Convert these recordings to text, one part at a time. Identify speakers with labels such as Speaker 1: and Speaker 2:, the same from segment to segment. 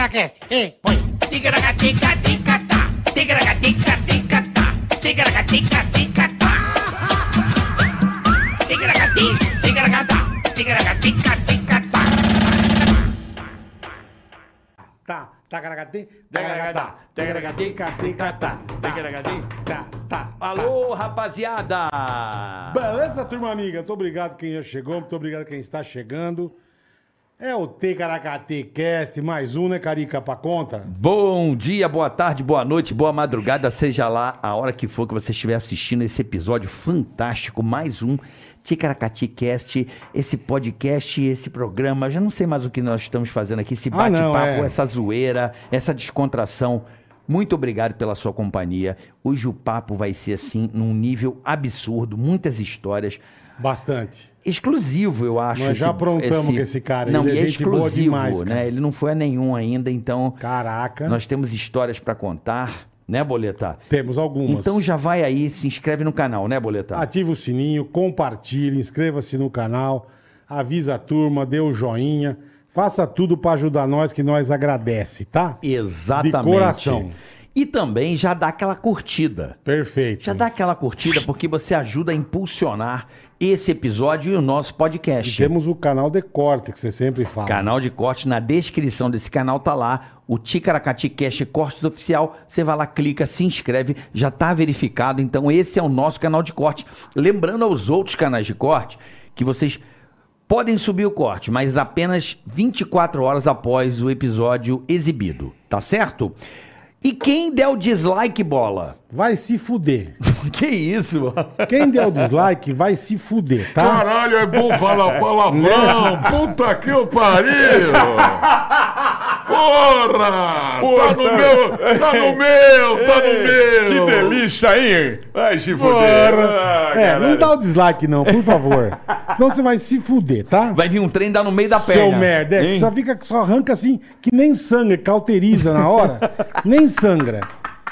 Speaker 1: podcast. Ei, põe. Tigaragatica-ticatá. Tigaragatica-ticatá. Tigaragatica-ticatá. Tigaragati, tigaragatá. Tigaragatica-ticatá.
Speaker 2: Tá, Tá. tacaracati, tacaracatá, tacaracatica, ticatá, tacaracati, tá, tá.
Speaker 3: Alô, rapaziada!
Speaker 2: Beleza, turma amiga? Muito obrigado quem já chegou, muito obrigado quem está chegando. É o Tecaracati Cast, mais um, né, Carica, pra conta?
Speaker 3: Bom dia, boa tarde, boa noite, boa madrugada, seja lá a hora que for que você estiver assistindo esse episódio fantástico, mais um Ticaracati Cast, esse podcast, esse programa, já não sei mais o que nós estamos fazendo aqui, esse
Speaker 2: Ah, não,
Speaker 3: bate-papo,
Speaker 2: é.
Speaker 3: essa zoeira, essa descontração. Muito obrigado pela sua companhia. Hoje o papo vai ser assim, num nível absurdo, muitas histórias.
Speaker 2: Bastante.
Speaker 3: exclusivo, eu acho.
Speaker 2: Nós já aprontamos com esse cara,
Speaker 3: Não,
Speaker 2: ele
Speaker 3: e
Speaker 2: é
Speaker 3: é
Speaker 2: gente boa
Speaker 3: exclusivo,
Speaker 2: demais, cara. É.
Speaker 3: né? Ele não foi a nenhum ainda, então
Speaker 2: Caraca,
Speaker 3: nós temos histórias pra contar, né, Boletar?
Speaker 2: temos algumas. Ah,
Speaker 3: Então já vai aí, se inscreve no canal, né, Boletar?
Speaker 2: Ativa o sininho, compartilhe, inscreva-se no canal, avisa a turma, dê o joinha, faça tudo pra ajudar nós que nós agradece, tá?
Speaker 3: Exatamente.
Speaker 2: De coração.
Speaker 3: E também já dá aquela curtida.
Speaker 2: Perfeito.
Speaker 3: Já dá aquela curtida porque você ajuda a impulsionar esse episódio e o nosso
Speaker 2: E
Speaker 3: podcast.
Speaker 2: temos o canal de corte que você sempre fala.
Speaker 3: Ah. Canal de corte na descrição desse canal tá lá. O Ticaracati Cash Cortes Oficial. Você vai lá, clica, se inscreve, já tá verificado. Então, esse é o nosso canal de corte. Lembrando aos outros canais de corte que vocês podem subir o corte, mas apenas 24 horas após o episódio exibido. Tá certo? E quem der o dislike, bola?
Speaker 2: Vai se fuder.
Speaker 3: que isso, bola?
Speaker 2: Quem der o dislike vai se fuder, tá?
Speaker 4: Caralho, é bom falar palavrão. Puta que eu pariu. Porra! Tá no meu, tá no meu, tá no meu.
Speaker 5: Que delícia, hein? Vai se fuder. Ah,
Speaker 2: é, não
Speaker 5: caralho.
Speaker 2: dá o dislike não, por favor. Senão você vai se fuder, tá?
Speaker 3: Vai vir um trem dar no meio da perna.
Speaker 2: Seu merda, é, que
Speaker 3: Hein?
Speaker 2: só fica, só arranca assim, que nem sangra, cauteriza na hora, nem sangra.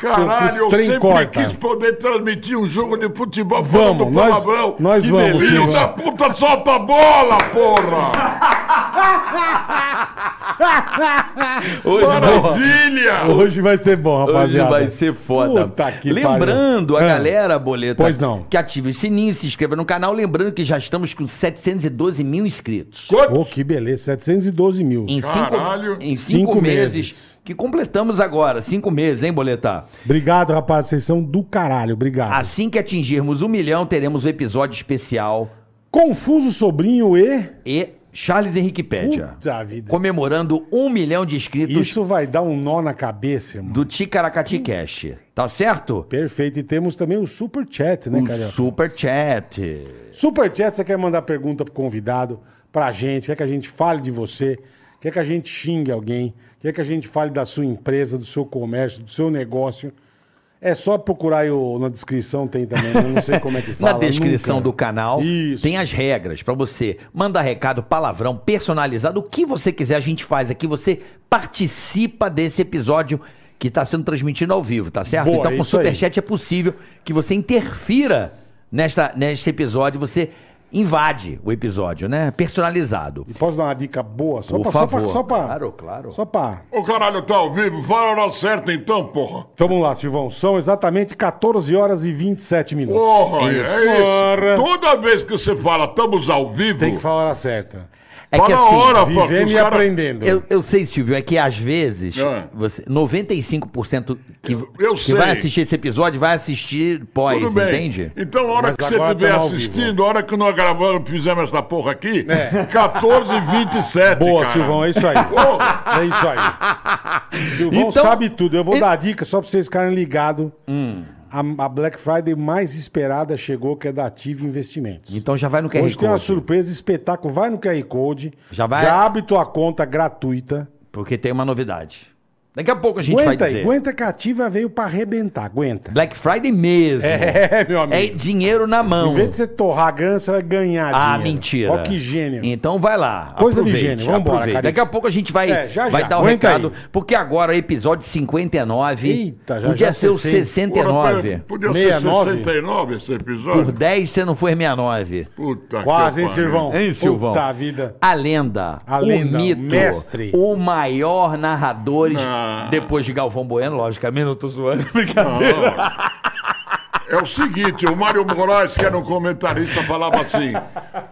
Speaker 4: Caralho,
Speaker 2: O
Speaker 4: eu
Speaker 2: trem
Speaker 4: sempre
Speaker 2: corta.
Speaker 4: quis poder transmitir um jogo de futebol
Speaker 2: Vamos,
Speaker 4: falando
Speaker 2: nós-
Speaker 4: palavrão.
Speaker 2: nós
Speaker 4: que
Speaker 2: vamos,
Speaker 4: delícia.
Speaker 2: Silvio.
Speaker 4: Filho da puta, solta a bola, porra!
Speaker 3: Hoje, bola.
Speaker 4: Maravilha!
Speaker 2: Hoje vai ser bom,
Speaker 3: Hoje
Speaker 2: rapaziada.
Speaker 3: vai ser foda.
Speaker 2: Puta que
Speaker 3: Lembrando
Speaker 2: pariu.
Speaker 3: a
Speaker 2: Ah,
Speaker 3: galera, Boleta,
Speaker 2: Pois não.
Speaker 3: que ative o sininho, se inscreva no canal. Lembrando que já estamos com 712 mil inscritos.
Speaker 4: Quanto?
Speaker 2: Ô, que beleza, 712 mil.
Speaker 3: Em cinco,
Speaker 4: Caralho.
Speaker 3: em cinco,
Speaker 2: Cinco
Speaker 3: meses,
Speaker 2: meses.
Speaker 3: Que completamos agora. Cinco meses, hein, Boleta?
Speaker 2: Obrigado, rapaz, vocês são do caralho, obrigado.
Speaker 3: Assim que atingirmos um milhão, teremos um episódio especial
Speaker 2: Confuso Sobrinho e...
Speaker 3: e Charles Henrique Pédia.
Speaker 2: Puta vida.
Speaker 3: Comemorando um milhão de inscritos
Speaker 2: Isso vai dar um nó na cabeça, irmão.
Speaker 3: do Ticaracati Cash. Tá certo?
Speaker 2: Perfeito. E temos também o Super Chat, né,
Speaker 3: Um
Speaker 2: Carioca?
Speaker 3: super chat.
Speaker 2: Super Chat, você quer mandar pergunta pro convidado, pra gente, quer que a gente fale de você, quer que a gente xingue alguém, quer que a gente fale da sua empresa, do seu comércio, do seu negócio. É só procurar aí o- na descrição, tem também, eu não sei como é que fala.
Speaker 3: Na descrição
Speaker 2: nunca.
Speaker 3: do canal
Speaker 2: Isso.
Speaker 3: tem as regras pra você mandar recado, palavrão, personalizado, o que você quiser a gente faz aqui. Você participa desse episódio que tá sendo transmitido ao vivo, tá certo?
Speaker 2: Boa,
Speaker 3: então com o
Speaker 2: isso aí.
Speaker 3: superchat é possível que você interfira nesta, neste episódio, você invade o episódio, né? Personalizado.
Speaker 2: E posso dar uma dica boa? Só
Speaker 3: Por
Speaker 2: pra,
Speaker 3: favor.
Speaker 2: Só pra, só pra,
Speaker 3: Claro, claro.
Speaker 2: Só pra...
Speaker 4: Ô caralho, tá ao vivo? Fala a hora certa então, porra.
Speaker 2: Vamos lá, Silvão. São exatamente 14 horas e 27 minutos.
Speaker 4: Porra, é isso.
Speaker 2: Porra.
Speaker 4: Toda vez que você fala, estamos ao vivo,
Speaker 2: Tem que falar assim, a hora certa.
Speaker 3: É
Speaker 4: fala
Speaker 3: que
Speaker 4: a hora, pô. que
Speaker 2: Vivendo
Speaker 4: os
Speaker 2: e
Speaker 4: cara-
Speaker 2: aprendendo.
Speaker 3: Eu, eu sei, Silvio, é que às vezes
Speaker 4: Ah.
Speaker 3: você, 95% que,
Speaker 4: eu
Speaker 3: que
Speaker 4: sei.
Speaker 3: vai assistir esse episódio vai assistir pós,
Speaker 4: Tudo bem.
Speaker 3: entende?
Speaker 4: Então, a hora
Speaker 2: Mas
Speaker 4: que você
Speaker 2: agora
Speaker 4: estiver
Speaker 2: tamo ao vivo.
Speaker 4: assistindo, a hora que nós gravamos, fizemos essa porra aqui, 14h27.
Speaker 2: É. Boa,
Speaker 4: cara.
Speaker 2: Silvão, é isso aí.
Speaker 4: Porra,
Speaker 2: É isso aí. Silvão
Speaker 3: Então-
Speaker 2: sabe tudo. Eu vou
Speaker 3: E- Hum.
Speaker 2: dar a dica só pra vocês ficarem ligados. A, a Black Friday mais esperada chegou, que é da Ative Investimentos.
Speaker 3: Então já vai no QR
Speaker 2: Hoje tem uma
Speaker 3: Code.
Speaker 2: surpresa, espetáculo. Vai no QR Code.
Speaker 3: Já vai?
Speaker 2: Já abre tua conta gratuita.
Speaker 3: Porque tem uma novidade. Daqui a pouco a gente
Speaker 2: Aguenta
Speaker 3: vai
Speaker 2: aí,
Speaker 3: dizer.
Speaker 2: aguenta que a Ativa veio pra arrebentar, aguenta.
Speaker 3: Black Friday mesmo. É,
Speaker 2: É, meu amigo.
Speaker 3: dinheiro na mão.
Speaker 2: Em vez de você torrar a grana, você vai ganhar
Speaker 3: Ah,
Speaker 2: dinheiro.
Speaker 3: mentira.
Speaker 2: Olha que gênio.
Speaker 3: Então vai lá.
Speaker 2: Coisa de
Speaker 3: aproveite,
Speaker 2: gênio, vambora,
Speaker 3: aproveite.
Speaker 2: Carica.
Speaker 3: Daqui a pouco a gente vai,
Speaker 2: É, já,
Speaker 3: vai
Speaker 2: já,
Speaker 3: dar o
Speaker 2: aguenta
Speaker 3: recado,
Speaker 2: aí.
Speaker 3: porque agora é episódio 59.
Speaker 2: Eita, já,
Speaker 3: Podia
Speaker 2: já
Speaker 3: ser o
Speaker 2: 60.
Speaker 3: 69.
Speaker 4: Podia
Speaker 2: 69?
Speaker 4: ser 69 esse episódio?
Speaker 3: Por 10 você não foi 69.
Speaker 4: Puta
Speaker 2: Quase, hein,
Speaker 4: que pariu.
Speaker 2: Silvão?
Speaker 3: Hein, Silvão?
Speaker 2: Puta vida.
Speaker 3: A lenda,
Speaker 2: A
Speaker 3: o
Speaker 2: lenda,
Speaker 3: mito,
Speaker 2: mestre.
Speaker 3: o maior narrador,
Speaker 4: Não.
Speaker 3: depois de Galvão Bueno, logicamente, não tô zoando,
Speaker 4: Não.
Speaker 3: brincadeira.
Speaker 4: É o seguinte, o Mário Moraes, que era um comentarista, falava assim: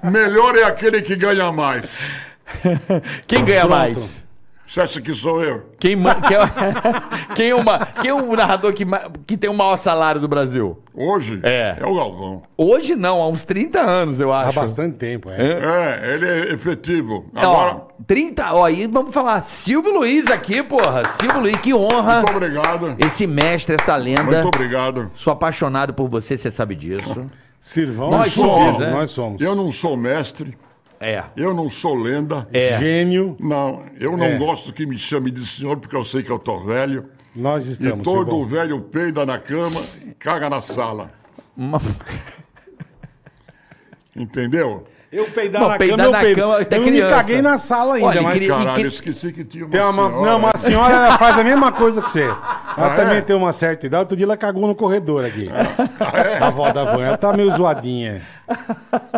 Speaker 4: melhor é aquele que ganha mais.
Speaker 3: Quem ganha
Speaker 2: Pronto.
Speaker 3: mais?
Speaker 4: Você acha que sou eu?
Speaker 3: Quem, ma- quem é, quem é o ma- quem é o narrador que, ma- que tem o maior salário do Brasil?
Speaker 4: Hoje?
Speaker 3: É.
Speaker 4: o Galvão.
Speaker 3: Hoje não, há uns 30 anos, eu
Speaker 2: Há
Speaker 3: acho.
Speaker 2: bastante tempo, é.
Speaker 4: É, ele é efetivo.
Speaker 3: Ó,
Speaker 4: Agora,
Speaker 3: 30, ó, aí vamos falar Silvio Luiz aqui, porra. Silvio Luiz, que honra.
Speaker 4: muito obrigado.
Speaker 3: Esse mestre, essa lenda.
Speaker 4: Muito obrigado.
Speaker 3: Sou apaixonado por você, você sabe disso.
Speaker 2: Silvão,
Speaker 3: Nós
Speaker 2: somos,
Speaker 4: somos,
Speaker 3: né?
Speaker 2: nós somos.
Speaker 4: Eu não sou mestre,
Speaker 3: É.
Speaker 4: eu não sou lenda.
Speaker 3: É.
Speaker 2: Gênio,
Speaker 4: Não, eu não
Speaker 2: É.
Speaker 4: gosto que me chame de senhor, porque eu sei que eu tô velho.
Speaker 2: nós
Speaker 4: E
Speaker 2: estamos,
Speaker 4: todo
Speaker 2: Silvão.
Speaker 4: velho peida na cama, caga na sala.
Speaker 3: Uma-
Speaker 4: Entendeu?
Speaker 2: Eu peidar
Speaker 3: Bom,
Speaker 2: na
Speaker 3: peidar
Speaker 2: cama, eu
Speaker 3: na
Speaker 2: peido.
Speaker 3: cama, até
Speaker 2: eu
Speaker 3: criança.
Speaker 2: me caguei na sala ainda,
Speaker 3: Olha,
Speaker 2: É, mas...
Speaker 3: queria- E
Speaker 4: Caralho,
Speaker 3: que-
Speaker 4: eu esqueci que tinha uma
Speaker 2: Tem uma,
Speaker 4: senhora.
Speaker 2: não, uma senhora ela faz a mesma coisa que você. Ela
Speaker 4: Ah,
Speaker 2: também
Speaker 4: é? Ah.
Speaker 2: tem uma certa idade. Outro dia ela cagou no corredor aqui. A
Speaker 4: É,
Speaker 2: avó da van. Ela tá meio zoadinha.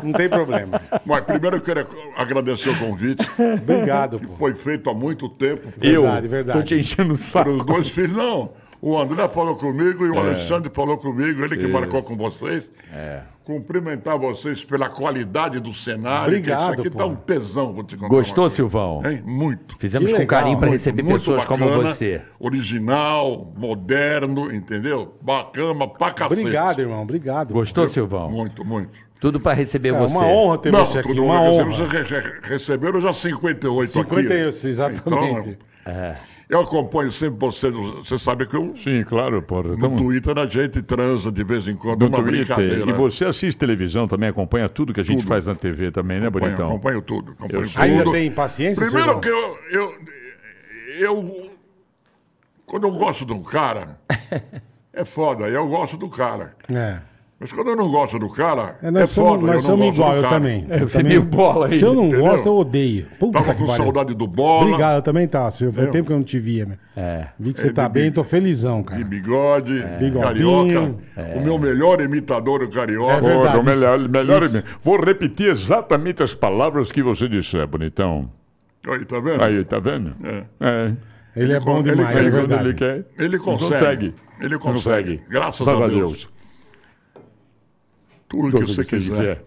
Speaker 2: Não tem problema.
Speaker 4: Mas primeiro eu quero agradecer o convite.
Speaker 2: Obrigado, pô.
Speaker 4: Foi feito há muito tempo.
Speaker 2: Verdade,
Speaker 3: eu
Speaker 2: verdade.
Speaker 3: tô te enchendo o
Speaker 4: Para
Speaker 3: saco.
Speaker 4: os dois filhos, não. O André falou comigo e
Speaker 2: É.
Speaker 4: o Alexandre falou comigo, ele que marcou com vocês.
Speaker 2: É.
Speaker 4: Cumprimentar vocês pela qualidade do cenário. que
Speaker 2: Obrigado,
Speaker 4: Isso aqui
Speaker 2: pô.
Speaker 4: tá um tesão, vou te contar.
Speaker 3: Gostou,
Speaker 4: uma coisa.
Speaker 3: Silvão?
Speaker 4: Hein? É. Muito.
Speaker 3: Fizemos
Speaker 2: Que
Speaker 3: com
Speaker 2: legal.
Speaker 3: carinho pra
Speaker 2: Muito,
Speaker 3: receber pessoas como
Speaker 4: bacana,
Speaker 3: você.
Speaker 4: Original, moderno, entendeu? Bacana pra cacete.
Speaker 2: Obrigado, irmão. Obrigado.
Speaker 3: Gostou, Silvão?
Speaker 4: Muito, muito.
Speaker 3: Tudo pra receber
Speaker 2: Cara,
Speaker 3: você.
Speaker 2: uma honra ter
Speaker 4: Não,
Speaker 2: você aqui.
Speaker 4: tudo
Speaker 2: Uma
Speaker 4: bem,
Speaker 2: honra.
Speaker 4: vocês re- re- receberam já 58
Speaker 2: 51,
Speaker 4: aqui.
Speaker 2: exatamente. É.
Speaker 4: Então, eu acompanho sempre você, no- você sabe que eu,
Speaker 5: Sim, claro, porra.
Speaker 4: no
Speaker 5: Tamo...
Speaker 4: Twitter a gente transa de vez em quando,
Speaker 5: No
Speaker 4: uma
Speaker 5: Twitter.
Speaker 4: brincadeira. né?
Speaker 5: E você assiste televisão também, acompanha tudo que a gente
Speaker 4: Tudo.
Speaker 5: faz na TV também, né,
Speaker 4: acompanho,
Speaker 5: Bonitão?
Speaker 4: acompanho tudo, acompanho
Speaker 5: Eu
Speaker 4: tudo.
Speaker 5: sou-
Speaker 2: Ainda tem paciência,
Speaker 4: Primeiro
Speaker 2: Silvão?
Speaker 4: que eu, eu, eu- Quando eu gosto de um cara, é foda, eu gosto do cara.
Speaker 2: É.
Speaker 4: Mas quando eu não gosto do cara, é,
Speaker 2: É, nós somos,
Speaker 4: foda,
Speaker 2: nós
Speaker 4: eu não
Speaker 2: somos
Speaker 4: gosto do
Speaker 2: igual, eu
Speaker 4: cara.
Speaker 2: também.
Speaker 3: É,
Speaker 2: Eu
Speaker 3: você é
Speaker 2: também-
Speaker 3: meio bola aí.
Speaker 2: Se eu não
Speaker 4: Entendeu?
Speaker 2: gosto, eu odeio. Puta
Speaker 4: Tava
Speaker 2: que
Speaker 4: com
Speaker 2: pariu.
Speaker 4: saudade do bola.
Speaker 2: Obrigado, eu também tá, Silvio. Foi
Speaker 4: Eu-
Speaker 2: tempo que eu não te via, meu.
Speaker 3: É.
Speaker 2: Vi que você
Speaker 4: É,
Speaker 2: tá
Speaker 4: bebê.
Speaker 2: bem, tô felizão,
Speaker 4: De
Speaker 2: cara.
Speaker 4: bigode,
Speaker 2: É. Bigodinho,
Speaker 4: carioca. O meu melhor imitador é o
Speaker 2: É
Speaker 4: carioca.
Speaker 2: verdade.
Speaker 5: Gordo, melhor,
Speaker 2: isso-
Speaker 5: melhor
Speaker 2: isso.
Speaker 5: Vou repetir exatamente as palavras que você disse, é, bonitão.
Speaker 4: Aí, tá vendo?
Speaker 5: Aí, tá vendo?
Speaker 4: É.
Speaker 5: É.
Speaker 2: Ele é bom
Speaker 4: ele
Speaker 2: demais,
Speaker 4: fez
Speaker 2: é
Speaker 5: Ele, quando
Speaker 2: verdade.
Speaker 5: ele quer.
Speaker 4: Ele consegue. Ele consegue. Graças a Deus. Tudo que você quiser.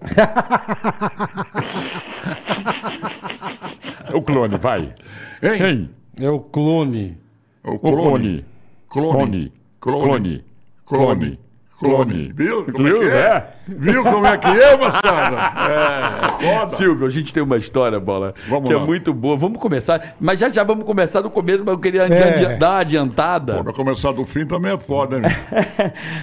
Speaker 5: É o clone, vai.
Speaker 4: Hein?
Speaker 5: Hein?
Speaker 2: É o clone.
Speaker 4: É O
Speaker 5: O clone.
Speaker 4: clone. Clone. Clone. Clone. Clone. Viu como é que
Speaker 5: Viu?
Speaker 4: é?
Speaker 5: É.
Speaker 4: Viu como é que é, bastardo? É, foda.
Speaker 3: Silvio, a gente tem uma história, bola,
Speaker 4: Vamos
Speaker 3: que
Speaker 4: lá.
Speaker 3: é muito boa. Vamos começar, mas já já vamos começar do começo, mas eu queria adi-
Speaker 2: É.
Speaker 3: dar uma adiantada.
Speaker 4: Pra começar do fim também é foda, né?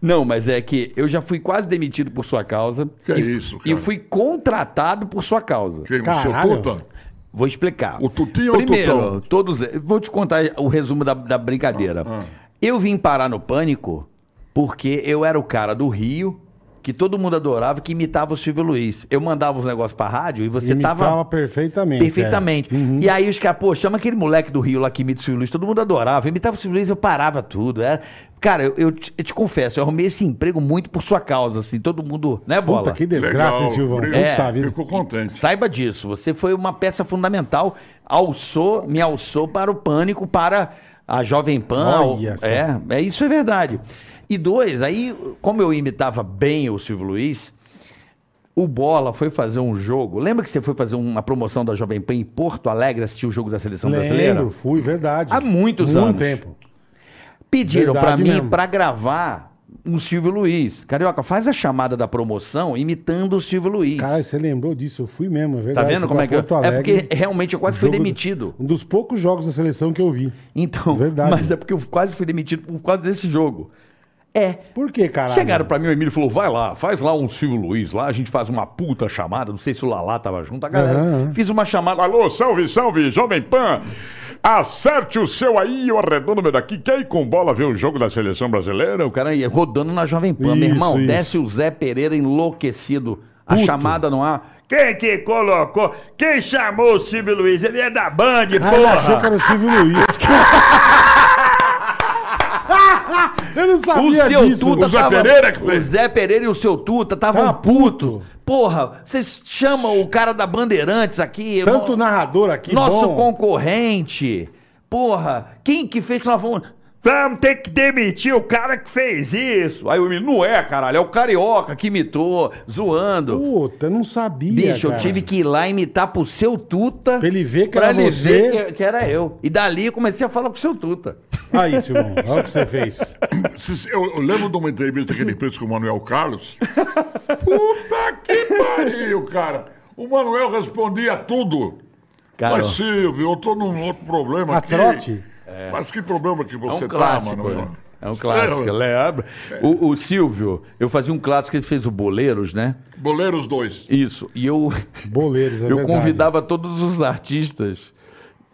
Speaker 3: Não, mas é que eu já fui quase demitido por sua causa.
Speaker 4: Que é
Speaker 3: e,
Speaker 4: isso,
Speaker 3: E
Speaker 4: cara.
Speaker 3: fui contratado por sua causa.
Speaker 4: Quem? O seu
Speaker 2: Caralho.
Speaker 4: puta?
Speaker 3: Vou explicar.
Speaker 4: O Tutinho ou o
Speaker 3: Primeiro,
Speaker 4: Tutão?
Speaker 3: todos. Vou te contar o resumo da, da brincadeira.
Speaker 4: Ah, ah.
Speaker 3: Eu vim parar no pânico porque eu era o cara do Rio que todo mundo adorava que imitava o Silvio Luiz. Eu mandava os negócios pra rádio e você
Speaker 2: Imitava
Speaker 3: tava
Speaker 2: perfeitamente. é. Uhum.
Speaker 3: Perfeitamente. E aí os caras, pô, chama aquele moleque do Rio lá que imita o Silvio Luiz, todo mundo adorava. Eu imitava o Silvio Luiz, eu parava tudo. Era... Cara, eu, eu te, eu te confesso, eu arrumei esse emprego muito por sua causa, assim, todo mundo, né,
Speaker 2: É. Puta,
Speaker 3: Bola?
Speaker 2: que desgraça,
Speaker 4: Legal,
Speaker 2: hein, Silvão?
Speaker 4: obrigado.
Speaker 2: Puta
Speaker 3: É.
Speaker 2: vida.
Speaker 4: Fico contente.
Speaker 3: Saiba disso, você foi uma peça fundamental, alçou, me alçou para o pânico, para a Jovem Pan.
Speaker 2: Olha só.
Speaker 3: é, é, isso é verdade. E dois, aí, como eu imitava bem o Silvio Luiz, o Bola foi fazer um jogo. Lembra que você foi fazer uma promoção da Jovem Pan em Porto Alegre assistir o jogo da seleção brasileira?
Speaker 2: Lembro, fui, verdade.
Speaker 3: Há muitos
Speaker 2: Muito
Speaker 3: anos.
Speaker 2: tempo.
Speaker 3: Pediram
Speaker 2: Verdade
Speaker 3: pra mim
Speaker 2: mesmo.
Speaker 3: pra gravar um Silvio Luiz. Carioca, faz a chamada da promoção imitando o Silvio Luiz.
Speaker 2: Cara, você lembrou disso, eu fui mesmo, é
Speaker 3: Tá
Speaker 2: verdade.
Speaker 3: vendo
Speaker 2: Fui
Speaker 3: como
Speaker 2: pra
Speaker 3: é que eu...
Speaker 2: Porto
Speaker 3: É
Speaker 2: Alegre,
Speaker 3: porque realmente eu quase fui
Speaker 2: jogo do-
Speaker 3: demitido.
Speaker 2: Um dos poucos jogos da seleção que eu vi.
Speaker 3: Então,
Speaker 2: Verdade.
Speaker 3: mas é porque eu quase fui demitido por causa desse jogo. É.
Speaker 2: Por que, caralho?
Speaker 5: Chegaram pra mim, o Emílio falou: vai lá, faz lá um Silvio Luiz lá, a gente faz uma puta chamada. Não sei se o Lalá tava junto, a galera.
Speaker 2: Aham, aham.
Speaker 5: Fiz uma chamada. Alô, salve, salve, Jovem Pan! Acerte o seu aí, eu arredondo meu daqui. Quer ir com bola ver o jogo da seleção brasileira?
Speaker 3: O cara ia rodando na Jovem Pan.
Speaker 2: Isso,
Speaker 3: Meu irmão,
Speaker 2: isso.
Speaker 3: desce o Zé Pereira enlouquecido. A
Speaker 2: Puto.
Speaker 3: chamada no ar.
Speaker 5: Quem que colocou? Quem chamou o Silvio Luiz? Ele é da Band,
Speaker 2: Ah, ele achou que era o Silvio Luiz. Eu não
Speaker 3: O
Speaker 2: sabia
Speaker 3: seu
Speaker 2: disso.
Speaker 3: Tuta
Speaker 4: O Zé
Speaker 3: tava-
Speaker 4: Pereira que fez.
Speaker 3: O Zé Pereira e o seu Tuta estavam
Speaker 2: Tava puto.
Speaker 3: putos. Porra, vocês chamam o cara da Bandeirantes aqui.
Speaker 2: Tanto
Speaker 3: mo-
Speaker 2: narrador aqui,
Speaker 3: nosso
Speaker 2: bom.
Speaker 3: concorrente. Porra, quem que fez que nós vamos. Vamos ter que demitir o cara que fez isso. Aí o menino, não é, caralho, é o carioca que imitou, zoando.
Speaker 2: Puta, eu não sabia.
Speaker 3: Bicho, eu
Speaker 2: cara.
Speaker 3: tive que ir lá imitar pro seu Tuta.
Speaker 2: Pra ele ver que
Speaker 3: pra
Speaker 2: era
Speaker 3: ele
Speaker 2: você.
Speaker 3: ver que, que era eu. E dali eu comecei a falar com o seu Tuta.
Speaker 2: Aí, Silvão, olha o que você fez.
Speaker 4: Se- Eu, eu lembro de uma entrevista que ele fez com o Manuel Carlos. Puta que pariu, cara. O Manuel respondia tudo.
Speaker 3: Cara,
Speaker 4: Mas, Silvio, eu tô num outro problema
Speaker 2: A
Speaker 4: aqui.
Speaker 2: trote?
Speaker 4: Mas que problema que
Speaker 3: é um
Speaker 4: você tá, é.
Speaker 3: clássico.
Speaker 4: Manuel?
Speaker 3: né? É um clássico. Leandro. O, o Silvio, eu fazia um clássico, ele fez o Boleiros, né?
Speaker 4: Boleiros dois.
Speaker 3: Isso. E eu.
Speaker 2: Boleiros, é
Speaker 3: Eu
Speaker 2: verdade.
Speaker 3: convidava todos os artistas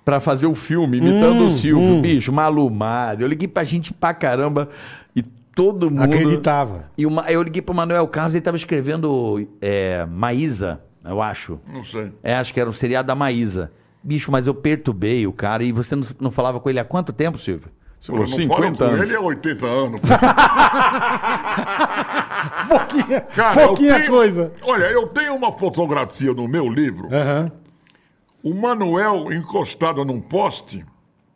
Speaker 3: pra fazer o filme, imitando
Speaker 2: Hum,
Speaker 3: o Silvio, bicho, Malumar. Eu liguei pra gente pra caramba e todo mundo.
Speaker 2: Acreditava.
Speaker 3: E uma, eu liguei pro Manuel Carlos, ele tava escrevendo é, Maísa, eu acho.
Speaker 4: Não sei.
Speaker 3: É, acho que era o seriado da Maísa. Bicho, mas eu perturbei o cara e você não, não falava com ele há quanto tempo, Silvio?
Speaker 5: Você falou
Speaker 4: Eu não falo
Speaker 5: 50
Speaker 4: com
Speaker 5: anos.
Speaker 4: ele há 80 anos.
Speaker 2: Pouquinha,
Speaker 4: Cara,
Speaker 2: pouquinha
Speaker 4: eu tenho,
Speaker 2: coisa.
Speaker 4: Olha, eu tenho uma fotografia no meu livro,
Speaker 2: Aham.
Speaker 4: o Manuel encostado num poste,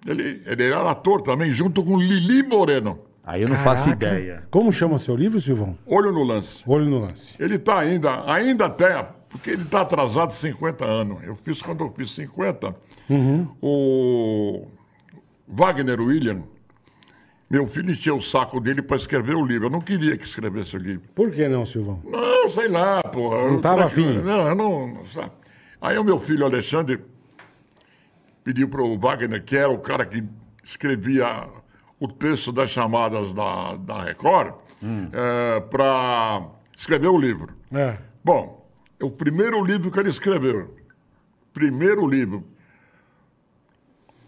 Speaker 4: ele, ele era ator também, junto com Lili Moreno.
Speaker 3: Aí eu não faço
Speaker 2: Caraca.
Speaker 3: ideia.
Speaker 2: Como chama seu livro, Silvão?
Speaker 4: Olho no lance.
Speaker 2: Olho no lance.
Speaker 4: Ele está ainda, ainda até, porque ele está atrasado 50 anos. Eu fiz quando eu fiz 50.
Speaker 2: Uhum.
Speaker 4: O Wagner William, meu filho encheu o saco dele para escrever o livro. Eu não queria que escrevesse o livro.
Speaker 2: Por que não, Silvão?
Speaker 4: Não, sei lá, porra. Não
Speaker 2: tava afim.
Speaker 4: Não, eu não, não sabe. Aí o meu filho Alexandre pediu para o Wagner, que era o cara que escrevia o texto das chamadas da, da Record,
Speaker 2: Hum.
Speaker 4: para escrever o livro.
Speaker 2: É.
Speaker 4: Bom, é o primeiro livro que ele escreveu. Primeiro livro.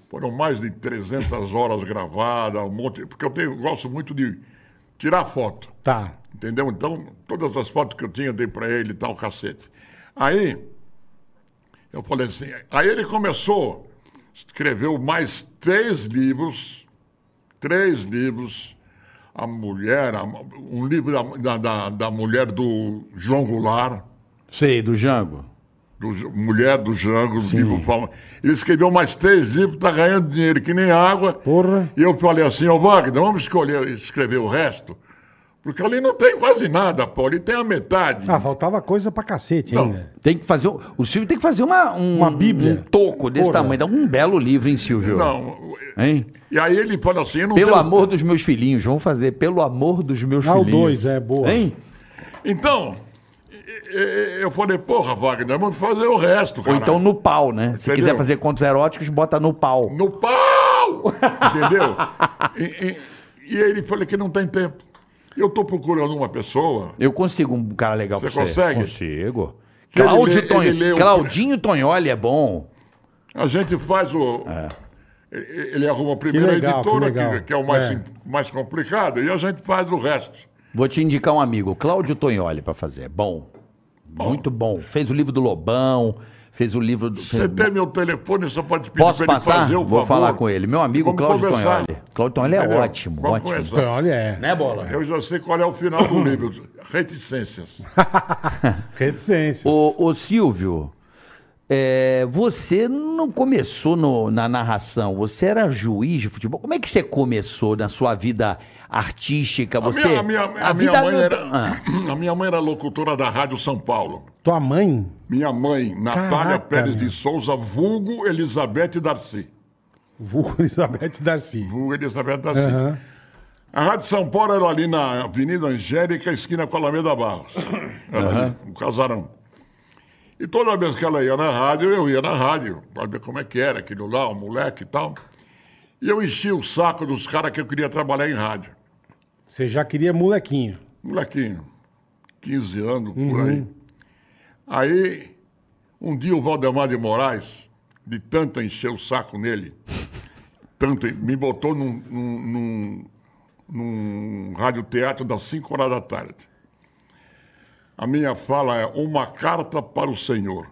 Speaker 4: Foram mais de 300 horas gravadas, um monte. Porque eu, tenho- eu gosto muito de tirar foto.
Speaker 2: Tá.
Speaker 4: Entendeu? Então, todas as fotos que eu tinha, eu dei pra ele e tal, cacete. Aí, eu falei assim. Aí ele começou, escreveu mais três livros. Três livros. A mulher, a- um livro da, da- da, da mulher do João Goulart,
Speaker 3: Sei, do Jango.
Speaker 4: do, J- Mulher do Jango, livro fala. Ele escreveu mais três livros, tá ganhando dinheiro que nem água.
Speaker 2: Porra.
Speaker 4: E eu falei assim, ô Wagner, vamos escolher, escrever o resto? Porque ali não tem quase nada, pô, ali tem a metade.
Speaker 2: Ah, faltava coisa pra cacete
Speaker 4: Não.
Speaker 2: ainda.
Speaker 3: Tem que fazer. um- O Silvio tem que fazer uma, um,
Speaker 2: Uma bíblia.
Speaker 3: um toco desse
Speaker 2: Porra.
Speaker 3: tamanho. Dá um belo livro, hein, Silvio?
Speaker 4: Não.
Speaker 3: Hein?
Speaker 4: E aí ele fala assim, eu não
Speaker 3: Pelo
Speaker 4: tenho-
Speaker 3: amor dos meus filhinhos, vamos fazer. Pelo amor dos meus
Speaker 2: Ah, o
Speaker 3: filhinhos.
Speaker 2: dois, é, boa.
Speaker 3: Hein?
Speaker 4: Então, e- e- eu falei, porra, Wagner, vamos fazer o resto,
Speaker 3: Ou
Speaker 4: cara.
Speaker 3: então no pau, né? Se
Speaker 4: Entendeu?
Speaker 3: quiser fazer contos eróticos, bota no pau.
Speaker 4: No pau! Entendeu? e, e, e ele falou que não tem tempo. Eu estou procurando uma pessoa.
Speaker 3: Eu consigo um cara legal
Speaker 4: Você
Speaker 3: pra você.
Speaker 4: consegue?
Speaker 3: Consigo.
Speaker 4: Ele
Speaker 3: Cláudio
Speaker 4: lê- ele
Speaker 3: Tonho-
Speaker 4: lê um- o-
Speaker 3: Claudinho Tonholi é bom.
Speaker 4: A gente faz o. Ele ele arruma a primeira
Speaker 2: legal, É. que
Speaker 4: editora, que,
Speaker 2: legal.
Speaker 4: que é o mais,
Speaker 2: É.
Speaker 4: im- mais complicado, e a gente faz o resto.
Speaker 3: Vou te indicar um amigo, Cláudio Tonholi, pra fazer. É Bom. Muito bom. Fez o livro do Lobão, fez o livro do.
Speaker 4: Você tem meu telefone, só pode pedir
Speaker 3: Posso
Speaker 4: pra ele
Speaker 3: passar?
Speaker 4: fazer o
Speaker 3: Vou
Speaker 4: favor.
Speaker 3: falar com ele. Meu amigo
Speaker 4: Vamos
Speaker 3: Cláudio
Speaker 4: conversar.
Speaker 3: Tonholi. Cláudio Tonholi é
Speaker 4: Entendeu?
Speaker 3: ótimo,
Speaker 4: Vamos
Speaker 3: ótimo.
Speaker 4: conversar.
Speaker 2: Então, olha, é.
Speaker 3: Né, Bola?
Speaker 4: Eu já sei qual é o final do livro. Reticências.
Speaker 2: Reticência.
Speaker 3: Ô, ô, Silvio, é, você não começou no- na narração, você era juiz de futebol. Como é que você começou na sua vida artística? Você,
Speaker 4: Minha- a minha, a minha
Speaker 3: vida-
Speaker 4: mãe era,
Speaker 3: Ah,
Speaker 4: a minha mãe era locutora da Rádio São Paulo.
Speaker 2: Tua mãe?
Speaker 4: Minha mãe, Natália
Speaker 2: Caraca,
Speaker 4: Pérez
Speaker 2: meu.
Speaker 4: de Souza, vulgo Elizabeth Darcy.
Speaker 2: Vulgo Elizabeth Darcy.
Speaker 4: Vulgo Elizabeth Darcy.
Speaker 2: Aham.
Speaker 4: A Rádio São Paulo era ali na Avenida Angélica, esquina com a Alameda Barros. Era ali, um casarão. E toda vez que ela ia na rádio, eu ia na rádio, para ver como é que era aquilo lá, o moleque e tal. E eu enchia o saco dos caras que eu queria trabalhar em rádio.
Speaker 2: Você já queria molequinho.
Speaker 4: molequinho, 15 anos,
Speaker 2: Uhum.
Speaker 4: por aí. Aí, um dia o Valdemar de Moraes, de tanto encher o saco nele, tanto, me botou num, num, num, num radioteatro das 5 horas da tarde. A minha fala é Uma Carta para o Senhor.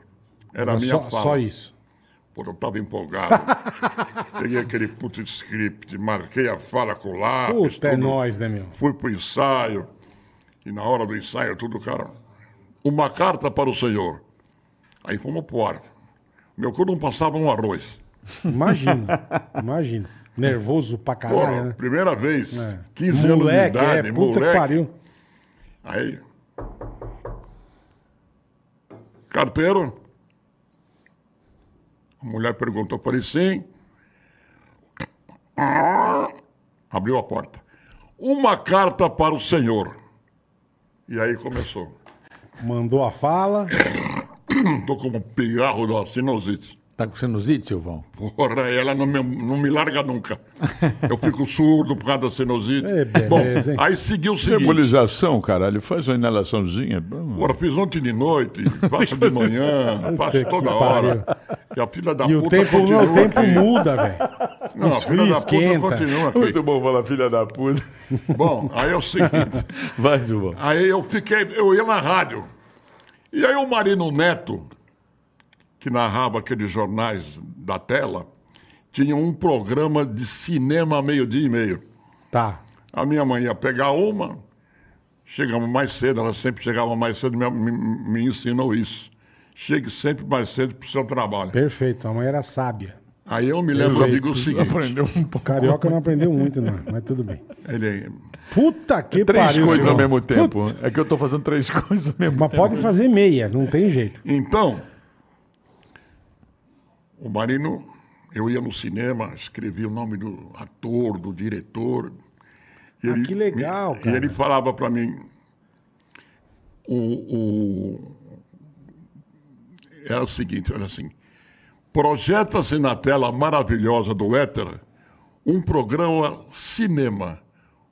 Speaker 4: Era a
Speaker 2: Era
Speaker 4: minha
Speaker 2: só,
Speaker 4: fala.
Speaker 2: só isso.
Speaker 4: Pô, eu estava empolgado. Peguei aquele puto script, marquei a fala com o lápis.
Speaker 2: Puta, é
Speaker 4: tudo.
Speaker 2: nóis, né, meu?
Speaker 4: Fui pro ensaio, e na hora do ensaio, tudo, cara. Uma carta para o senhor. Aí fomos pro ar. Meu cu não passava um arroz.
Speaker 2: Imagina, imagina. Nervoso pra
Speaker 4: Porra,
Speaker 2: caralho, né?
Speaker 4: primeira vez,
Speaker 2: É.
Speaker 4: 15
Speaker 2: moleque,
Speaker 4: anos de idade,
Speaker 2: é, puta
Speaker 4: moleque.
Speaker 2: que pariu.
Speaker 4: Aí. Carteiro? A mulher perguntou para ele sim. Abriu a porta. Uma carta para o senhor. E aí começou.
Speaker 2: Mandou a fala.
Speaker 4: Tô com um pigarro da sinusite.
Speaker 3: Tá com sinusite, Silvão?
Speaker 4: Porra, ela não me, não me larga nunca. Eu fico surdo por causa da sinusite.
Speaker 2: É,
Speaker 4: Bom,
Speaker 2: beleza, hein?
Speaker 4: aí seguiu o seguinte.
Speaker 5: Nebulização, caralho. Faz uma inalaçãozinha. Bom.
Speaker 4: Porra, fiz ontem de noite, faço de manhã,
Speaker 2: Puta
Speaker 4: faço
Speaker 2: que
Speaker 4: toda hora.
Speaker 2: pariu.
Speaker 4: E a filha da
Speaker 2: E o
Speaker 4: puta
Speaker 2: tempo,
Speaker 4: continua
Speaker 2: não, o tempo
Speaker 4: aqui.
Speaker 2: muda, velho.
Speaker 4: Não, a filha
Speaker 2: esfria,
Speaker 4: da puta
Speaker 2: esquenta.
Speaker 4: continua
Speaker 5: Muito
Speaker 4: aqui.
Speaker 5: bom falar filha da puta.
Speaker 4: Bom, aí é o seguinte.
Speaker 5: Vai, Silvão.
Speaker 4: Aí eu fiquei, eu ia na rádio. E aí o Marino Neto, que narrava aqueles jornais da tela, tinha um programa de cinema meio-dia e meio.
Speaker 2: Tá.
Speaker 4: A minha mãe ia pegar uma, chegamos mais cedo, ela sempre chegava mais cedo, me, me, me ensinou isso. Chegue sempre mais cedo para o seu trabalho.
Speaker 2: Perfeito, a mãe era sábia.
Speaker 4: Aí eu me lembro, eu
Speaker 2: Perfeito.
Speaker 4: digo é o seguinte,
Speaker 5: Aprendeu um pouco.
Speaker 2: Carioca não aprendeu muito, não, mas tudo bem.
Speaker 4: ele,
Speaker 2: Puta que
Speaker 5: Três
Speaker 2: pariu.
Speaker 5: coisas ao
Speaker 2: João.
Speaker 5: mesmo tempo.
Speaker 4: né?
Speaker 2: Puta,
Speaker 5: É que eu tô fazendo três coisas ao mesmo
Speaker 2: mas
Speaker 5: tempo.
Speaker 2: pode fazer meia, não tem jeito.
Speaker 4: Então, o Marino, eu ia no cinema, escrevia o nome do ator, do diretor. E
Speaker 2: Ah, que legal,
Speaker 4: me-
Speaker 2: cara.
Speaker 4: E ele falava para mim, o, o- era o seguinte, era assim, projeta-se na tela maravilhosa do Éter um programa cinema,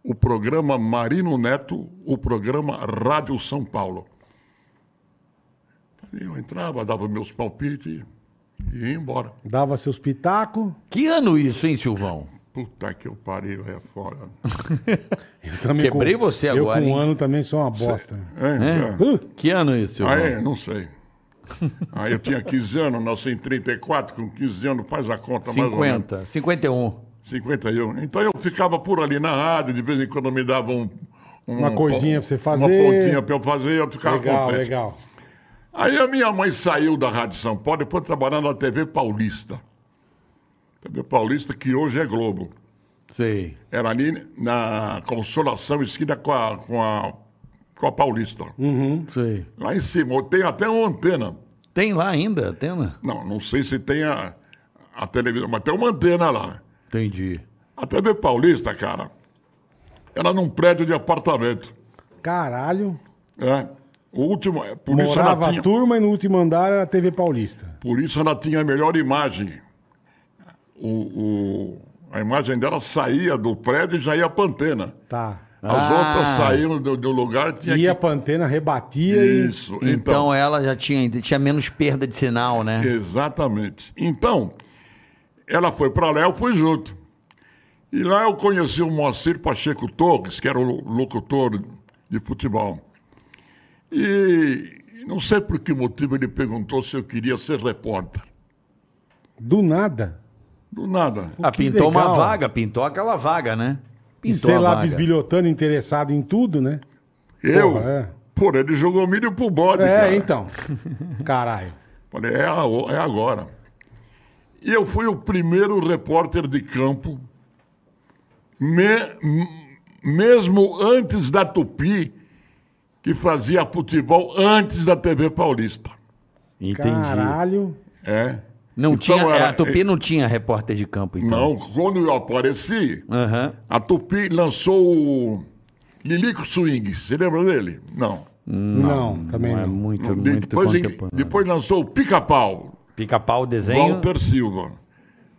Speaker 4: o programa Marino Neto, o programa Rádio São Paulo. Eu entrava, dava meus palpites e ia embora.
Speaker 2: Dava seus pitacos.
Speaker 3: Que ano isso, hein, Silvão?
Speaker 4: Puta que eu pariu, é fora.
Speaker 2: Eu também
Speaker 3: Quebrei você
Speaker 2: eu
Speaker 3: agora,
Speaker 2: com um
Speaker 3: hein?
Speaker 2: ano também sou uma bosta.
Speaker 4: É, é.
Speaker 2: Uh,
Speaker 3: Que ano isso, Silvão?
Speaker 4: Aí, não sei. Aí eu tinha 15 anos, nasci em 34, com 15 anos, faz a conta mais ou menos.
Speaker 3: 50, 51.
Speaker 4: 51. Então eu ficava por ali na rádio, de vez em quando me dava um, um-
Speaker 2: Uma coisinha pra você fazer.
Speaker 4: Uma pontinha pra eu fazer, eu ficava
Speaker 2: legal,
Speaker 4: contente.
Speaker 2: legal.
Speaker 4: Aí a minha mãe saiu da Rádio São Paulo e foi trabalhar na TV Paulista. TV Paulista, que hoje é Globo.
Speaker 3: Sei.
Speaker 4: Era ali na Consolação, esquina com a, com a, com a Paulista.
Speaker 3: Sei.
Speaker 4: Lá em cima, tem até uma antena.
Speaker 3: Tem lá ainda, Atena?
Speaker 4: Não, não sei se tem a, a televisão, mas tem uma antena lá.
Speaker 3: Entendi.
Speaker 4: A TV Paulista, cara, era num prédio de apartamento.
Speaker 2: Caralho.
Speaker 4: Né? O último, é, por isso, ela
Speaker 2: Morava a
Speaker 4: tinha,
Speaker 2: turma e no último andar era a TV Paulista.
Speaker 4: por isso ela tinha a melhor imagem. O, o- a imagem dela saía do prédio e já ia pra antena.
Speaker 2: Tá.
Speaker 4: As
Speaker 3: Ah.
Speaker 4: outras saíam do, do lugar e tinha
Speaker 2: Ia
Speaker 4: que...
Speaker 2: pra antena, rebatia e.
Speaker 4: Isso,
Speaker 3: Então, ela já tinha, tinha menos perda de sinal, né?
Speaker 4: É. Exatamente. Então, ela foi para lá, eu fui junto. E lá eu conheci o Moacir Pacheco Torres, que era o locutor de futebol. E não sei por que motivo ele perguntou se eu queria ser repórter.
Speaker 2: Do nada.
Speaker 4: Do nada.
Speaker 3: Ah,
Speaker 2: que
Speaker 3: pintou uma
Speaker 2: legal.
Speaker 3: vaga, pintou aquela vaga, né?
Speaker 2: E
Speaker 3: Pintou
Speaker 2: sei
Speaker 3: a
Speaker 2: lá,
Speaker 3: vaga.
Speaker 2: bisbilhotando, interessado em tudo, né?
Speaker 4: Eu,
Speaker 2: Porra, é.
Speaker 4: por ele jogou milho pro bode, cara.
Speaker 2: É, então. Caralho.
Speaker 4: Falei, é, a- é agora. E eu fui o primeiro repórter de campo, me- m- mesmo antes da Tupi, que fazia futebol antes da TV Paulista.
Speaker 3: Entendi.
Speaker 2: Caralho.
Speaker 4: É.
Speaker 3: Não
Speaker 4: Então
Speaker 3: tinha, é,
Speaker 4: era-
Speaker 3: a Tupi não tinha repórter de campo, então.
Speaker 4: Não, quando eu apareci,
Speaker 3: Aham.
Speaker 4: a Tupi lançou o Lilico Swing. Você lembra dele? Não.
Speaker 2: Não, também
Speaker 3: Não é
Speaker 2: não.
Speaker 3: muito,
Speaker 4: De-
Speaker 3: muito
Speaker 4: depois, em-
Speaker 3: contemporâneo.
Speaker 4: depois lançou o Pica-Pau,
Speaker 3: Pica-pau, desenho,
Speaker 4: Walter Silva,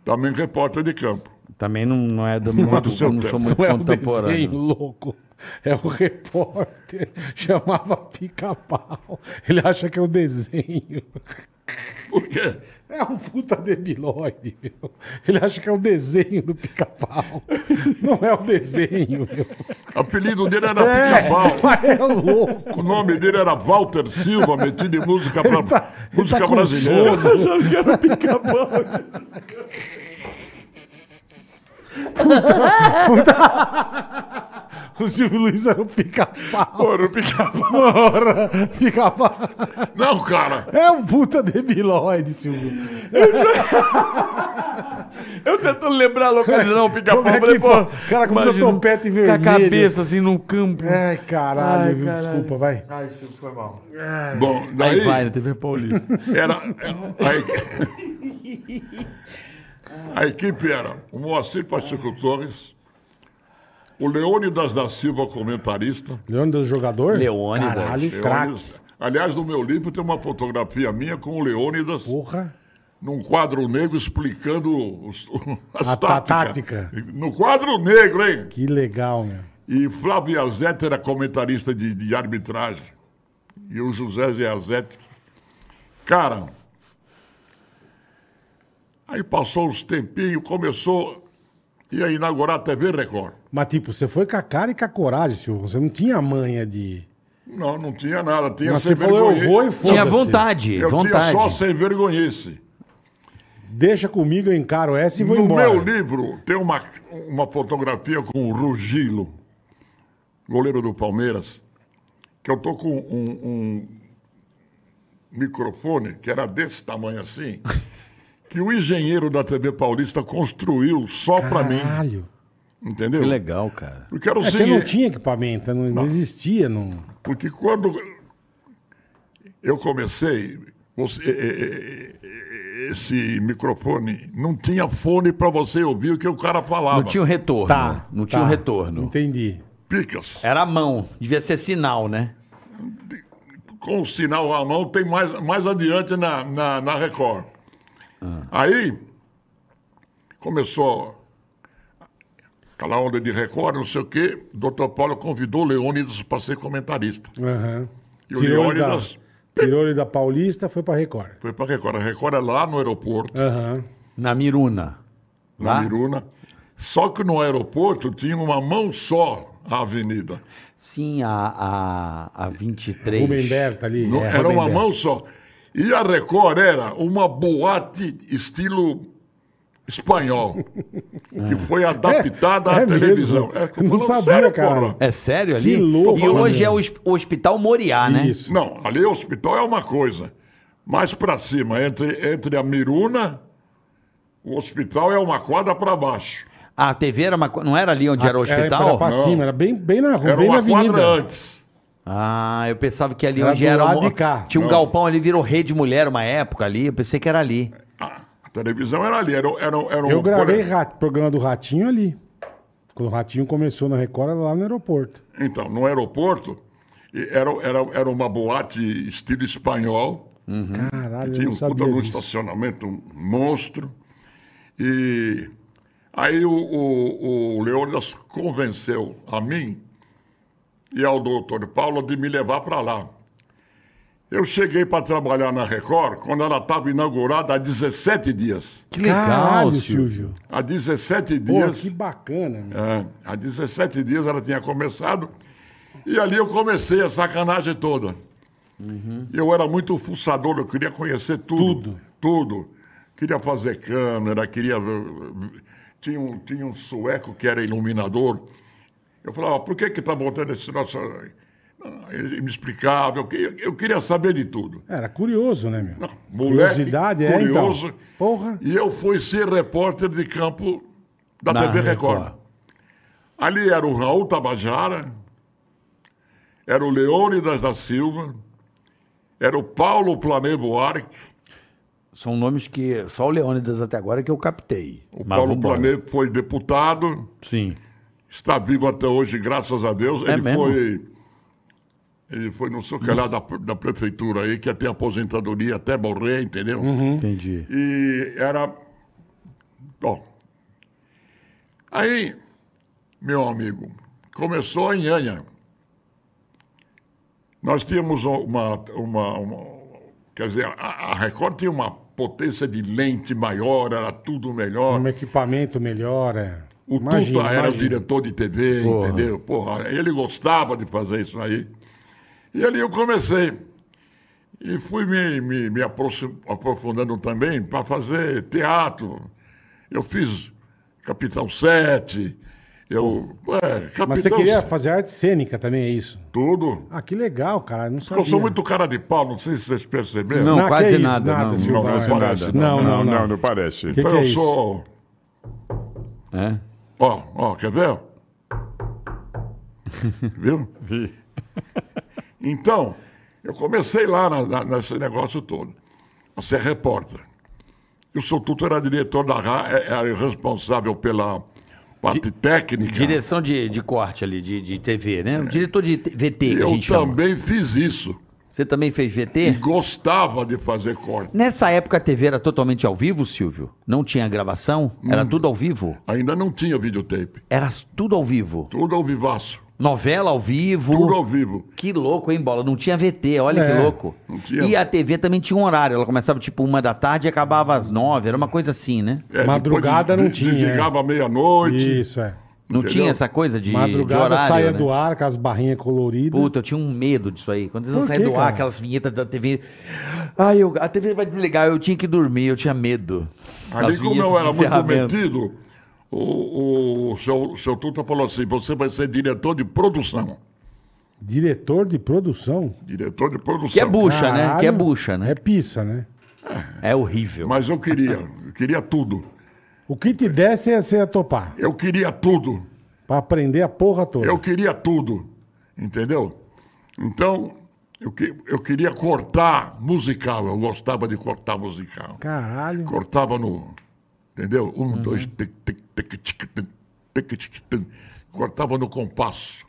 Speaker 4: também repórter de campo.
Speaker 3: também não, não é do, não,
Speaker 4: é do seu
Speaker 3: não sou
Speaker 4: tempo.
Speaker 3: muito
Speaker 2: Não é um
Speaker 3: contemporâneo.
Speaker 2: desenho louco. É o repórter. Chamava pica-pau. Ele acha que é um desenho.
Speaker 4: Por quê?
Speaker 2: É um puta debilóide, meu. Ele acha que é um desenho do pica-pau. Não é o desenho, meu.
Speaker 4: O apelido dele era
Speaker 2: É,
Speaker 4: Pica-Pau.
Speaker 2: mas é louco.
Speaker 4: O nome dele era Walter Silva, metido em música, bra-
Speaker 2: tá- ele
Speaker 4: música
Speaker 2: tá com
Speaker 4: brasileira.
Speaker 2: sono.
Speaker 5: Já quero picar pau.
Speaker 2: O Silvio Luiz era um pica-pau.
Speaker 5: Porra, o picar pau.
Speaker 2: Porra, pica-pau.
Speaker 4: Não, cara.
Speaker 2: É um puta debilóide, Silvio.
Speaker 5: Eu tentando lembrar a localização, o pica-pau.
Speaker 2: Como é que
Speaker 5: falei, pô,
Speaker 2: foi? O cara com seu
Speaker 5: imagina,
Speaker 2: topete
Speaker 5: Com a
Speaker 2: vermelho.
Speaker 5: cabeça assim num campo.
Speaker 3: É.
Speaker 2: Ai, caralho,
Speaker 5: Ai,
Speaker 2: viu?
Speaker 5: caralho.
Speaker 2: desculpa, vai.
Speaker 5: Ai, isso foi mal.
Speaker 4: Bom,
Speaker 5: Aí
Speaker 4: daí
Speaker 5: vai na TV Paulista.
Speaker 4: era. A, equi- a equipe era o Moacir Pacheco Torres, o Leônidas da Silva, comentarista.
Speaker 2: Leônidas jogador?
Speaker 3: Leônidas.
Speaker 2: Caralho, craque.
Speaker 4: Leônidas- Aliás, no meu livro tem uma fotografia minha com o Leônidas
Speaker 2: Porra.
Speaker 4: num quadro negro explicando os, as
Speaker 2: A tá-
Speaker 4: táticas.
Speaker 2: tática.
Speaker 4: No quadro negro, hein?
Speaker 2: Que legal, meu.
Speaker 4: E Flávio Azete era comentarista de, de arbitragem. E o José Zé Azete. Cara, aí passou uns tempinhos, começou, ia inaugurar a TV Record.
Speaker 2: Mas, tipo, você foi com a cara e com a coragem, Silvio. Você não tinha manha de.
Speaker 4: Não, não tinha nada. Tinha
Speaker 2: Mas
Speaker 4: sem
Speaker 2: você falou, eu
Speaker 4: vergonhice.
Speaker 2: vou e foda-se.
Speaker 3: Tinha vontade,
Speaker 4: Eu tinha
Speaker 3: vontade.
Speaker 4: só sem vergonhice.
Speaker 2: Deixa comigo, eu encaro essa e vou
Speaker 4: no
Speaker 2: embora.
Speaker 4: meu livro tem uma, uma fotografia com o Rugilo, goleiro do Palmeiras, que eu tô com um, um microfone que era desse tamanho assim, que o engenheiro da TV Paulista construiu só para mim,
Speaker 2: Caralho.
Speaker 4: entendeu?
Speaker 3: Que legal, cara.
Speaker 4: Porque era o
Speaker 2: É que eu não
Speaker 4: seguinte,
Speaker 2: tinha equipamento, não, não existia. Não...
Speaker 4: porque quando eu comecei, você- eh, eh, eh, esse microfone não tinha fone para você ouvir o que o cara falava.
Speaker 3: Não tinha o retorno. né?
Speaker 2: Tá.
Speaker 3: não
Speaker 2: tá.
Speaker 3: tinha o retorno.
Speaker 2: Entendi.
Speaker 4: Picas.
Speaker 3: Era a mão. Devia ser sinal, né?
Speaker 4: com o sinal à mão, tem mais, mais adiante na, na, na Record. Aí começou aquela onda de Record, não sei o quê. Dr. Paulo convidou o Leônidas para ser comentarista.
Speaker 2: Aham.
Speaker 4: E o
Speaker 2: Tirou ele da,
Speaker 4: Leônidas
Speaker 2: tirou ele da Paulista, foi pra Record.
Speaker 4: foi para a Record. A Record é lá no aeroporto,
Speaker 2: Aham.
Speaker 3: Na miruna.
Speaker 4: na
Speaker 3: lá?
Speaker 4: Miruna. Só que no aeroporto tinha uma mão só a avenida.
Speaker 3: Sim, a, a, a 23.
Speaker 2: Rubem Berta ali.
Speaker 4: Não,
Speaker 2: é,
Speaker 4: era
Speaker 2: Rubem
Speaker 4: uma
Speaker 2: Berta.
Speaker 4: mão só. E a Record era uma boate estilo espanhol, que foi adaptada
Speaker 2: É
Speaker 4: à
Speaker 2: mesmo?
Speaker 4: televisão.
Speaker 2: Eu não
Speaker 4: falando
Speaker 2: sabia, cara.
Speaker 4: porra.
Speaker 3: É sério ali?
Speaker 2: Que louco,
Speaker 3: E hoje
Speaker 2: meu.
Speaker 3: é o hosp- o Hospital Moriá, né?
Speaker 2: Isso.
Speaker 4: Não, ali o hospital é uma coisa. Mais pra cima, entre, entre a Miruna, o hospital é uma quadra pra baixo.
Speaker 3: A TV era uma, co- não era ali onde era o
Speaker 2: Ah, Era
Speaker 3: hospital?
Speaker 2: pra cima, era bem, bem na rua,
Speaker 4: Era
Speaker 2: bem na
Speaker 4: uma
Speaker 2: avenida.
Speaker 4: quadra antes.
Speaker 3: Ah, eu pensava que ali
Speaker 2: Era
Speaker 3: onde
Speaker 2: do
Speaker 3: era.
Speaker 2: lado
Speaker 3: mo-
Speaker 2: de cá.
Speaker 3: Tinha um
Speaker 4: Não.
Speaker 3: galpão ali, virou rede mulher uma época ali. Eu pensei que era ali.
Speaker 4: Ah, a televisão era ali. Era, era, era um-
Speaker 2: Eu gravei
Speaker 4: por-
Speaker 2: ra- programa do Ratinho ali. Quando o Ratinho começou na Record, era lá no aeroporto.
Speaker 4: Então, no aeroporto, e era, era, era uma boate estilo espanhol.
Speaker 3: Uhum.
Speaker 2: Caralho, eu
Speaker 4: Tinha
Speaker 2: não
Speaker 4: um puta
Speaker 2: sabia
Speaker 4: no
Speaker 2: disso.
Speaker 4: estacionamento um monstro. E aí o, o, o Leônidas convenceu a mim e ao doutor Paulo de me levar para lá. Eu cheguei para trabalhar na Record quando ela estava inaugurada há 17 dias.
Speaker 3: Que legal,
Speaker 2: Caralho,
Speaker 3: Silvio.
Speaker 2: Silvio.
Speaker 4: Há 17
Speaker 2: Pô,
Speaker 4: dias.
Speaker 2: que bacana. meu.
Speaker 4: É, há 17 dias ela tinha começado. E ali eu comecei a sacanagem toda.
Speaker 2: Uhum.
Speaker 4: Eu era muito fuçador, eu queria conhecer tudo. Tudo. Queria fazer câmera, queria. Tinha um, tinha um sueco que era iluminador. Eu falava, por que que tá botando esse nosso. Ah, Ele me explicava, eu, que- eu queria saber de tudo.
Speaker 2: Era curioso, né, meu?
Speaker 4: Não, moleque,
Speaker 2: Curiosidade, é,
Speaker 4: curioso.
Speaker 2: então. Porra.
Speaker 4: E eu fui ser repórter de campo da
Speaker 3: Na
Speaker 4: TV Record.
Speaker 3: Record.
Speaker 4: Ali era o Raul Tabajara, era o Leônidas da Silva, era o Paulo Planebo Buarque.
Speaker 3: São nomes que só o Leônidas até agora é que eu captei.
Speaker 4: O Paulo
Speaker 3: vambora.
Speaker 4: Planebo foi deputado,
Speaker 3: Sim.
Speaker 4: está vivo até hoje, graças a Deus.
Speaker 3: É
Speaker 4: ele
Speaker 3: mesmo?
Speaker 4: foi. Ele foi, não sei o que lá, da, da prefeitura aí, que ia ter aposentadoria até morrer, entendeu?
Speaker 3: Entendi.
Speaker 4: E era. Bom. Aí, meu amigo, começou em Anha. Nós tínhamos uma, uma- uma- quer dizer, a, a Record tinha uma potência de lente maior, era tudo melhor.
Speaker 2: Um equipamento melhor, é.
Speaker 4: O
Speaker 2: Imagina,
Speaker 4: Tuta era o
Speaker 2: imagina.
Speaker 4: diretor de TV, entendeu? Porra, ele gostava de fazer isso aí. E ali eu comecei. E fui me, me, me aproxim- aprofundando também para fazer teatro. Eu fiz Capitão 7. Eu. É, Capitão
Speaker 2: Mas você queria
Speaker 4: 7,
Speaker 2: fazer arte cênica também, é isso?
Speaker 4: tudo.
Speaker 2: Ah, que legal, cara. Não sabia.
Speaker 4: Eu sou muito cara de pau, não sei se vocês perceberam.
Speaker 3: Não,
Speaker 2: que é
Speaker 3: quase
Speaker 2: isso,
Speaker 3: nada, não.
Speaker 2: Silvão.
Speaker 4: Não, não
Speaker 2: É.
Speaker 4: parece,
Speaker 2: Não, não, não.
Speaker 5: não parece.
Speaker 2: Que-
Speaker 4: Então eu
Speaker 2: é isso?
Speaker 4: sou.
Speaker 3: É?
Speaker 4: Ó, ó, quer
Speaker 2: É?
Speaker 4: ver? Viu?
Speaker 5: Vi.
Speaker 4: Então, eu comecei lá na- na- nesse negócio todo, a ser repórter. E o seu Tuto era diretor da ra- é- era responsável pela parte técnica.
Speaker 3: Direção de, de corte ali, de, de TV, né? O diretor de t- VT, que a
Speaker 4: É. eu
Speaker 3: gente chama. É.
Speaker 4: também fiz isso.
Speaker 3: Você também fez
Speaker 4: E
Speaker 3: VT?
Speaker 4: gostava de fazer corte.
Speaker 3: Nessa época a TV era totalmente ao vivo, Silvio? Não tinha gravação? Era tudo ao vivo?
Speaker 4: Ainda não tinha videotape.
Speaker 3: Era tudo ao vivo.
Speaker 4: Tudo ao vivaço.
Speaker 3: Novela ao vivo.
Speaker 4: Tudo ao vivo.
Speaker 3: Que louco, hein, Bola? Não tinha VT, olha
Speaker 2: É,
Speaker 3: que louco.
Speaker 4: não tinha.
Speaker 3: E a TV também tinha um horário. Ela começava tipo uma da tarde e acabava às nove. Era uma coisa assim, né?
Speaker 4: É,
Speaker 2: Madrugada
Speaker 4: depois
Speaker 2: não
Speaker 3: é.
Speaker 2: tinha,
Speaker 4: Desligava à meia-noite.
Speaker 2: Isso, é.
Speaker 3: Não
Speaker 4: Entendeu?
Speaker 3: tinha essa coisa de, de
Speaker 2: Madrugada
Speaker 3: horário.
Speaker 2: saia
Speaker 3: né?
Speaker 2: do ar com as barrinhas coloridas.
Speaker 3: Puta, eu tinha um medo disso aí. Quando eles não
Speaker 2: Por
Speaker 3: saíam
Speaker 2: quê,
Speaker 3: do ar,
Speaker 2: cara?
Speaker 3: aquelas vinhetas da TV. Ai, eu- a TV vai desligar, eu tinha que dormir, eu tinha medo.
Speaker 4: Ali,
Speaker 3: As
Speaker 4: como
Speaker 3: vinhetas
Speaker 4: eu era
Speaker 3: de
Speaker 4: muito
Speaker 3: encerramento.
Speaker 4: metido, o, o seu, seu Tuta falou assim: você vai ser diretor de produção.
Speaker 2: Diretor de produção.
Speaker 4: Diretor de produção.
Speaker 3: Que é bucha, né?
Speaker 2: Caralho.
Speaker 3: Que é bucha, né?
Speaker 2: É pizza, né?
Speaker 3: É, horrível.
Speaker 4: Mas eu queria, eu queria tudo.
Speaker 2: O que te desse é você ia topar.
Speaker 4: Eu queria tudo.
Speaker 2: Pra aprender a porra toda.
Speaker 4: Eu queria tudo. Entendeu? Então, eu, que- eu queria cortar musical. Eu gostava de cortar musical.
Speaker 2: Caralho.
Speaker 4: Cortava no. Entendeu? Um,
Speaker 3: Uhum.
Speaker 4: dois, tic, tic, tic, tic, tic, tic, tic, tic. Cortava no compasso.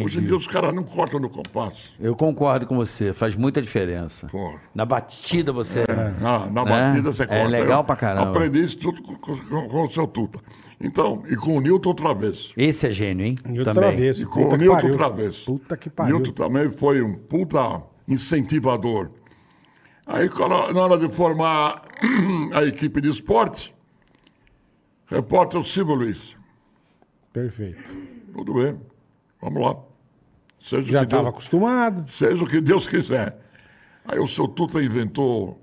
Speaker 4: Hoje em dia os caras não cortam no compasso.
Speaker 3: Eu concordo com você, faz muita diferença.
Speaker 4: Porra.
Speaker 3: Na batida você.
Speaker 2: É.
Speaker 4: Na, Ah, na batida você
Speaker 3: é
Speaker 4: corta.
Speaker 3: legal
Speaker 4: Eu
Speaker 3: pra caramba.
Speaker 4: Aprendi isso tudo com, com- com o seu Tuta. Então, e com o Newton Travesso.
Speaker 3: Esse é gênio, hein?
Speaker 2: Nilton
Speaker 3: também.
Speaker 2: Travesso,
Speaker 4: Ficou
Speaker 2: puta que
Speaker 4: Nilton
Speaker 2: pariu.
Speaker 4: Travesso.
Speaker 2: Puta que pariu.
Speaker 4: Nilton também foi um puta incentivador. Aí, quando- na hora de formar a equipe de esporte, repórter Silvio Luiz.
Speaker 2: Perfeito.
Speaker 4: Tudo bem, vamos lá. Seja, o
Speaker 2: Já
Speaker 4: que Deus-
Speaker 2: tava acostumado.
Speaker 4: seja o que Deus quiser. Aí o seu Tuta inventou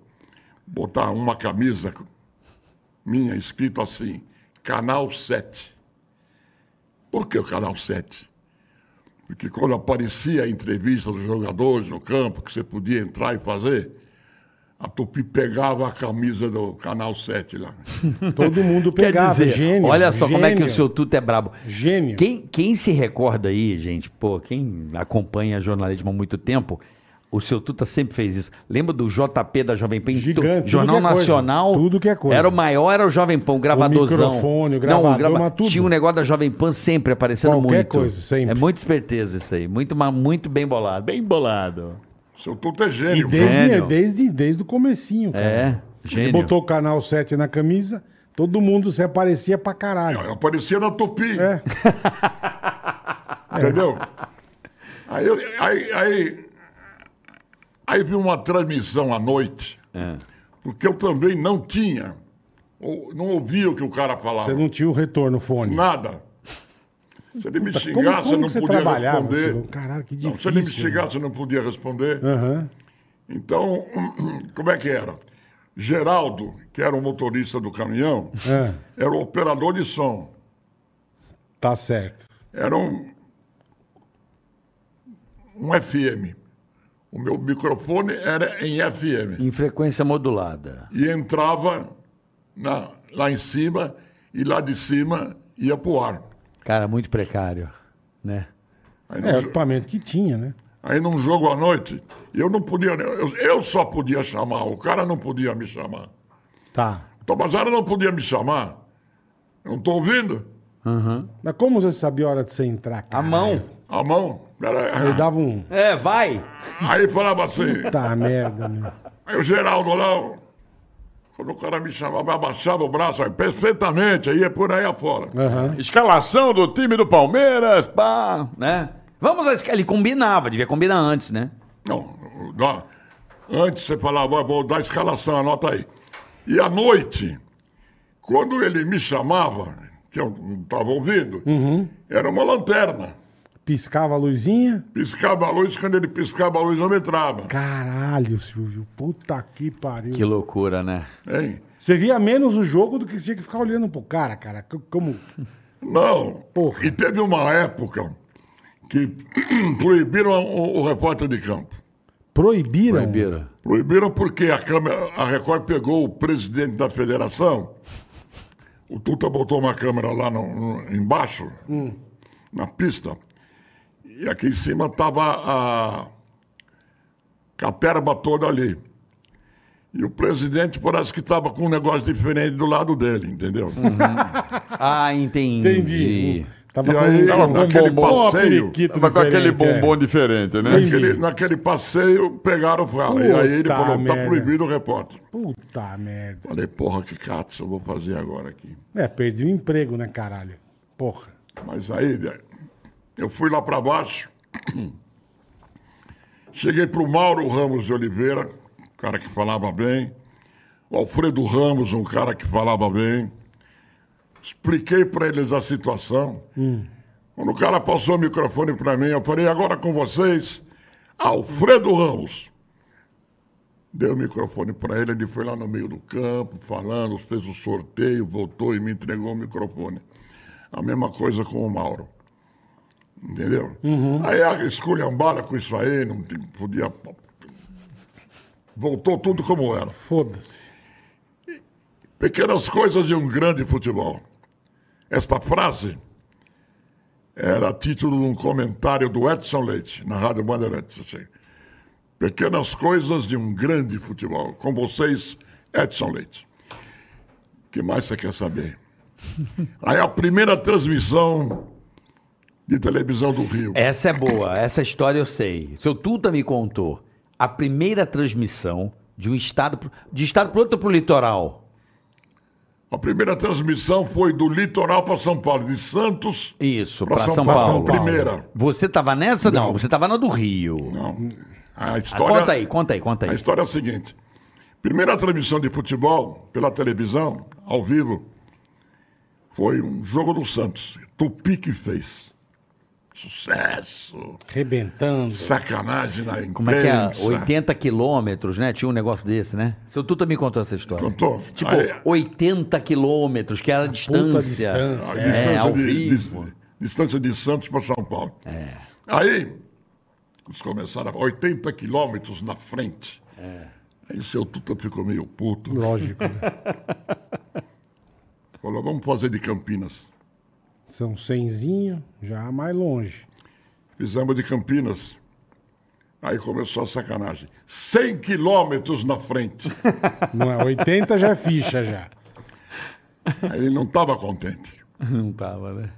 Speaker 4: botar uma camisa minha escrito assim, Canal 7. Por que o Canal 7? Porque quando aparecia a entrevista dos jogadores no campo, que você podia entrar e fazer, a Tupi pegava a camisa do Canal 7 lá.
Speaker 2: Todo mundo
Speaker 3: Quer
Speaker 2: pegava.
Speaker 3: dizer,
Speaker 2: gênio.
Speaker 3: olha só como é que o
Speaker 2: gênio,
Speaker 3: seu Tuto é brabo.
Speaker 2: Gênio.
Speaker 3: Quem, quem se recorda aí, gente, pô, quem acompanha jornalismo há muito tempo, o seu Tuta sempre fez isso. Lembra do JP da Jovem Pan?
Speaker 2: Gigante, tudo que é
Speaker 3: Jornal
Speaker 2: coisa,
Speaker 3: Nacional.
Speaker 2: tudo que é coisa.
Speaker 3: Era o maior, era o Jovem Pan, o gravadorzão.
Speaker 2: microfone, o
Speaker 3: Não,
Speaker 2: gravador, mas tudo.
Speaker 3: Tinha um negócio da Jovem Pan sempre aparecendo
Speaker 2: Qualquer
Speaker 3: muito.
Speaker 2: coisa, sempre.
Speaker 3: É muito esperteza isso aí. Muito, mas muito bem bolado. Bem bolado.
Speaker 4: Seu Tuta é
Speaker 2: E
Speaker 4: gênio. viu?
Speaker 2: desde,
Speaker 3: Gênio.
Speaker 2: desde, desde o comecinho, cara.
Speaker 3: É,
Speaker 2: Ele
Speaker 3: gênio.
Speaker 2: botou o canal 7 na camisa, todo mundo se aparecia pra caralho.
Speaker 4: Aparecia na Tupi.
Speaker 2: É.
Speaker 4: Entendeu? Aí, eu- aí, aí, aí vi uma transmissão à noite,
Speaker 3: É.
Speaker 4: porque eu também não tinha, ou não ouvia o que o cara falava.
Speaker 2: Você não tinha o retorno fone.
Speaker 4: Nada. Se ele me
Speaker 2: Como,
Speaker 4: xingasse, eu
Speaker 2: como
Speaker 4: não
Speaker 2: que você
Speaker 4: podia
Speaker 2: trabalhava?
Speaker 4: responder.
Speaker 2: Silvio? Caralho, que
Speaker 4: Não,
Speaker 2: difícil.
Speaker 4: se ele me
Speaker 2: né? É.
Speaker 4: xingasse, eu não podia responder.
Speaker 2: Aham.
Speaker 4: Então, como é que era? Geraldo, que era o motorista do caminhão,
Speaker 2: É,
Speaker 4: era o operador de som.
Speaker 2: tá certo.
Speaker 4: era um, um FM. O meu microfone era em FM.
Speaker 3: Em frequência modulada.
Speaker 4: E entrava na- lá em cima e lá de cima ia pro ar.
Speaker 3: Cara, muito precário, né?
Speaker 4: Aí
Speaker 2: É, o
Speaker 4: num, jo-
Speaker 2: equipamento que tinha, né?
Speaker 4: aí num jogo à noite, eu não podia, eu, eu só podia chamar, o cara não podia me chamar.
Speaker 2: Tá.
Speaker 4: O Tomazara não podia me chamar. Eu não estou ouvindo?
Speaker 2: Mas como você sabia a hora de você entrar,
Speaker 3: A
Speaker 2: cara?
Speaker 3: mão.
Speaker 4: A mão.
Speaker 2: Ele
Speaker 4: Era,
Speaker 2: dava um...
Speaker 3: É, vai.
Speaker 4: aí falava assim.
Speaker 2: Tá, merda, meu.
Speaker 4: Aí o Geraldo lá, o Quando o cara me chamava, eu abaixava o braço, aí, perfeitamente, aí é por aí afora.
Speaker 2: Aham.
Speaker 5: Escalação do time do Palmeiras, pá.
Speaker 3: né? Vamos, às- ele combinava, devia combinar antes, né?
Speaker 4: Não, dá- antes você falava, "Ah, vou dar a escalação, anota aí. E à noite, quando ele me chamava, que eu não estava ouvindo,
Speaker 2: Hum.
Speaker 4: era uma lanterna.
Speaker 2: Uhum. Piscava a luzinha.
Speaker 4: Piscava a luz, quando ele piscava a luz, eu não entrava.
Speaker 2: Caralho, Silvio. Puta que pariu.
Speaker 3: Que loucura, né?
Speaker 4: Hein?
Speaker 2: Você via menos o jogo do que você tinha que ficar olhando pro cara, cara. C- Como.
Speaker 4: Não.
Speaker 2: Porra.
Speaker 4: E teve uma época que proibiram o, o repórter de campo.
Speaker 2: Proibiram.
Speaker 3: Proibiram.
Speaker 4: Proibiram porque a, câmera, a Record pegou o presidente da federação, o Tuta botou uma câmera lá no- no- embaixo,
Speaker 2: Hum.
Speaker 4: na pista, e aqui em cima estava a caterba toda ali. E o presidente parece que estava com um negócio diferente do lado dele, entendeu?
Speaker 2: Uhum.
Speaker 3: Ah, entendi.
Speaker 2: Entendi. Tava um
Speaker 4: E aí,
Speaker 5: Tava com aquele
Speaker 4: passeio,
Speaker 2: periquito
Speaker 5: Tava com aquele
Speaker 2: diferente, é.
Speaker 5: bombom diferente, né?
Speaker 2: Entendi.
Speaker 4: Naquele, naquele passeio pegaram o cara. E aí ele
Speaker 2: Puta
Speaker 4: falou, tá
Speaker 2: merda."
Speaker 4: proibido o repórter.
Speaker 2: Puta merda.
Speaker 4: Falei, porra, que cazzo eu vou fazer agora aqui.
Speaker 2: É, perdi o emprego, né, caralho? Porra.
Speaker 4: Mas aí né, eu fui lá pra baixo, cheguei pro Mauro Ramos de Oliveira, um cara que falava bem, o Alfredo Ramos, um cara que falava bem. Expliquei pra eles a situação. Quando o cara passou o microfone pra mim, eu falei, agora com vocês, Alfredo Ramos. Dei o microfone pra ele, ele foi lá no meio do campo, falando, fez o sorteio, voltou e me entregou o microfone. A mesma coisa com o Mauro. Entendeu? Aí a esculhambada com isso aí, não te- podia. Voltou tudo como era.
Speaker 2: Foda-se.
Speaker 4: Pequenas coisas de um grande futebol. Esta frase era título de um comentário do Edson Leite, na Rádio Bandeirantes. assim. Pequenas coisas de um grande futebol. Com vocês, Edson Leite. O que mais você quer saber? Aí a primeira transmissão de televisão do Rio.
Speaker 3: Essa é boa, essa história eu sei. Seu Tuta me contou a primeira transmissão de um estado pro- de estado pro outro pro litoral.
Speaker 4: A primeira transmissão foi do litoral para São Paulo, de Santos
Speaker 3: Isso,
Speaker 4: para
Speaker 3: pra
Speaker 4: São,
Speaker 3: São Paulo.
Speaker 4: Paulo. Primeira.
Speaker 3: Você tava nessa? Não,
Speaker 4: Não.
Speaker 3: você tava na do Rio.
Speaker 4: Não. A
Speaker 3: Ah,
Speaker 4: história...
Speaker 3: conta aí, conta aí, conta
Speaker 4: A
Speaker 3: aí.
Speaker 4: história é a seguinte: primeira transmissão de futebol pela televisão, ao vivo, foi um jogo do Santos. Tupi que fez. Sucesso.
Speaker 2: Arrebentando.
Speaker 4: Sacanagem na imprensa.
Speaker 3: Como é que é? 80 quilômetros, né? Tinha um negócio desse, né? Seu Tuta me contou essa história.
Speaker 4: Contou?
Speaker 3: Tipo,
Speaker 4: Aí,
Speaker 3: 80 quilômetros, que era a
Speaker 2: Puta
Speaker 3: distância.
Speaker 4: a
Speaker 2: distância. é.
Speaker 3: É. ao
Speaker 4: distância, de,
Speaker 3: vivo. É.
Speaker 4: dis- distância de Santos para São Paulo. Aí, eles começaram a 80 quilômetros na frente.
Speaker 3: É.
Speaker 4: Aí seu Tuta ficou meio puto.
Speaker 2: Lógico. né?
Speaker 4: Falou, vamos fazer de Campinas.
Speaker 2: São cenzinho, já mais longe.
Speaker 4: Fizemos de Campinas. Aí começou a sacanagem. 100 quilômetros na frente.
Speaker 2: Não é 80 já é ficha já.
Speaker 4: Aí Ele não estava contente.
Speaker 3: Não tava, né?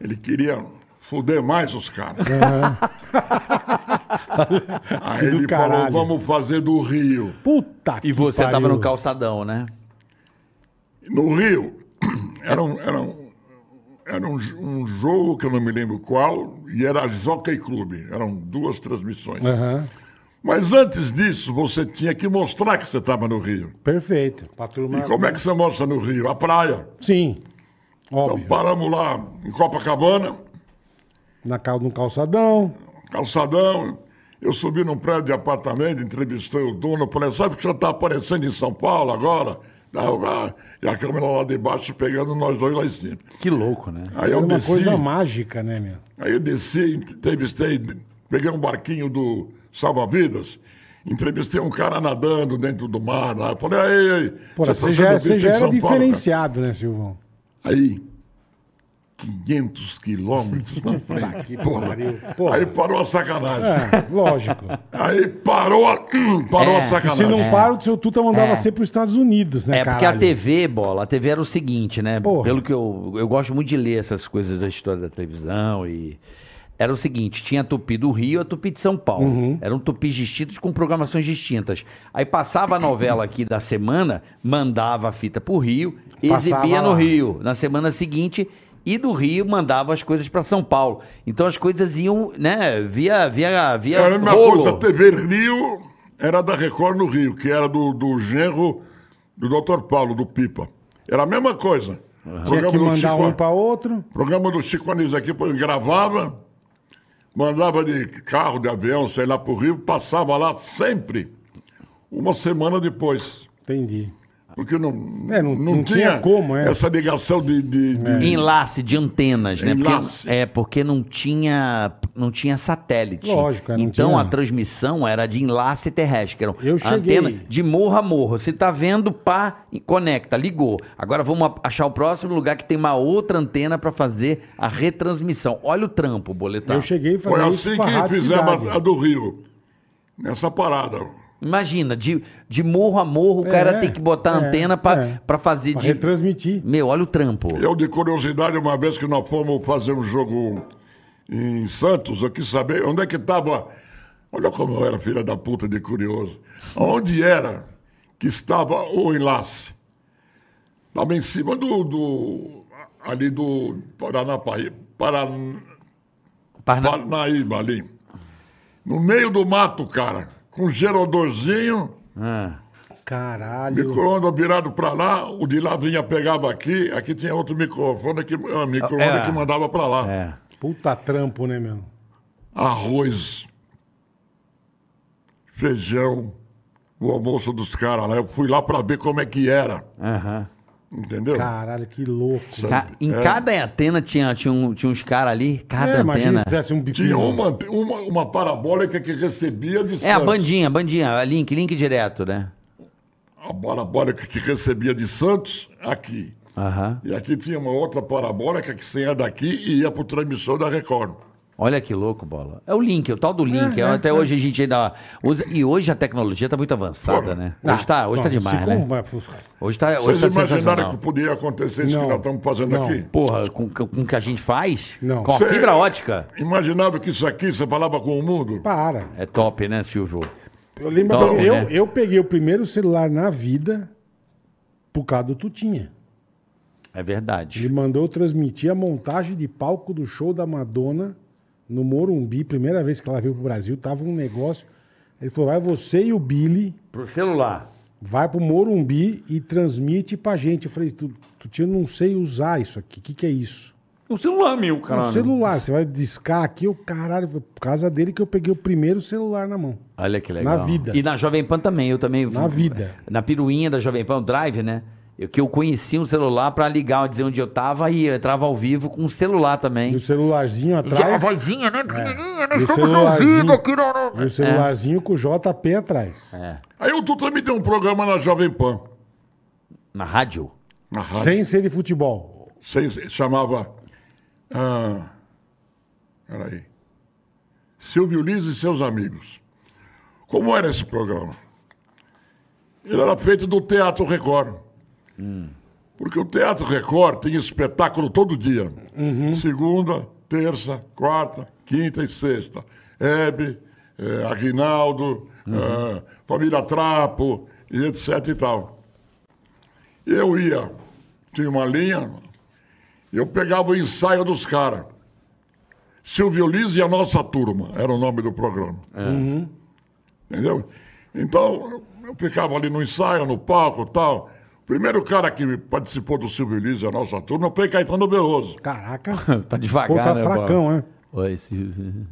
Speaker 4: Ele queria foder mais os caras. Aí
Speaker 2: Do
Speaker 4: ele
Speaker 2: caralho.
Speaker 4: falou, vamos fazer do Rio.
Speaker 2: Puta
Speaker 3: E você
Speaker 2: pariu.
Speaker 3: tava no calçadão, né?
Speaker 4: No Rio, era um, era um, era um, j- um jogo que eu não me lembro qual, e era Jockey Clube. Eram duas transmissões.
Speaker 2: Aham.
Speaker 4: Mas antes disso, você tinha que mostrar que você estava no Rio.
Speaker 2: Perfeito. Pra turma-
Speaker 4: E como é que você mostra no Rio? A praia.
Speaker 2: Sim.
Speaker 4: Então
Speaker 2: Óbvio.
Speaker 4: paramos lá em Copacabana,
Speaker 2: Na cal... No calçadão.
Speaker 4: calçadão. Eu subi num prédio de apartamento, entrevistei o dono, falei, sabe que o senhor está aparecendo em São Paulo agora? Tá, ah, E a câmera lá de baixo pegando nós dois lá em cima.
Speaker 3: Que louco, né?
Speaker 4: Aí
Speaker 2: Era
Speaker 4: eu
Speaker 2: uma
Speaker 4: desci,
Speaker 2: coisa mágica, né, meu?
Speaker 4: aí eu desci, entrevistei, peguei um barquinho do Salva-Vidas, entrevistei um cara nadando dentro do mar. Lá. Eu Falei, aí, aí,
Speaker 2: Pô,
Speaker 4: tá
Speaker 2: você
Speaker 4: sendo
Speaker 2: já, é-
Speaker 4: visto
Speaker 2: você
Speaker 4: em
Speaker 2: já era
Speaker 4: São Paulo, cara?"
Speaker 2: diferenciado, né, Silvão?
Speaker 4: Aí, 500 quilômetros na frente. Porra.
Speaker 2: pariu. Porra.
Speaker 4: Aí parou a sacanagem.
Speaker 2: É, lógico.
Speaker 4: Aí parou a, hum, parou
Speaker 3: É,
Speaker 4: a
Speaker 2: E se
Speaker 4: sacanagem.
Speaker 2: não para, o seu Tuta mandava
Speaker 3: É.
Speaker 2: ser para os Estados Unidos, né,
Speaker 3: É
Speaker 2: cara?
Speaker 3: porque a TV, bola, a TV era o seguinte, né?
Speaker 2: Porra.
Speaker 3: Pelo que eu. Eu gosto muito de ler essas coisas da história da televisão e. era o seguinte: tinha a Tupi do Rio e a Tupi de São Paulo.
Speaker 2: Uhum.
Speaker 3: Eram tupis distintos com programações distintas. Aí passava a novela aqui da semana, mandava a fita pro Rio,
Speaker 2: Passava
Speaker 3: exibia no
Speaker 2: lá.
Speaker 3: Rio. Na semana seguinte. E do Rio mandava as coisas para São Paulo. Então as coisas iam, né, via via via
Speaker 4: É. Era a mesma
Speaker 3: rolo.
Speaker 4: coisa, a TV Rio era da Record no Rio, que era do, do genro do Dr. Paulo, do Pipa. Era a mesma coisa.
Speaker 2: Tinha que
Speaker 4: do
Speaker 2: mandar
Speaker 4: Chico-
Speaker 2: um pra outro.
Speaker 4: programa do Chico Anísio aqui, pô, gravava, mandava de carro, de avião, sei lá, pro Rio, passava lá sempre, uma semana depois.
Speaker 2: Entendi.
Speaker 4: Porque não,
Speaker 2: É, não- não tinha como, é.
Speaker 4: essa ligação de... de- de-
Speaker 3: Enlace de antenas, né?
Speaker 4: Enlace.
Speaker 3: Porque, é, porque não tinha, não tinha satélite.
Speaker 2: Lógico, é, não
Speaker 3: Então
Speaker 2: tinha.
Speaker 3: a transmissão era de enlace terrestre. Era
Speaker 2: Eu
Speaker 3: a
Speaker 2: cheguei.
Speaker 3: Antena de morro a morro. Você tá vendo, pá, e conecta, ligou. Agora vamos a- achar o próximo lugar que tem uma outra antena para fazer a retransmissão. Olha o trampo, boletar.
Speaker 2: Eu cheguei e
Speaker 4: Tá. Foi
Speaker 2: falei isso
Speaker 4: assim
Speaker 2: pra
Speaker 4: que
Speaker 2: Rádio
Speaker 4: fizemos
Speaker 2: Cidade.
Speaker 4: a, a do Rio, nessa parada.
Speaker 3: Imagina, de, de morro a morro, o
Speaker 2: É,
Speaker 3: cara tem que botar a
Speaker 2: é,
Speaker 3: antena para
Speaker 2: é.
Speaker 3: fazer
Speaker 2: Pra
Speaker 3: de.
Speaker 2: retransmitir.
Speaker 3: Meu, olha o trampo.
Speaker 4: Eu, de curiosidade, uma vez que nós fomos fazer um jogo em Santos, eu quis saber onde é que estava. Olha como eu era filha da puta de curioso. Onde era que estava o enlace? Estava em cima do. do- ali do Paranapaí, Paran-
Speaker 3: Parna-
Speaker 4: Parnaíba, ali. No meio do mato, cara. Com um geradorzinho,
Speaker 3: Ah.
Speaker 2: Caralho.
Speaker 4: micro-ondas virado para lá, o de lá vinha, pegava aqui, aqui tinha outro microfone que, ah, micro
Speaker 3: É.
Speaker 4: que mandava para lá.
Speaker 3: É.
Speaker 2: Puta trampo, né, meu?
Speaker 4: arroz, feijão, o almoço dos caras lá. Eu fui lá pra ver como é que era,
Speaker 3: Aham.
Speaker 4: entendeu?
Speaker 2: Caralho, que louco.
Speaker 3: Ca-
Speaker 4: Sabe?
Speaker 3: em
Speaker 4: É.
Speaker 3: cada antena tinha, tinha, um- tinha uns caras ali, cada
Speaker 2: É, imagina
Speaker 3: antena.
Speaker 2: se desse um biquinho.
Speaker 4: Tinha uma, uma, uma parabólica que recebia de
Speaker 3: É a
Speaker 4: Santos.
Speaker 3: bandinha, a bandinha, a link, link direto, né?
Speaker 4: A parabólica que recebia de Santos, aqui.
Speaker 3: Aham.
Speaker 4: E aqui tinha uma outra parabólica que saía daqui e ia pro transmissor da Record.
Speaker 3: Olha que louco, bola. É o link, é o tal do link. Até hoje a gente ainda usa. E hoje a tecnologia tá muito avançada,
Speaker 4: Porra.
Speaker 3: né?
Speaker 2: Ah,
Speaker 3: Hoje tá, hoje tá
Speaker 2: não, se
Speaker 3: demais, né?
Speaker 2: compra-
Speaker 3: Hoje tá, hoje
Speaker 4: Vocês
Speaker 3: tá
Speaker 4: imaginaram que
Speaker 3: sensacional.
Speaker 4: podia acontecer isso
Speaker 2: Não.
Speaker 4: que nós estamos fazendo
Speaker 2: Não.
Speaker 4: aqui?
Speaker 3: Porra, com, com com o que a gente faz?
Speaker 2: Não.
Speaker 3: Com a
Speaker 4: Cê-
Speaker 3: fibra ótica?
Speaker 4: Imaginava que isso aqui você falava com o mundo?
Speaker 2: Para.
Speaker 3: É top, né, Silvio?
Speaker 2: Eu lembro
Speaker 3: Top,
Speaker 2: que eu,
Speaker 3: né?
Speaker 2: eu peguei o primeiro celular na vida por causa do Tutinha.
Speaker 3: É verdade.
Speaker 2: Ele mandou eu transmitir a montagem de palco do show da Madonna no Morumbi. Primeira vez que ela veio pro Brasil, tava um negócio. Ele falou: vai você e o Billy,
Speaker 3: Pro celular.
Speaker 2: vai pro Morumbi e transmite pra gente. Eu falei, "Tu- Tutinha, eu não sei usar isso aqui. O que, que é isso?
Speaker 3: O celular meu, cara.
Speaker 2: Um celular, você vai discar aqui, o caralho, foi por causa dele que eu peguei o primeiro celular na mão.
Speaker 3: Olha que legal.
Speaker 2: Na vida.
Speaker 3: E na Jovem Pan também, eu também.
Speaker 2: Na vida.
Speaker 3: Na piruinha da Jovem Pan, o Drive, né? Eu, que eu conheci um celular pra ligar, dizer onde eu tava e eu entrava ao vivo com um celular
Speaker 2: E o
Speaker 3: também.
Speaker 2: celularzinho atrás.
Speaker 5: É.
Speaker 1: vozinha, né?
Speaker 2: pequenininha, nós E o estamos ao celularzinho- vivo aqui E o celularzinho com o JP atrás.
Speaker 3: É.
Speaker 4: Aí o Tuta me deu um programa na Jovem Pan.
Speaker 3: Na rádio.
Speaker 4: Na rádio.
Speaker 2: Sem ser de futebol.
Speaker 4: Sem- chamava. ah, peraí. Silvio Liz e seus amigos. Como era esse programa? Ele era feito do Teatro Record. Porque o Teatro Record tinha espetáculo todo dia. Segunda, terça, quarta, quinta e sexta. Hebe, eh, Aguinaldo, ah, Família Trapo, e etc e tal. Eu ia, tinha uma linha, eu pegava o ensaio dos caras. Silvio Liz e a nossa turma, era o nome do programa. Entendeu? Então, eu ficava ali no ensaio, no palco e tal. O primeiro cara que participou do Silvio Liz e a nossa turma foi Caetano Veloso.
Speaker 2: Caraca.
Speaker 3: Tá
Speaker 2: Pô,
Speaker 3: devagar,
Speaker 2: tá
Speaker 3: né?
Speaker 2: fracão,
Speaker 3: Bola?
Speaker 2: né?
Speaker 3: Oi, Silvio.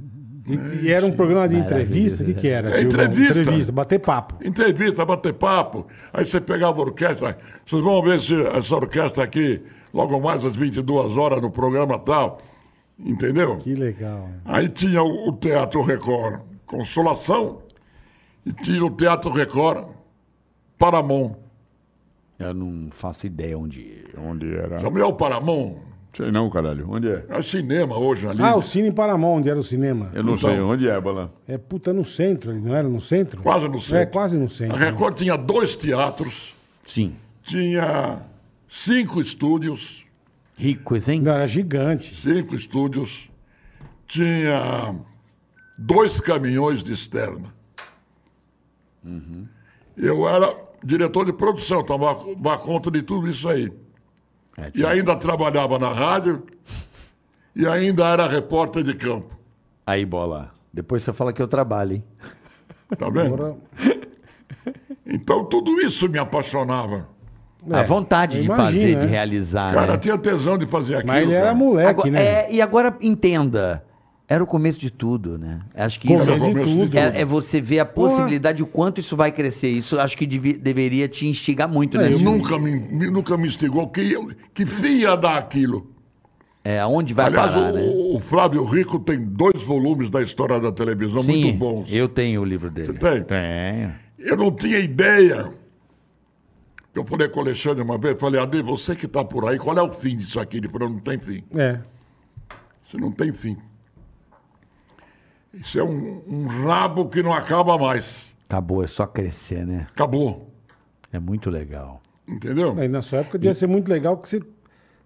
Speaker 2: E, e era um programa de entrevista?
Speaker 3: né?
Speaker 2: O que, que era?
Speaker 4: É
Speaker 2: Silvão?
Speaker 4: entrevista.
Speaker 2: Entrevista, bater papo.
Speaker 4: Entrevista, bater papo. Aí você pegava a orquestra. Vocês vão ver se essa orquestra aqui, logo mais às 22 horas no programa tal. Entendeu?
Speaker 2: Que legal. né?
Speaker 4: Aí tinha o, o Teatro Record Consolação e tinha o Teatro Record Paramon.
Speaker 3: Eu não faço ideia onde.
Speaker 5: Onde era?
Speaker 4: Sabe é o Paramon?
Speaker 5: Sei não, caralho. Onde é?
Speaker 4: É cinema hoje ali. né?
Speaker 2: Ah, o Cine Paramount, onde era o cinema.
Speaker 5: Eu não
Speaker 4: Então.
Speaker 5: sei. Onde é, Bola?
Speaker 2: É puta no centro, ele não era no centro?
Speaker 4: Quase no centro.
Speaker 2: É, quase no
Speaker 4: A
Speaker 2: centro.
Speaker 4: Record tinha dois teatros,
Speaker 3: Sim.
Speaker 4: tinha cinco estúdios,
Speaker 3: Ricos, hein?
Speaker 2: Não, era gigante.
Speaker 4: cinco estúdios. tinha dois caminhões de externa.
Speaker 2: Uhum.
Speaker 4: Eu era diretor de produção, tomava tomava conta de tudo isso aí.
Speaker 3: É,
Speaker 4: E
Speaker 3: tinha-
Speaker 4: ainda trabalhava na rádio e ainda era repórter de campo.
Speaker 3: Aí, bola. Depois você fala que eu trabalho, hein?
Speaker 4: Tá vendo?
Speaker 2: Agora,
Speaker 4: Então tudo isso me apaixonava.
Speaker 2: é,
Speaker 3: a vontade
Speaker 2: eu
Speaker 3: de
Speaker 2: imagino,
Speaker 3: fazer, de
Speaker 2: né?
Speaker 3: realizar.
Speaker 4: Cara,
Speaker 3: né?
Speaker 4: tinha tesão de fazer aquilo.
Speaker 2: Mas ele era
Speaker 4: cara.
Speaker 2: moleque,
Speaker 3: Agora-
Speaker 2: né?
Speaker 3: é, e agora entenda, era o começo de tudo, né? Acho que isso
Speaker 4: Começo
Speaker 2: Começo de
Speaker 4: de
Speaker 2: tudo.
Speaker 4: tudo.
Speaker 3: é, é você ver a possibilidade, o quanto isso vai crescer. Isso acho que devi- deveria te instigar muito,
Speaker 4: É,
Speaker 3: né?
Speaker 2: eu
Speaker 3: Silvio?
Speaker 4: Nunca me, me- nunca me instigou que, eu- que fim ia dar aquilo.
Speaker 3: É, aonde vai
Speaker 4: Aliás,
Speaker 3: parar,
Speaker 4: o,
Speaker 3: né?
Speaker 4: o Flávio Rico tem dois volumes da história da televisão é muito bons.
Speaker 3: eu tenho o livro dele.
Speaker 4: Você tá- tem?
Speaker 3: Tenho.
Speaker 4: Eu não tinha ideia. Eu falei com o Alexandre uma vez, falei, Ade, você que está por aí, qual é o fim disso aqui? Ele falou, não tem fim.
Speaker 2: É.
Speaker 4: Isso não tem fim. Isso é um, um rabo que não acaba mais.
Speaker 3: Acabou, é só crescer, né?
Speaker 4: Acabou.
Speaker 3: É muito legal.
Speaker 4: Entendeu?
Speaker 2: Aí na sua época devia ser muito legal que você,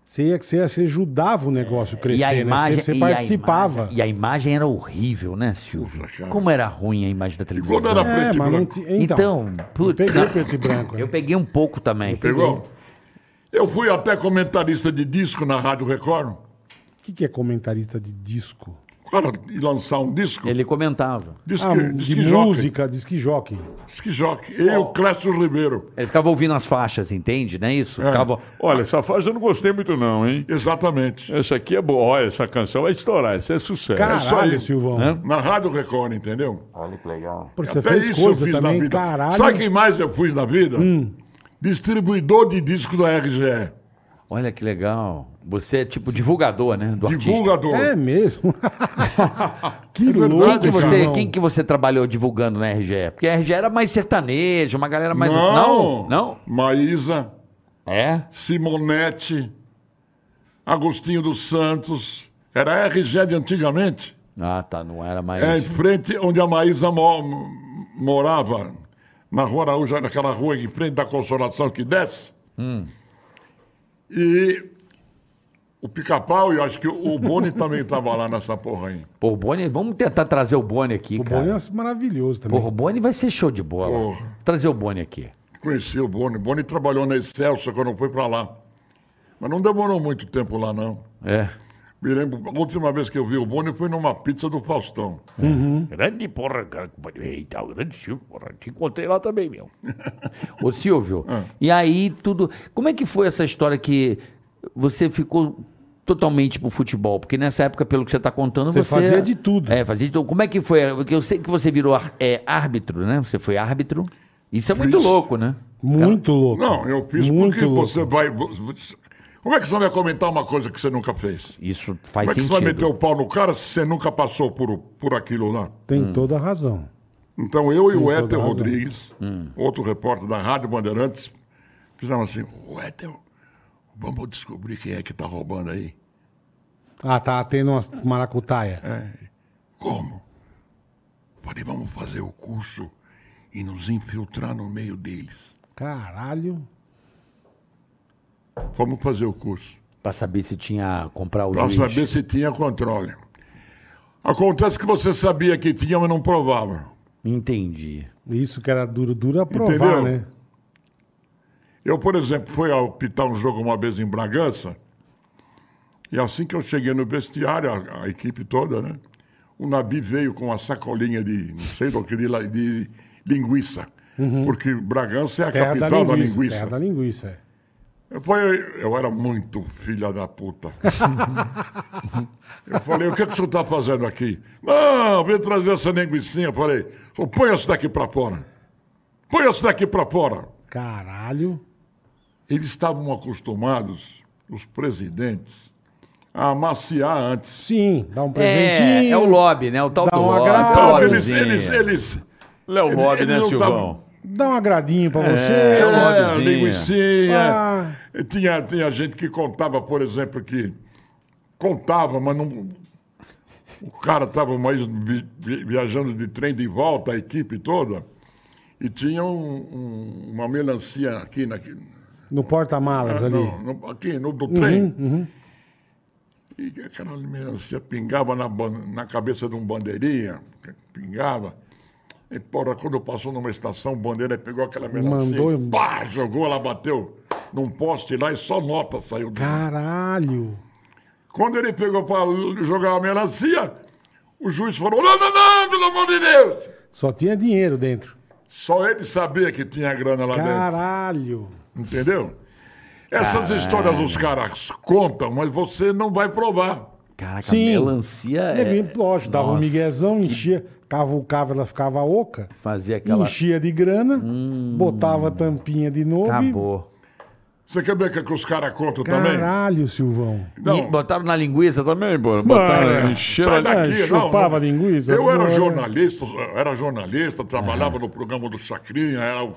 Speaker 2: você, ia, que você, ia- você ajudava o negócio crescer,
Speaker 3: e a imagem,
Speaker 2: né? Você, você
Speaker 3: e a
Speaker 2: participava.
Speaker 3: imagem- e a imagem era horrível, né, Silvio?
Speaker 4: Puxa, cara.
Speaker 3: Como era ruim a imagem da televisão.
Speaker 4: quando era-
Speaker 2: É,
Speaker 4: Preto e
Speaker 2: mas não
Speaker 4: branco.
Speaker 2: tinha. Então,
Speaker 3: Então,
Speaker 2: eu
Speaker 3: putz,
Speaker 2: peguei
Speaker 3: não.
Speaker 2: preto e branco. né?
Speaker 3: eu peguei um pouco também.
Speaker 4: Pegou? Eu fui até comentarista de disco na Rádio Record.
Speaker 2: O que, que é comentarista de disco?
Speaker 4: Cara, e lançar um disco.
Speaker 3: Ele comentava.
Speaker 4: Disque,
Speaker 2: Ah, de
Speaker 4: disque jockey.
Speaker 2: música, disque
Speaker 4: É
Speaker 2: jockey.
Speaker 4: Disque jockey. Eu, Clécio Ribeiro.
Speaker 3: Ele ficava ouvindo as faixas, entende? Não é isso? Ficava.
Speaker 5: Olha, essa fase eu não gostei muito não, hein?
Speaker 4: Exatamente.
Speaker 5: Essa aqui é boa, olha, essa canção vai estourar, essa é sucesso.
Speaker 4: isso aí.
Speaker 2: Caralho, Silvão.
Speaker 5: Hã?
Speaker 4: Na Rádio Record, entendeu?
Speaker 2: Pô, você
Speaker 4: Até
Speaker 2: fez
Speaker 4: É isso eu
Speaker 2: coisa
Speaker 4: fiz na
Speaker 2: também,
Speaker 4: vida.
Speaker 2: caralho. Hum.
Speaker 4: Sabe quem mais eu fui na vida? Distribuidor de disco da RGE.
Speaker 3: Olha que legal. Você é tipo divulgador, né? Do artista.
Speaker 4: Divulgador.
Speaker 2: É mesmo. que
Speaker 4: verdade,
Speaker 2: louco,
Speaker 3: Quem que, você,
Speaker 2: Silvão.
Speaker 3: quem que você trabalhou divulgando na RGE? Porque a RGE era mais sertaneja, uma galera mais assim. Não? Não?
Speaker 4: Maísa,
Speaker 3: É?
Speaker 4: Simonetti, Agostinho dos Santos. Era RGE de antigamente.
Speaker 3: Ah, tá. Não era mais.
Speaker 4: É em frente onde a Maísa mo- morava, na rua Araújo, naquela rua em frente da Consolação que desce.
Speaker 3: Hum.
Speaker 4: E o pica-pau, eu acho que o Boni também estava lá nessa porra aí.
Speaker 3: Pô, o Boni, vamos tentar trazer o Boni aqui,
Speaker 2: O
Speaker 3: cara.
Speaker 2: Boni é maravilhoso também.
Speaker 3: Porra, o Boni vai ser show de bola.
Speaker 4: Porra.
Speaker 3: Trazer o Boni aqui.
Speaker 4: Conheci o Boni. O Boni trabalhou na Excelsa quando eu fui para lá. Mas não demorou muito tempo lá, não.
Speaker 3: É.
Speaker 4: Me lembro, a última vez que eu vi o Boni foi numa pizza do Faustão.
Speaker 5: Grande porra, cara. Eita, grande Silvio, porra. Te encontrei lá também, meu.
Speaker 3: Ô Silvio,
Speaker 4: Ah.
Speaker 3: e aí tudo. Como é que foi essa história que você ficou totalmente pro futebol? Porque nessa época, pelo que você tá contando, você.
Speaker 2: Você fazia de tudo.
Speaker 3: É, fazia de tudo. Como é que foi? Porque eu sei que você virou ar- é, árbitro, né? Você foi árbitro. Isso é muito
Speaker 4: Fiz.
Speaker 3: louco, né?
Speaker 2: Muito louco.
Speaker 4: Não, eu fiz
Speaker 2: Muito
Speaker 4: porque
Speaker 2: louco.
Speaker 4: você vai. você- Como é que você vai comentar uma coisa que você nunca fez?
Speaker 3: Isso
Speaker 4: Como é que
Speaker 3: faz
Speaker 4: você vai
Speaker 3: sentido.
Speaker 4: meter o pau no cara se você nunca passou por, por aquilo lá?
Speaker 2: Tem toda a razão.
Speaker 4: Então eu e o
Speaker 2: toda
Speaker 4: Éter
Speaker 2: razão. Hum.
Speaker 4: Rodrigues, outro repórter da Rádio Bandeirantes, fizemos assim, o Éter, vamos descobrir quem é que está roubando aí.
Speaker 2: Ah, tá tendo umas maracutaia.
Speaker 4: É. Como? Falei, vamos fazer o curso e nos infiltrar no meio deles.
Speaker 2: Caralho.
Speaker 4: Vamos fazer o curso.
Speaker 3: Pra saber se tinha comprar o
Speaker 4: Para
Speaker 3: juiz.
Speaker 4: saber se tinha controle. Acontece que você sabia que tinha, mas não provava.
Speaker 3: Entendi.
Speaker 2: Isso que era duro, duro é provar,
Speaker 4: Entendeu?
Speaker 2: né?
Speaker 4: Eu, por exemplo, fui apitar um jogo uma vez em Bragança, e assim que eu cheguei no vestiário, a, a equipe toda, né? O Nabi veio com uma sacolinha de, não sei do que, de, la- de linguiça. Porque Bragança é a
Speaker 2: Uhum. Terra da
Speaker 4: capital da
Speaker 2: linguiça.
Speaker 4: linguiça.
Speaker 2: Terra da linguiça. é.
Speaker 4: Eu, falei, eu era muito filha da puta. eu falei, o que, que o senhor está fazendo aqui? Não, vem trazer essa linguicinha. Eu falei, "Ô, põe isso daqui para fora. Põe isso daqui para fora.
Speaker 2: Caralho.
Speaker 4: Eles estavam acostumados, os presidentes, a amaciar antes.
Speaker 2: Sim, dá um
Speaker 3: É,
Speaker 2: presentinho.
Speaker 3: é o lobby, né? O tal
Speaker 2: Dá
Speaker 3: do
Speaker 2: um
Speaker 3: lobby.
Speaker 2: agrado.
Speaker 3: tal
Speaker 4: Então,
Speaker 2: óbvio,
Speaker 4: eles,
Speaker 3: lobbyzinho.
Speaker 4: eles, eles.
Speaker 5: Léo
Speaker 4: Ele-
Speaker 5: Bob,
Speaker 4: ele
Speaker 5: né,
Speaker 4: não
Speaker 5: Silvão?
Speaker 2: Dá um agradinho pra você.
Speaker 5: É,
Speaker 4: É,
Speaker 5: lobbyzinho.
Speaker 4: linguicinha.
Speaker 2: Ah,
Speaker 4: E Tinha, tinha gente que contava, por exemplo, que contava, mas não. O cara estava mais vi- vi- viajando de trem de volta, a equipe toda, e tinha um- um- uma melancia aqui, na, É, ah,
Speaker 2: no porta-malas ali. Uhum.
Speaker 4: Não, no- aqui no do trem. E aquela melancia pingava na, ban- na cabeça de um bandeirinha, pingava. E, porra, quando passou numa estação, o bandeira pegou aquela melancia,
Speaker 2: Mandou-
Speaker 4: e pá, jogou, ela bateu num poste lá e só nota saiu. do-
Speaker 2: Caralho.
Speaker 4: Quando ele pegou para jogar a melancia, o juiz falou, não, não, não, pelo amor de Deus!
Speaker 2: Só tinha dinheiro dentro.
Speaker 4: Só ele sabia que tinha grana lá Tá dentro.
Speaker 2: Caralho.
Speaker 4: Entendeu? Essas histórias os caras contam, mas você não vai provar.
Speaker 3: Caraca,
Speaker 2: Sim.
Speaker 3: melancia
Speaker 2: É,
Speaker 3: é...
Speaker 2: bem lógico, dava um
Speaker 3: Nossa,
Speaker 2: miguezão, enchia, cavucava, ela ficava oca,
Speaker 3: Fazia aquela... Hum.
Speaker 2: enchia de grana, botava a tampinha de novo. e-
Speaker 3: Acabou.
Speaker 4: Você quer ver o que os caras contam também?
Speaker 2: Caralho, Silvão.
Speaker 4: Não.
Speaker 3: E botaram na linguiça também, pô. Botaram...
Speaker 2: Mano.
Speaker 5: Encheram
Speaker 4: Sai
Speaker 5: ali.
Speaker 4: daqui,
Speaker 2: É,
Speaker 4: não.
Speaker 2: chupava
Speaker 4: não.
Speaker 2: linguiça, né?
Speaker 4: Eu era
Speaker 2: agora-
Speaker 4: jornalista, eu era jornalista, trabalhava no programa do Chacrinha, era o-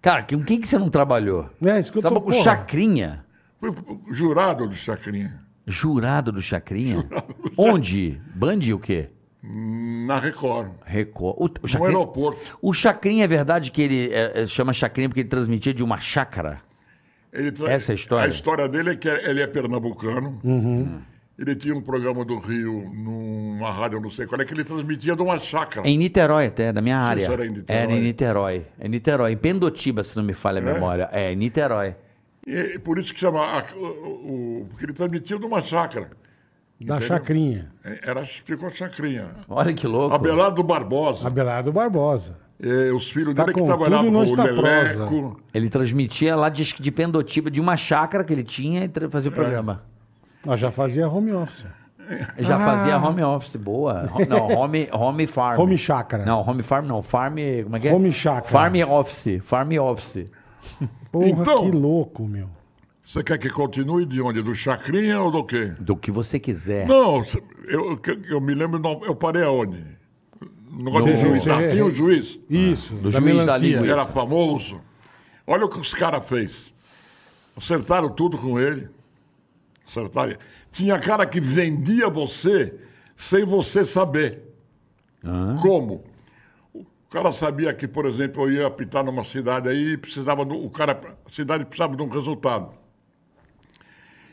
Speaker 3: Cara, com quem que você não trabalhou?
Speaker 2: É, isso que eu
Speaker 3: Sabe
Speaker 2: tô-
Speaker 3: com o
Speaker 2: porra.
Speaker 3: Chacrinha?
Speaker 4: fui o jurado do Chacrinha,
Speaker 3: Jurado do Chacrinha? Onde? Band o quê?
Speaker 4: na Record,
Speaker 3: Record. O, o
Speaker 4: no
Speaker 3: Chacrinha...
Speaker 4: aeroporto.
Speaker 3: O Chacrinha é verdade que ele é, é, chama Chacrinha porque ele transmitia de uma chácara?
Speaker 4: Ele tra-
Speaker 3: Essa é a história?
Speaker 4: A história dele é que ele é pernambucano.
Speaker 2: Uhum.
Speaker 4: Ele tinha um programa do Rio, numa rádio, eu não sei qual é, que ele transmitia de uma chácara.
Speaker 3: Em Niterói até, da minha área.
Speaker 4: isso era em Niterói?
Speaker 3: Era em Niterói. É Em Niterói. Em Pendotiba, se não me falha a memória. É, em Niterói.
Speaker 4: E, e por isso que chama. a- o, o- porque ele transmitia de uma chácara.
Speaker 2: Da
Speaker 4: Entendeu?
Speaker 2: Chacrinha.
Speaker 4: É, Era, ficou chacrinha.
Speaker 3: Olha que louco.
Speaker 4: Abelardo Barbosa.
Speaker 2: Abelardo Barbosa.
Speaker 4: eh, os filhos
Speaker 2: Está
Speaker 4: dele que
Speaker 2: com
Speaker 4: trabalhavam
Speaker 2: tudo e
Speaker 4: com
Speaker 2: não
Speaker 4: o
Speaker 2: está
Speaker 4: Leleco.
Speaker 3: Ele transmitia lá de, de Pendotiba, de uma chácara que ele tinha e tra- fazia o programa.
Speaker 2: Nós já fazia home office.
Speaker 3: Já
Speaker 2: Ah.
Speaker 3: fazia home office, boa. Ho- Não, home, home farm.
Speaker 2: Home chácara.
Speaker 3: Não, home farm não. Farm, como é que é?
Speaker 2: Home chácara.
Speaker 3: Farm office. Farm office.
Speaker 2: Porra,
Speaker 4: Então-
Speaker 2: que louco, meu.
Speaker 4: Você quer que continue de onde? Do chacrinha ou do quê?
Speaker 3: Do que você quiser.
Speaker 4: Não, cê- eu, eu- eu me lembro, não, eu parei aonde? No negócio
Speaker 2: Você-
Speaker 4: do
Speaker 2: é
Speaker 4: juiz.
Speaker 2: você-
Speaker 4: Ah, tinha o juiz,
Speaker 2: Isso, da
Speaker 3: juiz da
Speaker 2: melancia.
Speaker 3: linguiça.
Speaker 4: era famoso. Olha o que os caras fez. Acertaram tudo com ele. Acertaram. Tinha cara que vendia você sem você saber. Como? O cara sabia que, por exemplo, eu ia apitar numa cidade aí e precisava do, o cara, a cidade precisava de um resultado.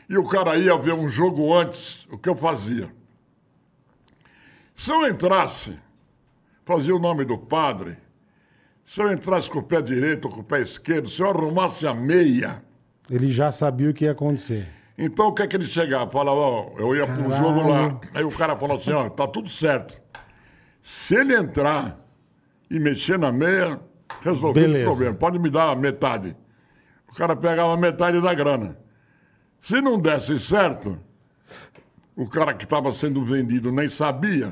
Speaker 4: E o cara ia ver um jogo antes, o que eu fazia? Se eu entrasse, fazia o nome do padre, se eu entrasse com o pé direito ou com o pé esquerdo, se eu arrumasse a meia,
Speaker 2: Ele já sabia o que ia acontecer.
Speaker 4: então o que é que ele chegava? Falava, ó, eu ia para um
Speaker 2: Caralho.
Speaker 4: jogo lá. Aí o cara falou assim, ó, tá tudo certo. Se ele entrar e mexer na meia, resolvi
Speaker 2: Beleza.
Speaker 4: o problema. Pode me dar metade. O cara pegava metade da grana. Se não desse certo, o cara que estava sendo vendido nem sabia.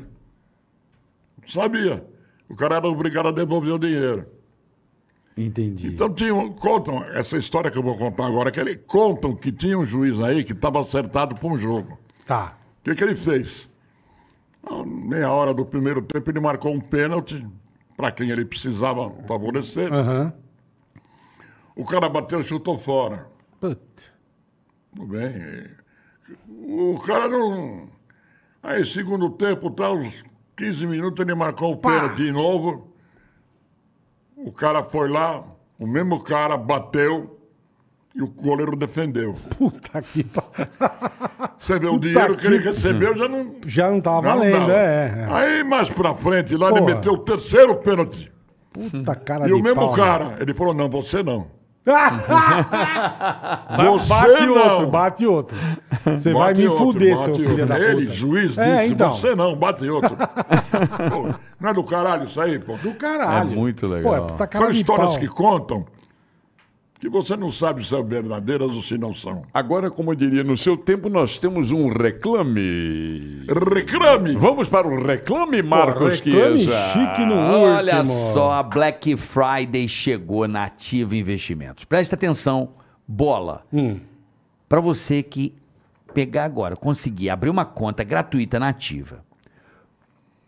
Speaker 4: Não sabia. O cara era obrigado a devolver o dinheiro.
Speaker 3: Entendi.
Speaker 4: Então tinha, um- contam, essa história que eu vou contar agora, que ele, contam que tinha um juiz aí que estava acertado para um jogo.
Speaker 2: Tá.
Speaker 4: O que, que ele fez? Ah, Meia hora do primeiro tempo ele marcou um pênalti para quem ele precisava favorecer.
Speaker 2: Aham.
Speaker 4: O cara bateu, chutou fora.
Speaker 2: Puta.
Speaker 4: Tudo bem. O cara não. Aí, segundo tempo, tá, uns 15 minutos, ele marcou o pênalti de novo. O cara foi lá, o mesmo cara bateu e o goleiro defendeu.
Speaker 2: Puta que pa-
Speaker 4: Você vê, o dinheiro que ele
Speaker 2: que-
Speaker 4: recebeu já não.
Speaker 2: Já não tava
Speaker 4: já não
Speaker 2: valendo,
Speaker 4: dava.
Speaker 2: é. é.
Speaker 4: Aí mais pra frente, lá
Speaker 2: Porra.
Speaker 4: ele meteu o terceiro pênalti.
Speaker 2: Puta cara
Speaker 4: E
Speaker 2: de
Speaker 4: o mesmo
Speaker 2: pau, né?
Speaker 4: cara, ele falou: não, você não.
Speaker 2: Vai-
Speaker 4: Você
Speaker 2: bate
Speaker 4: não.
Speaker 2: outro, bate outro. Você vai
Speaker 4: Bate
Speaker 2: me
Speaker 4: outro,
Speaker 2: fuder,
Speaker 4: bate
Speaker 2: seu
Speaker 4: outro.
Speaker 2: filho da puta.
Speaker 4: Ele, juiz, disse,
Speaker 2: É, então.
Speaker 4: você não, bate outro. Pô, não é do caralho isso aí, pô.
Speaker 2: Do caralho.
Speaker 3: É muito legal.
Speaker 2: Pô, é puta cara
Speaker 4: São
Speaker 2: de
Speaker 4: histórias
Speaker 2: pau.
Speaker 4: que contam que você não sabe se são verdadeiras ou se não são.
Speaker 5: Agora, como eu diria, no seu tempo nós temos um reclame.
Speaker 4: Reclame!
Speaker 5: Vamos para o reclame, Marcos
Speaker 2: reclame
Speaker 5: Chiesa.
Speaker 2: é chique no último.
Speaker 3: Olha só, a Black Friday chegou na Ativa Investimentos. Presta atenção, bola.
Speaker 2: Hum.
Speaker 3: Para você que pegar agora, conseguir abrir uma conta gratuita na Ativa,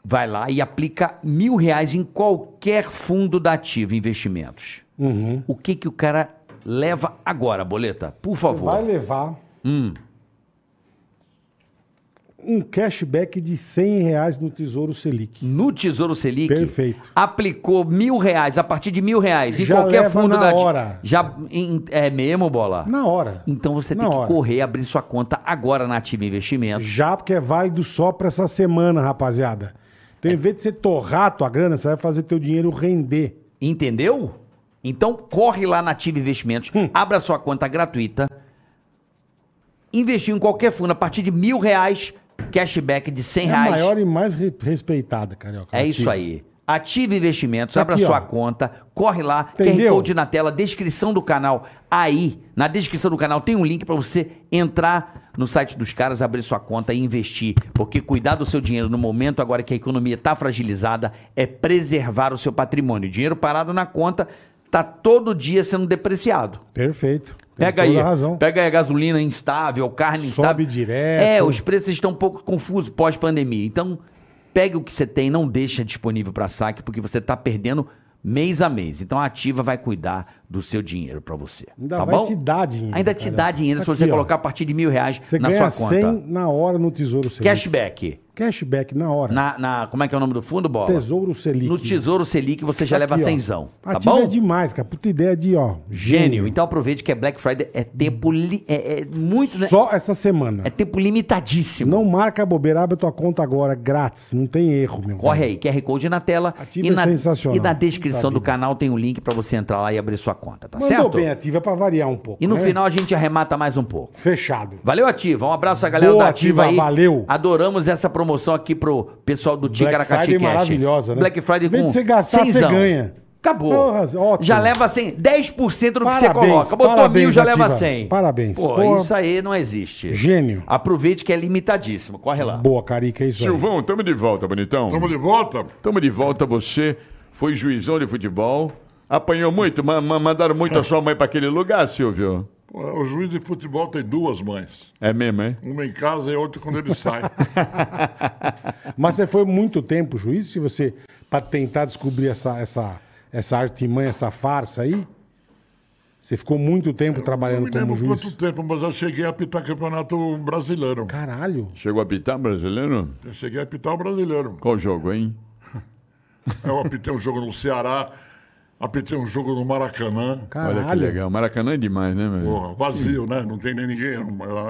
Speaker 3: vai lá e aplica mil reais em qualquer fundo da Ativa Investimentos.
Speaker 2: Uhum.
Speaker 3: O que que o cara leva agora, boleta? Por
Speaker 2: Vai
Speaker 3: favor.
Speaker 2: levar. um cashback de 100 reais no Tesouro Selic.
Speaker 3: No Tesouro Selic,
Speaker 2: Perfeito.
Speaker 3: aplicou mil reais, a partir de mil reais, em
Speaker 2: Já
Speaker 3: qualquer
Speaker 2: leva
Speaker 3: fundo
Speaker 2: na
Speaker 3: da.
Speaker 2: hora.
Speaker 3: Já, em- é mesmo, bola?
Speaker 2: Na hora.
Speaker 3: Então você tem
Speaker 2: Na
Speaker 3: que
Speaker 2: hora.
Speaker 3: correr, abrir sua conta agora na Ativa Investimentos.
Speaker 2: Já, porque é válido só pra essa semana, rapaziada. Então,
Speaker 3: É.
Speaker 2: em vez de você torrar a tua grana, você vai fazer teu dinheiro render.
Speaker 3: Entendeu? Então corre lá na Ativa Investimentos,
Speaker 2: Hum.
Speaker 3: abra sua conta gratuita, investiu em qualquer fundo a partir de mil reais, cashback de cem
Speaker 2: É a
Speaker 3: reais.
Speaker 2: maior e mais re- respeitada, Carioca.
Speaker 3: É isso
Speaker 2: Aqui.
Speaker 3: aí. Ative Investimentos,
Speaker 2: Tá
Speaker 3: abra
Speaker 2: aqui,
Speaker 3: sua
Speaker 2: ó.
Speaker 3: conta, corre lá, QR
Speaker 2: Entendeu?
Speaker 3: Code na tela, descrição do canal. Aí, na descrição do canal tem um link pra você entrar no site dos caras, abrir sua conta e investir. Porque cuidar do seu dinheiro no momento agora que a economia tá fragilizada é preservar o seu patrimônio. Dinheiro parado na conta tá todo dia sendo depreciado.
Speaker 2: Perfeito. Tem
Speaker 3: Pega
Speaker 2: toda
Speaker 3: aí,
Speaker 2: a razão.
Speaker 3: pega aí a gasolina instável, carne
Speaker 2: Sobe
Speaker 3: instável.
Speaker 2: direto.
Speaker 3: É, os preços estão um pouco confusos pós-pandemia. Então, pegue o que você tem, não deixa disponível para saque, porque você está perdendo mês a mês. Então, a Ativa vai cuidar do seu dinheiro para você.
Speaker 2: Ainda
Speaker 3: tá
Speaker 2: vai
Speaker 3: bom?
Speaker 2: te dar dinheiro.
Speaker 3: Ainda te
Speaker 2: cara.
Speaker 3: dá dinheiro se
Speaker 2: Aqui,
Speaker 3: você
Speaker 2: ó.
Speaker 3: colocar a partir de mil reais
Speaker 2: Você
Speaker 3: na
Speaker 2: ganha
Speaker 3: sua conta.
Speaker 2: 100 na hora no Tesouro Selic.
Speaker 3: Cashback.
Speaker 2: Cashback na hora.
Speaker 3: Na, na- como é que é o nome do fundo, Bola?
Speaker 2: Tesouro Selic.
Speaker 3: No Tesouro Selic você já leva
Speaker 2: Aqui, ó.
Speaker 3: cenzão, tá
Speaker 2: Ativa
Speaker 3: bom?
Speaker 2: é demais, cara. Puta ideia de, ó,
Speaker 3: Gênio.
Speaker 2: gênio.
Speaker 3: Então aproveite que é Black Friday, é tempo li- é, é muito, né?
Speaker 2: Só essa semana.
Speaker 3: É tempo limitadíssimo.
Speaker 2: Não marca a bobeira, abre tua conta agora, grátis. Não tem erro, meu.
Speaker 3: Corre
Speaker 2: velho.
Speaker 3: aí, QR Code na tela.
Speaker 2: Ativa
Speaker 3: e na,
Speaker 2: é sensacional.
Speaker 3: E na descrição
Speaker 2: Puta
Speaker 3: do
Speaker 2: vida.
Speaker 3: canal tem um link pra você entrar lá e abrir sua conta, tá
Speaker 2: Mandou
Speaker 3: certo?
Speaker 2: bem ativa pra variar um pouco.
Speaker 3: E no
Speaker 2: né?
Speaker 3: final a gente arremata mais um pouco.
Speaker 2: Fechado.
Speaker 3: Valeu, Ativa. Um abraço à galera
Speaker 2: Boa,
Speaker 3: da Ativa,
Speaker 2: Ativa,
Speaker 3: aí.
Speaker 2: valeu.
Speaker 3: Adoramos essa promoção aqui pro pessoal do Ticaracati
Speaker 2: Friday
Speaker 3: Cash.
Speaker 2: maravilhosa, né?
Speaker 3: Black Friday
Speaker 2: Em vez
Speaker 3: com
Speaker 2: de você gastar, você
Speaker 3: cenzão.
Speaker 2: ganha.
Speaker 3: Acabou.
Speaker 2: Porra, ótimo.
Speaker 3: Já leva 100. 10% do que você
Speaker 2: Parabéns,
Speaker 3: coloca. Botou
Speaker 2: parabéns,
Speaker 3: mil, já
Speaker 2: Ativa.
Speaker 3: leva 100.
Speaker 2: Parabéns.
Speaker 3: Pô,
Speaker 2: Porra.
Speaker 3: isso aí não existe.
Speaker 2: Gênio.
Speaker 3: Aproveite que é limitadíssimo. Corre lá.
Speaker 2: Boa, Carica, é isso aí.
Speaker 5: Silvão, tamo de volta, bonitão.
Speaker 4: Estamos de volta?
Speaker 5: Tamo de volta, você foi juizão de futebol. Apanhou muito, ma- ma- mandaram muito a sua mãe pra aquele lugar, Silvio.
Speaker 4: Pô, O juiz de futebol tem duas mães.
Speaker 5: É mesmo, hein?
Speaker 4: Uma em casa e outra quando ele sai.
Speaker 2: Mas você foi muito tempo juiz, se você, pra tentar descobrir essa, essa, essa artimanha, essa farsa aí? Você ficou muito tempo
Speaker 4: Não
Speaker 2: trabalhando
Speaker 4: me
Speaker 2: como
Speaker 4: lembro
Speaker 2: juiz?
Speaker 4: quanto tempo, mas eu cheguei a apitar campeonato brasileiro.
Speaker 2: Caralho.
Speaker 5: Chegou a pitar brasileiro?
Speaker 4: Eu cheguei a apitar o brasileiro.
Speaker 5: Qual jogo, hein?
Speaker 4: Eu apitei um jogo no Ceará, apitei um jogo no Maracanã.
Speaker 2: Caralho.
Speaker 5: Olha que legal. Maracanã é demais, né, meu?
Speaker 4: Porra, vazio, né? Não tem nem ninguém. Era,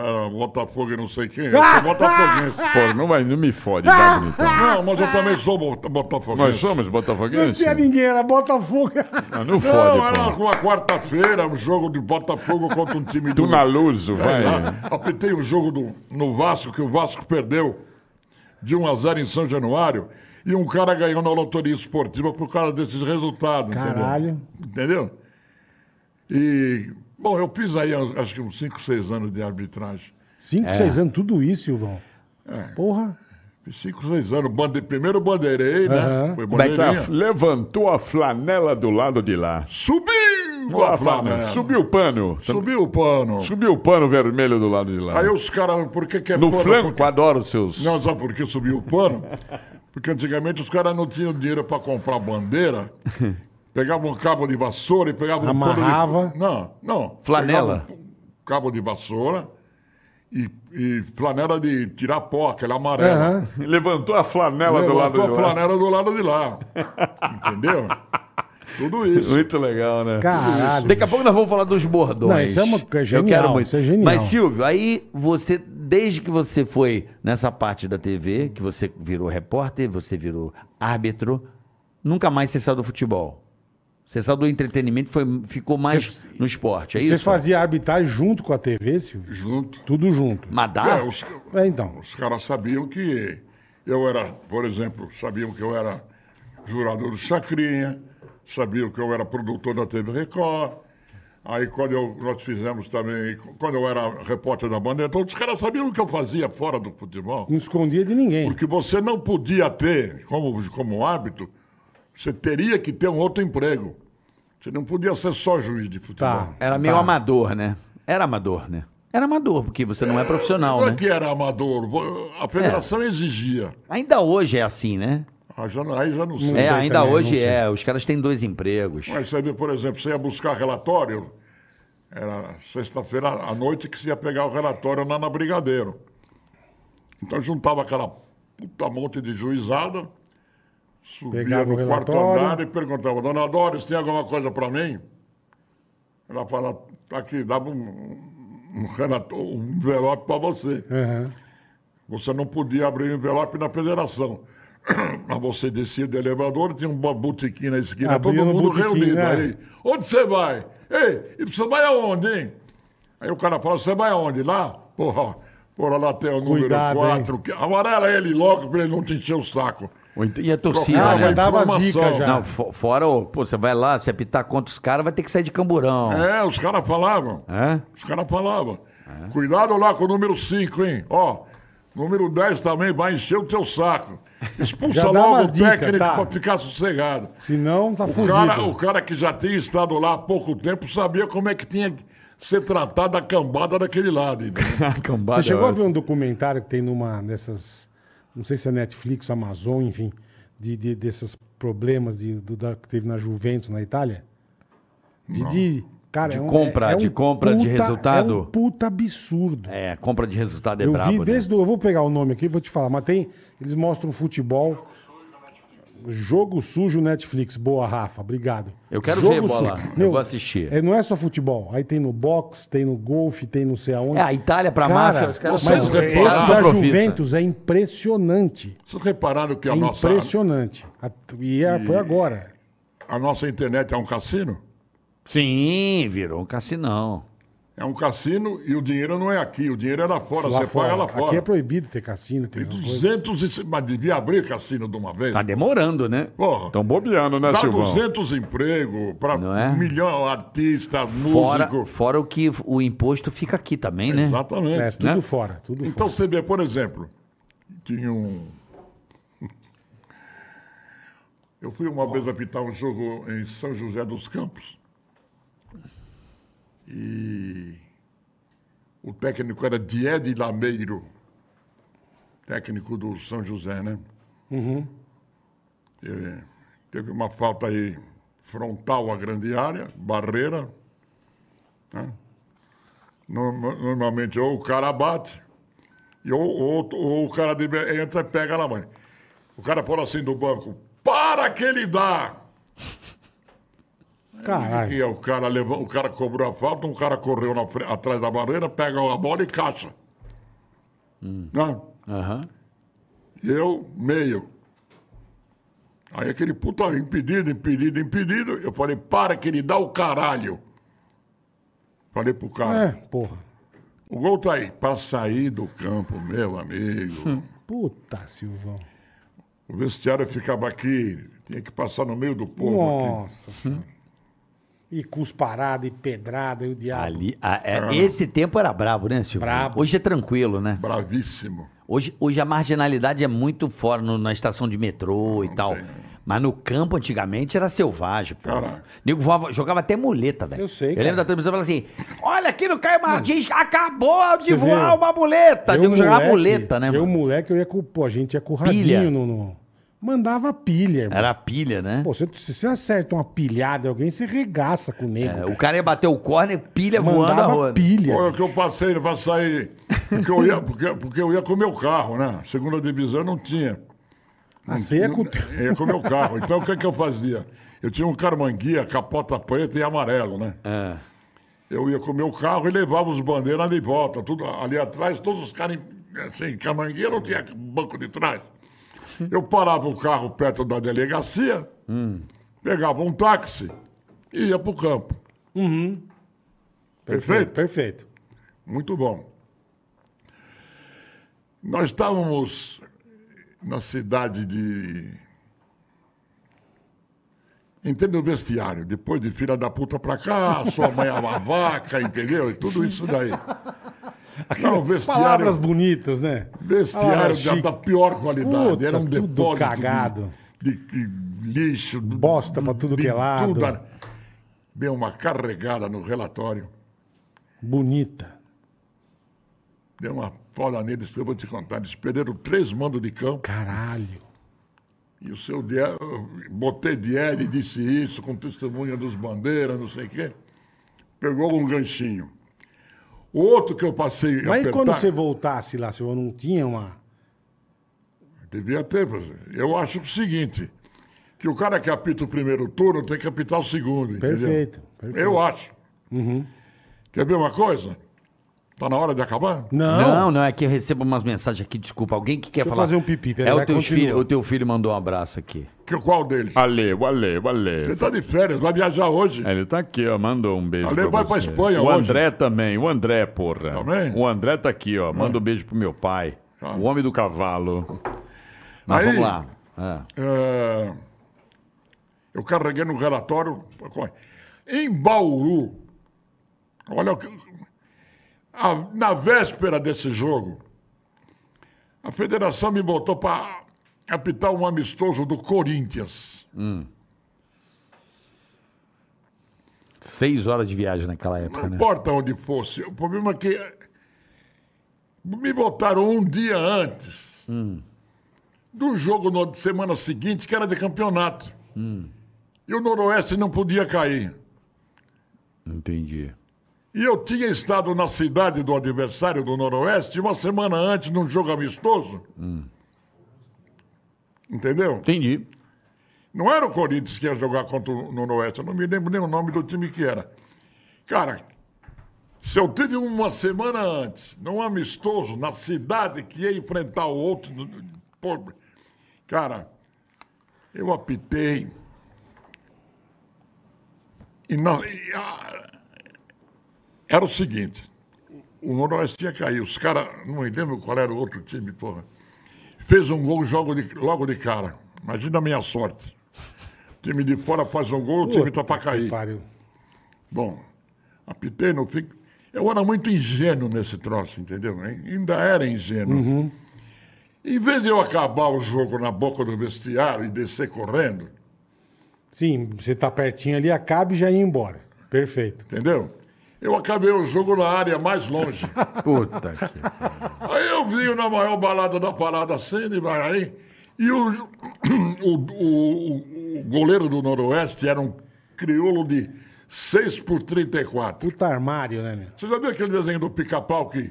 Speaker 4: era um Botafogo e não sei quem. Eu sou botafoguense.
Speaker 5: Pô, não, vai, não me fode,
Speaker 4: Ah!
Speaker 5: tá, bonitão?
Speaker 4: Não, mas eu também sou bota- botafoguense.
Speaker 5: Nós somos
Speaker 2: Não
Speaker 5: botafoguenses?
Speaker 2: tinha ninguém, era Botafogo.
Speaker 5: Ah, não
Speaker 4: Não,
Speaker 5: fode,
Speaker 4: era
Speaker 5: pô.
Speaker 4: uma quarta-feira, um jogo de Botafogo contra um time do...
Speaker 5: Tu na luso, vai.
Speaker 4: Ah, Apitei um jogo do- no Vasco, que o Vasco perdeu de 1 a 0 em São Januário. E um cara ganhou na loteria esportiva por causa desses resultados, entendeu?
Speaker 2: Caralho.
Speaker 4: Entendeu? E, bom, eu fiz aí uns- acho que uns 5, 6 anos de arbitragem.
Speaker 2: Cinco, seis anos, tudo isso, Silvão.
Speaker 4: É.
Speaker 2: Porra.
Speaker 4: Fiz 5, 6 anos. Bande... Primeiro bandeirei, né?
Speaker 2: Aham.
Speaker 4: Foi
Speaker 5: Como é que tá?
Speaker 4: bandeirinha.
Speaker 5: Levantou a flanela do lado de lá.
Speaker 4: Subiu a flanela.
Speaker 5: Subiu o pano.
Speaker 4: Subiu o pano.
Speaker 5: Subiu o pano vermelho do lado de lá.
Speaker 4: Aí os caras, por que que é
Speaker 5: No
Speaker 4: pano?
Speaker 5: flanco,
Speaker 4: Porque-
Speaker 5: adoro os seus.
Speaker 4: Não, sabe por que subiu o pano? Porque antigamente os caras não tinham dinheiro para comprar bandeira. Pegavam um cabo de vassoura e pegavam um
Speaker 2: Amarrava.
Speaker 4: pano de... Não, não.
Speaker 3: Flanela.
Speaker 4: Pegavam um cabo de vassoura e, e flanela de tirar pó, aquela amarela.
Speaker 2: Aham.
Speaker 5: Levantou a flanela do lado de
Speaker 4: Levantou
Speaker 5: lá.
Speaker 4: a flanela do lado de lá. Entendeu? Tudo isso.
Speaker 5: Muito legal, né?
Speaker 2: Caralho.
Speaker 3: Daqui a pouco nós vamos falar dos bordões.
Speaker 2: Não, isso é uma- é
Speaker 3: Eu
Speaker 2: genial,
Speaker 3: quero muito.
Speaker 2: isso é genial.
Speaker 3: Mas, Silvio, aí você, desde que você foi nessa parte da TV, que você virou repórter, você virou árbitro, nunca mais você saiu do futebol. Você saiu do entretenimento e foi- ficou mais
Speaker 2: Você-
Speaker 3: no esporte, é
Speaker 2: Você
Speaker 3: isso?
Speaker 2: fazia arbitragem junto com a TV, Silvio?
Speaker 4: Junto.
Speaker 2: Tudo junto.
Speaker 3: Mas dá?
Speaker 4: É, os,
Speaker 2: É, então.
Speaker 4: Os caras sabiam que eu era, por exemplo, sabiam que eu era jurador do Chacrinha, sabiam que eu era produtor da TV Record. Aí quando eu- nós fizemos também, quando eu era repórter da Bandeira, então os caras sabiam o que eu fazia fora do futebol.
Speaker 2: Não escondia de ninguém.
Speaker 4: Porque você não podia ter, como, como hábito, você teria que ter um outro emprego. Você não podia ser só juiz de futebol.
Speaker 2: Tá.
Speaker 3: Era meio
Speaker 2: Tá.
Speaker 3: amador, né? Era amador, né? Era amador, porque você não é profissional,
Speaker 4: Não é
Speaker 3: né? É.
Speaker 4: que era amador, vo- a federação exigia.
Speaker 3: Ainda hoje é assim, né?
Speaker 4: Ah, já não- Aí já não sei.
Speaker 3: É, ainda
Speaker 2: também, não
Speaker 3: hoje
Speaker 2: sei.
Speaker 3: é. Os caras têm dois empregos.
Speaker 4: Mas você vê, por exemplo, você ia buscar relatório, era sexta-feira à noite que você ia pegar o relatório lá na Brigadeiro. Então juntava aquela puta monte de juizada, subia
Speaker 2: Pegava o
Speaker 4: no quarto
Speaker 2: relatório.
Speaker 4: andar e perguntava, dona Doris, tem alguma coisa para mim? Ela falava, "Tá aqui, dava um, um, relato- um envelope para você.
Speaker 2: Aham.
Speaker 4: Você não podia abrir o envelope na federação. Mas você descia do elevador, tinha uma botequim na esquina,
Speaker 2: Abriu
Speaker 4: todo
Speaker 2: no
Speaker 4: mundo
Speaker 2: botequim,
Speaker 4: reunido.
Speaker 2: né?
Speaker 4: Aí, onde você vai? Ei, e você vai aonde, hein? Aí o cara fala, você vai aonde? Lá? Porra, porra lá tem o número
Speaker 2: Cuidado,
Speaker 4: 4. Que... Amarela ele logo pra ele não te encher o saco.
Speaker 3: Ou então- E a
Speaker 4: Trocava
Speaker 3: torcida,
Speaker 2: Ah, já
Speaker 3: né?
Speaker 2: dava as
Speaker 4: informação.
Speaker 2: dicas já.
Speaker 3: Não, fo- fora o. Pô, você vai lá, se apitar contra os caras, vai ter que sair de camburão.
Speaker 4: É, os caras falavam.
Speaker 3: Hã?
Speaker 4: Os caras falavam. Cuidado lá com o número 5, hein? Ó, número 10 também vai encher o teu saco.
Speaker 2: Já
Speaker 4: Expulsa
Speaker 2: dava
Speaker 4: logo
Speaker 2: as
Speaker 4: o
Speaker 2: dicas,
Speaker 4: técnico
Speaker 2: tá.
Speaker 4: pra ficar sossegado.
Speaker 2: Se não, tá
Speaker 4: O
Speaker 2: fudido.
Speaker 4: cara, o cara que já tinha estado lá há pouco tempo sabia como é que tinha que ser tratada a cambada daquele lado. entendeu?
Speaker 2: Você
Speaker 3: é
Speaker 2: chegou a ver um documentário que tem numa dessas, não sei se é Netflix, Amazon, enfim, de, de- desses problemas de, do- da- que teve na Juventus na Itália? De, de- cara,
Speaker 3: De
Speaker 2: é um-
Speaker 3: compra,
Speaker 2: é- é
Speaker 3: de
Speaker 2: um
Speaker 3: compra, de
Speaker 2: puta-
Speaker 3: resultado.
Speaker 2: É um puta absurdo.
Speaker 3: É, compra de resultado é
Speaker 2: eu
Speaker 3: brabo.
Speaker 2: vi
Speaker 3: né?
Speaker 2: desde o- eu vou pegar o nome aqui, e vou te falar, mas tem, eles mostram futebol. Jogo sujo Netflix. Boa, Rafa. Obrigado.
Speaker 3: Eu quero
Speaker 2: Jogo
Speaker 3: ver, Bola.
Speaker 2: sujo.
Speaker 3: Eu vou assistir.
Speaker 2: É, não é só futebol. Aí tem no boxe, tem no golfe, tem não sei aonde.
Speaker 3: É, a Itália pra máfia, os caras Ah,
Speaker 2: Mas
Speaker 4: são
Speaker 2: esse
Speaker 4: reparados.
Speaker 2: da
Speaker 3: Improvisa.
Speaker 2: Juventus é impressionante.
Speaker 4: Vocês repararam que a,
Speaker 2: É
Speaker 4: Então, nossa,
Speaker 2: impressionante. A- E é- foi agora.
Speaker 4: a nossa internet é um cassino?
Speaker 3: Sim, virou um cassinão.
Speaker 4: É um cassino e o dinheiro não é aqui, o dinheiro é lá fora,
Speaker 2: Lá
Speaker 4: você paga lá fora.
Speaker 2: Aqui é proibido ter cassino, tem
Speaker 4: Tem
Speaker 2: essas coisas.
Speaker 4: 200 e... Mas devia abrir cassino de uma vez.
Speaker 3: Tá demorando, né?
Speaker 4: Porra.
Speaker 2: Então,
Speaker 5: Estão bobeando, né,
Speaker 4: Dá
Speaker 5: Silvão?
Speaker 4: 200 empregos para
Speaker 3: Não é?
Speaker 4: um milhão de artistas,
Speaker 3: Fora,
Speaker 4: músicos.
Speaker 3: fora o que o imposto fica aqui também, né?
Speaker 4: Exatamente.
Speaker 2: É, tudo
Speaker 3: né?
Speaker 2: fora, tudo
Speaker 4: Então
Speaker 2: fora.
Speaker 4: você vê, por exemplo, tinha um. Eu fui uma vez apitar um jogo em São José dos Campos. E o técnico era Diede Lameiro, técnico do São José, né? E teve uma falta aí frontal à grande área, barreira. né? Norma- Normalmente ou o cara bate, e ou, ou- ou o cara de- entra e pega na mãe. O cara fala assim do banco, para que ele dá!
Speaker 2: Caralho.
Speaker 4: E o cara, levou, o cara cobrou a falta, um cara correu na fre- atrás da barreira, pega a bola e caixa. Não?
Speaker 3: Aham.
Speaker 4: Eu, meio. Aí aquele puta impedido, impedido, impedido. Eu falei, para que ele dá o caralho. Falei pro cara,
Speaker 2: É, porra.
Speaker 4: o gol tá aí. Pra sair do campo, meu amigo.
Speaker 2: Puta, Silvão.
Speaker 4: o vestiário ficava aqui, tinha que passar no meio do povo aqui.
Speaker 2: Nossa. senhora. E cusparada, e pedrada, e o diabo.
Speaker 3: Ali, a- é, Esse tempo era brabo, né, Silvão?
Speaker 2: Ah. Brabo.
Speaker 3: Hoje é tranquilo, né?
Speaker 4: Bravíssimo.
Speaker 3: Hoje, hoje a marginalidade é muito fora no- na estação de metrô e tal.
Speaker 4: tem.
Speaker 3: Mas no campo, antigamente, era selvagem, pô.
Speaker 4: Cara.
Speaker 3: Nego voava- jogava até muleta, velho.
Speaker 2: Eu sei,
Speaker 3: Eu
Speaker 2: cara.
Speaker 3: lembro da transmissão falando assim: olha aqui no Caio Martins, acabou de
Speaker 2: Você
Speaker 3: voar
Speaker 2: viu?
Speaker 3: uma muleta. tá, Nego jogava muleta, né,
Speaker 2: Eu,
Speaker 3: mano?
Speaker 2: moleque, eu ia com. Pô, a gente ia com o
Speaker 3: Pilha.
Speaker 2: radinho no, no- Mandava pilha, irmão.
Speaker 3: Era pilha, né?
Speaker 2: Pô, se se você acerta uma pilhada em alguém, você regaça com o nego.
Speaker 3: É, o cara ia bater o corner, pilha voando a
Speaker 2: Mandava
Speaker 3: roda.
Speaker 2: pilha.
Speaker 4: Olha o que eu passei pra sair. Porque eu ia, porque, porque eu ia com o meu carro, né? Segunda divisão não tinha.
Speaker 2: A ceia com...
Speaker 4: Eu ia Assim é com o meu carro. Então o que, é que eu fazia? Eu tinha um carmanguia, capota preta e amarelo, né?
Speaker 3: É.
Speaker 4: Eu ia com o meu carro e levava os bandeiras de volta, tudo ali atrás, todos os caras em- assim, carmanguia não tinha banco de trás. Eu parava o carro perto da delegacia, pegava um táxi e ia pro campo. Perfeito?
Speaker 2: Perfeito.
Speaker 4: Muito bom. Nós estávamos na cidade de. Entendeu? Vestiário. Depois de filha da puta pra cá, sua mãe é uma vaca, entendeu? E tudo isso daí. Não, vestiário.
Speaker 2: Palavras bonitas, né?
Speaker 4: Vestiário
Speaker 2: Palavras
Speaker 4: da,
Speaker 2: chique.
Speaker 4: da pior qualidade.
Speaker 2: Puta,
Speaker 4: Era um
Speaker 2: tudo
Speaker 4: depósito.
Speaker 2: cagado.
Speaker 4: De, de- de lixo. do-
Speaker 2: Bosta pra tudo que é lado.
Speaker 4: era- Bem, uma carregada no relatório.
Speaker 2: Bonita.
Speaker 4: Deu uma foda neles que eu vou te contar. Eles perderam três mandos de campo.
Speaker 2: Caralho.
Speaker 4: E o seu Diel, eu botei Diel e disse isso, com testemunha dos bandeiras, não sei o quê. Pegou um ganchinho. O outro que eu passei a
Speaker 2: Mas e
Speaker 4: apertar,
Speaker 2: quando você voltasse lá, se eu não tinha uma.
Speaker 4: Devia ter, professor. Eu acho o seguinte, que o cara que apita o primeiro turno tem que apitar o segundo, entendeu?
Speaker 2: Perfeito, Uhum. perfeito.
Speaker 4: Eu acho. Quer ver uma coisa? Tá na hora de acabar?
Speaker 3: Não, não, é que eu recebo umas mensagens aqui, desculpa. Alguém que quer
Speaker 2: Deixa eu
Speaker 3: falar.
Speaker 2: fazer um pipi, peraí,
Speaker 3: é o
Speaker 2: vai,
Speaker 3: teu
Speaker 2: continua.
Speaker 3: filho, o teu filho mandou um abraço aqui.
Speaker 4: Que, qual deles?
Speaker 3: Ah,
Speaker 5: Ale, o Ale, o Ale.
Speaker 4: Ele tá de férias, vai viajar
Speaker 3: É,
Speaker 4: hoje.
Speaker 5: Ele tá aqui, ó, mandou um beijo.
Speaker 4: Ale
Speaker 5: pra
Speaker 4: vai pra
Speaker 5: você.
Speaker 4: Espanha
Speaker 5: O
Speaker 4: hoje.
Speaker 5: André também, o André, porra.
Speaker 4: Também?
Speaker 5: O André tá aqui, ó, manda um beijo pro meu pai.
Speaker 4: Ah.
Speaker 5: O homem do cavalo.
Speaker 3: Mas
Speaker 4: Aí-
Speaker 3: vamos lá. Ah,
Speaker 4: É, eu carreguei no relatório. Em Bauru, olha, o que- a- na véspera desse jogo, a federação me botou para apitar um amistoso do Corinthians.
Speaker 3: seis horas de viagem naquela
Speaker 4: Não
Speaker 3: época, né?
Speaker 4: importa onde fosse, o problema é que me botaram um dia antes do jogo no- de semana seguinte, que era de campeonato. E o Noroeste não podia cair.
Speaker 3: Entendi.
Speaker 4: E eu tinha estado na cidade do adversário do Noroeste uma semana antes num jogo amistoso. Entendeu?
Speaker 5: Entendi.
Speaker 4: Não era o Corinthians que ia jogar contra o Noroeste, eu não me lembro nem o nome do time que era. Cara, se eu tive uma semana antes, num amistoso, na cidade que ia enfrentar o outro. no- no- pô, cara, eu apitei. E não, e, ah, era o seguinte: o Noroeste tinha caído, os caras, não me lembro qual era o outro time, porra. Fez um gol jogo de- logo de cara. Imagina a minha sorte. O time de fora faz um gol, o time tá pra cair.
Speaker 2: Pariu.
Speaker 4: Bom, apitei no fim. Eu era muito ingênuo nesse troço, entendeu? Ainda era ingênuo. Em vez de eu acabar o jogo na boca do vestiário e descer correndo,
Speaker 2: Sim, você tá pertinho ali, acaba e já ia embora. Perfeito.
Speaker 4: entendeu? Eu acabei o jogo na área mais longe.
Speaker 3: Puta que.
Speaker 4: Aí eu vim na maior balada da parada sendo e vai aí. E o, o, o- o goleiro do Noroeste era um crioulo de 6 por 34.
Speaker 2: Puta armário, né, meu?
Speaker 4: Você já viu aquele desenho do pica-pau que.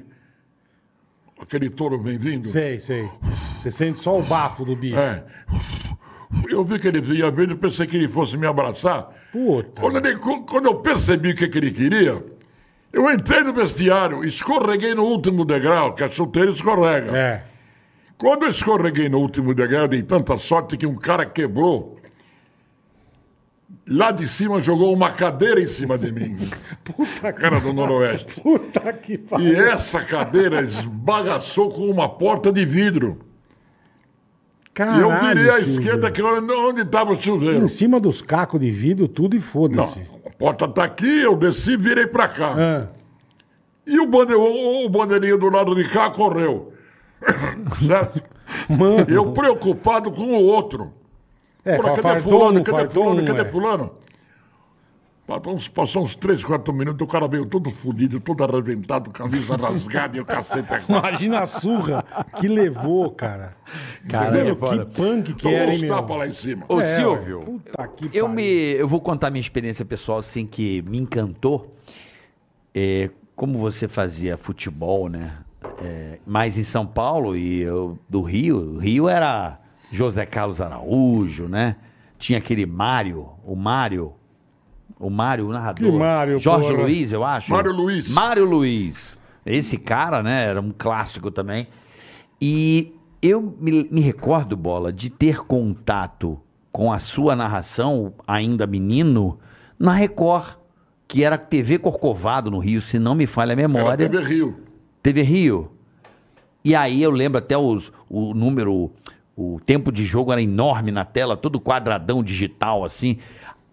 Speaker 4: Aquele touro bem-vindo?
Speaker 2: Sei, sei. Você sente só o bafo do bicho.
Speaker 4: É. Eu vi que ele vinha vindo, pensei que ele fosse me abraçar.
Speaker 2: Puta.
Speaker 4: Quando, ele- quando eu percebi o que, que ele queria, eu entrei no vestiário, escorreguei no último degrau, que a chuteira escorrega.
Speaker 2: É.
Speaker 4: Quando eu escorreguei no último degrau, eu dei tanta sorte que um cara quebrou. Lá de cima jogou uma cadeira em cima de mim,
Speaker 2: Puta que,
Speaker 4: cara do Noroeste.
Speaker 2: puta que
Speaker 4: E
Speaker 2: pariu.
Speaker 4: essa cadeira esbagaçou com uma porta de vidro. E eu virei à
Speaker 2: Silvio.
Speaker 4: esquerda, que era onde estava o chuveiro.
Speaker 2: Em cima dos cacos de vidro, tudo e
Speaker 4: Não,
Speaker 2: foda-se.
Speaker 4: a porta está aqui, eu desci, virei para cá.
Speaker 2: Ah,
Speaker 4: E o, bande, o, o bandeirinho do lado de cá correu. certo?
Speaker 2: mano.
Speaker 4: Eu preocupado com o outro.
Speaker 2: É,
Speaker 4: Porra,
Speaker 2: fa-
Speaker 4: cadê
Speaker 2: fartou
Speaker 4: fulano?
Speaker 2: um,
Speaker 4: Cadê
Speaker 2: fartou
Speaker 4: fulano?
Speaker 2: um,
Speaker 4: Cadê
Speaker 2: é.
Speaker 4: fulano? Passou uns, passou uns 3, 4 minutos, o cara veio todo fudido, todo arrebentado, camisa rasgada e o cacete aqui.
Speaker 2: Imagina a surra que levou, cara.
Speaker 3: Cara,
Speaker 2: Mano,
Speaker 3: é foda.
Speaker 2: que punk que
Speaker 4: Tomou
Speaker 2: era,
Speaker 4: uns
Speaker 2: hein, meu?
Speaker 4: tapas lá em cima.
Speaker 3: Ô,
Speaker 2: É,
Speaker 3: Silvio.
Speaker 2: ué, Puta que pariu.
Speaker 3: Eu,
Speaker 2: é
Speaker 3: me, eu vou contar minha experiência pessoal, assim, que me encantou. É, como você fazia futebol, né? É, mais em São Paulo e eu do Rio. O Rio era José Carlos Araújo, né? Tinha aquele Mário, o Mário. O Mário, o narrador.
Speaker 2: Que Mário,
Speaker 3: Jorge
Speaker 2: porra?
Speaker 3: Luiz, eu acho.
Speaker 4: Mário Luiz.
Speaker 3: Mário Luiz. Esse cara, né? Era um clássico também. E eu me, me recordo, Bola, de ter contato com a sua narração, ainda menino, na Record, que era TV Corcovado no Rio, se não me falha a
Speaker 4: Era
Speaker 3: memória.
Speaker 4: TV
Speaker 3: TV...
Speaker 4: Rio.
Speaker 3: Rio. E aí eu lembro até os- o número, o tempo de jogo era enorme na tela, todo quadradão digital assim.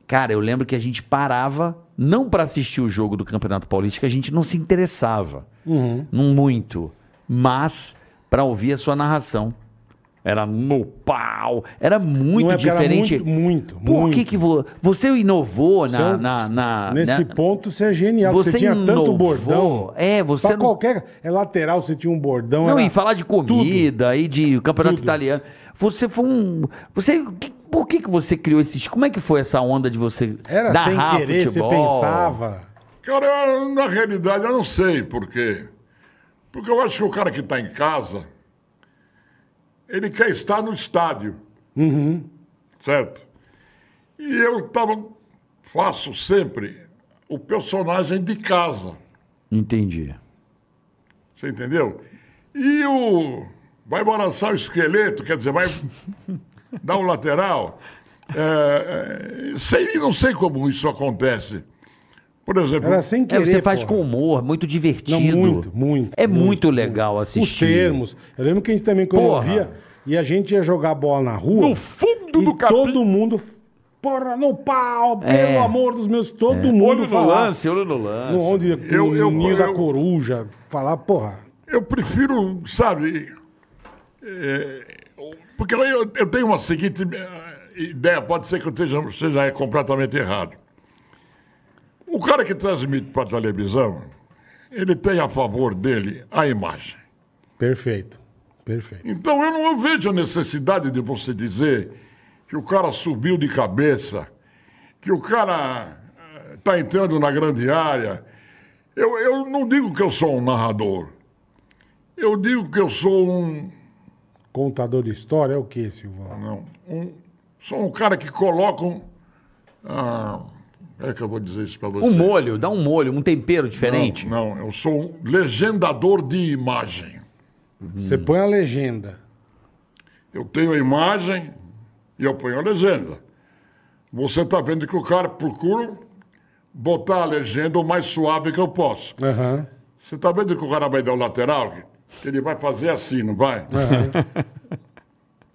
Speaker 3: Cara, eu lembro que a gente parava não para assistir o jogo do Campeonato Paulista, que a gente não se interessava
Speaker 2: Uhum.
Speaker 3: não muito, mas para ouvir a sua narração. Era no pau, era muito
Speaker 2: Não é porque era
Speaker 3: diferente.
Speaker 2: muito, muito,
Speaker 3: Por
Speaker 2: muito.
Speaker 3: que que vo... você inovou
Speaker 2: Você é
Speaker 3: na,
Speaker 2: um-
Speaker 3: na, na-
Speaker 2: Nesse
Speaker 3: na-
Speaker 2: ponto você é genial. Você,
Speaker 3: né? Você
Speaker 2: tinha tanto
Speaker 3: inovou.
Speaker 2: bordão.
Speaker 3: É, você
Speaker 2: Pra
Speaker 3: não-
Speaker 2: qualquer. É lateral, você tinha um bordão.
Speaker 3: Não,
Speaker 2: era-
Speaker 3: e falar de comida e de campeonato
Speaker 2: Tudo.
Speaker 3: italiano. Você foi um. Você. que- Por que, que você criou esses. Como é que foi essa onda de você
Speaker 2: Era sem
Speaker 3: narrar
Speaker 2: querer,
Speaker 3: futebol?
Speaker 2: você pensava.
Speaker 4: Cara, na realidade, eu não sei por quê. Porque eu acho que o cara que está em casa, tá ele quer estar no estádio. Certo? E eu tava, faço sempre o personagem de casa.
Speaker 3: Entendi.
Speaker 4: Você entendeu? E o. Vai balançar o esqueleto, quer dizer, vai dar um lateral. É, é, sei, não sei como isso acontece. Por exemplo,
Speaker 2: Era assim sem
Speaker 3: É,
Speaker 2: querer.
Speaker 3: você faz
Speaker 2: porra.
Speaker 3: com humor, muito divertido.
Speaker 2: Não, muito, muito.
Speaker 3: É muito, legal assistir.
Speaker 2: Os termos. Eu lembro que a gente também, quando
Speaker 3: Porra.
Speaker 2: eu via, e a gente ia jogar bola na rua.
Speaker 5: No fundo
Speaker 2: e
Speaker 5: do capim.
Speaker 2: Todo mundo. Porra, no pau,
Speaker 3: É.
Speaker 2: pelo amor dos meus. Todo mundo
Speaker 5: É. Olho no
Speaker 2: falava.
Speaker 5: lance, olho no lance.
Speaker 2: No onde
Speaker 4: Eu- eu-
Speaker 2: o ninho da
Speaker 4: eu-
Speaker 2: coruja. Falar, porra.
Speaker 4: eu prefiro, sabe. é, porque eu, eu tenho uma seguinte eh, ideia, pode ser que eu esteja, esteja completamente errado. O cara que transmite para a televisão, ele tem a favor dele a imagem.
Speaker 2: Perfeito. Perfeito.
Speaker 4: Então eu não vejo a necessidade de você dizer que o cara subiu de cabeça, que o cara está entrando na grande área. Eu, eu não digo que eu sou um narrador. Eu digo que eu sou um.
Speaker 2: Contador de história é o que, Silvão?
Speaker 4: Não, um sou um cara que coloca um. ah, como é que eu vou dizer isso para você?
Speaker 3: Um molho, dá um molho, um tempero diferente.
Speaker 4: Não, não, eu sou um legendador de imagem.
Speaker 5: Uhum.
Speaker 2: Você põe a legenda.
Speaker 4: Eu tenho a imagem e eu ponho a legenda. Você está vendo que o cara procura botar a legenda o mais suave que eu posso.
Speaker 2: Aham.
Speaker 4: Você está vendo que o cara vai dar o lateral? Que ele vai fazer assim, não vai?
Speaker 5: É.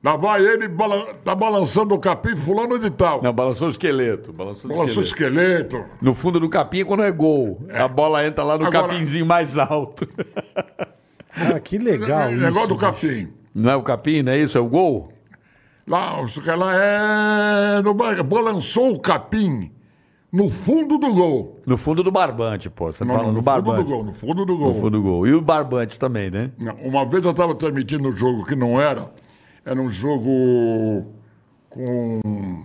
Speaker 4: Lá vai ele, bala- tá balançando o capim fulano de tal.
Speaker 5: Não, balançou o esqueleto. Balançou,
Speaker 4: Balançou
Speaker 5: o
Speaker 4: o
Speaker 5: esqueleto.
Speaker 4: esqueleto.
Speaker 5: No fundo do capim é quando é gol. A bola entra lá no
Speaker 4: Agora-
Speaker 5: capinzinho mais alto.
Speaker 2: Cara, que legal isso.
Speaker 4: negócio do
Speaker 2: bicho.
Speaker 4: capim.
Speaker 5: Não é o capim, não é isso? É o gol?
Speaker 4: Lá, isso que lá é... no ba- Balançou o capim no fundo do gol.
Speaker 5: No fundo do barbante, pô. Você
Speaker 4: Não,
Speaker 5: fala
Speaker 4: não, no
Speaker 5: no
Speaker 4: fundo
Speaker 5: barbante.
Speaker 4: do gol, no fundo do
Speaker 5: No
Speaker 4: gol.
Speaker 5: fundo do gol. E o barbante também, né?
Speaker 4: Não, Uma vez eu estava transmitindo um jogo que não era. Era um jogo com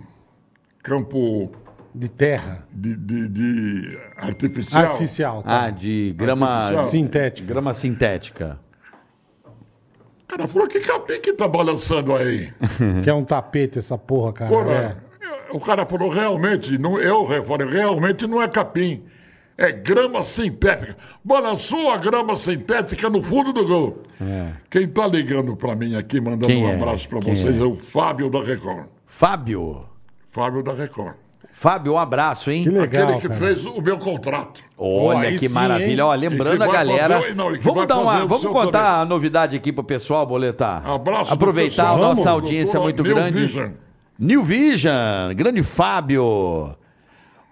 Speaker 4: campo
Speaker 2: De terra.
Speaker 4: de, de- de artificial.
Speaker 2: Artificial. tá?
Speaker 3: Ah, de grama,
Speaker 4: Artificial.
Speaker 2: Sintética.
Speaker 3: grama sintética.
Speaker 4: O cara falou, que capim que tá balançando aí?
Speaker 5: Uhum.
Speaker 2: Que é um tapete essa porra, cara. É.
Speaker 4: Porra,
Speaker 3: É.
Speaker 4: eu- o cara falou, realmente, não, eu falei, realmente não é capim. É grama sintética. Balançou a grama sintética no fundo do gol. Quem tá ligando para mim aqui, mandando
Speaker 3: É. Quem
Speaker 4: um
Speaker 3: é?
Speaker 4: abraço para
Speaker 3: Quem
Speaker 4: vocês,
Speaker 3: é?
Speaker 4: é o Fábio da Record.
Speaker 3: Fábio.
Speaker 4: Fábio da Record.
Speaker 3: Fábio, um abraço, hein?
Speaker 2: Que legal,
Speaker 4: Aquele que
Speaker 2: cara.
Speaker 4: fez o meu contrato.
Speaker 2: Pô,
Speaker 3: Olha
Speaker 2: aí
Speaker 3: que
Speaker 2: sim, hein?
Speaker 3: maravilha. Ó,
Speaker 4: E
Speaker 3: lembrando
Speaker 4: que
Speaker 3: a
Speaker 4: vai
Speaker 3: galera.
Speaker 4: fazer- não, e que
Speaker 3: vamos
Speaker 4: vai
Speaker 3: dar uma,
Speaker 4: fazer o
Speaker 3: vamos
Speaker 4: seu
Speaker 3: contar
Speaker 4: também.
Speaker 3: a novidade aqui pro pessoal, Boletar.
Speaker 4: Abraço,
Speaker 3: Aproveitar
Speaker 4: professor.
Speaker 3: a nossa
Speaker 2: Vamos.
Speaker 3: audiência
Speaker 4: Doutora
Speaker 3: muito
Speaker 4: New
Speaker 3: grande.
Speaker 4: Vision.
Speaker 3: New Vision, grande Fábio.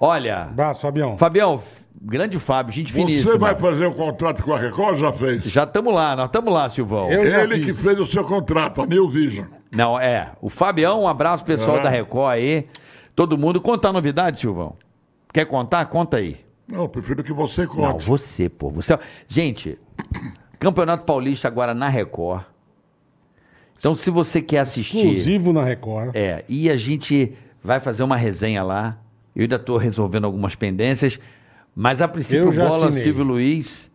Speaker 3: Olha,
Speaker 2: Abraço, Fabião.
Speaker 3: Fabião, grande Fábio, gente finíssima.
Speaker 4: Você vai fazer o contrato com a Record? Já fez.
Speaker 3: Já estamos lá, nós estamos lá, Silvão.
Speaker 2: Eu já
Speaker 4: Ele que
Speaker 2: fiz.
Speaker 4: fez o seu contrato, a New Vision.
Speaker 3: Não, é. O Fabião, um abraço pessoal
Speaker 4: É.
Speaker 3: da Record aí. Todo mundo. Conta a novidade, Silvão. Quer contar? Conta aí.
Speaker 4: Não, eu prefiro que você
Speaker 3: Não,
Speaker 4: conte.
Speaker 3: você, pô. Você... é Gente, Campeonato Paulista agora na Record. Então, se você quer assistir.
Speaker 2: Exclusivo na Record.
Speaker 3: É, e a gente vai fazer uma resenha lá. Eu ainda estou resolvendo algumas pendências, mas a princípio
Speaker 2: Eu já
Speaker 3: bola
Speaker 2: assinei.
Speaker 3: Silvio Luiz.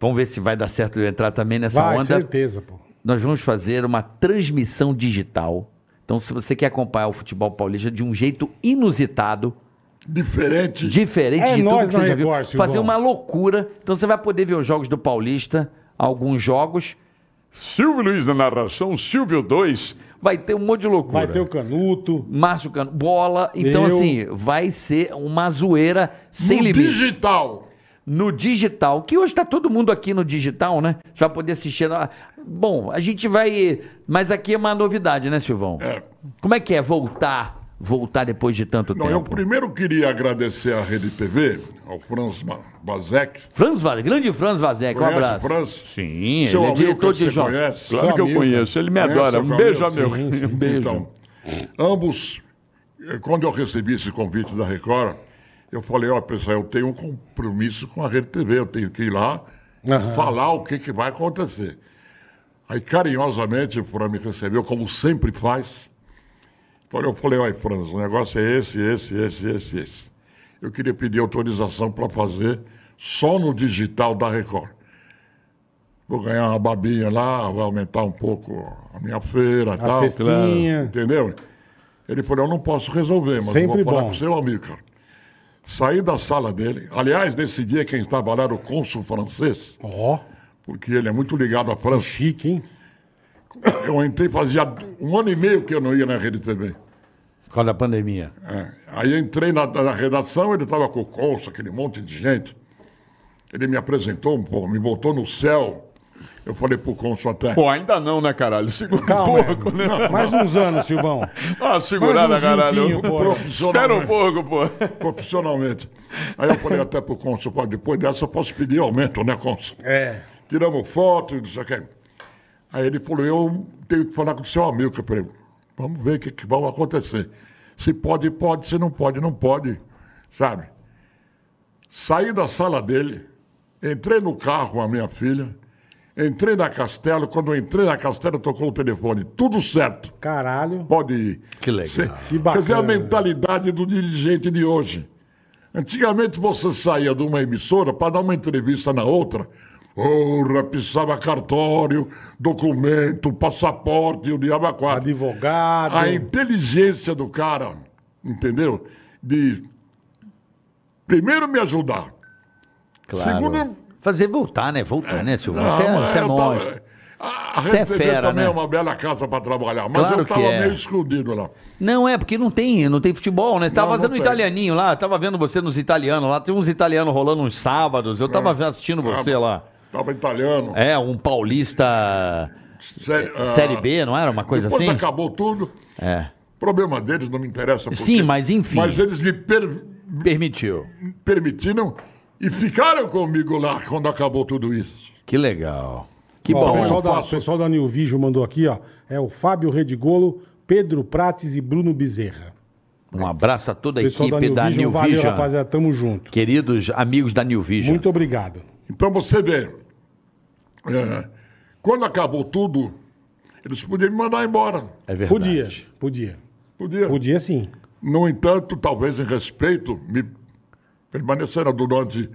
Speaker 3: Vamos ver se vai dar certo eu entrar também nessa
Speaker 2: Vai,
Speaker 3: onda.
Speaker 2: certeza, pô.
Speaker 3: Nós vamos fazer uma transmissão digital. Então, se você quer acompanhar o futebol paulista de um jeito inusitado,
Speaker 4: Diferente.
Speaker 3: diferente
Speaker 2: É
Speaker 3: de tudo
Speaker 2: nós
Speaker 3: que você
Speaker 2: na
Speaker 3: já viu,
Speaker 2: Record, Silvão.
Speaker 3: fazer uma loucura. Então, você vai poder ver os jogos do Paulista, alguns jogos.
Speaker 5: Silvio Luiz na narração, Silvio 2.
Speaker 3: Vai ter um monte de loucura.
Speaker 2: Vai ter o Canuto.
Speaker 3: Márcio Cano, bola. Então,
Speaker 2: Eu.
Speaker 3: assim, vai ser uma zoeira sem
Speaker 4: no
Speaker 3: limite.
Speaker 4: digital.
Speaker 3: No digital, que hoje tá todo mundo aqui no digital, né? Você vai poder assistir. lá. Bom, a gente vai. Mas aqui é uma novidade, né, Silvão?
Speaker 4: É.
Speaker 3: Como é que é voltar? Voltar depois de tanto
Speaker 4: Não, eu
Speaker 3: tempo?
Speaker 4: primeiro queria agradecer à Rede TV, ao Franz Ma- Bazek.
Speaker 3: Franz Vaz, grande Franz Vazek, um
Speaker 4: Conhece o
Speaker 3: abraço.
Speaker 4: Franz?
Speaker 3: Sim,
Speaker 4: Seu
Speaker 3: ele é
Speaker 4: amigo
Speaker 3: diretor
Speaker 4: que
Speaker 3: de
Speaker 4: você
Speaker 3: jogos.
Speaker 4: conhece.
Speaker 5: Claro
Speaker 2: Seu
Speaker 5: que
Speaker 3: né?
Speaker 5: eu
Speaker 2: amigo.
Speaker 5: conheço, ele me
Speaker 3: É,
Speaker 4: Conhece
Speaker 5: adora.
Speaker 4: o
Speaker 5: Um beijo,
Speaker 4: Camilo?
Speaker 5: amigo.
Speaker 2: Sim, sim.
Speaker 5: Um beijo.
Speaker 4: Então, ambos, eh, quando eu recebi esse convite da Record, eu falei, ó, pessoal, eu tenho um compromisso com a Rede TV, eu tenho que ir lá
Speaker 2: Aham.
Speaker 4: falar o que, que vai acontecer. Aí, carinhosamente, o Fran me recebeu, como sempre faz. Falei, Eu falei, olha, Franz, o negócio é esse, esse, esse, esse, esse. Eu queria pedir autorização para fazer só no digital da Record. vou ganhar uma babinha lá, vai aumentar um pouco a minha feira e
Speaker 2: A
Speaker 4: tal.
Speaker 2: cestinha.
Speaker 4: Entendeu? Ele falou, eu não posso resolver, mas
Speaker 2: Sempre
Speaker 4: eu vou falar
Speaker 2: bom.
Speaker 4: com o seu amigo, cara. Saí da sala dele. Aliás, nesse dia quem estava lá era o cônsul francês,
Speaker 2: Ó,
Speaker 4: porque ele é muito ligado à França.
Speaker 2: chique, hein?
Speaker 4: Eu entrei fazia um ano e meio que eu não ia na Rede TV.
Speaker 3: Por causa da pandemia.
Speaker 4: É. Aí eu entrei na, na redação, ele estava com o Consul, aquele monte de gente. Ele me apresentou um pouco, me botou no céu. Eu falei pro Consul até.
Speaker 5: Pô, ainda não, né, caralho? Segura
Speaker 2: Calma,
Speaker 5: um pouco, né?
Speaker 2: Mais uns anos, Silvão.
Speaker 5: Ah, segurada,
Speaker 2: Mais um
Speaker 5: caralho.
Speaker 2: juntinho, bora.
Speaker 5: Espera
Speaker 3: né?
Speaker 5: um pouco, pô.
Speaker 4: profissionalmente. Aí eu falei até pro Consul, pô, depois dessa eu posso pedir aumento, né, Consul?
Speaker 2: É.
Speaker 4: Tiramos foto, não sei o quê. Aí ele falou, eu tenho que falar com o seu amigo, que eu falei, vamos ver o que, que vai acontecer. Se pode, pode, se não pode, não pode, sabe? Saí da sala dele, entrei no carro com a minha filha, entrei na Castelo, quando eu entrei na Castelo tocou o telefone, tudo certo,
Speaker 2: Caralho.
Speaker 4: pode ir.
Speaker 3: Que legal.
Speaker 4: Cê-
Speaker 2: Que
Speaker 4: Quer dizer, a
Speaker 2: bacana.
Speaker 4: mentalidade do dirigente de hoje. Antigamente você saía de uma emissora para dar uma entrevista na outra. Ora, pisava cartório, documento, passaporte, o diabo a quatro.
Speaker 2: Advogado.
Speaker 4: A inteligência do cara, entendeu? De primeiro me ajudar.
Speaker 3: Claro.
Speaker 4: Segundo-
Speaker 3: Fazer voltar, né? Voltar, né, Silvão? Você é,
Speaker 4: Ah, mas
Speaker 3: você é
Speaker 4: eu
Speaker 3: monstro.
Speaker 4: tava- Ah, A a
Speaker 3: Você é
Speaker 4: Rede TV
Speaker 3: fera,
Speaker 4: também
Speaker 3: né?
Speaker 4: é uma bela casa para trabalhar, mas
Speaker 3: Claro
Speaker 4: eu
Speaker 3: que
Speaker 4: estava
Speaker 3: é.
Speaker 4: meio escondido lá.
Speaker 3: Não, é porque não tem, não tem futebol, né? Você tava
Speaker 4: Não, não
Speaker 3: fazendo um
Speaker 4: tem.
Speaker 3: italianinho lá, eu tava vendo você nos italianos lá, tem uns italianos rolando uns sábados, eu tava
Speaker 5: É.
Speaker 3: vendo- assistindo
Speaker 5: Ah,
Speaker 3: você lá.
Speaker 4: Estava italiano.
Speaker 3: É, um paulista
Speaker 4: Série, ah,
Speaker 3: Série B, não era? Uma coisa
Speaker 4: Depois
Speaker 3: assim?
Speaker 4: acabou tudo.
Speaker 3: É,
Speaker 4: Problema deles, não me interessa. por
Speaker 3: Sim,
Speaker 4: quê.
Speaker 3: mas enfim.
Speaker 4: Mas eles me per-
Speaker 3: permitiu.
Speaker 4: permitiram e ficaram comigo lá quando acabou tudo isso.
Speaker 3: Que legal. Que
Speaker 2: Ó,
Speaker 3: bom.
Speaker 2: o pessoal,
Speaker 4: eu
Speaker 2: da, o
Speaker 4: faço.
Speaker 2: pessoal da New Vision mandou aqui, ó. É o Fábio Redigolo, Pedro Prates e Bruno Bezerra.
Speaker 3: Um abraço a toda a
Speaker 2: Pessoal
Speaker 3: equipe da New Vision.
Speaker 2: Valeu, rapaziada. Tamo junto.
Speaker 3: Queridos amigos da New Vision.
Speaker 2: Muito obrigado.
Speaker 4: Então você vê, é, quando acabou tudo, eles podiam me mandar embora.
Speaker 3: É verdade.
Speaker 2: Podia, podia.
Speaker 4: Podia.
Speaker 2: Podia sim.
Speaker 4: No entanto, talvez em respeito, me permaneceram durante,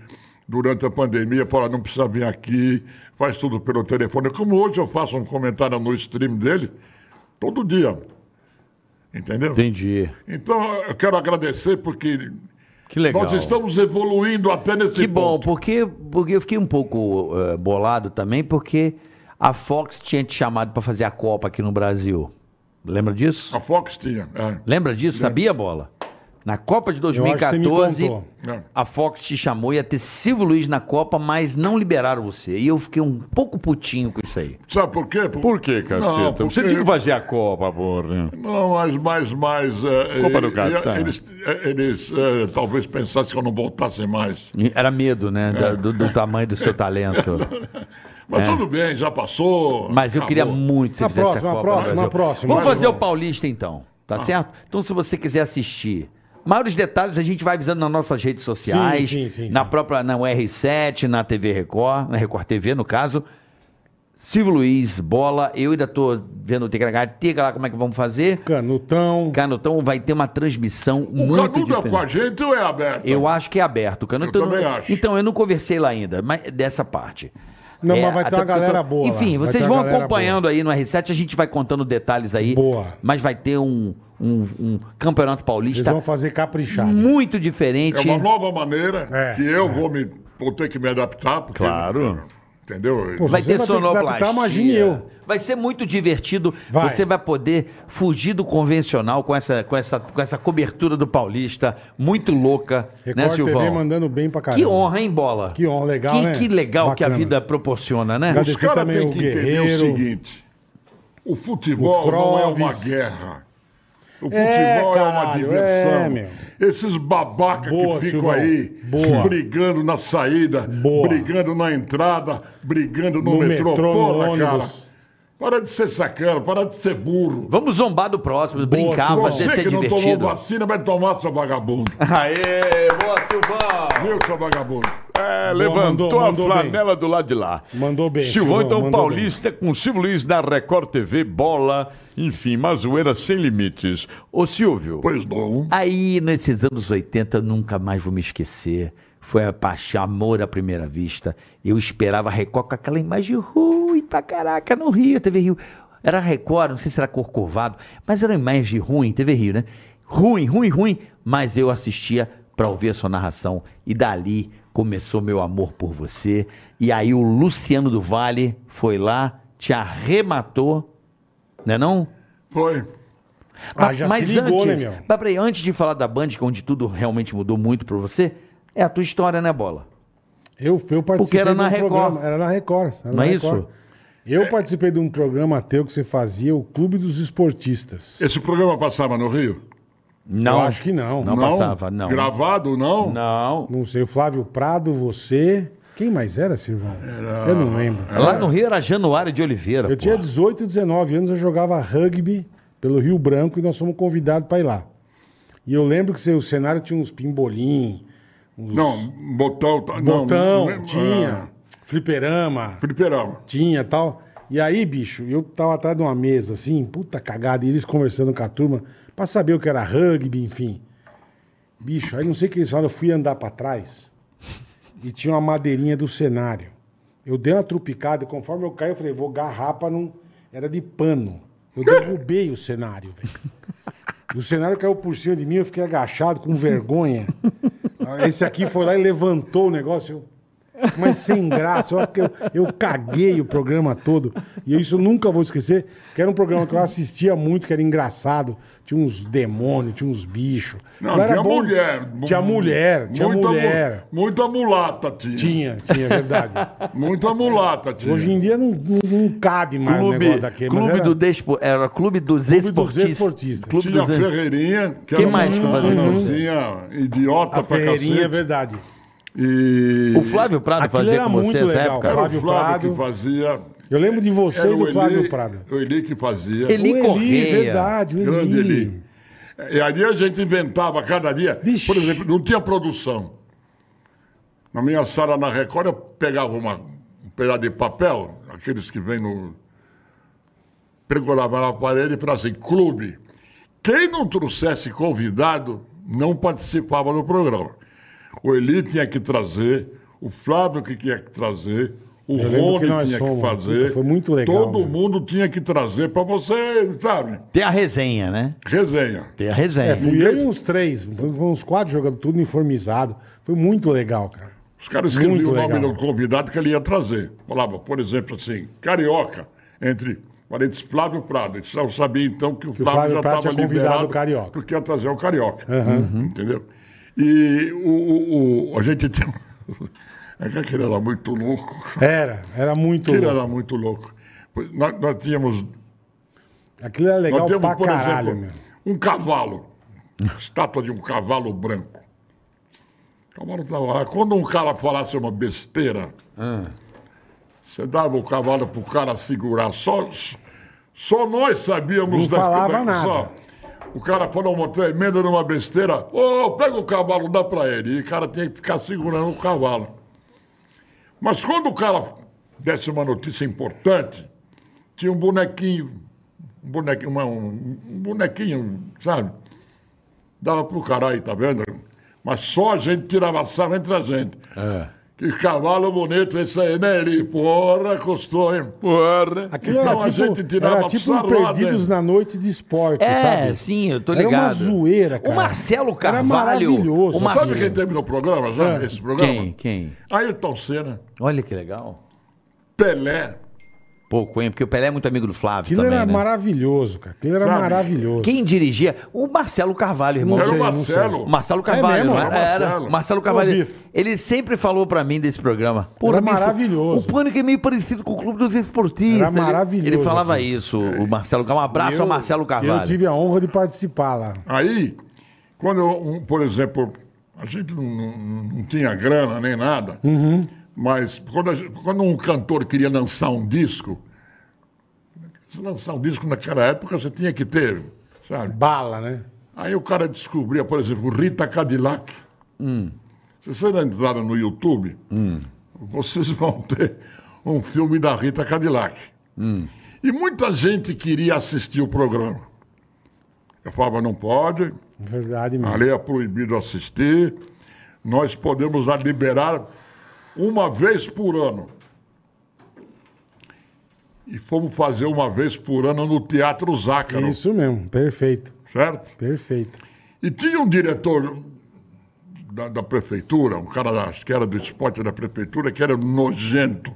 Speaker 4: durante a pandemia, falaram, não precisa vir aqui, faz tudo pelo telefone. Como hoje eu faço um comentário no stream dele, todo dia. Entendeu?
Speaker 3: Entendi.
Speaker 4: Então, eu quero agradecer porque
Speaker 3: Que legal.
Speaker 4: nós estamos evoluindo até nesse
Speaker 3: Que bom,
Speaker 4: ponto.
Speaker 3: porque, porque eu fiquei um pouco eh, bolado também, porque a Fox tinha te chamado pra fazer a Copa aqui no Brasil. Lembra disso?
Speaker 4: A Fox tinha. é,
Speaker 3: Lembra disso? Sabia, Bola? Na Copa de
Speaker 2: Eu acho que você me
Speaker 3: 2014,
Speaker 2: contou.
Speaker 4: é.
Speaker 3: a Fox te chamou, ia ter Silvio Luiz na Copa, mas não liberaram você. E eu fiquei um pouco putinho com isso aí.
Speaker 4: Sabe por quê? Por,
Speaker 5: Por que, caceta?
Speaker 4: Não,
Speaker 5: Você
Speaker 4: porque-
Speaker 5: tinha que fazer a Copa, porra.
Speaker 4: Não, mas mais, mais. é,
Speaker 5: Copa do
Speaker 4: e-
Speaker 5: Catar.
Speaker 4: e- Eles, é, eles é, talvez pensassem que eu não voltasse mais.
Speaker 3: E Era medo, né? da- Do, do tamanho do seu talento.
Speaker 4: Mas tudo bem, já passou.
Speaker 3: É. Mas eu queria
Speaker 4: acabou.
Speaker 3: muito que você
Speaker 2: A
Speaker 3: fizesse
Speaker 2: próxima,
Speaker 3: a
Speaker 2: a
Speaker 3: Copa.
Speaker 2: próxima,
Speaker 3: do Brasil.
Speaker 2: a próxima.
Speaker 3: Vamos
Speaker 2: Vai,
Speaker 3: fazer o
Speaker 2: vai.
Speaker 3: Paulista então, tá certo? Então, se você quiser assistir. Maiores detalhes a gente vai avisando nas nossas redes sociais,
Speaker 2: sim, sim,
Speaker 3: na
Speaker 2: sim.
Speaker 3: própria na R7, na TV Record, na Record TV no caso. Silvio Luiz, bola, eu ainda tô vendo o Tigra lá como é que vamos fazer.
Speaker 2: Canutão.
Speaker 3: Canutão vai ter uma transmissão
Speaker 4: O
Speaker 3: muito
Speaker 4: Canudo é
Speaker 3: diferente.
Speaker 4: com a gente ou é aberto?
Speaker 3: Eu acho que é aberto. O Canuto
Speaker 4: Eu também acho.
Speaker 3: Então, eu não conversei lá ainda, mas dessa parte.
Speaker 2: Não,
Speaker 3: É,
Speaker 2: mas vai ter
Speaker 3: até
Speaker 2: uma
Speaker 3: porque eu
Speaker 2: galera boa lá.
Speaker 3: Enfim,
Speaker 2: Vai
Speaker 3: vocês
Speaker 2: ter uma
Speaker 3: vão
Speaker 2: galera
Speaker 3: acompanhando aí no R7, a gente vai contando detalhes aí.
Speaker 2: Boa.
Speaker 3: Mas vai ter um, um- um campeonato
Speaker 2: Eles
Speaker 3: paulista
Speaker 2: vão fazer caprichado.
Speaker 3: muito diferente.
Speaker 4: É uma nova maneira
Speaker 2: É,
Speaker 4: que eu vou, me, vou ter que me adaptar. Porque,
Speaker 5: Claro.
Speaker 4: Entendeu?
Speaker 2: Pô,
Speaker 3: Vai
Speaker 2: Você vai
Speaker 3: ter
Speaker 2: ter que se adaptar,
Speaker 3: sonoplastia.
Speaker 2: imagine eu.
Speaker 3: Vai ser muito divertido.
Speaker 2: Vai.
Speaker 3: Você vai poder fugir do convencional com essa, com essa, com essa cobertura do paulista muito louca,
Speaker 2: Record
Speaker 3: né,
Speaker 2: TV
Speaker 3: Silvão?
Speaker 2: mandando bem pra caramba.
Speaker 3: Que honra, hein, bola?
Speaker 2: Que honra, legal,
Speaker 3: Que,
Speaker 2: né?
Speaker 3: que legal que a
Speaker 2: Bacana.
Speaker 3: vida proporciona, né?
Speaker 2: Agradecer
Speaker 4: Os caras
Speaker 2: também é
Speaker 4: têm
Speaker 2: o
Speaker 4: que entender o
Speaker 2: Guerreiro.
Speaker 4: seguinte: o futebol
Speaker 2: O
Speaker 4: não é uma
Speaker 2: Clóvis.
Speaker 4: guerra. O futebol
Speaker 2: É,
Speaker 4: é, uma
Speaker 2: caralho, é, meu.
Speaker 4: diversão. Esses babacas
Speaker 2: Boa,
Speaker 4: que ficam
Speaker 2: Silvão.
Speaker 4: aí
Speaker 2: Boa.
Speaker 4: brigando na saída,
Speaker 2: Boa.
Speaker 4: brigando na entrada, brigando no,
Speaker 2: No
Speaker 4: metrô,
Speaker 2: metrô, no
Speaker 4: porra, cara.
Speaker 2: ônibus.
Speaker 4: Para de ser sacana, para de ser burro.
Speaker 3: Vamos zombar do próximo, brincar,
Speaker 2: Silvão.
Speaker 3: fazer
Speaker 4: Você
Speaker 3: ser
Speaker 4: que não tomou
Speaker 3: divertido.
Speaker 4: vacina vai tomar, seu vagabundo.
Speaker 3: Aê, boa, Silvão!
Speaker 4: Meu, seu vagabundo.
Speaker 2: Boa,
Speaker 5: É, levantou
Speaker 2: mandou- mandou
Speaker 5: a flanela do lado de lá.
Speaker 2: Mandou bem,
Speaker 5: Silvão,
Speaker 2: Silvão,
Speaker 5: então,
Speaker 2: mandou
Speaker 5: paulista com Silvio Luiz da Record TV, bola, enfim, uma zoeira sem limites. Ô, Silvio,
Speaker 4: Pois não.
Speaker 3: Aí, nesses anos 80, eu nunca mais vou me esquecer. Foi a paixão, amor à primeira vista. Eu esperava a Record com aquela imagem ruim pra caraca no Rio, TV Rio. Era Record, não sei se era Corcovado, mas era uma imagem ruim, TV Rio, né? Ruim, ruim, ruim, mas eu assistia pra ouvir a sua narração. E dali começou meu amor por você. E aí o Luciano do Vale foi lá, te arrematou, né não?
Speaker 4: Foi.
Speaker 2: Ah, já se ligou,
Speaker 3: antes,
Speaker 2: né, meu?
Speaker 3: Mas peraí, antes de falar da Band, que é onde tudo realmente mudou muito pra você, é a tua história, né, Bola?
Speaker 2: Eu, eu participei
Speaker 3: Porque era
Speaker 2: de um
Speaker 3: na Record.
Speaker 2: programa- Era na Record. era
Speaker 3: Não
Speaker 2: na
Speaker 3: é
Speaker 2: Record.
Speaker 3: isso?
Speaker 2: Eu participei de um programa teu que você fazia, o Clube dos Esportistas.
Speaker 4: Esse programa passava no Rio?
Speaker 3: Não.
Speaker 2: Eu acho que não.
Speaker 3: Não, passava, não.
Speaker 4: Gravado, não?
Speaker 3: Não.
Speaker 2: Não sei, o Flávio Prado, você. Quem mais era, Silvão? Eu não lembro.
Speaker 3: Lá no Rio era Januário de Oliveira.
Speaker 2: É. Eu
Speaker 3: pô.
Speaker 2: tinha 18, 19 anos, eu jogava rugby pelo Rio Branco e nós fomos convidados para ir lá. E eu lembro que o cenário tinha uns pimbolim, uns
Speaker 4: Não, botão. tá- não,
Speaker 2: botão,
Speaker 4: não-
Speaker 2: tinha, fliperama,
Speaker 4: ah, Fliperama.
Speaker 2: tinha tal. E aí, bicho, eu tava atrás de uma mesa assim, puta cagada, e eles conversando com a turma para saber o que era rugby, enfim. Bicho, aí não sei o que eles falaram, eu fui andar para trás e tinha uma madeirinha do cenário. Eu dei uma trupicada e conforme eu caí, eu falei, vou garrar pra não. Era de pano. Eu derrubei o cenário, velho. E O cenário caiu por cima de mim, eu fiquei agachado, com vergonha. Ah, Esse aqui foi lá e levantou o negócio. eu- Mas sem graça, eu, eu, eu caguei o programa todo. E isso eu nunca vou esquecer, que era um programa que eu assistia muito, que era engraçado. Tinha uns demônios, tinha uns bichos.
Speaker 4: Não,
Speaker 2: Não era
Speaker 4: tinha
Speaker 2: bom-
Speaker 4: mulher.
Speaker 2: Tinha mulher, tinha
Speaker 4: muita, mu-
Speaker 2: mulher.
Speaker 4: Muita mulata tinha.
Speaker 2: Tinha, tinha, é verdade.
Speaker 4: Muita mulata tinha.
Speaker 2: Hoje em dia não, não, não cabe mais o
Speaker 3: Clube,
Speaker 2: negócio daquele. mas
Speaker 3: clube
Speaker 2: era-
Speaker 3: do Despo, era Clube dos Esportistas.
Speaker 2: Esportistas.
Speaker 3: Clube
Speaker 4: Tinha a
Speaker 3: dos
Speaker 4: Ferreirinha, que
Speaker 3: Quem
Speaker 4: era
Speaker 3: mais né? que
Speaker 4: uma
Speaker 3: fazia
Speaker 4: meninazinha idiota
Speaker 2: A
Speaker 4: pra
Speaker 2: feirinha é
Speaker 4: cacete.
Speaker 2: verdade.
Speaker 4: E
Speaker 3: O Flávio Prado
Speaker 2: Aquilo
Speaker 3: fazia
Speaker 2: era
Speaker 3: com você
Speaker 2: muito
Speaker 3: nessa
Speaker 2: legal,
Speaker 4: era
Speaker 3: época.
Speaker 4: o
Speaker 2: Flávio
Speaker 4: Flávio,
Speaker 2: Prado.
Speaker 4: que fazia.
Speaker 2: Eu lembro de você
Speaker 4: Era
Speaker 2: e do
Speaker 4: o
Speaker 2: Flávio
Speaker 4: Eli,
Speaker 2: Prado. é
Speaker 4: O Eli que fazia.
Speaker 3: Eli Correia.
Speaker 2: verdade, o Eli.
Speaker 4: Grande Eli. E ali a gente inventava cada dia.
Speaker 2: Vixe.
Speaker 4: Por exemplo, não tinha produção. Na minha sala na Record, eu pegava uma, um pedaço de papel, aqueles que vêm no. Pregolava na parede e falava assim: clube. Quem não trouxesse convidado não participava do programa. O Eli tinha que trazer, o Flávio que tinha que trazer, o
Speaker 2: Eu lembro que
Speaker 4: Rony
Speaker 2: nós
Speaker 4: tinha que
Speaker 2: fomos.
Speaker 4: fazer.
Speaker 2: Puta, foi muito legal,
Speaker 4: Todo
Speaker 2: meu.
Speaker 4: mundo tinha que trazer para você, sabe?
Speaker 3: Tem a resenha, né?
Speaker 4: Resenha.
Speaker 3: Tem a resenha.
Speaker 2: É, fui eu e uns três, foi- foi uns quatro jogando tudo uniformizado. Foi muito legal, cara.
Speaker 4: Os caras escreviam
Speaker 2: Muito
Speaker 4: o nome
Speaker 2: legal.
Speaker 4: do convidado que ele ia trazer. Falava, por exemplo, assim, carioca, entre parentes Flávio Prado. Eu só sabia então que o
Speaker 2: o
Speaker 4: Flávio,
Speaker 2: Flávio
Speaker 4: já
Speaker 2: Prado
Speaker 4: estava
Speaker 2: tinha convidado
Speaker 4: liberado
Speaker 2: o carioca.
Speaker 4: porque ia trazer o carioca. Uhum. Entendeu? E o, o- o- a gente tem. É que aquele era muito louco.
Speaker 2: Era, era muito.
Speaker 4: Aquele era muito louco. Pois Nós, nós tínhamos,
Speaker 2: Aquilo era
Speaker 4: nós
Speaker 2: legal
Speaker 4: tínhamos
Speaker 2: pra
Speaker 4: por
Speaker 2: caralho,
Speaker 4: exemplo,
Speaker 2: meu.
Speaker 4: um cavalo. Estátua de um cavalo branco. O cavalo estava lá. Quando um cara falasse uma besteira, você dava o cavalo pro cara segurar. Só, só nós sabíamos
Speaker 2: Não falava nada.
Speaker 4: só. O cara falou uma tremenda numa besteira. Ô, pega o cavalo, dá pra ele. E o cara tinha que ficar segurando o cavalo. Mas quando o cara desse uma notícia importante, tinha um bonequinho. Um bonequinho, uma- um um bonequinho, sabe? Dava pro cara aí, tá vendo? Mas só a gente tirava sarro entre a gente. Que cavalo bonito esse aí, né, Eli? Porra, custou, hein?
Speaker 5: Porra.
Speaker 2: Aquilo era
Speaker 4: Não, então a
Speaker 2: tipo,
Speaker 4: gente tirava
Speaker 2: era tipo um
Speaker 4: sarro lá
Speaker 2: Perdidos
Speaker 4: dentro.
Speaker 2: na Noite de Esporte,
Speaker 3: É,
Speaker 2: sabe?
Speaker 3: sim, eu tô
Speaker 2: Era
Speaker 3: ligado.
Speaker 2: uma zoeira, cara.
Speaker 3: O Marcelo
Speaker 2: Era
Speaker 3: Carvalho.
Speaker 2: maravilhoso.
Speaker 3: O Marcelo...
Speaker 4: Sabe quem terminou o programa
Speaker 2: Ah,
Speaker 4: já? Esse programa?
Speaker 3: Quem? Quem?
Speaker 4: Ayrton Senna,
Speaker 3: Olha que legal.
Speaker 4: Pelé.
Speaker 3: Pouco, hein? Porque o Pelé é muito amigo do Flávio
Speaker 2: Aquilo
Speaker 3: também,
Speaker 2: era
Speaker 3: né?
Speaker 2: maravilhoso, cara. Aquilo era
Speaker 4: Sabe?
Speaker 2: maravilhoso.
Speaker 3: Quem dirigia? O Marcelo Carvalho, irmão.
Speaker 2: Não
Speaker 4: Era
Speaker 2: sei,
Speaker 4: o
Speaker 2: não
Speaker 4: Marcelo.
Speaker 3: O Marcelo
Speaker 2: É
Speaker 3: Carvalho,
Speaker 2: mesmo,
Speaker 3: não era?
Speaker 4: era o
Speaker 3: Era, Marcelo.
Speaker 4: Marcelo.
Speaker 2: Ô,
Speaker 3: Carvalho.
Speaker 2: bife.
Speaker 3: ele sempre falou pra mim desse programa. Pô,
Speaker 2: Era
Speaker 3: bife,
Speaker 2: maravilhoso.
Speaker 3: O Pânico é meio parecido com o Clube dos Esportistas.
Speaker 2: Era
Speaker 3: Ele-
Speaker 2: maravilhoso,
Speaker 3: Ele, falava
Speaker 2: cara.
Speaker 3: isso, o Marcelo Carvalho. Um abraço ao Marcelo Carvalho.
Speaker 2: Eu tive a honra de participar lá.
Speaker 4: Aí, quando, eu, um, por exemplo, a gente não, não- não tinha grana nem nada,
Speaker 2: Uhum.
Speaker 4: mas quando, a gente- quando um cantor queria lançar um disco, se lançar um disco naquela época você tinha que ter, sabe?
Speaker 2: Bala, né?
Speaker 4: Aí o cara descobria, por exemplo, Rita Cadillac. Se vocês entraram no YouTube, vocês vão ter um filme da Rita Cadillac. E muita gente queria assistir o programa. Eu falava, não pode,
Speaker 2: Verdade mesmo.
Speaker 4: a lei é proibido assistir, nós podemos a liberar uma vez por ano. E fomos fazer uma vez por ano no Teatro Zácaro,
Speaker 2: Isso mesmo, perfeito,
Speaker 4: certo?
Speaker 2: perfeito.
Speaker 4: E tinha um diretor da, da prefeitura, um cara da, acho que era do esporte da prefeitura, que era nojento.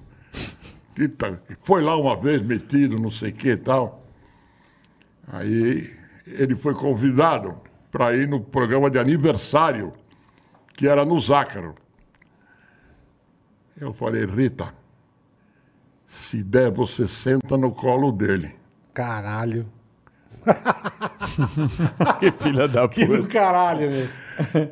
Speaker 4: E tá- e foi lá uma vez metido, não sei o que e tal. Aí ele foi convidado para ir no programa de aniversário, que era no Zácaro. Eu falei, Rita, se der, você senta no colo dele.
Speaker 2: Caralho.
Speaker 5: Que filha da
Speaker 2: Que do
Speaker 5: puta.
Speaker 2: caralho, né? meu.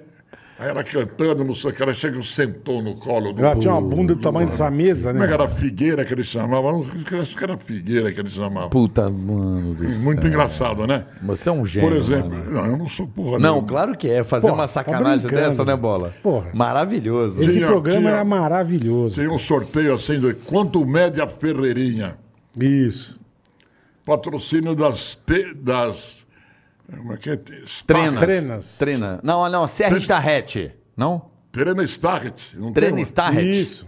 Speaker 4: Aí ela cantando, não sei o que, ela chega e sentou no colo do
Speaker 2: Ela tinha uma bunda do tamanho dessa mesa,
Speaker 4: Como é que
Speaker 2: né?
Speaker 4: era a figueira que ele chamava? Não, Acho que era a figueira que ele chamava.
Speaker 3: Puta, mano do
Speaker 4: Muito
Speaker 3: céu.
Speaker 4: engraçado, né?
Speaker 3: Você é um gênio.
Speaker 4: Por exemplo,
Speaker 3: mano.
Speaker 4: não, eu não sou porra
Speaker 3: Não,
Speaker 4: nenhuma.
Speaker 3: claro que é. Fazer
Speaker 2: Porra,
Speaker 3: uma
Speaker 2: tá
Speaker 3: sacanagem
Speaker 2: brincando.
Speaker 3: dessa, né, bola?
Speaker 2: Porra.
Speaker 3: Maravilhoso.
Speaker 2: Esse
Speaker 4: Tinha-
Speaker 2: programa
Speaker 4: tinha-
Speaker 2: era maravilhoso.
Speaker 4: Tem um sorteio assim de quanto mede a Ferreirinha?
Speaker 2: Isso.
Speaker 4: Patrocínio das. Te, das como é que é? Starrett.
Speaker 3: Trenas.
Speaker 2: Trenas.
Speaker 3: Trena. Não, não, Serra Starret. Não?
Speaker 4: Trena Starrett. Não tem
Speaker 3: Trena
Speaker 4: uma?
Speaker 3: Starret.
Speaker 2: Isso.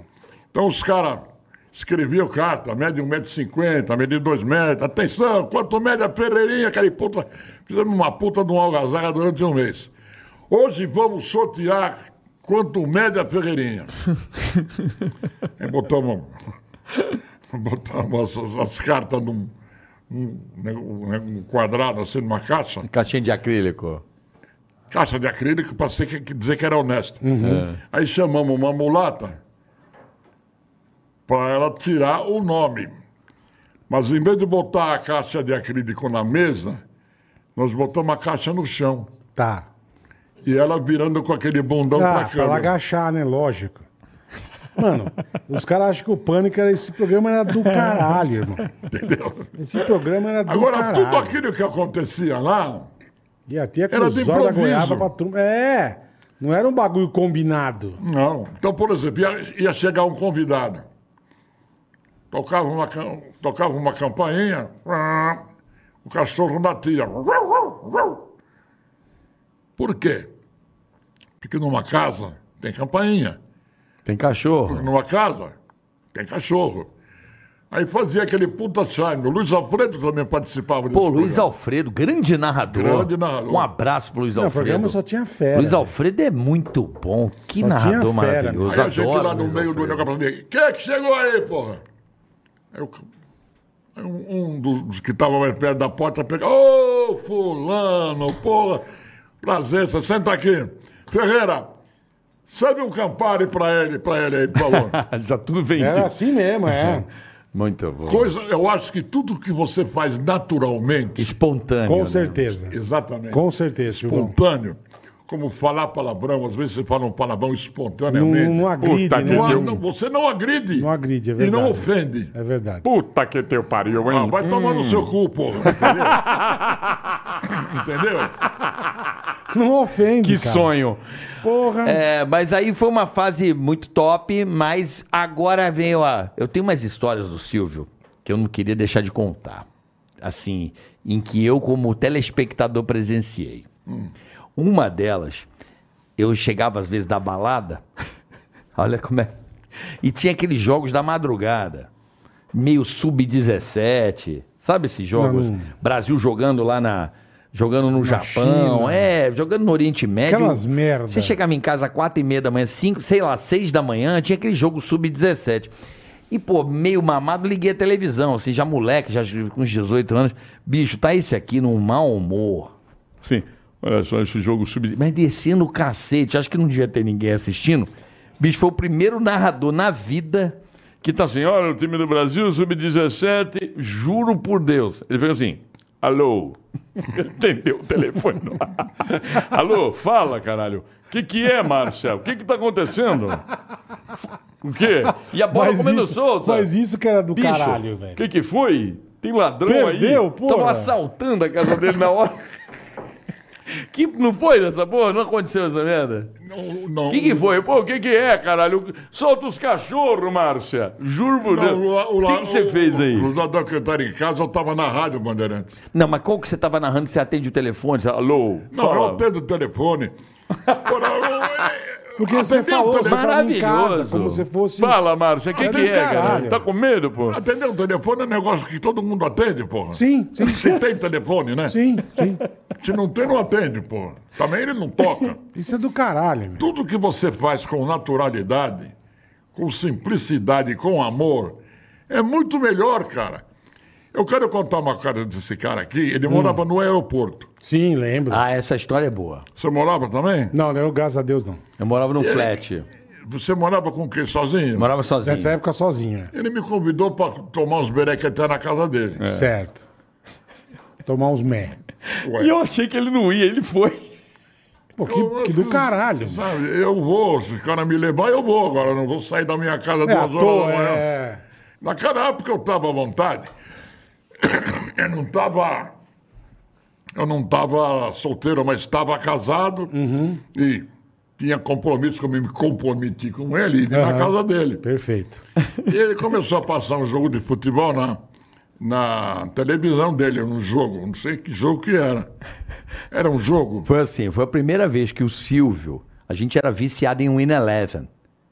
Speaker 4: Então os caras escreviam carta, um mede 1,50m, mede 2 metros. Atenção, quanto mede a Ferreirinha, cara e puta. Fizemos uma puta de um algazarra durante um mês. Hoje vamos sortear quanto mede a Ferreirinha. Aí botamos, botamos as, as cartas num, num- né, num quadrado, assim, numa caixa.
Speaker 3: Caixinha de acrílico.
Speaker 4: Caixa de acrílico para dizer que era honesto. É. Aí chamamos uma mulata para ela tirar o nome. Mas em vez de botar a caixa de acrílico na mesa, nós botamos a caixa no chão.
Speaker 2: Tá.
Speaker 4: E ela virando com aquele bundão
Speaker 2: Ah,
Speaker 4: para pra
Speaker 2: pra ela
Speaker 4: câmera.
Speaker 2: agachar, né? Lógico. Mano, os caras acham que o pânico era. Esse programa era do caralho, irmão.
Speaker 4: Entendeu?
Speaker 2: Esse programa era do
Speaker 4: Agora,
Speaker 2: caralho.
Speaker 4: tudo aquilo que acontecia lá,
Speaker 2: E a tia
Speaker 4: Era de
Speaker 2: cruzada da
Speaker 4: improviso.
Speaker 2: goiaba pra turma. É, não era um bagulho combinado.
Speaker 4: Não. Então, por exemplo, ia, ia chegar um convidado. Tocava uma, cam- tocava uma campainha, ah, o cachorro batia. Por quê? Porque numa casa tem campainha.
Speaker 3: Tem cachorro.
Speaker 4: Numa casa tem cachorro. Aí fazia aquele puta charme. O Luiz Alfredo também participava desse
Speaker 3: Pô, Luiz
Speaker 4: programa.
Speaker 3: Alfredo, grande narrador.
Speaker 4: Grande narrador.
Speaker 3: Um abraço pro Luiz
Speaker 2: Não, o
Speaker 3: Alfredo.
Speaker 2: programa só tinha fera.
Speaker 3: Luiz Alfredo é muito bom. Que
Speaker 2: Só tinha
Speaker 3: narrador
Speaker 2: fera. né?
Speaker 3: maravilhoso.
Speaker 4: Aí a gente
Speaker 3: Adoro
Speaker 4: lá no
Speaker 3: Luiz
Speaker 4: meio do
Speaker 3: Alfredo.
Speaker 4: negócio falando, quem é que chegou aí, porra? Aí o- aí um, um dos que estava mais perto da porta pegou, ô fulano, porra, prazer, você senta aqui. Ferreira, serve um Campari pra ele, pra ele aí, por favor.
Speaker 5: Já tudo vendido.
Speaker 2: Era assim mesmo,
Speaker 5: Uhum.
Speaker 2: é.
Speaker 3: Muito bom.
Speaker 4: Coisa, eu acho que tudo que você faz naturalmente,
Speaker 3: Espontâneo.
Speaker 2: Com
Speaker 3: né?
Speaker 2: certeza.
Speaker 4: exatamente,
Speaker 2: Com certeza, Silvão.
Speaker 4: espontâneo, como falar palavrão, às vezes você fala um palavrão
Speaker 2: Não,
Speaker 4: espontaneamente.
Speaker 2: não agride,
Speaker 5: Puta
Speaker 2: né?
Speaker 5: que
Speaker 4: Não,
Speaker 5: pariu.
Speaker 4: não, você não agride.
Speaker 2: Não agride, é
Speaker 4: E não
Speaker 2: verdade.
Speaker 4: ofende.
Speaker 2: É verdade.
Speaker 5: Puta que teu pariu, hein?
Speaker 4: Ah, vai tomar no
Speaker 5: Hum.
Speaker 4: seu cu, porra. Entendeu? Entendeu?
Speaker 2: Não ofende,
Speaker 5: Que
Speaker 2: cara.
Speaker 5: sonho.
Speaker 2: Porra.
Speaker 3: É, mas aí foi uma fase muito top, mas agora veio a. Eu tenho umas histórias do Silvio que eu não queria deixar de contar. Assim, em que eu, como telespectador, presenciei.
Speaker 2: Hum.
Speaker 3: Uma delas, eu chegava às vezes da balada, olha como é. E tinha aqueles jogos da madrugada, meio sub-17, sabe esses jogos?
Speaker 2: Não.
Speaker 3: Brasil jogando lá na. Jogando no Japão,
Speaker 2: China.
Speaker 3: é, jogando no Oriente Médio.
Speaker 2: Aquelas merda.
Speaker 3: Você chegava em casa às quatro e meia da manhã, cinco, sei lá, seis da manhã, tinha aquele jogo sub-17. E, pô, meio mamado, liguei a televisão, assim, já moleque, já com uns 18 anos. Bicho, tá esse aqui num mau humor.
Speaker 5: Sim, olha só esse jogo sub...
Speaker 3: Mas descendo o cacete, acho que não devia ter ninguém assistindo. Bicho, foi o primeiro narrador na vida que tá assim, ó,
Speaker 5: Senhora, o time do Brasil, sub-17, juro por Deus. Ele veio assim, alô. Entendeu o telefone. alô, fala, caralho. O que, que é, Marcelo? O que, que tá acontecendo? O quê? E a bola
Speaker 2: Mas
Speaker 5: comendo
Speaker 2: isso,
Speaker 5: solta?
Speaker 2: mas isso que era do
Speaker 5: Bicho,
Speaker 2: caralho, velho.
Speaker 5: O que, que foi? Tem ladrão
Speaker 2: Perdeu,
Speaker 5: aí.
Speaker 2: porra.
Speaker 5: Tava assaltando a casa dele na hora. Que não foi dessa porra? Não aconteceu essa merda?
Speaker 4: Não, não,
Speaker 5: O que, que foi? Pô, o que, que é, caralho? Solta os cachorros, Márcia. Juro por Deus.
Speaker 4: Não, o,
Speaker 5: O que que você fez aí?
Speaker 4: Os ladrões que entraram em casa, eu estava na rádio, Bandeirantes.
Speaker 3: Não, mas como que você tava narrando que você atende o telefone? Você, Alô?
Speaker 4: Não, eu
Speaker 5: Fala.
Speaker 4: atendo o telefone. Ora, eu-
Speaker 2: Porque você
Speaker 4: Atendeu
Speaker 5: né?
Speaker 2: falou,
Speaker 4: o
Speaker 2: você tava em casa,
Speaker 5: Maravilhoso.
Speaker 2: como se fosse...
Speaker 5: Fala, Márcia, o que,
Speaker 2: Ah,
Speaker 5: que é,
Speaker 2: caralho.
Speaker 5: cara? Tá com medo, pô?
Speaker 4: Atender o telefone é um negócio que todo mundo atende, porra.
Speaker 2: Sim, sim,
Speaker 4: Se tem telefone, né?
Speaker 2: sim, sim.
Speaker 4: Se não tem, não atende, porra. Também ele não toca.
Speaker 2: Isso é do caralho, meu.
Speaker 4: Tudo que você faz com naturalidade, com simplicidade, com amor, é muito melhor, cara. Eu quero contar uma cara desse cara aqui. Ele
Speaker 2: Hum.
Speaker 4: morava no aeroporto.
Speaker 2: Sim, lembro.
Speaker 3: Ah, essa história é boa.
Speaker 4: Você morava também?
Speaker 2: Não, né, eu, graças a Deus, não.
Speaker 3: Eu morava num flat. Eu
Speaker 4: Você morava com quem? Sozinho?
Speaker 3: morava sozinho.
Speaker 2: Nessa época, sozinho, né?
Speaker 4: Ele me convidou para tomar uns berequeté na casa dele.
Speaker 5: É.
Speaker 2: É. Certo. Tomar uns mé.
Speaker 4: Ué.
Speaker 5: E eu achei que ele não ia, ele foi.
Speaker 2: Pô,
Speaker 4: Eu-
Speaker 2: que, que do caralho. meu.
Speaker 4: Sabe, eu vou, se o cara me levar, eu vou agora. Não vou sair da minha casa
Speaker 2: É, à
Speaker 4: duas horas
Speaker 2: toa,
Speaker 4: da manhã.
Speaker 2: é...
Speaker 4: Naquela época eu estava à vontade. Eu não estava. Eu não estava solteiro, mas estava casado
Speaker 3: Uhum.
Speaker 4: e tinha compromisso que eu me comprometi com ele e na
Speaker 2: Aham.
Speaker 4: casa dele.
Speaker 2: Perfeito.
Speaker 4: E ele começou a passar um jogo de futebol na, na televisão dele, um jogo, não sei que jogo que era. Era um jogo.
Speaker 3: Foi assim, foi a primeira vez que o Silvio, a gente era viciado em Win Eleven.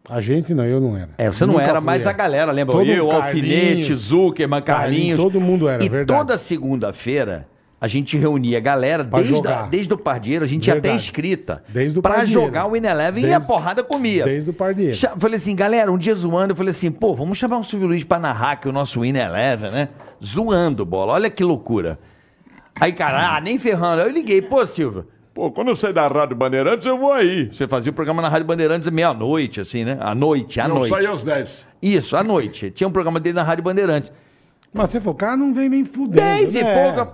Speaker 2: A gente não, eu não era.
Speaker 3: É, você não
Speaker 2: Nunca
Speaker 3: era,
Speaker 2: fui,
Speaker 3: mas
Speaker 2: é.
Speaker 3: a galera, lembra?
Speaker 2: Todo
Speaker 3: eu,
Speaker 2: Carlinhos,
Speaker 3: Alfinete, Zuckerman, Carlinhos.
Speaker 2: Carlinhos, todo mundo era,
Speaker 3: E
Speaker 2: verdade.
Speaker 3: toda segunda-feira a gente reunia a galera,
Speaker 2: Pra
Speaker 3: desde,
Speaker 2: jogar.
Speaker 3: a- desde o Pardieiro, a gente ia até
Speaker 2: Verdade.
Speaker 3: escrita.
Speaker 2: Desde o
Speaker 3: pra
Speaker 2: Pardieiro.
Speaker 3: jogar o Win Eleven e a
Speaker 2: Desde-
Speaker 3: porrada comia.
Speaker 2: desde o Pardieiro.
Speaker 3: Cha- Falei assim, galera, um dia zoando, eu falei assim, pô, vamos chamar o Silvio Luiz pra narrar aqui o nosso Win Eleven, né? Zoando, bola, olha que loucura. Aí, cara, ah, nem ferrando. Aí eu liguei, pô, Silvio.
Speaker 5: Pô, quando eu sair da Rádio Bandeirantes, eu vou aí.
Speaker 3: Você fazia o programa na Rádio Bandeirantes meia-noite, assim, né? À noite, à
Speaker 4: Não
Speaker 3: noite.
Speaker 4: saía às 10.
Speaker 3: Isso, à noite. Tinha um programa dele na Rádio Bandeirantes.
Speaker 2: Mas você falou, cara, não vem nem fudendo.
Speaker 3: Dez e
Speaker 2: né?
Speaker 3: pouca.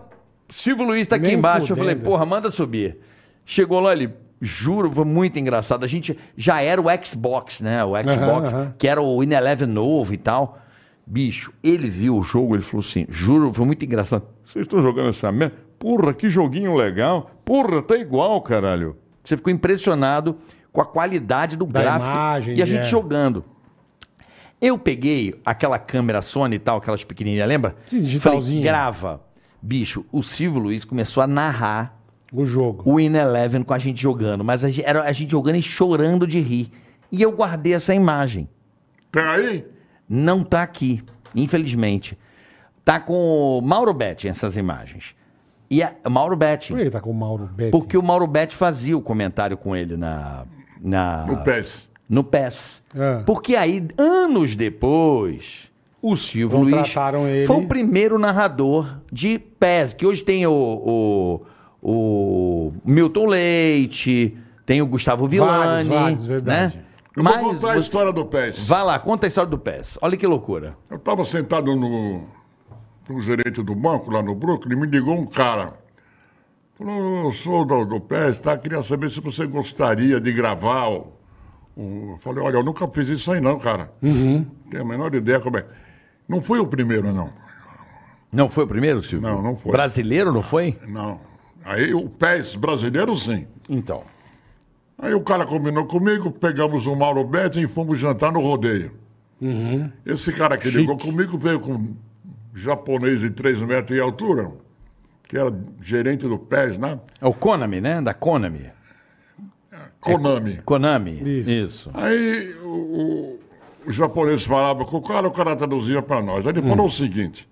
Speaker 3: Silvio Luiz tá aqui
Speaker 2: Nem
Speaker 3: embaixo. Eu falei,
Speaker 2: fudendo.
Speaker 3: porra, manda subir. Chegou lá, ele, juro, foi muito engraçado. A gente já era o Xbox, né? O Xbox,
Speaker 2: Aham, aham.
Speaker 3: que era o Ineleven novo e tal. Bicho, ele viu o jogo, ele falou assim: juro, foi muito engraçado.
Speaker 5: Vocês estão jogando essa merda? Porra, que joguinho legal. Porra, tá igual, caralho.
Speaker 3: Você ficou impressionado com a qualidade do
Speaker 2: Da
Speaker 3: gráfico
Speaker 2: imagem,
Speaker 3: e a gente
Speaker 2: é.
Speaker 3: jogando. Eu peguei aquela câmera Sony e tal, aquelas pequenininhas, lembra?
Speaker 2: Sim, digitalzinha.
Speaker 3: Falei, grava. Bicho, o Silvio Luiz começou a narrar
Speaker 2: O jogo.
Speaker 3: o In Eleven com a gente jogando, mas a gente, era a gente jogando e chorando de rir. E eu guardei essa imagem.
Speaker 4: Tem aí?
Speaker 3: Não tá aqui, infelizmente. Tá com o Mauro Betting essas imagens. E a, Mauro Betting.
Speaker 2: Por que ele tá com o Mauro Betti?
Speaker 3: Porque o Mauro Betti fazia o comentário com ele na. na
Speaker 4: No PES.
Speaker 3: no PES.
Speaker 2: Ah.
Speaker 3: Porque aí, anos depois, o Silvio Luiz
Speaker 2: Contrataram ele.
Speaker 3: foi o primeiro narrador de PES, que hoje tem o, o, o Milton Leite, tem o Gustavo
Speaker 2: Vários,
Speaker 3: Villani.
Speaker 2: vários, verdade.
Speaker 3: Né?
Speaker 4: Eu
Speaker 3: Mas
Speaker 4: vou contar a
Speaker 3: você-
Speaker 4: história do PES.
Speaker 3: Vai lá, conta a história do PES. Olha que loucura.
Speaker 4: Eu estava sentado no, no gerente do banco, lá no Brooklyn, me ligou um cara. Falou, eu sou do, do PES, tá? Queria saber se você gostaria de gravar. O, o-" Eu falei, olha, eu nunca fiz isso aí não, cara. Tenho a menor ideia como é. Não fui o primeiro, não.
Speaker 3: Não foi o primeiro, Silvio?
Speaker 4: Não, não foi.
Speaker 3: Brasileiro, não foi?
Speaker 4: Não. Aí o PES brasileiro, sim.
Speaker 3: Então.
Speaker 4: Aí o cara combinou comigo, pegamos o Mauro Betting e fomos jantar no rodeio. Esse cara que ligou comigo veio com um japonês de 3 metros de altura, que era gerente do PES, né?
Speaker 3: É o Konami, né? Da Konami.
Speaker 4: Konami.
Speaker 3: Konami.
Speaker 2: Isso.
Speaker 4: Aí o, o- o japonês falava com o cara, o cara traduzia para nós. Aí ele falou o seguinte,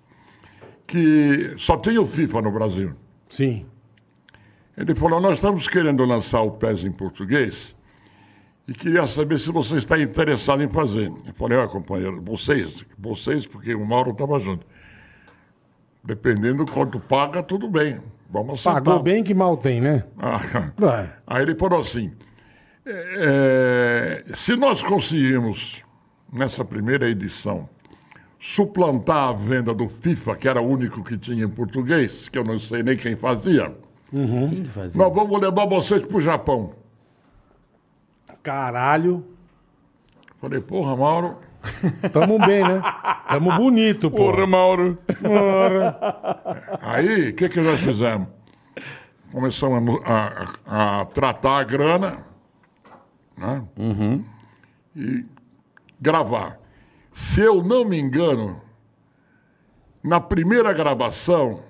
Speaker 4: que só tem o FIFA no Brasil.
Speaker 2: Sim.
Speaker 4: Ele falou, nós estamos querendo lançar o PES em português e queria saber se você está interessado em fazer. Eu falei, olha, companheiro, vocês, vocês, porque o Mauro estava junto. Dependendo do quanto paga, tudo bem. Vamos aceitar.
Speaker 2: Pagou bem que mal tem, né?
Speaker 4: Ah,
Speaker 2: Ué,
Speaker 4: Aí ele falou assim, eh, eh, se nós conseguirmos, nessa primeira edição, suplantar a venda do FIFA, que era o único que tinha em português, que eu não sei nem quem fazia,
Speaker 3: Quem que fazia?
Speaker 4: nós vamos levar vocês para o Japão.
Speaker 2: Caralho.
Speaker 4: Falei, porra, Mauro,
Speaker 2: Tamo bem, né? Tamo bonito, pô.
Speaker 5: Porra, Mauro.
Speaker 4: aí o que, que nós fizemos? Começamos a no- a, a- a tratar a grana né? e gravar. Se eu não me engano, na primeira gravação,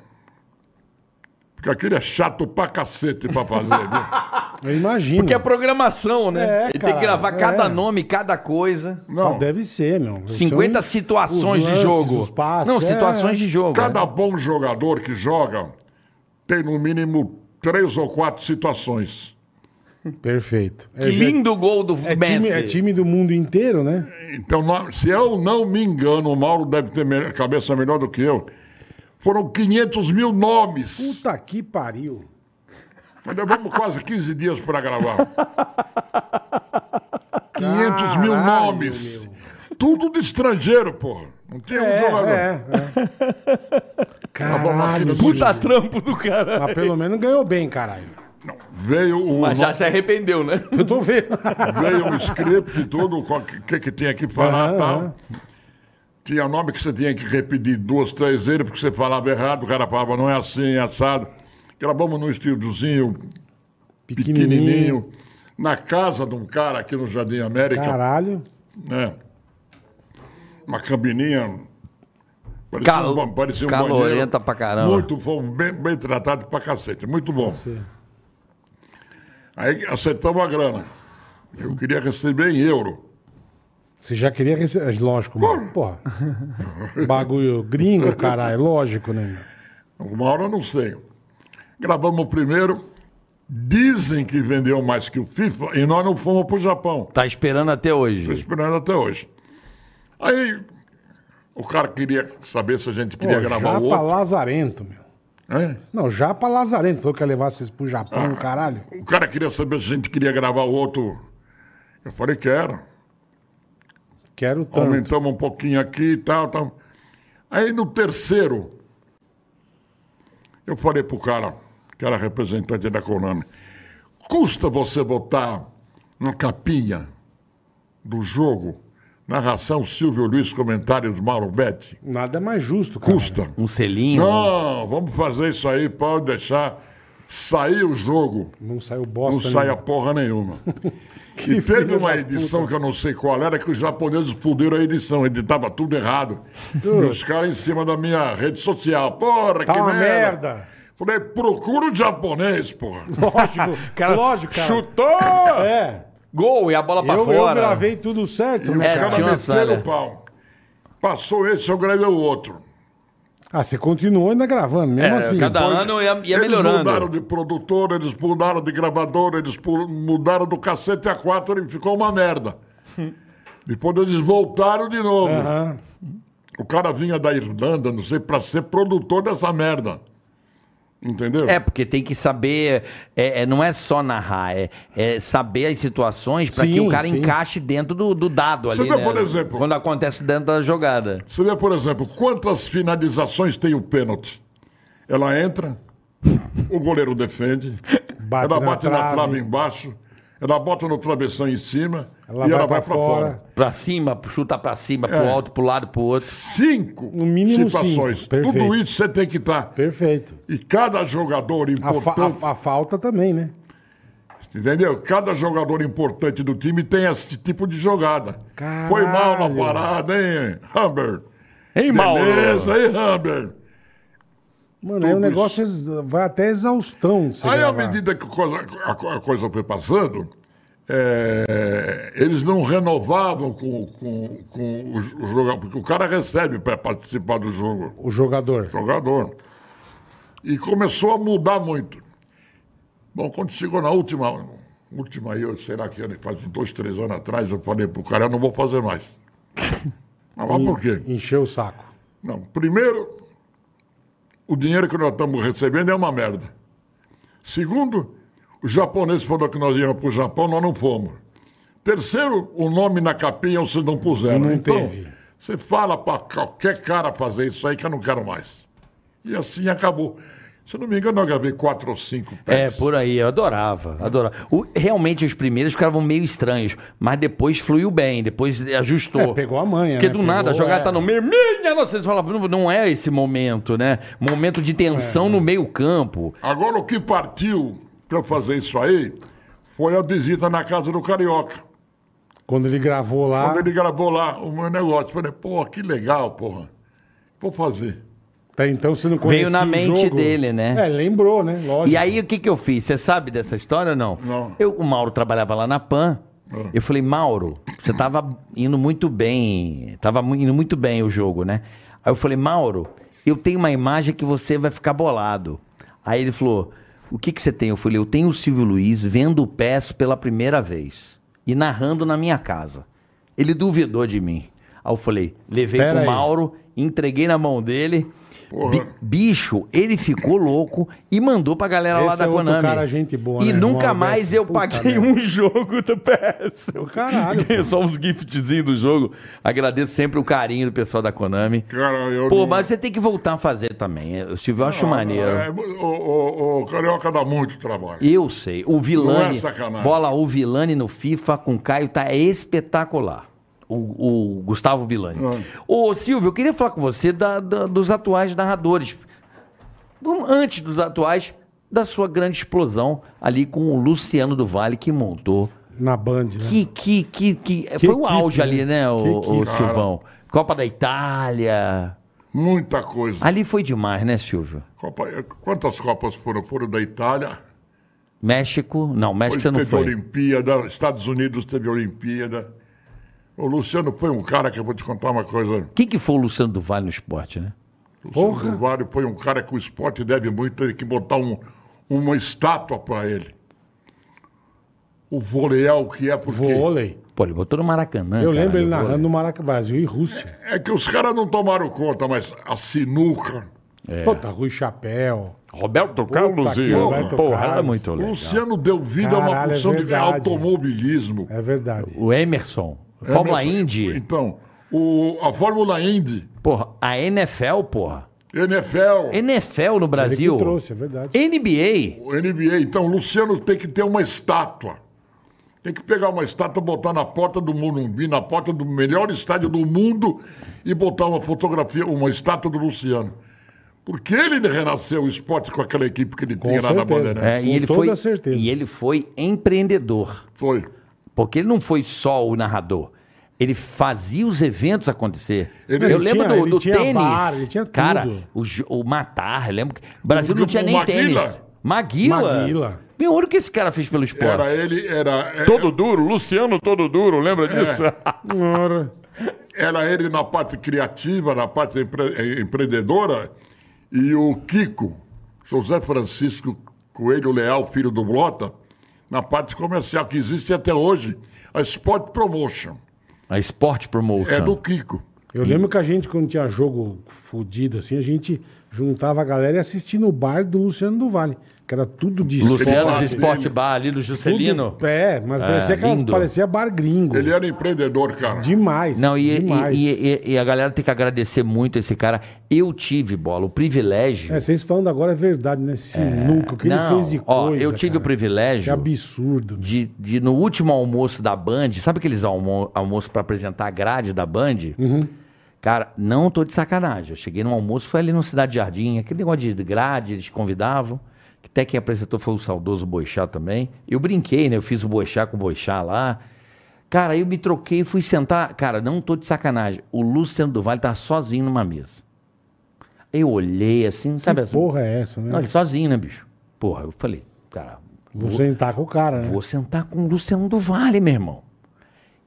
Speaker 4: porque aquele é chato pra cacete pra fazer, viu?
Speaker 2: Eu imagino.
Speaker 3: Porque é programação, né?
Speaker 2: É,
Speaker 3: Ele tem
Speaker 2: cara,
Speaker 3: que gravar cada
Speaker 2: é.
Speaker 3: nome, cada coisa.
Speaker 2: Ah,
Speaker 4: Não,
Speaker 2: deve ser, meu. São
Speaker 3: 50 situações
Speaker 2: os lances,
Speaker 3: de jogo.
Speaker 2: os passos,
Speaker 3: Não,
Speaker 2: é.
Speaker 3: situações de jogo. É
Speaker 4: cada bom jogador que joga tem no mínimo três ou quatro situações.
Speaker 2: Perfeito. É,
Speaker 3: Que lindo gol do
Speaker 2: É
Speaker 3: Messi.
Speaker 2: time, é time do mundo inteiro, né?
Speaker 4: Então, nó- se eu não me engano, o Mauro deve ter me- cabeça melhor do que eu. Foram 500 mil nomes.
Speaker 2: Puta que pariu.
Speaker 4: Mas levamos quase 15 dias para gravar. 500 mil
Speaker 2: Caralho,
Speaker 4: nomes. Tudo de estrangeiro, porra. Não tinha um jogador.
Speaker 2: é. Caralho,
Speaker 3: Puta
Speaker 2: bicho.
Speaker 3: trampo do cara.
Speaker 2: Mas pelo menos ganhou bem, caralho.
Speaker 4: Veio o,
Speaker 3: Mas já se arrependeu, né?
Speaker 2: Eu tô vendo.
Speaker 4: veio o um script e tudo, o que, que, que tinha que falar
Speaker 2: Aham,
Speaker 4: e
Speaker 2: aham.
Speaker 4: tal. Tinha nome que você tinha que repetir duas, três vezes, porque você falava errado, o cara falava, não é assim, é assado. Gravamos num estúdiozinho
Speaker 2: Pequenininho.
Speaker 4: pequenininho, na casa de um cara aqui no Jardim América.
Speaker 2: Caralho.
Speaker 4: né? Uma cabininha. Parecia um
Speaker 3: Calo-
Speaker 4: ba- parecia
Speaker 3: calorenta
Speaker 4: banheiro.
Speaker 3: pra caramba.
Speaker 4: Muito bom, bem, bem tratado pra cacete, muito bom. Aí acertamos a grana. Eu queria receber em euro.
Speaker 2: Você já queria receber. Lógico, mano. Porra. Bagulho gringo, caralho. Lógico, né? meu?
Speaker 4: Uma hora eu não sei. Gravamos o primeiro. Dizem que vendeu mais que o FIFA e nós não fomos pro Japão.
Speaker 3: Tá esperando até
Speaker 4: Estou
Speaker 3: hoje.
Speaker 4: esperando até hoje. Aí o cara queria saber se a gente
Speaker 2: Pô,
Speaker 4: queria gravar
Speaker 2: Japa
Speaker 4: o outro.
Speaker 2: Lazarento, meu.
Speaker 4: né?
Speaker 2: Não, Japa Lazarento. Falou que ia levar vocês pro Japão,
Speaker 4: Ah.
Speaker 2: caralho.
Speaker 4: O cara queria saber se a gente queria gravar o outro. Eu falei, quero.
Speaker 2: Quero tanto.
Speaker 4: Aumentamos um pouquinho aqui e tal, tal. Aí no terceiro, eu falei pro cara, que era representante da Konami, custa você botar na capinha do jogo, narração Silvio Luiz, comentários Mauro Betti?
Speaker 2: Nada é mais justo, cara.
Speaker 4: Custa.
Speaker 3: Um selinho.
Speaker 4: Não, vamos fazer isso aí, pode deixar sair o jogo.
Speaker 2: Não saiu
Speaker 4: Não
Speaker 2: bosta
Speaker 4: sai a
Speaker 2: nenhuma.
Speaker 4: porra nenhuma. e teve
Speaker 2: filho
Speaker 4: uma
Speaker 2: da
Speaker 4: edição que eu não sei qual era, que os japoneses fuderam a edição, editava tudo errado. e os caras em cima da minha rede social. Porra,
Speaker 2: Tá
Speaker 4: que
Speaker 2: uma
Speaker 4: merda.
Speaker 2: merda.
Speaker 4: Falei, procura o japonês, porra.
Speaker 2: Lógico,
Speaker 3: Cara,
Speaker 2: lógico, cara.
Speaker 5: Chutou!
Speaker 2: É.
Speaker 3: Gol e a bola pra
Speaker 2: Eu, eu
Speaker 3: fora.
Speaker 2: gravei tudo certo,
Speaker 4: E os
Speaker 2: né,
Speaker 3: É,
Speaker 2: cara?
Speaker 4: caras
Speaker 3: tinha umas
Speaker 4: meteram
Speaker 3: falhas.
Speaker 4: o pau. Passou esse, eu gravei o outro.
Speaker 2: Ah, você continuou ainda gravando, mesmo
Speaker 3: É,
Speaker 2: assim.
Speaker 3: cada
Speaker 4: Foi-
Speaker 3: ano ia, ia
Speaker 4: eles mudaram
Speaker 3: melhorando.
Speaker 4: de produtor, eles mudaram de gravador, eles pu- mudaram do cacete a quatro e ficou uma merda. Depois eles voltaram de novo.
Speaker 2: Aham.
Speaker 4: O cara vinha da Irlanda, não sei, pra ser produtor dessa merda. Entendeu?
Speaker 3: É, porque tem que saber. é, é, não é só narrar, é, é saber as situações pra que
Speaker 2: Sim,
Speaker 3: o cara
Speaker 2: sim.
Speaker 3: encaixe dentro do, do dado
Speaker 4: Você
Speaker 3: ali.
Speaker 4: vê,
Speaker 3: né?
Speaker 4: por exemplo-
Speaker 3: Quando acontece dentro da jogada.
Speaker 4: Você vê, por exemplo, quantas finalizações tem o pênalti? Ela entra, o goleiro defende,
Speaker 2: Bate
Speaker 4: ela
Speaker 2: na
Speaker 4: um bate na
Speaker 2: trave.
Speaker 4: trave embaixo, ela bota no travessão em cima
Speaker 2: Ela
Speaker 4: e
Speaker 2: vai pra
Speaker 4: ela vai pra fora.
Speaker 2: fora.
Speaker 3: Pra cima, chuta pra cima, pro
Speaker 4: É.
Speaker 3: alto, pro lado, pro outro.
Speaker 4: Cinco
Speaker 2: No mínimo
Speaker 4: situações.
Speaker 2: cinco, perfeito.
Speaker 4: Tudo isso você tem que estar.
Speaker 2: Perfeito.
Speaker 4: E cada jogador
Speaker 2: A, fa-
Speaker 4: importante,
Speaker 2: a- a falta também, né?
Speaker 4: entendeu? Cada jogador importante do time tem esse tipo de jogada.
Speaker 2: Caralho.
Speaker 4: Foi mal na parada, hein, Humber?
Speaker 5: Hein, Mauro?
Speaker 4: Beleza, hein, Humber?
Speaker 2: Mano, aí o
Speaker 4: Tudo
Speaker 2: negócio ex- vai até exaustão. de você
Speaker 4: Aí, à
Speaker 2: gravar.
Speaker 4: medida que coisa- a, co- a coisa foi passando, é, eles não renovavam com, com, com o, jo- o jogador, porque o cara recebe para participar do jogo.
Speaker 2: O jogador.
Speaker 4: jogador. E começou a mudar muito. Bom, quando chegou na última, última aí, eu- será que ano- faz uns dois, três anos atrás, eu falei pro cara, eu não vou fazer mais. Mas lá por quê?
Speaker 2: Encheu o saco.
Speaker 4: Não, primeiro, o dinheiro que nós estamos recebendo é uma merda. Segundo, os japoneses falaram que nós íamos para o Japão, nós não fomos. Terceiro, o nome na capinha vocês não puseram.
Speaker 2: Não
Speaker 4: então,
Speaker 2: teve.
Speaker 4: você fala para qualquer cara fazer isso aí que eu não quero mais. E assim acabou. Se eu não me engano, eu gravei quatro ou cinco
Speaker 3: É,
Speaker 4: peças.
Speaker 3: por aí, eu adorava, adorava. O- realmente, os primeiros ficavam meio estranhos, mas depois fluiu bem, depois ajustou.
Speaker 2: É, pegou a manha,
Speaker 3: Porque
Speaker 2: né?
Speaker 3: do
Speaker 2: Pegou,
Speaker 3: nada, a jogada
Speaker 2: é.
Speaker 3: tá no meio, minha, nossa, vocês falam, não, não é esse momento, né? Momento de
Speaker 2: É.
Speaker 3: tensão no meio campo.
Speaker 4: Agora, o que partiu para fazer isso aí foi a visita na casa do Carioca.
Speaker 2: Quando ele gravou lá.
Speaker 4: Quando ele gravou lá o meu negócio, eu falei, pô, que legal, porra. Vou fazer.
Speaker 2: Até então você não conhecia
Speaker 3: Veio na
Speaker 2: o
Speaker 3: mente
Speaker 2: jogo.
Speaker 3: dele, né?
Speaker 2: É, lembrou, né? Lógico.
Speaker 3: E aí o que, que eu fiz? Você sabe dessa história ou não?
Speaker 4: Não.
Speaker 3: Eu, o Mauro trabalhava lá na PAN.
Speaker 2: Ah.
Speaker 3: Eu falei, Mauro, você tava indo muito bem. Tava mu- indo muito bem o jogo, né? Aí eu falei, Mauro, eu tenho uma imagem que você vai ficar bolado. Aí ele falou, o que, que você tem? Eu falei, eu tenho o Silvio Luiz vendo o PES pela primeira vez e narrando na minha casa. Ele duvidou de mim. Aí eu falei, levei
Speaker 2: Pera
Speaker 3: pro
Speaker 2: aí.
Speaker 3: Mauro, entreguei na mão dele.
Speaker 4: Porra.
Speaker 3: Bi- Bicho, ele ficou louco e mandou pra galera lá
Speaker 2: Esse
Speaker 3: da
Speaker 2: é outro
Speaker 3: Konami.
Speaker 2: cara gente boa,
Speaker 3: e
Speaker 2: né,
Speaker 3: nunca
Speaker 2: Mauro
Speaker 3: mais
Speaker 2: Betti?
Speaker 3: eu
Speaker 2: Puta
Speaker 3: paguei
Speaker 2: merda.
Speaker 3: um jogo do PS.
Speaker 2: Ô, caralho,
Speaker 3: Ganhei só uns giftzinhos do jogo. Agradeço sempre o carinho do pessoal da Konami.
Speaker 4: Cara, eu
Speaker 3: Pô,
Speaker 4: não-
Speaker 3: mas você tem que voltar a fazer também. Eu, Silvio, eu acho maneiro.
Speaker 4: É, o, o- o Carioca dá muito trabalho.
Speaker 3: Eu sei.
Speaker 2: é
Speaker 3: O Vilani.
Speaker 4: sacanagem.
Speaker 3: bola o Vilani no FIFA com o Caio tá espetacular. O, o Gustavo Vilani.
Speaker 4: Ah.
Speaker 3: Ô, Silvio, eu queria falar com você da- da- dos atuais narradores. Vamos Antes dos atuais, da sua grande explosão ali com o Luciano do Vale, que montou.
Speaker 2: Na Band, né?
Speaker 3: Que, que, que, que,
Speaker 2: Que
Speaker 3: foi o
Speaker 2: equipe,
Speaker 3: auge
Speaker 2: né?
Speaker 3: ali, né, o,
Speaker 2: Que equipe.
Speaker 3: o Silvão? Copa da Itália.
Speaker 4: Muita coisa.
Speaker 3: Ali foi demais, né, Silvio?
Speaker 4: Copa- quantas Copas foram? Foram da Itália,
Speaker 3: México? Não, México você
Speaker 4: depois
Speaker 3: não
Speaker 4: teve
Speaker 3: foi.
Speaker 4: Olimpíada, Estados Unidos teve Olimpíada. O Luciano foi um cara que eu vou te contar uma coisa.
Speaker 3: Quem que foi o Luciano do Vale no esporte, né?
Speaker 4: O
Speaker 2: Porra.
Speaker 4: Luciano Duvário foi um cara que o esporte deve muito, teve que botar um- uma estátua para ele. O voleal que é porque.
Speaker 2: Vôlei.
Speaker 3: Pô, ele botou no Maracanã.
Speaker 2: Eu lembro
Speaker 3: caralho,
Speaker 2: ele
Speaker 3: o vôlei.
Speaker 2: narrando no Maracanã, Brasil e Rússia.
Speaker 4: É que os caras não tomaram conta, mas a sinuca.
Speaker 3: É.
Speaker 2: Puta, Rui Chapéu.
Speaker 5: Roberto Carlos
Speaker 2: que
Speaker 5: e.
Speaker 2: Roberto
Speaker 5: Porra, era
Speaker 2: Carlos.
Speaker 5: muito
Speaker 4: O
Speaker 5: legal.
Speaker 4: Luciano deu vida a uma
Speaker 2: Caralho, é
Speaker 4: porção de
Speaker 2: verdade.
Speaker 4: automobilismo.
Speaker 2: É verdade.
Speaker 3: O Emerson. É, Fórmula
Speaker 4: Emerson.
Speaker 3: Indy.
Speaker 4: Então, o- a Fórmula Indy,
Speaker 3: Porra, a NFL, porra.
Speaker 4: NFL,
Speaker 3: NFL no
Speaker 2: Ele
Speaker 3: Brasil.
Speaker 2: que trouxe, é verdade.
Speaker 3: NBA.
Speaker 4: o NBA. Então, o Luciano tem que ter uma estátua. Tem que pegar uma estátua, botar na porta do Morumbi, na porta do melhor estádio do mundo e botar uma fotografia, uma estátua do Luciano. Porque ele renasceu o esporte com aquela equipe que ele tinha lá na
Speaker 2: certeza.
Speaker 3: É,
Speaker 4: Bandeirantes.
Speaker 2: Com
Speaker 3: e ele
Speaker 2: toda
Speaker 3: foi,
Speaker 2: certeza.
Speaker 3: E ele foi empreendedor.
Speaker 4: Foi.
Speaker 3: Porque ele não foi só o narrador. Ele fazia os eventos acontecer.
Speaker 4: Ele-
Speaker 3: eu
Speaker 4: ele
Speaker 3: lembro
Speaker 2: tinha-
Speaker 3: do,
Speaker 2: ele
Speaker 3: do
Speaker 2: tinha
Speaker 3: tênis.
Speaker 2: bar, ele tinha
Speaker 3: Cara,
Speaker 2: tudo.
Speaker 3: o, jo- o Matar, eu lembro que. O Brasil
Speaker 4: O-
Speaker 3: não tinha
Speaker 4: o
Speaker 3: nem
Speaker 4: Maguila.
Speaker 3: tênis. Maguila.
Speaker 2: Maguila.
Speaker 3: Meu, olha o que esse cara fez pelo esporte.
Speaker 4: Era ele, era, é-
Speaker 5: Todo duro, Luciano todo duro, lembra disso?
Speaker 2: Ora.
Speaker 4: era ele na parte criativa, na parte empre- eh, empreendedora, e o Kiko, José Francisco Coelho Leal, filho do Blota, na parte comercial, que existe até hoje, a Sport Promotion.
Speaker 3: A É, Sport Promotion.
Speaker 4: É do Kiko.
Speaker 2: Eu lembro que a gente, quando tinha jogo fudido, assim, a gente juntava a galera e assistia no bar do Luciano do Vale. Que era tudo de
Speaker 3: Luciano's
Speaker 4: Esporte.
Speaker 3: Sport Bar ali do
Speaker 2: Tudo-
Speaker 3: Juscelino.
Speaker 2: É, mas parecia, aquelas,
Speaker 3: Ah, lindo.
Speaker 2: parecia bar gringo.
Speaker 4: Ele é- era empreendedor, cara.
Speaker 2: Demais.
Speaker 3: Não, e, e-
Speaker 2: demais.
Speaker 3: e- e- e a galera tem que agradecer muito esse cara. Eu tive, bola, o privilégio.
Speaker 2: É, vocês falando agora é verdade, né? Sinuca, o que ele
Speaker 3: Não,
Speaker 2: fez de
Speaker 3: ó,
Speaker 2: coisa.
Speaker 3: eu tive
Speaker 2: cara.
Speaker 3: o privilégio
Speaker 2: Que absurdo. né? meu.
Speaker 3: de, de, no último almoço da Band, sabe aqueles almo, almoços para apresentar a grade da Band?
Speaker 2: Uhum.
Speaker 3: Cara, não tô de sacanagem. Eu cheguei num almoço, foi ali no Cidade Jardim, aquele negócio de grade, eles convidavam. que Até quem apresentou foi o saudoso Boixá também. Eu brinquei, né? Eu fiz o Boixá com o Boixá lá. Cara, aí eu me troquei e fui sentar. Cara, não tô de sacanagem. O Luciano do Vale tava sozinho numa mesa. Eu olhei assim, sabe assim?
Speaker 2: Porra, é essa, né?
Speaker 3: Não, ele sozinho, né, bicho? Porra, eu falei, cara,
Speaker 2: Vou sentar com o cara, né?
Speaker 3: Vou sentar com o Luciano do Vale, meu irmão.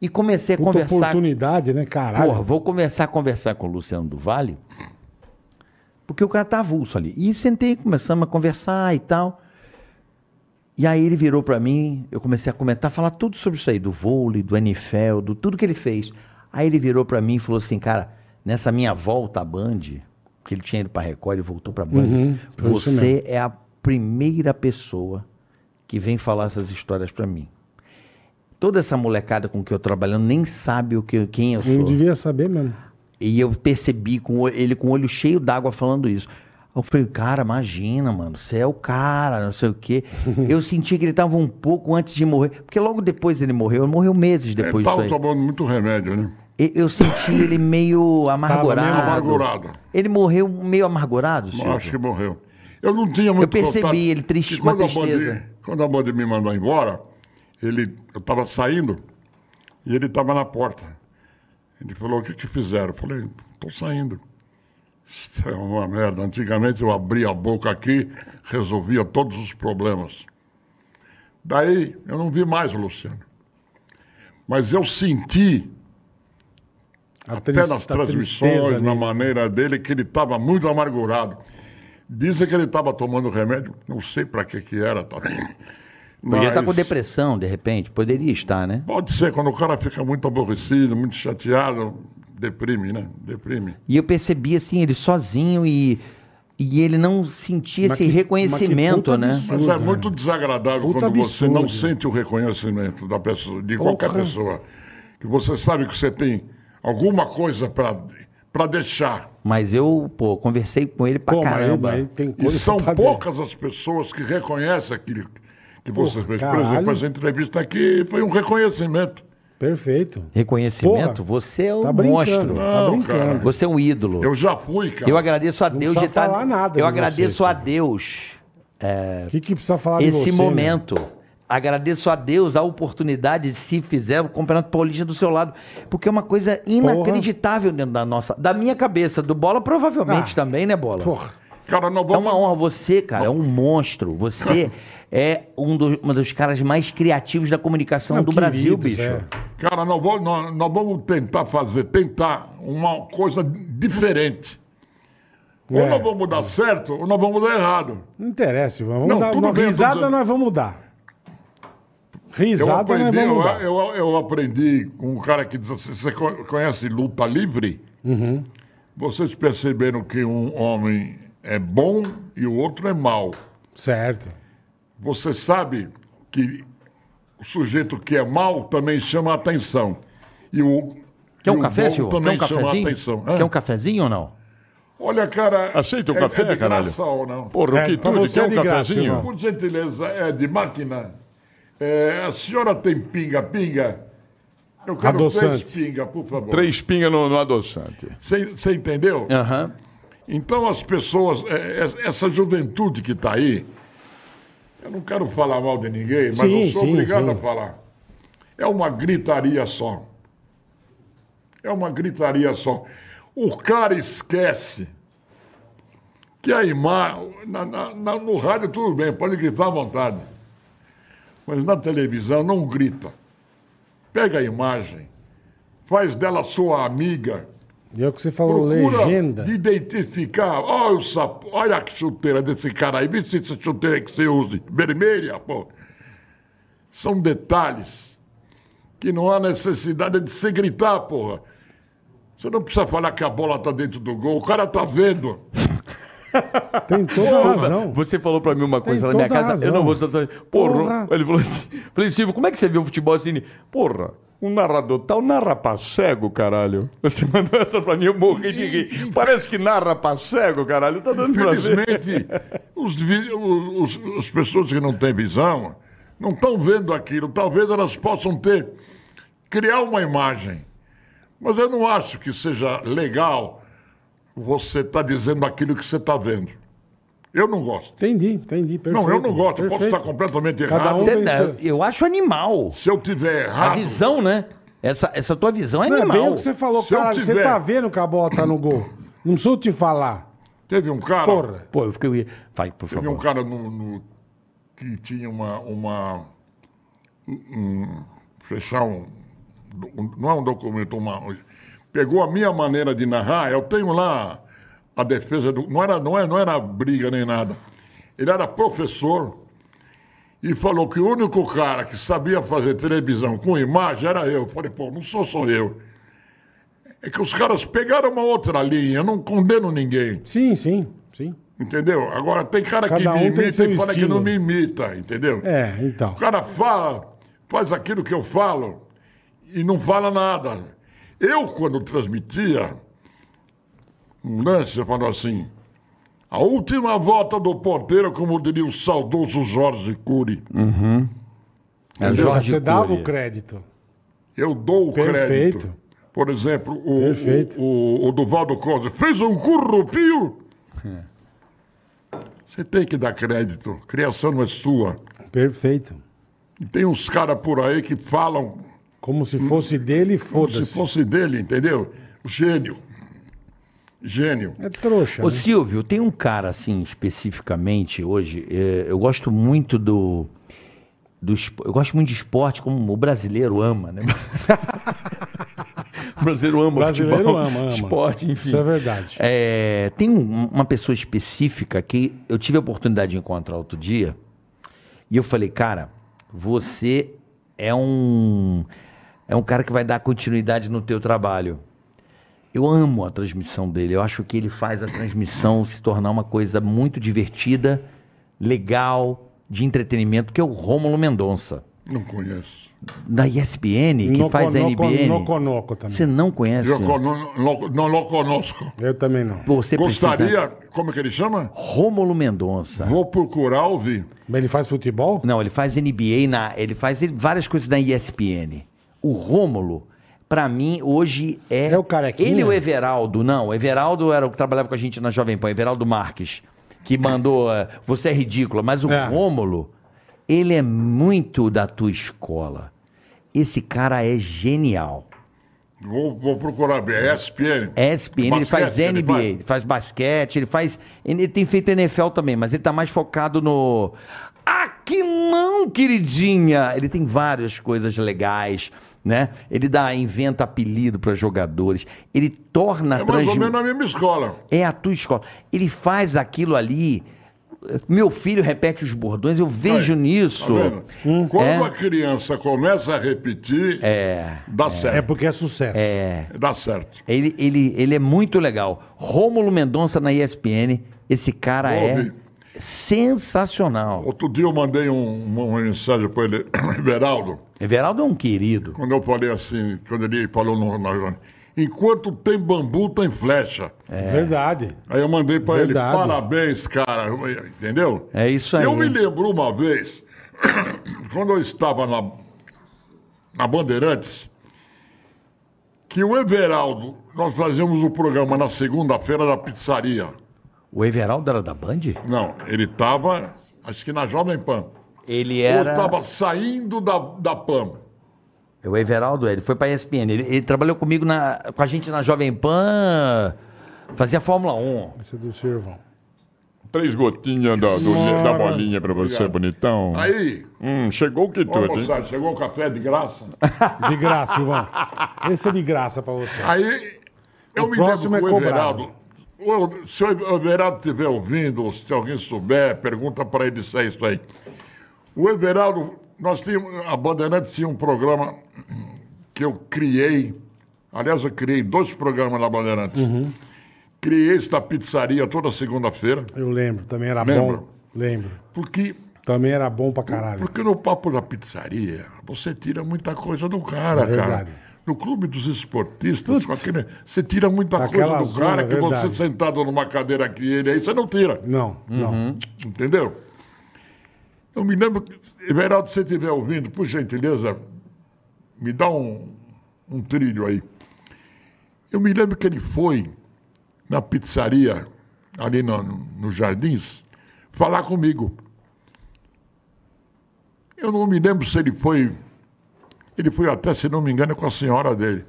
Speaker 3: E comecei a
Speaker 2: Puta
Speaker 3: conversar.
Speaker 2: oportunidade, né? Caralho.
Speaker 3: Porra, vou começar a conversar com o Luciano do Vale, porque o cara tá avulso ali. E sentei, começamos a conversar e tal. E aí ele virou pra mim, eu comecei a comentar, falar tudo sobre isso aí, do vôlei, do NFL, do tudo que ele fez. Aí ele virou pra mim e falou assim, cara, nessa minha volta à Band, porque ele tinha ido pra Record e voltou pra Band,
Speaker 2: Uhum, foi isso
Speaker 3: você é a primeira pessoa que vem falar essas histórias pra mim. Toda essa molecada com que eu trabalhando nem sabe o que, quem eu
Speaker 2: não
Speaker 3: sou.
Speaker 2: devia saber mesmo.
Speaker 3: E eu percebi com o- ele com o olho cheio d'água falando isso. Eu falei, cara, imagina, mano, você é o cara, não sei o quê. Eu senti que ele estava um pouco antes de morrer, porque logo depois ele morreu, ele morreu
Speaker 2: É,
Speaker 3: meses
Speaker 4: Ele
Speaker 3: depois disso
Speaker 4: estava
Speaker 3: aí.
Speaker 4: tomando muito remédio, né?
Speaker 3: E- Eu senti ele meio amargurado.
Speaker 4: Amargurado.
Speaker 3: Ele morreu meio amargurado, senhor?
Speaker 4: Acho que morreu. Eu não tinha muito
Speaker 3: Eu percebi,
Speaker 4: contato,
Speaker 3: ele triste,
Speaker 4: porque quando
Speaker 3: uma
Speaker 4: a Band-
Speaker 3: tristeza.
Speaker 4: Quando a Band me mandou embora, ele, eu estava saindo e ele estava na porta. Ele falou, o que te fizeram? Eu falei, estou saindo. Isso é uma merda. Antigamente eu abria a boca aqui, resolvia todos os problemas. Daí eu não vi mais o Luciano. Mas eu senti,
Speaker 2: A
Speaker 4: até
Speaker 2: tris-
Speaker 4: nas
Speaker 2: a
Speaker 4: transmissões,
Speaker 2: tá tristeza né?
Speaker 4: na
Speaker 2: ali.
Speaker 4: maneira dele, que ele estava muito amargurado. Dizem que ele estava tomando remédio, não sei para que que era. Tá?
Speaker 3: Podia
Speaker 4: Mas-
Speaker 3: estar tá com depressão, de repente. Poderia estar, né?
Speaker 4: Pode ser, quando o cara fica muito aborrecido, muito chateado, deprime, né? Deprime.
Speaker 3: E eu percebi, assim, ele sozinho e, e ele não sentia
Speaker 2: Mas
Speaker 3: esse
Speaker 2: que- mas que
Speaker 3: reconhecimento,
Speaker 2: puta
Speaker 3: né?
Speaker 2: absurdo.
Speaker 4: Mas é
Speaker 2: Absurdo,
Speaker 4: muito desagradável
Speaker 2: Puta
Speaker 4: quando você não
Speaker 2: absurdo.
Speaker 4: sente o reconhecimento da pessoa, de
Speaker 2: Porra.
Speaker 4: qualquer pessoa. Que você sabe que você tem alguma coisa para deixar.
Speaker 3: Mas eu, pô, conversei com ele pra
Speaker 2: Pô, mas aí-
Speaker 3: caramba.
Speaker 2: mas aí tem
Speaker 4: E
Speaker 2: coisa
Speaker 4: são
Speaker 2: pra-
Speaker 4: poucas as pessoas que reconhecem aquilo que você
Speaker 2: Porra,
Speaker 4: fez. Por
Speaker 2: caralho.
Speaker 4: exemplo, essa entrevista aqui foi um reconhecimento.
Speaker 2: Perfeito.
Speaker 3: Reconhecimento?
Speaker 2: Porra,
Speaker 3: você é um
Speaker 2: Tá brincando,
Speaker 3: monstro.
Speaker 2: tá
Speaker 4: Não,
Speaker 2: brincando.
Speaker 3: Você é um ídolo.
Speaker 4: Eu já fui, cara.
Speaker 3: Eu agradeço a Deus de
Speaker 2: precisa
Speaker 3: estar.
Speaker 2: falar nada
Speaker 3: eu
Speaker 2: de
Speaker 3: agradeço
Speaker 2: você,
Speaker 3: a
Speaker 2: cara.
Speaker 3: Deus
Speaker 2: O que, que precisa falar de
Speaker 3: esse
Speaker 2: você, né?
Speaker 3: momento. Agradeço a Deus a oportunidade, se fizer, o Campeonato Paulista do seu lado. Porque é uma coisa inacreditável dentro da nossa. Da minha cabeça, do Bola, provavelmente
Speaker 2: Ah,
Speaker 3: também, né, Bola?
Speaker 2: Né? Porra.
Speaker 4: Cara, nós
Speaker 3: É
Speaker 4: vamos...
Speaker 3: uma honra. Você, cara, é um monstro. Você é um dos, um dos caras mais criativos da comunicação
Speaker 2: Não,
Speaker 3: do Brasil,
Speaker 2: queridos,
Speaker 3: bicho.
Speaker 2: é.
Speaker 4: Cara, nós vamos, nós- nós vamos tentar fazer, tentar uma coisa diferente. Ou
Speaker 2: É.
Speaker 4: nós vamos dar certo, ou nós vamos dar errado.
Speaker 2: Não interessa, Ivan. Vamos
Speaker 4: Não,
Speaker 2: dar
Speaker 4: tudo
Speaker 2: uma
Speaker 4: bem, eu tô
Speaker 2: risada,
Speaker 4: dizendo.
Speaker 2: nós vamos dar.
Speaker 4: Eu
Speaker 2: Risada, nós
Speaker 4: aprendi,
Speaker 2: vamos
Speaker 4: eu,
Speaker 2: dar.
Speaker 4: eu, eu aprendi com um cara que diz assim, você co- conhece luta livre?
Speaker 2: Uhum.
Speaker 4: Vocês perceberam que um homem é bom e o outro é mau.
Speaker 2: Certo.
Speaker 4: Você sabe que o sujeito que é mau também chama a atenção. E o,
Speaker 3: Quer um
Speaker 4: e o
Speaker 3: café,
Speaker 4: bom
Speaker 3: senhor? Quer um
Speaker 4: Também chama a
Speaker 3: cafezinho?
Speaker 4: atenção. Hã?
Speaker 3: Quer um cafezinho ou não?
Speaker 4: Olha, cara.
Speaker 5: Aceita o
Speaker 4: é-
Speaker 5: café, né,
Speaker 4: é de
Speaker 5: caralho?
Speaker 4: graça ou não?
Speaker 5: Porra,
Speaker 2: É,
Speaker 5: que
Speaker 2: pra
Speaker 5: tudo,
Speaker 2: você
Speaker 5: quer
Speaker 2: é de
Speaker 5: um
Speaker 2: graça,
Speaker 5: cafezinho?
Speaker 2: irmão.
Speaker 4: Por gentileza, é de máquina. É, a senhora tem pinga-pinga? Eu quero
Speaker 2: Adoçante.
Speaker 4: três pinga, por favor.
Speaker 5: Três É. pingas no, no adoçante.
Speaker 4: Você entendeu?
Speaker 3: Aham.
Speaker 4: Então as pessoas, é, é, essa juventude que está aí, eu não quero falar mal de ninguém, mas
Speaker 2: Sim,
Speaker 4: eu sou
Speaker 2: sim,
Speaker 4: obrigado
Speaker 2: sim.
Speaker 4: a falar. É uma gritaria só. É uma gritaria só. O cara esquece que a imagem. na- na- na- no rádio tudo bem, pode gritar à vontade. Mas na televisão não grita. Pega a imagem, faz dela sua amiga.
Speaker 2: E é o que você falou,
Speaker 4: Procura
Speaker 2: legenda.
Speaker 4: de identificar. Olha o sapo, olha a chuteira desse cara aí. Vê se essa chuteira que você use. Vermelha, pô. São detalhes que não há necessidade de se gritar, porra. Você não precisa falar que a bola tá dentro do gol. O cara tá vendo.
Speaker 2: Tem toda a razão.
Speaker 5: Você falou pra mim uma coisa lá na
Speaker 2: toda
Speaker 5: minha casa,
Speaker 2: razão.
Speaker 5: eu não vou saber. Porra.
Speaker 2: Porra.
Speaker 5: Ele falou assim: falei, Silvio, como é que você vê o futebol assim? Porra, um narrador tal narra pra cego, caralho. Você mandou essa pra mim, eu morri de rir. Parece que narra pra cego, caralho. Tá dando pra ver.
Speaker 4: Infelizmente, os vi- os- os- as pessoas que não têm visão não estão vendo aquilo. Talvez elas possam ter, criar uma imagem. Mas eu não acho que seja legal você estar dizendo aquilo que você está vendo. Eu não gosto.
Speaker 2: Entendi, entendi. Perfeito.
Speaker 4: não, eu não gosto. Eu Posso
Speaker 2: perfeito.
Speaker 4: estar completamente
Speaker 2: Cada
Speaker 4: errado.
Speaker 2: um-
Speaker 3: Você-
Speaker 2: pensando.
Speaker 3: eu acho animal.
Speaker 4: Se eu tiver
Speaker 3: A
Speaker 4: errado,
Speaker 3: visão, né? Essa, essa tua visão é
Speaker 2: Não, é
Speaker 3: animal.
Speaker 2: bem o que você falou,
Speaker 4: Se eu
Speaker 2: cara. Você
Speaker 4: tiver-
Speaker 2: tá vendo que a bola tá no gol. Não preciso te falar.
Speaker 4: teve um cara,
Speaker 2: Porra.
Speaker 3: Pô, eu fiquei. Vai, por
Speaker 4: teve
Speaker 3: favor.
Speaker 4: um cara no, no- que tinha uma, uma um- fechar um, um- não é um documento, uma, pegou a minha maneira de narrar, eu tenho lá a defesa do, não era, não era, não era briga nem nada. Ele era professor e falou que o único cara que sabia fazer televisão com imagem era eu. Eu Falei, pô, não sou só eu. É que os caras pegaram uma outra linha, eu não condeno ninguém.
Speaker 2: Sim, sim, sim.
Speaker 4: Entendeu? Agora tem cara que
Speaker 2: Cada um
Speaker 4: me
Speaker 2: tem
Speaker 4: imita
Speaker 2: seu
Speaker 4: e fala que
Speaker 2: estilo.
Speaker 4: não me imita, entendeu?
Speaker 2: É, então.
Speaker 4: O cara fala, faz aquilo que eu falo e não fala nada. Eu, quando transmitia um lance, eu falava assim, a última volta do ponteiro, como diria o saudoso Jorge Cury,
Speaker 3: É
Speaker 2: você dava
Speaker 3: Cury.
Speaker 2: o crédito.
Speaker 4: eu dou o
Speaker 2: Perfeito.
Speaker 4: crédito. Por exemplo, o,
Speaker 2: Perfeito.
Speaker 4: o, o- o Duvaldo Costa fez um currupio.
Speaker 2: É.
Speaker 4: Você tem que dar crédito. Criação não é sua.
Speaker 2: Perfeito.
Speaker 4: E tem uns caras por aí que falam
Speaker 2: Como se fosse dele,
Speaker 4: se
Speaker 2: foda-se.
Speaker 4: fosse dele, entendeu? Gênio. Gênio.
Speaker 2: É trouxa.
Speaker 3: Ô
Speaker 2: né?
Speaker 3: Silvio, tem um cara assim especificamente hoje. é, eu gosto muito do, do espo- eu gosto muito de esporte como o brasileiro ama, né? o brasileiro ama o
Speaker 2: Brasileiro
Speaker 3: futebol,
Speaker 2: ama, ama.
Speaker 3: esporte, enfim.
Speaker 2: Isso é verdade.
Speaker 3: É, tem um- uma pessoa específica que eu tive a oportunidade de encontrar outro dia e eu falei, cara, você é um é um cara que vai dar continuidade no teu trabalho. Eu amo a transmissão dele. Eu acho que ele faz a transmissão se tornar uma coisa muito divertida, legal, de entretenimento, que é o Rômulo Mendonça,
Speaker 4: Não conheço.
Speaker 3: da ESPN, que
Speaker 2: Noco-
Speaker 3: faz a
Speaker 2: noco-
Speaker 3: NBN.
Speaker 2: Noconoco também.
Speaker 3: Você não conhece?
Speaker 4: Eu con- não, não, não lo conosco.
Speaker 2: Eu também não.
Speaker 3: Você precisa...
Speaker 4: Gostaria, como é que ele chama?
Speaker 3: Rômulo Mendonça.
Speaker 4: Vou procurar ouvir.
Speaker 2: Mas ele faz futebol?
Speaker 3: Não, ele faz NBA na, ele faz várias coisas na ESPN. O Rômulo, pra mim hoje é
Speaker 2: É o carequinha?
Speaker 3: Ele e o Everaldo, não, o Everaldo era o que trabalhava com a gente na Jovem Pan, Everaldo Marques, que mandou, eh, você é ridícula, mas o
Speaker 2: É.
Speaker 3: Rômulo, ele é muito da tua escola. Esse cara é genial.
Speaker 4: Vou, vou procurar ver. É ESPN.
Speaker 3: ESPN, ele faz
Speaker 4: Basquete, ele
Speaker 3: NBA, ele faz.
Speaker 4: faz? É
Speaker 3: basquete, ele faz. Ele tem feito NFL também, mas ele tá mais focado no. Aqui não, queridinha! Ele tem várias coisas legais, né? Ele dá, inventa apelido para jogadores, ele torna a
Speaker 4: É mais ou
Speaker 3: transmi-
Speaker 4: menos na mesma escola.
Speaker 3: é a tua escola. Ele faz aquilo ali. Meu filho repete os bordões, eu vejo
Speaker 4: Aí, Tá
Speaker 3: nisso.
Speaker 4: vendo? Quando
Speaker 3: é.
Speaker 4: a criança começa a repetir, dá
Speaker 2: É
Speaker 4: certo.
Speaker 2: porque é sucesso. É.
Speaker 4: Dá certo.
Speaker 3: Ele, ele, ele é muito legal. Rômulo Mendonça na ESPN, esse cara
Speaker 4: Ouvi.
Speaker 3: é sensacional.
Speaker 4: Outro dia eu mandei um, uma uma mensagem para ele, Everaldo,
Speaker 3: Everaldo é um querido.
Speaker 4: quando eu falei assim, quando ele falou no, na- enquanto tem bambu, tem flecha.
Speaker 2: É Verdade.
Speaker 4: Aí eu mandei para ele,
Speaker 2: Verdade.
Speaker 4: parabéns, cara, entendeu?
Speaker 3: É isso aí.
Speaker 4: Eu me lembro uma vez, quando eu estava na, na Bandeirantes, que o Everaldo, nós fazíamos um programa na segunda-feira da pizzaria.
Speaker 3: O Everaldo era da Band?
Speaker 4: Não, ele estava, acho que na Jovem Pan.
Speaker 3: Ele
Speaker 4: Ou
Speaker 3: era.
Speaker 4: estava saindo da, da PAM.
Speaker 3: É O Everaldo, ele foi pra ESPN. Ele, ele trabalhou comigo, na, com a gente na Jovem Pan, fazia Fórmula 1.
Speaker 2: Esse é do seu irmão.
Speaker 5: Três gotinhas da, do- da bolinha pra você,
Speaker 4: Obrigado.
Speaker 5: bonitão.
Speaker 4: Aí,
Speaker 5: Hum, chegou que
Speaker 4: ó,
Speaker 5: tudo, hein?
Speaker 4: moçada, chegou o café de graça.
Speaker 2: De graça, Ivan. Esse é de graça pra você.
Speaker 4: Aí, eu
Speaker 2: O
Speaker 4: me lembro
Speaker 2: próximo é
Speaker 4: com o
Speaker 2: cobrado.
Speaker 4: Everaldo. O- Se o Everaldo estiver ouvindo, ou se alguém souber, pergunta para ele se é isso aí. O Everaldo, nós tínhamos, a Bandeirantes tinha um programa que eu criei. Aliás, eu criei dois programas na Bandeirantes.
Speaker 2: Uhum.
Speaker 4: Criei esta pizzaria toda segunda-feira,
Speaker 2: Eu lembro, também era bom.
Speaker 4: Lembro.
Speaker 2: Lembro.
Speaker 4: porque
Speaker 2: Também era bom pra caralho.
Speaker 4: Porque no papo da pizzaria, você tira muita coisa do cara,
Speaker 2: É verdade.
Speaker 4: cara. No clube dos esportistas, com aquele- você tira muita
Speaker 2: Aquela
Speaker 4: coisa do
Speaker 2: zona,
Speaker 4: cara que
Speaker 2: verdade.
Speaker 4: você sentado numa cadeira que ele aí, você não tira.
Speaker 2: Não, não.
Speaker 4: Entendeu? Eu me lembro, que- Everaldo, se você estiver ouvindo, por gentileza, me dá um, um trilho aí. Eu me lembro que ele foi na pizzaria, ali no, nos Jardins, falar comigo. Eu não me lembro se ele foi. Ele foi até, se não me engano, com a senhora dele.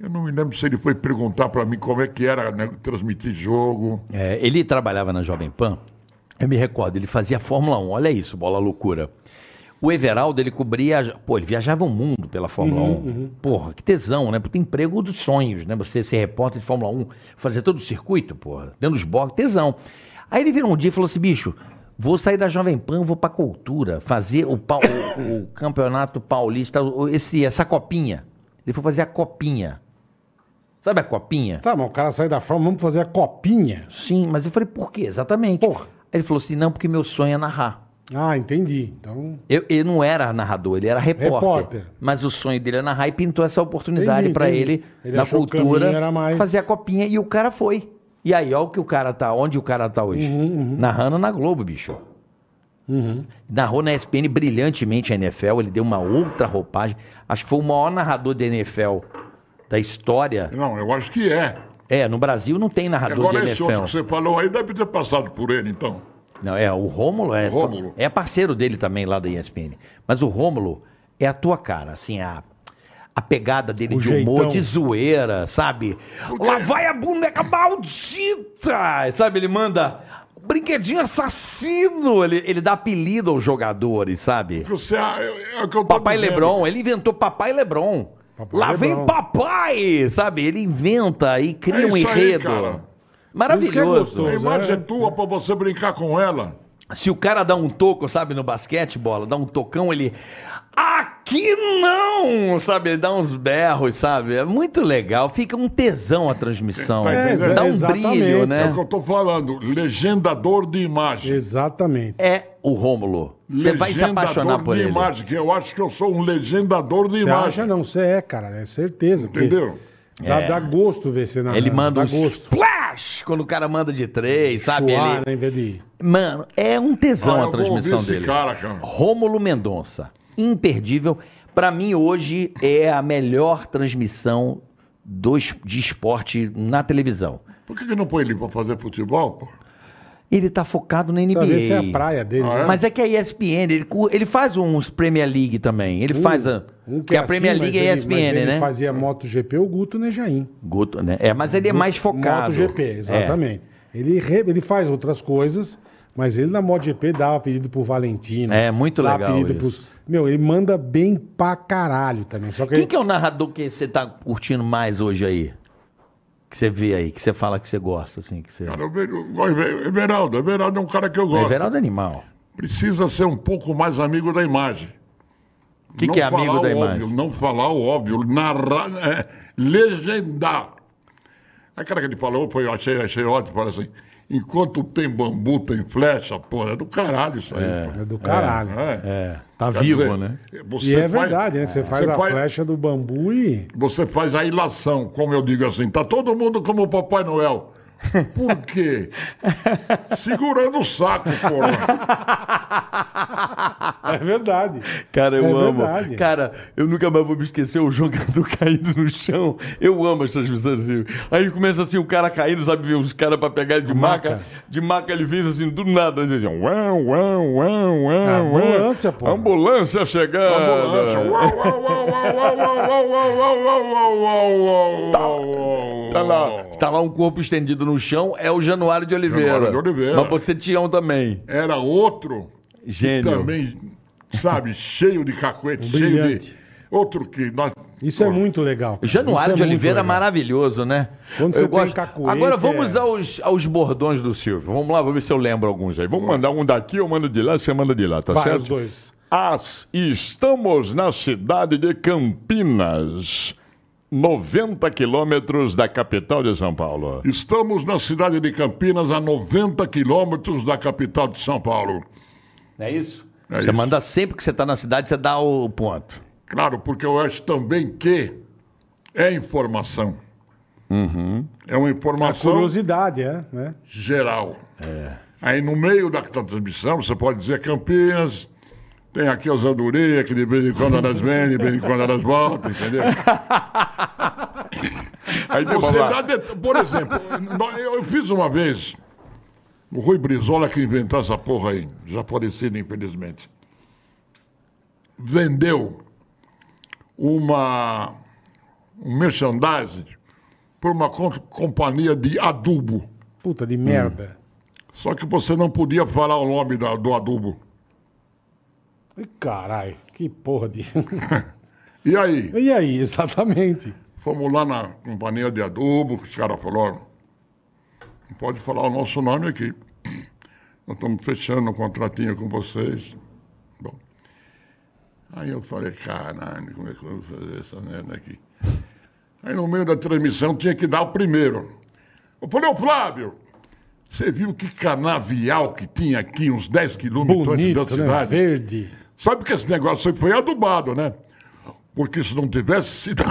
Speaker 4: Eu não me lembro se ele foi perguntar para mim como é que era né, transmitir jogo.
Speaker 3: É, ele trabalhava na Jovem Pan, eu me recordo, ele fazia Fórmula 1, olha isso, bola loucura. O Everaldo, ele cobria, pô, ele viajava o mundo pela Fórmula 1. Porra, que tesão, né? Porque emprego dos sonhos, né? Você ser repórter de Fórmula 1, fazer todo o circuito, porra, dentro dos boxes, tesão. Aí ele virou um dia e falou assim, bicho, vou sair da Jovem Pan, vou pra cultura, fazer o, pau- o- o campeonato paulista, o- esse, essa copinha. Ele foi fazer a copinha. Sabe a copinha?
Speaker 2: Tá, mas o cara saiu da forma, vamos fazer a copinha.
Speaker 3: Sim, mas eu falei, por quê? Exatamente.
Speaker 2: Porra.
Speaker 3: Aí Ele falou assim, não, porque meu sonho é narrar.
Speaker 2: Ah, entendi. Então,
Speaker 3: Eu, ele não era narrador, ele era repórter,
Speaker 2: Repórter.
Speaker 3: Mas o sonho dele é narrar e pintou essa oportunidade
Speaker 2: Entendi,
Speaker 3: pra
Speaker 2: entendi.
Speaker 3: ele,
Speaker 2: Ele
Speaker 3: na
Speaker 2: achou que o
Speaker 3: cultura,
Speaker 2: caminho era mais-
Speaker 3: fazer a copinha e o cara foi. E aí, olha o que o cara tá, onde o cara tá hoje.
Speaker 2: Uhum,
Speaker 3: Narrando na Globo, bicho. Narrou na ESPN brilhantemente a NFL, ele deu uma outra roupagem. Acho que foi o maior narrador de NFL da história.
Speaker 4: Não, eu acho que é.
Speaker 3: É, no Brasil não tem narrador
Speaker 4: Agora é
Speaker 3: de
Speaker 4: esse
Speaker 3: NFL.
Speaker 4: outro que você falou aí deve ter passado por ele, então.
Speaker 3: Não, é, o Rômulo é,
Speaker 4: O Rômulo.
Speaker 3: é parceiro dele também lá da ESPN. Mas o Rômulo é a tua cara, assim, a, a pegada dele
Speaker 2: O
Speaker 3: de
Speaker 2: jeitão.
Speaker 3: humor, de zoeira, sabe? Lá vai a boneca maldita! Sabe, ele manda brinquedinho assassino, ele, ele dá apelido aos jogadores, sabe?
Speaker 4: Você, é, é o que eu tô
Speaker 3: Papai
Speaker 4: dizendo.
Speaker 3: Lebron, ele inventou Papai Lebron.
Speaker 2: Papai
Speaker 3: Lá
Speaker 2: Lebron.
Speaker 3: vem papai, sabe? Ele inventa e cria
Speaker 4: É
Speaker 3: um
Speaker 4: isso aí,
Speaker 3: enredo.
Speaker 4: cara.
Speaker 2: é Isso que
Speaker 3: Maravilhoso.
Speaker 2: é
Speaker 4: A imagem
Speaker 2: É.
Speaker 4: é tua pra você brincar com ela.
Speaker 3: Se o cara dá um toco, sabe, no basquete, bola, dá um tocão, ele. Aqui não! Sabe, ele dá uns berros, sabe? É muito legal. Fica um tesão a transmissão.
Speaker 4: Tá entendendo?
Speaker 3: dá um
Speaker 2: Exatamente.
Speaker 3: brilho,
Speaker 4: É. o
Speaker 3: né?
Speaker 4: que eu tô falando. Legendador de imagem.
Speaker 2: Exatamente.
Speaker 3: É o Rômulo. Você vai se
Speaker 4: Legendador
Speaker 3: apaixonar por
Speaker 4: de
Speaker 3: ele.
Speaker 4: imagem, que eu acho que eu sou um legendador de
Speaker 2: Você
Speaker 4: imagem.
Speaker 2: acha não, você é, cara, é certeza. porque
Speaker 4: Entendeu?
Speaker 2: Dá, dá gosto ver você na
Speaker 3: É. Ele manda
Speaker 4: Ah,
Speaker 2: dá
Speaker 3: um
Speaker 2: gosto.
Speaker 3: splash quando o cara manda de três, sabe?
Speaker 2: Suar,
Speaker 3: Ele-
Speaker 2: né, em vez de...
Speaker 3: Mano, é um tesão
Speaker 4: Ah, eu
Speaker 3: a
Speaker 4: vou
Speaker 3: transmissão
Speaker 4: ouvir esse
Speaker 3: dele.
Speaker 4: cara, cara.
Speaker 3: Rômulo Mendonça, imperdível. Pra mim hoje é a melhor transmissão do es- de esporte na televisão.
Speaker 4: Por que, que não põe ele pra fazer futebol, pô?
Speaker 3: Ele tá focado na
Speaker 2: Precisa ver se é
Speaker 3: NBA.
Speaker 2: a praia dele.
Speaker 4: Ah,
Speaker 2: né?
Speaker 4: é?
Speaker 3: Mas é que a ESPN, ele, cu- ele faz uns Premier League também.
Speaker 2: Um,
Speaker 3: Ele faz a. que a
Speaker 2: assim,
Speaker 3: Premier League
Speaker 2: mas
Speaker 3: é
Speaker 2: ele-
Speaker 3: ESPN,
Speaker 2: mas ele
Speaker 3: né?
Speaker 2: fazia MotoGP, o Guto Nejaim.
Speaker 3: Guto, né? É, mas ele é mais focado.
Speaker 2: MotoGP,
Speaker 3: É.
Speaker 2: exatamente. Ele, re- ele faz outras coisas, mas ele na MotoGP dava pedido pro Valentino.
Speaker 3: É, muito legal isso.
Speaker 2: Meu, ele manda bem pra caralho também. Só que,
Speaker 3: Quem que é o narrador que você tá curtindo mais hoje aí? Que você vê aí, que você fala que você gosta, assim, que você.
Speaker 4: Cara, eu vejo- eu gosto de- Everaldo, Everaldo é um cara que eu
Speaker 3: É
Speaker 4: gosto.
Speaker 3: Everaldo é animal.
Speaker 4: Precisa ser um pouco mais amigo da imagem.
Speaker 3: O que,
Speaker 4: Não
Speaker 3: que é
Speaker 4: falar
Speaker 3: amigo
Speaker 4: o
Speaker 3: da
Speaker 4: óbvio,
Speaker 3: imagem?
Speaker 4: Não falar o óbvio, narrar, é, legendar. A cara que ele falou, foi, eu achei, achei ótimo, fala assim, enquanto tem bambu, tem flecha, porra, é do caralho isso aí.
Speaker 2: é
Speaker 4: pô.
Speaker 2: do caralho.
Speaker 4: É.
Speaker 3: É, tá
Speaker 4: Quer
Speaker 3: vivo,
Speaker 4: dizer,
Speaker 3: né?
Speaker 4: Você
Speaker 2: E é
Speaker 4: faz-
Speaker 2: verdade, né? Que Você faz
Speaker 4: Você
Speaker 2: a
Speaker 4: faz-
Speaker 2: flecha do bambu e.
Speaker 4: Você faz a ilação, como eu digo assim, tá todo mundo como o Papai Noel. Por quê? Segurando o saco, porra. Ah.
Speaker 2: É verdade.
Speaker 3: Cara, eu
Speaker 2: É
Speaker 3: amo.
Speaker 2: verdade.
Speaker 3: Cara, eu nunca mais vou me esquecer o jogador caído no chão. Eu amo essas visões assim. Aí começa assim, o cara caindo, sabe? vê Os caras pra pegar ele de maca.
Speaker 2: Maca.
Speaker 5: De maca ele vem assim, do nada. Ele diz, uau, uau, uau, uau, uau.
Speaker 2: Ambulância, pô.
Speaker 5: Ambulância chegando.
Speaker 4: Ambulância. Uau, uau, uau, uau, uau, uau, uau, uau, uau, uau, uau, uau, uau,
Speaker 5: Tá lá.
Speaker 3: Tá lá um corpo estendido no chão, é o Januário de Oliveira.
Speaker 4: Januário de Oliveira.
Speaker 3: Mas você tinha um também.
Speaker 4: Era outro
Speaker 3: Gênio.
Speaker 4: também, sabe, cheio de cacuete, cheio
Speaker 2: Um Brilhante.
Speaker 4: de... Outro que nós...
Speaker 2: Isso é muito legal. cara.
Speaker 3: Januário
Speaker 2: Isso é
Speaker 3: de
Speaker 2: muito
Speaker 3: Oliveira é
Speaker 2: legal.
Speaker 3: maravilhoso, né?
Speaker 2: Quando você tem cacuete,
Speaker 3: Agora vamos
Speaker 2: é-
Speaker 3: aos, aos bordões do Silvio.
Speaker 5: Vamos lá, vamos ver se eu lembro alguns aí. Vamos mandar um daqui, eu mando de lá, você manda de lá, tá
Speaker 2: Vai,
Speaker 5: certo?
Speaker 2: os dois.
Speaker 5: As estamos na cidade de Campinas, 90 quilômetros da capital de São Paulo.
Speaker 4: Estamos na cidade de Campinas, a 90 quilômetros da capital de São Paulo.
Speaker 3: É isso?
Speaker 4: É
Speaker 3: você
Speaker 4: isso.
Speaker 3: manda sempre que você tá na cidade, você dá o ponto.
Speaker 4: Claro, porque eu acho também que é informação.
Speaker 2: Uhum.
Speaker 4: É uma
Speaker 2: A
Speaker 4: informação
Speaker 2: curiosidade, é, né?
Speaker 4: geral.
Speaker 2: É.
Speaker 4: Aí no meio da transmissão, você pode dizer Campinas, tem aqui as Andorinhas, que de vez em quando elas vêm, de vez em quando elas voltam, entendeu?
Speaker 5: Aí tem
Speaker 4: Você
Speaker 5: vamos
Speaker 4: dá
Speaker 5: lá.
Speaker 4: det- Por exemplo, nó- eu fiz uma vez, o Rui Brizola que inventou essa porra aí, já falecido infelizmente, vendeu uma, um merchandising por uma co- companhia de adubo.
Speaker 2: Puta
Speaker 3: Hum.
Speaker 2: de merda.
Speaker 4: Só que você não podia falar o nome da- do adubo.
Speaker 2: Ih, Caralho, que porra de.
Speaker 4: E aí?
Speaker 2: E aí, exatamente.
Speaker 4: Fomos lá na companhia de adubo, que os caras falaram, não pode falar o nosso nome aqui. Nós estamos fechando um contratinho com vocês. Bom. Aí eu falei, caralho, como é que eu vou fazer essa merda aqui? Aí no meio da transmissão tinha que dar o primeiro. Eu falei, ô Flávio, você viu que canavial que tinha aqui, uns 10 quilômetros antes da
Speaker 2: Bonito, né?
Speaker 4: cidade?
Speaker 2: Verde.
Speaker 4: Sabe que esse negócio aí foi adubado, né? Porque se não tivesse sido,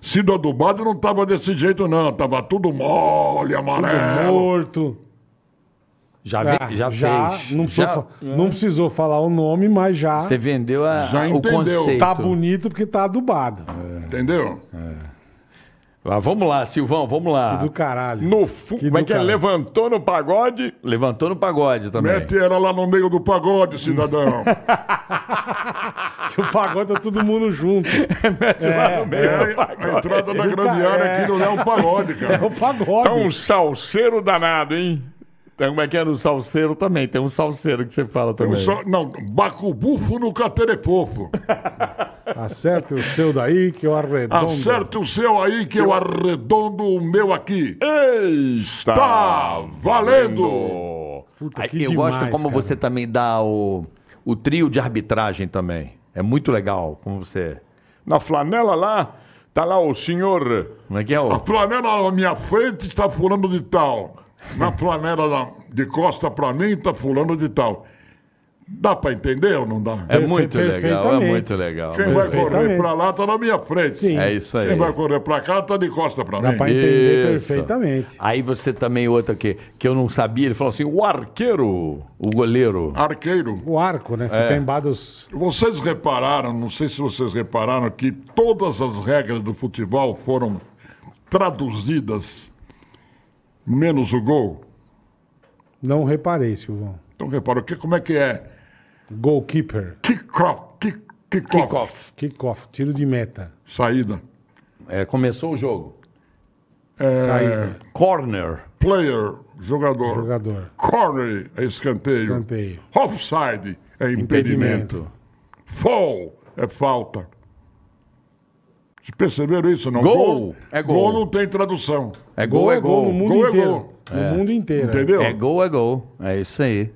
Speaker 4: sido adubado, não tava desse jeito, não. Tava tudo mole, amarelo.
Speaker 2: Morto.
Speaker 3: É, Já,
Speaker 2: Ah,
Speaker 3: ve- já,
Speaker 2: já,
Speaker 3: fez.
Speaker 2: Não, precisou
Speaker 3: Já-
Speaker 2: fa- não precisou falar o nome, mas já
Speaker 3: Você vendeu a-
Speaker 4: Já
Speaker 3: o
Speaker 4: entendeu.
Speaker 3: conceito.
Speaker 2: tá bonito porque tá adubado.
Speaker 4: Entendeu?
Speaker 3: Ah, vamos lá, Silvão, vamos lá.
Speaker 2: Do caralho.
Speaker 5: No fundo, como é
Speaker 2: do
Speaker 5: que é?
Speaker 2: caralho.
Speaker 5: Levantou no pagode.
Speaker 3: Levantou no pagode também.
Speaker 4: Mete ela lá no meio do pagode, cidadão.
Speaker 2: que o pagode tá todo mundo junto.
Speaker 5: Mete lá no meio.
Speaker 4: É
Speaker 5: do
Speaker 4: a
Speaker 5: pagode.
Speaker 4: entrada da Grande Área aqui no Léo Pagode,
Speaker 2: É o
Speaker 4: cara.
Speaker 2: pagode.
Speaker 5: Tá um salseiro danado, hein? Então, como é que era o salseiro também? Tem um salseiro que você fala também.
Speaker 4: Só- não, Bacubufo no Caterepofo.
Speaker 3: Então-
Speaker 2: Acerta o seu daí que eu arredondo.
Speaker 4: Acerta o seu aí que eu arredondo o meu aqui.
Speaker 5: Eita!
Speaker 4: Tá valendo!
Speaker 2: Puta,
Speaker 3: Aí,
Speaker 2: que
Speaker 3: eu
Speaker 2: demais,
Speaker 3: gosto como
Speaker 2: cara.
Speaker 3: você também dá o, o trio de arbitragem também. É muito legal como você. é.
Speaker 5: Na flanela lá, tá lá o senhor.
Speaker 3: Como é que é
Speaker 4: A
Speaker 3: o.
Speaker 4: flanela na minha frente está fulano de tal. Na flanela da- de costa pra mim está fulano de tal. Dá pra entender ou não dá?
Speaker 3: É muito legal, é
Speaker 2: perfeitamente.
Speaker 3: muito legal.
Speaker 4: Quem vai
Speaker 2: perfeitamente.
Speaker 4: correr pra lá está na minha frente.
Speaker 2: Sim.
Speaker 3: É isso aí.
Speaker 4: Quem vai correr pra cá está de costa pra
Speaker 2: Dá
Speaker 4: mim.
Speaker 2: pra entender
Speaker 3: Isso.
Speaker 2: perfeitamente.
Speaker 3: Aí você também, outro aqui, que eu não sabia, ele falou assim: o arqueiro, o goleiro.
Speaker 4: Arqueiro.
Speaker 2: O arco, né?
Speaker 3: É.
Speaker 2: Fica embaixo dos...
Speaker 4: Vocês repararam, não sei se vocês repararam, que todas as regras do futebol foram traduzidas, menos o gol.
Speaker 2: Não reparei, Silvão.
Speaker 4: Então reparou que, como é que é?
Speaker 2: Goalkeeper.
Speaker 4: Kickoff, kick, kickoff,
Speaker 3: Kickoff.
Speaker 2: Kickoff. Tiro de meta.
Speaker 4: saída.
Speaker 3: É, começou o jogo.
Speaker 4: É,
Speaker 2: Saída.
Speaker 3: Corner.
Speaker 4: Player, jogador.
Speaker 2: Jogador.
Speaker 4: Corner, é escanteio.
Speaker 2: Escanteio.
Speaker 4: Offside, é impedimento.
Speaker 2: Impedimento.
Speaker 4: Fall, é falta. Vocês perceberam isso? Não?
Speaker 3: Gol, é gol.
Speaker 4: Gol não tem tradução,
Speaker 3: É gol, é gol.
Speaker 2: no mundo
Speaker 4: Gol é
Speaker 2: inteiro.
Speaker 4: gol.
Speaker 2: No mundo inteiro. é.
Speaker 4: entendeu?
Speaker 3: É gol, é gol. É isso aí.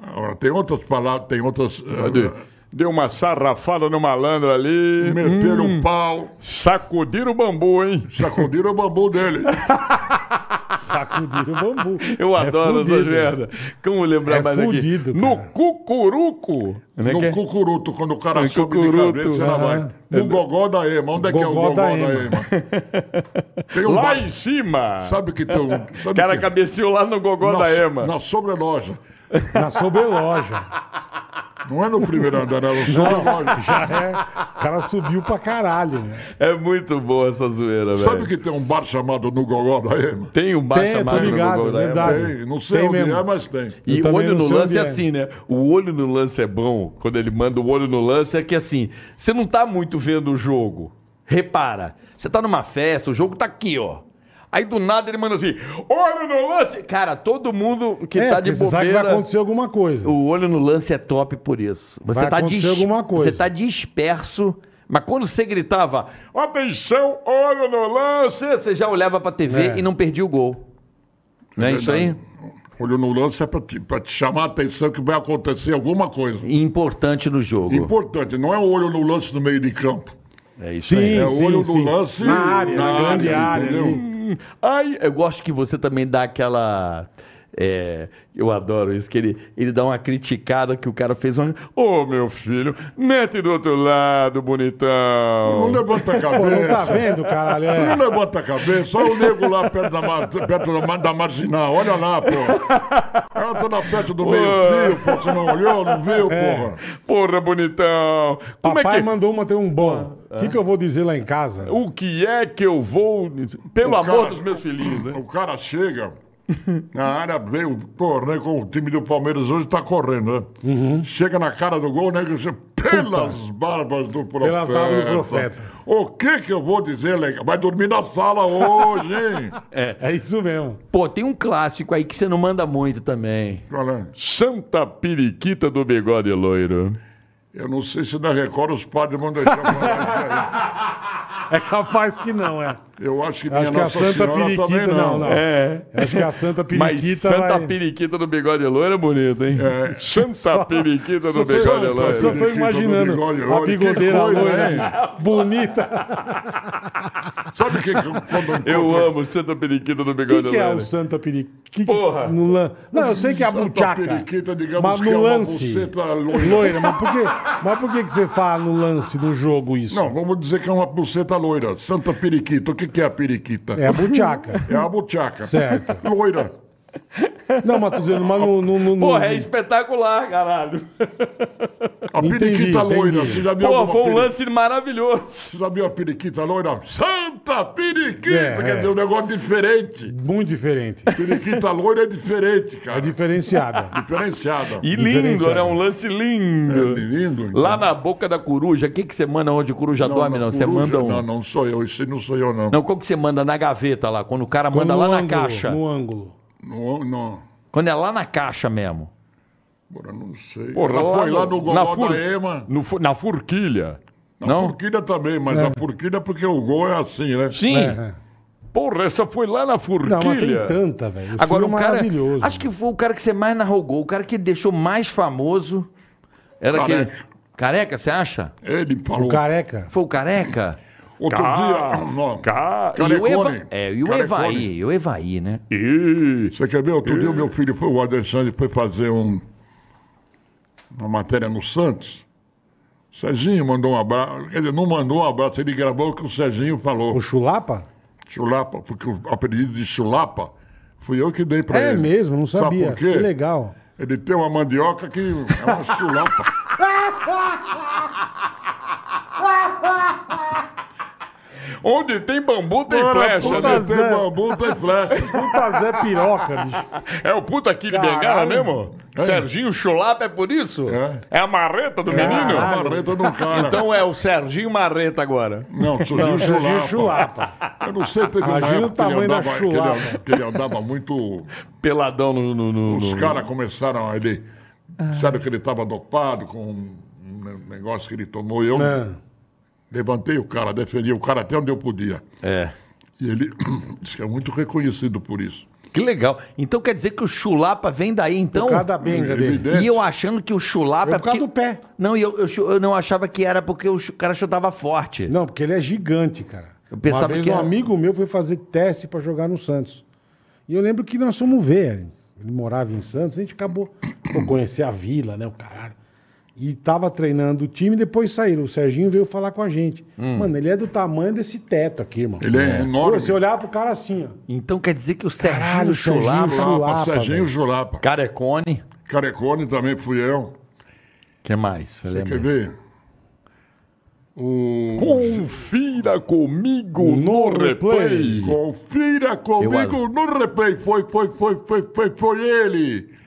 Speaker 4: Agora, tem outras palavras, tem outras...
Speaker 5: De-
Speaker 4: eh,
Speaker 5: Deu uma sarrafada no malandro ali. Hum.
Speaker 4: Meteram um o pau,
Speaker 5: Sacudiram o bambu, hein?
Speaker 4: sacudiram o bambu dele.
Speaker 2: É Sacudir o bambu.
Speaker 5: Eu
Speaker 2: É
Speaker 5: adoro
Speaker 2: fudido.
Speaker 5: essas merda. Como lembrar
Speaker 2: É
Speaker 5: mais
Speaker 2: fudido,
Speaker 5: aqui? No
Speaker 2: cara.
Speaker 5: cucuruco. Como é que
Speaker 4: No
Speaker 5: é?
Speaker 4: cucuruto, quando o cara
Speaker 5: No
Speaker 4: sobe
Speaker 5: cucuruto,
Speaker 4: de cabeça, ela
Speaker 2: aham.
Speaker 4: vai. O gogó da ema, onde é que é o
Speaker 2: Gogó
Speaker 4: gogó
Speaker 2: da
Speaker 4: da ema? Tem um
Speaker 5: Lá
Speaker 4: bar-
Speaker 5: em cima.
Speaker 4: Sabe que tem um... Sabe
Speaker 5: o cara
Speaker 4: que...
Speaker 5: cabeceou lá no gogó
Speaker 4: na,
Speaker 5: da Ema.
Speaker 4: Na sobreloja.
Speaker 2: Na sobreloja.
Speaker 4: Não é no primeiro andar, é no sobreloja.
Speaker 2: Já é. O cara subiu pra caralho, né?
Speaker 5: É muito boa essa zoeira,
Speaker 4: Sabe
Speaker 5: velho.
Speaker 4: que tem um bar chamado No Gogó da Ema?
Speaker 5: Tem um
Speaker 2: Tem,
Speaker 5: baixa
Speaker 2: tô
Speaker 5: mais no
Speaker 2: ligado,
Speaker 5: gogó da Ema.
Speaker 2: verdade.
Speaker 4: Tem, não sei
Speaker 2: Tem
Speaker 4: onde
Speaker 2: mesmo.
Speaker 4: é, mas tem.
Speaker 2: Eu
Speaker 5: E
Speaker 2: também
Speaker 5: olho
Speaker 2: não
Speaker 5: no
Speaker 2: sei onde
Speaker 5: lance é
Speaker 2: é.
Speaker 5: assim, né? O olho no lance é bom, quando ele manda o olho no lance, é que assim, você não tá muito vendo o jogo. Repara, você tá numa festa, o jogo tá aqui, ó. Aí do nada ele manda assim, olho no lance! Cara, todo mundo que
Speaker 2: é,
Speaker 3: tá de
Speaker 2: porque você sabe que
Speaker 3: bobeira...
Speaker 2: vai acontecer alguma coisa.
Speaker 3: O olho no lance é top por isso. Você
Speaker 2: Vai
Speaker 3: tá
Speaker 2: acontecer
Speaker 3: dis-
Speaker 2: alguma coisa.
Speaker 3: Você tá disperso, mas quando você gritava,
Speaker 5: Atenção, olho no lance!
Speaker 3: você já olhava pra TV
Speaker 2: É.
Speaker 3: e não perdia o gol. Não é isso aí?
Speaker 4: Olho no lance é pra te, pra te chamar a atenção que vai acontecer alguma coisa.
Speaker 3: E Importante no jogo.
Speaker 4: Importante, não é o olho no lance no meio de campo.
Speaker 3: É isso aí.
Speaker 2: Sim,
Speaker 4: É o
Speaker 2: sim,
Speaker 4: olho no
Speaker 2: sim.
Speaker 4: lance
Speaker 2: Na área, na,
Speaker 4: na
Speaker 2: grande
Speaker 4: área,
Speaker 2: área.
Speaker 4: entendeu?
Speaker 2: ali.
Speaker 3: Ai, eu gosto que você também dá aquela. é, eu adoro isso, que ele, ele dá uma criticada que o cara fez um, uma.
Speaker 5: Ô, meu filho, mete do outro lado, bonitão.
Speaker 4: Não levanta a
Speaker 2: Pô, não
Speaker 4: cabeça.
Speaker 2: tá vendo, caralho?
Speaker 4: Tu
Speaker 2: É.
Speaker 4: não levanta a cabeça, olha o nego lá perto da, mar- perto da, mar- da marginal, olha lá, pô. Ela tá lá perto do meio-fio, pô, você não olhou, não viu,
Speaker 2: É.
Speaker 4: porra.
Speaker 5: Porra, bonitão. Como
Speaker 2: Papai
Speaker 5: é que...
Speaker 2: mandou uma ter um bom. O que, que eu vou dizer lá em casa?
Speaker 5: O que é que eu vou... Pelo
Speaker 4: O
Speaker 5: amor
Speaker 4: cara-
Speaker 5: dos meus filhinhos, né?
Speaker 4: O cara chega na área, veio, pô, né, com o time do Palmeiras hoje tá correndo, né?
Speaker 2: Uhum.
Speaker 4: Chega na cara do gol, né, que você- pelas barbas do profeta.
Speaker 2: Pelas barbas do profeta.
Speaker 4: O que que eu vou dizer, legal? Vai dormir na sala hoje, hein?
Speaker 2: É isso mesmo.
Speaker 3: Pô, tem um clássico aí que você não manda muito também.
Speaker 4: Olha,
Speaker 5: Santa Periquita do Bigode Loiro.
Speaker 4: eu não sei se na Record os padres vão deixar falar isso aí.
Speaker 2: É capaz que não, é.
Speaker 4: Eu acho que nem
Speaker 2: Acho
Speaker 4: a
Speaker 2: que a
Speaker 4: Nossa
Speaker 2: Santa
Speaker 4: Senhora
Speaker 2: Periquita.
Speaker 4: também não.
Speaker 2: Não, não.
Speaker 5: É.
Speaker 2: Acho que a Santa
Speaker 5: Mas
Speaker 2: Periquita.
Speaker 5: Santa
Speaker 2: vai...
Speaker 5: Periquita do Bigode Loiro é bonito, hein?
Speaker 4: É.
Speaker 5: Santa Periquita do
Speaker 2: Só tô-
Speaker 5: Bigode
Speaker 2: só-
Speaker 5: Loiro.
Speaker 2: Só tô
Speaker 4: Periquita do
Speaker 2: imaginando
Speaker 4: bigode
Speaker 2: a
Speaker 4: loiro, que
Speaker 2: bigodeira
Speaker 4: coisa, né?
Speaker 2: loira,
Speaker 4: hein?
Speaker 2: bonita.
Speaker 4: Sabe o que que eu- quando encontro-
Speaker 5: Eu amo Santa Periquita do
Speaker 2: O que,
Speaker 5: Bigode
Speaker 2: que é
Speaker 5: Loiro.
Speaker 2: o Santa Periquita?
Speaker 5: Porra.
Speaker 2: No lan... Não, eu sei que é a
Speaker 4: Santa
Speaker 2: buchaca.
Speaker 4: Periquita, digamos
Speaker 2: Mas
Speaker 4: que é
Speaker 2: no
Speaker 4: uma
Speaker 2: lance.
Speaker 4: buceta loira.
Speaker 2: Loira, mas por, que, mas por que, que você fala no lance, no jogo, isso?
Speaker 4: Não, vamos dizer que é uma buceta loira. Santa Periquita. O que que é a periquita?
Speaker 2: É a buchaca.
Speaker 4: É a buchaca.
Speaker 2: Certo.
Speaker 4: Loira.
Speaker 5: é
Speaker 2: Não, mas tô dizendo, mas no. no, no- no-
Speaker 5: Porra, é espetacular, caralho.
Speaker 4: A A periquita
Speaker 2: entendi.
Speaker 4: loira, você já viu
Speaker 5: Pô,
Speaker 4: alguma
Speaker 5: foi um
Speaker 4: peri-
Speaker 5: lance maravilhoso.
Speaker 4: Você já viu a periquita loira? Santa periquita!
Speaker 2: É, é.
Speaker 4: Quer dizer, um negócio diferente.
Speaker 2: Muito diferente.
Speaker 4: Periquita loira é diferente, cara.
Speaker 2: É diferenciada.
Speaker 4: Diferenciada.
Speaker 5: E lindo,
Speaker 2: Diferenciado.
Speaker 5: né? Um lance
Speaker 4: É
Speaker 5: lindo.
Speaker 4: lindo. então.
Speaker 5: Lá Tá na boca da coruja, o que, que você manda onde coruja dorme, não? Você
Speaker 4: coruja,
Speaker 5: manda um.
Speaker 4: Não,
Speaker 5: Não,
Speaker 4: não sou eu. Isso não sou eu, não.
Speaker 5: qual que você manda na gaveta lá? Quando o cara manda
Speaker 2: No
Speaker 5: lá na
Speaker 2: ângulo,
Speaker 5: caixa.
Speaker 2: No ângulo.
Speaker 4: Não, não.
Speaker 5: Quando é lá na caixa mesmo.
Speaker 4: Agora não sei.
Speaker 5: Porra,
Speaker 4: Ela foi lá no
Speaker 5: na
Speaker 4: Goló
Speaker 5: fur-
Speaker 4: da Ema.
Speaker 5: no fu- na furquilha.
Speaker 4: Na
Speaker 5: não?
Speaker 4: Furquilha também, mas a Furquilha porque o gol é assim, né?
Speaker 5: Sim.
Speaker 2: É, é.
Speaker 5: Porra, essa foi lá na
Speaker 2: Não, mas tem
Speaker 5: furquilha.
Speaker 2: tanta, velho. O
Speaker 5: Agora
Speaker 2: filme
Speaker 5: o
Speaker 2: é
Speaker 5: cara.
Speaker 2: maravilhoso.
Speaker 3: Acho que foi o cara que você mais narrogou, o cara que deixou mais famoso. Era
Speaker 4: Careca.
Speaker 3: aquele. Careca, você acha?
Speaker 4: é Ele falou.
Speaker 2: O careca.
Speaker 3: Foi o careca?
Speaker 4: Outro
Speaker 5: Ca-
Speaker 4: dia. Não,
Speaker 5: Ca-
Speaker 3: E o Eva-
Speaker 4: Carecone.
Speaker 3: É, e o
Speaker 4: Carecone.
Speaker 3: Evaí, e o Evaí, né?
Speaker 5: Ih,
Speaker 4: Você quer ver? Outro
Speaker 2: É.
Speaker 4: dia o meu filho foi, o Alexandre foi fazer um, uma matéria no Santos. O Serginho mandou um abraço. Quer dizer, não mandou um abraço, ele gravou o que o Serginho falou.
Speaker 2: O chulapa?
Speaker 4: Chulapa, porque o apelido de Chulapa fui eu que dei pra
Speaker 2: É
Speaker 4: ele.
Speaker 2: mesmo, não sabia.
Speaker 4: Sabe por quê?
Speaker 2: Que legal.
Speaker 4: Ele tem uma mandioca que é uma chulapa.
Speaker 5: Onde tem bambu tem flecha,
Speaker 2: puta
Speaker 5: né?
Speaker 4: Quando tem
Speaker 2: Zé.
Speaker 4: bambu, tem flecha.
Speaker 2: Puta Zé Piroca, bicho.
Speaker 5: É o puta aqui de Bengala
Speaker 2: Caralho.
Speaker 5: mesmo?
Speaker 4: É.
Speaker 5: Serginho Chulapa é por isso?
Speaker 4: É.
Speaker 5: a marreta do menino?
Speaker 4: Uma marreta num cara.
Speaker 5: Então é o Serginho Marreta agora.
Speaker 4: Não, surgiu
Speaker 2: Não,
Speaker 4: o chulapa.
Speaker 2: Serginho Chulapa.
Speaker 4: Eu não sei, teve uma
Speaker 2: Imagina o
Speaker 4: época que ele
Speaker 2: tamanho da
Speaker 4: andava, que ele-
Speaker 2: chulapa.
Speaker 4: que ele andava muito...
Speaker 5: Peladão no. no, no-
Speaker 4: Os
Speaker 5: no-
Speaker 4: caras começaram a ele. Disseram que ele estava dopado com um um negócio que ele tomou. Eu
Speaker 2: É.
Speaker 4: levantei o cara, defendi o cara até onde eu podia.
Speaker 5: É.
Speaker 4: E ele disse que é muito reconhecido por isso.
Speaker 3: Que legal. Então quer dizer que o chulapa vem daí, então?
Speaker 2: Por causa da benga dele.
Speaker 4: Evidente.
Speaker 3: E eu achando que o chulapa.
Speaker 2: É
Speaker 3: é
Speaker 2: por causa do pé.
Speaker 3: Não, e eu, eu, chu- eu não achava que era porque o chu- cara chutava forte.
Speaker 2: Não, porque ele é gigante, cara.
Speaker 3: Eu pensava
Speaker 2: Uma vez
Speaker 3: que
Speaker 2: um
Speaker 3: era-
Speaker 2: amigo meu foi fazer teste pra jogar no Santos. E eu lembro que nós fomos ver. Ele morava em Santos, a gente acabou por conhecer a vila, né? O caralho. E tava treinando o time, depois saíram. O Serginho veio falar com a gente. Mano, ele é do tamanho desse teto aqui, irmão.
Speaker 4: Hum. Ele é, enorme.
Speaker 2: Pô, você olhava pro cara assim, ó.
Speaker 3: Então quer dizer que o Serginho
Speaker 2: Caralho, Serginho
Speaker 3: Chulapa.
Speaker 4: Chulapa,
Speaker 2: Chulapa,
Speaker 4: Ah, Serginho
Speaker 2: velho.
Speaker 4: Chulapa.
Speaker 3: Carecone.
Speaker 4: Carecone também fui eu.
Speaker 3: que mais? Você
Speaker 4: Você
Speaker 3: lembra?
Speaker 4: quer ver? O...
Speaker 5: Confira comigo
Speaker 2: No
Speaker 5: no, replay.
Speaker 2: replay.
Speaker 4: Confira comigo no replay. Foi, foi, foi, foi, foi, foi ele.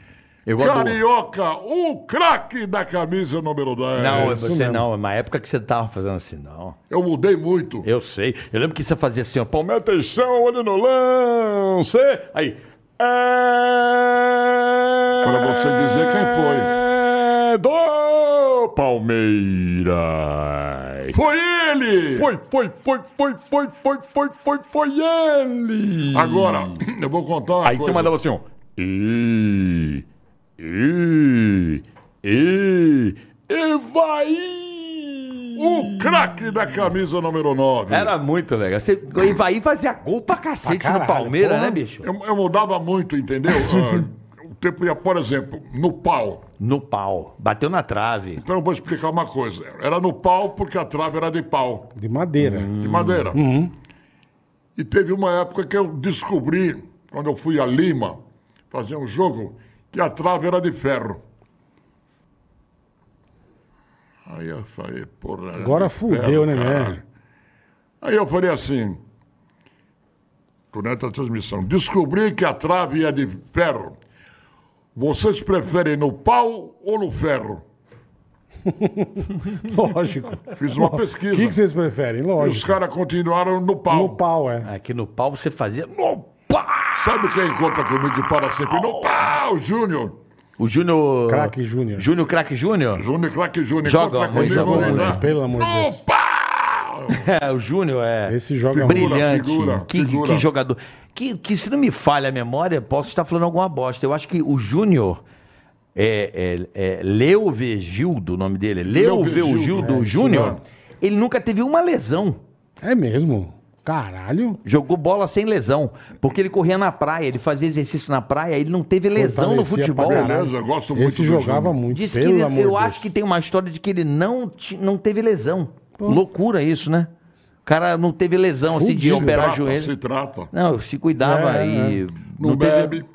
Speaker 3: Eu gosto do-
Speaker 4: Carioca, o craque da camisa número 10.
Speaker 3: Não,
Speaker 2: isso
Speaker 3: você
Speaker 2: mesmo.
Speaker 3: não. É uma época que você tava fazendo assim, não.
Speaker 4: Eu mudei muito.
Speaker 3: Eu sei. Eu lembro que você fazia assim, ó. Palmeiras.
Speaker 5: Atenção, olho no lance. Aí. É...
Speaker 4: Pra você dizer quem
Speaker 5: foi. Do Palmeiras.
Speaker 4: Foi ele!
Speaker 5: Foi, foi, foi, foi, foi, foi, foi, foi, foi ele.
Speaker 4: Agora, eu vou contar uma
Speaker 5: Aí
Speaker 4: coisa.
Speaker 5: você mandava assim, ó. E. E. E. E vai!
Speaker 4: O craque da camisa número 9.
Speaker 3: Era muito legal. Você, o Ivaí fazia gol pra cacete
Speaker 2: Pra caralho,
Speaker 3: no Palmeiras,
Speaker 2: porra.
Speaker 3: né, bicho?
Speaker 4: Eu, eu mudava muito, entendeu? Ah, o tempo ia, por exemplo, no pau.
Speaker 3: No pau. Bateu na trave.
Speaker 4: Então eu vou explicar uma coisa. Era no pau porque a trave era de pau,
Speaker 2: De madeira.
Speaker 4: de madeira.
Speaker 2: Uhum.
Speaker 4: E teve uma época que eu descobri, quando eu fui a Lima fazer um jogo, que a trave era de ferro. Aí eu falei, porra. era
Speaker 2: Agora
Speaker 4: de ferro,
Speaker 2: fudeu, né,
Speaker 4: caralho.
Speaker 2: velho?
Speaker 4: Aí eu falei assim, durante a transmissão, descobri que a trave é de ferro. Vocês preferem no pau ou no ferro?
Speaker 2: Lógico.
Speaker 4: Fiz uma
Speaker 2: O
Speaker 4: pesquisa.
Speaker 2: que, que vocês preferem?
Speaker 4: E os
Speaker 2: Lógico.
Speaker 4: caras continuaram no pau.
Speaker 2: No pau, é.
Speaker 3: Aqui no pau você fazia. No pau!
Speaker 4: Sabe quem conta comigo para sempre? No pau, Júnior.
Speaker 3: O Júnior.
Speaker 2: Craque Júnior.
Speaker 3: Júnior Craque Júnior?
Speaker 4: Júnior, craque Júnior.
Speaker 3: Joga
Speaker 4: conta
Speaker 3: muito,
Speaker 4: comigo,
Speaker 3: joga
Speaker 4: né?
Speaker 3: muito,
Speaker 2: pelo amor de
Speaker 4: no
Speaker 2: Deus.
Speaker 4: pau!
Speaker 3: É, o Júnior é.
Speaker 2: Esse joga muito.
Speaker 3: Brilhante.
Speaker 4: figura,
Speaker 3: que,
Speaker 4: figura.
Speaker 3: que jogador. Que, que se não me falha a memória, posso estar falando alguma bosta. Eu acho que o Júnior. É, é, é Leovegildo, o nome dele. é Leovegildo
Speaker 4: Leovegildo, é,
Speaker 3: Júnior. Ele nunca teve uma lesão.
Speaker 2: É mesmo? Caralho.
Speaker 3: Jogou bola sem lesão. Porque ele corria na praia, ele fazia exercício na praia, ele não teve lesão no
Speaker 2: Fortalecia
Speaker 3: futebol.
Speaker 2: pra caralho.
Speaker 4: Beleza, eu gosto muito
Speaker 2: Esse
Speaker 4: do
Speaker 2: jogava
Speaker 4: Júnior.
Speaker 2: muito.
Speaker 3: Diz que
Speaker 2: pelo
Speaker 3: ele-
Speaker 2: amor
Speaker 3: eu
Speaker 2: de
Speaker 3: acho
Speaker 2: Deus.
Speaker 3: que tem uma história de que ele não, ti- não teve lesão. Loucura isso, né? O cara não teve lesão assim de
Speaker 2: Fudido.
Speaker 3: operar
Speaker 4: trata,
Speaker 3: joelho.
Speaker 4: Se trata.
Speaker 3: Não, se cuidava
Speaker 2: É,
Speaker 3: e.
Speaker 4: Não,
Speaker 3: teve-
Speaker 4: bebe.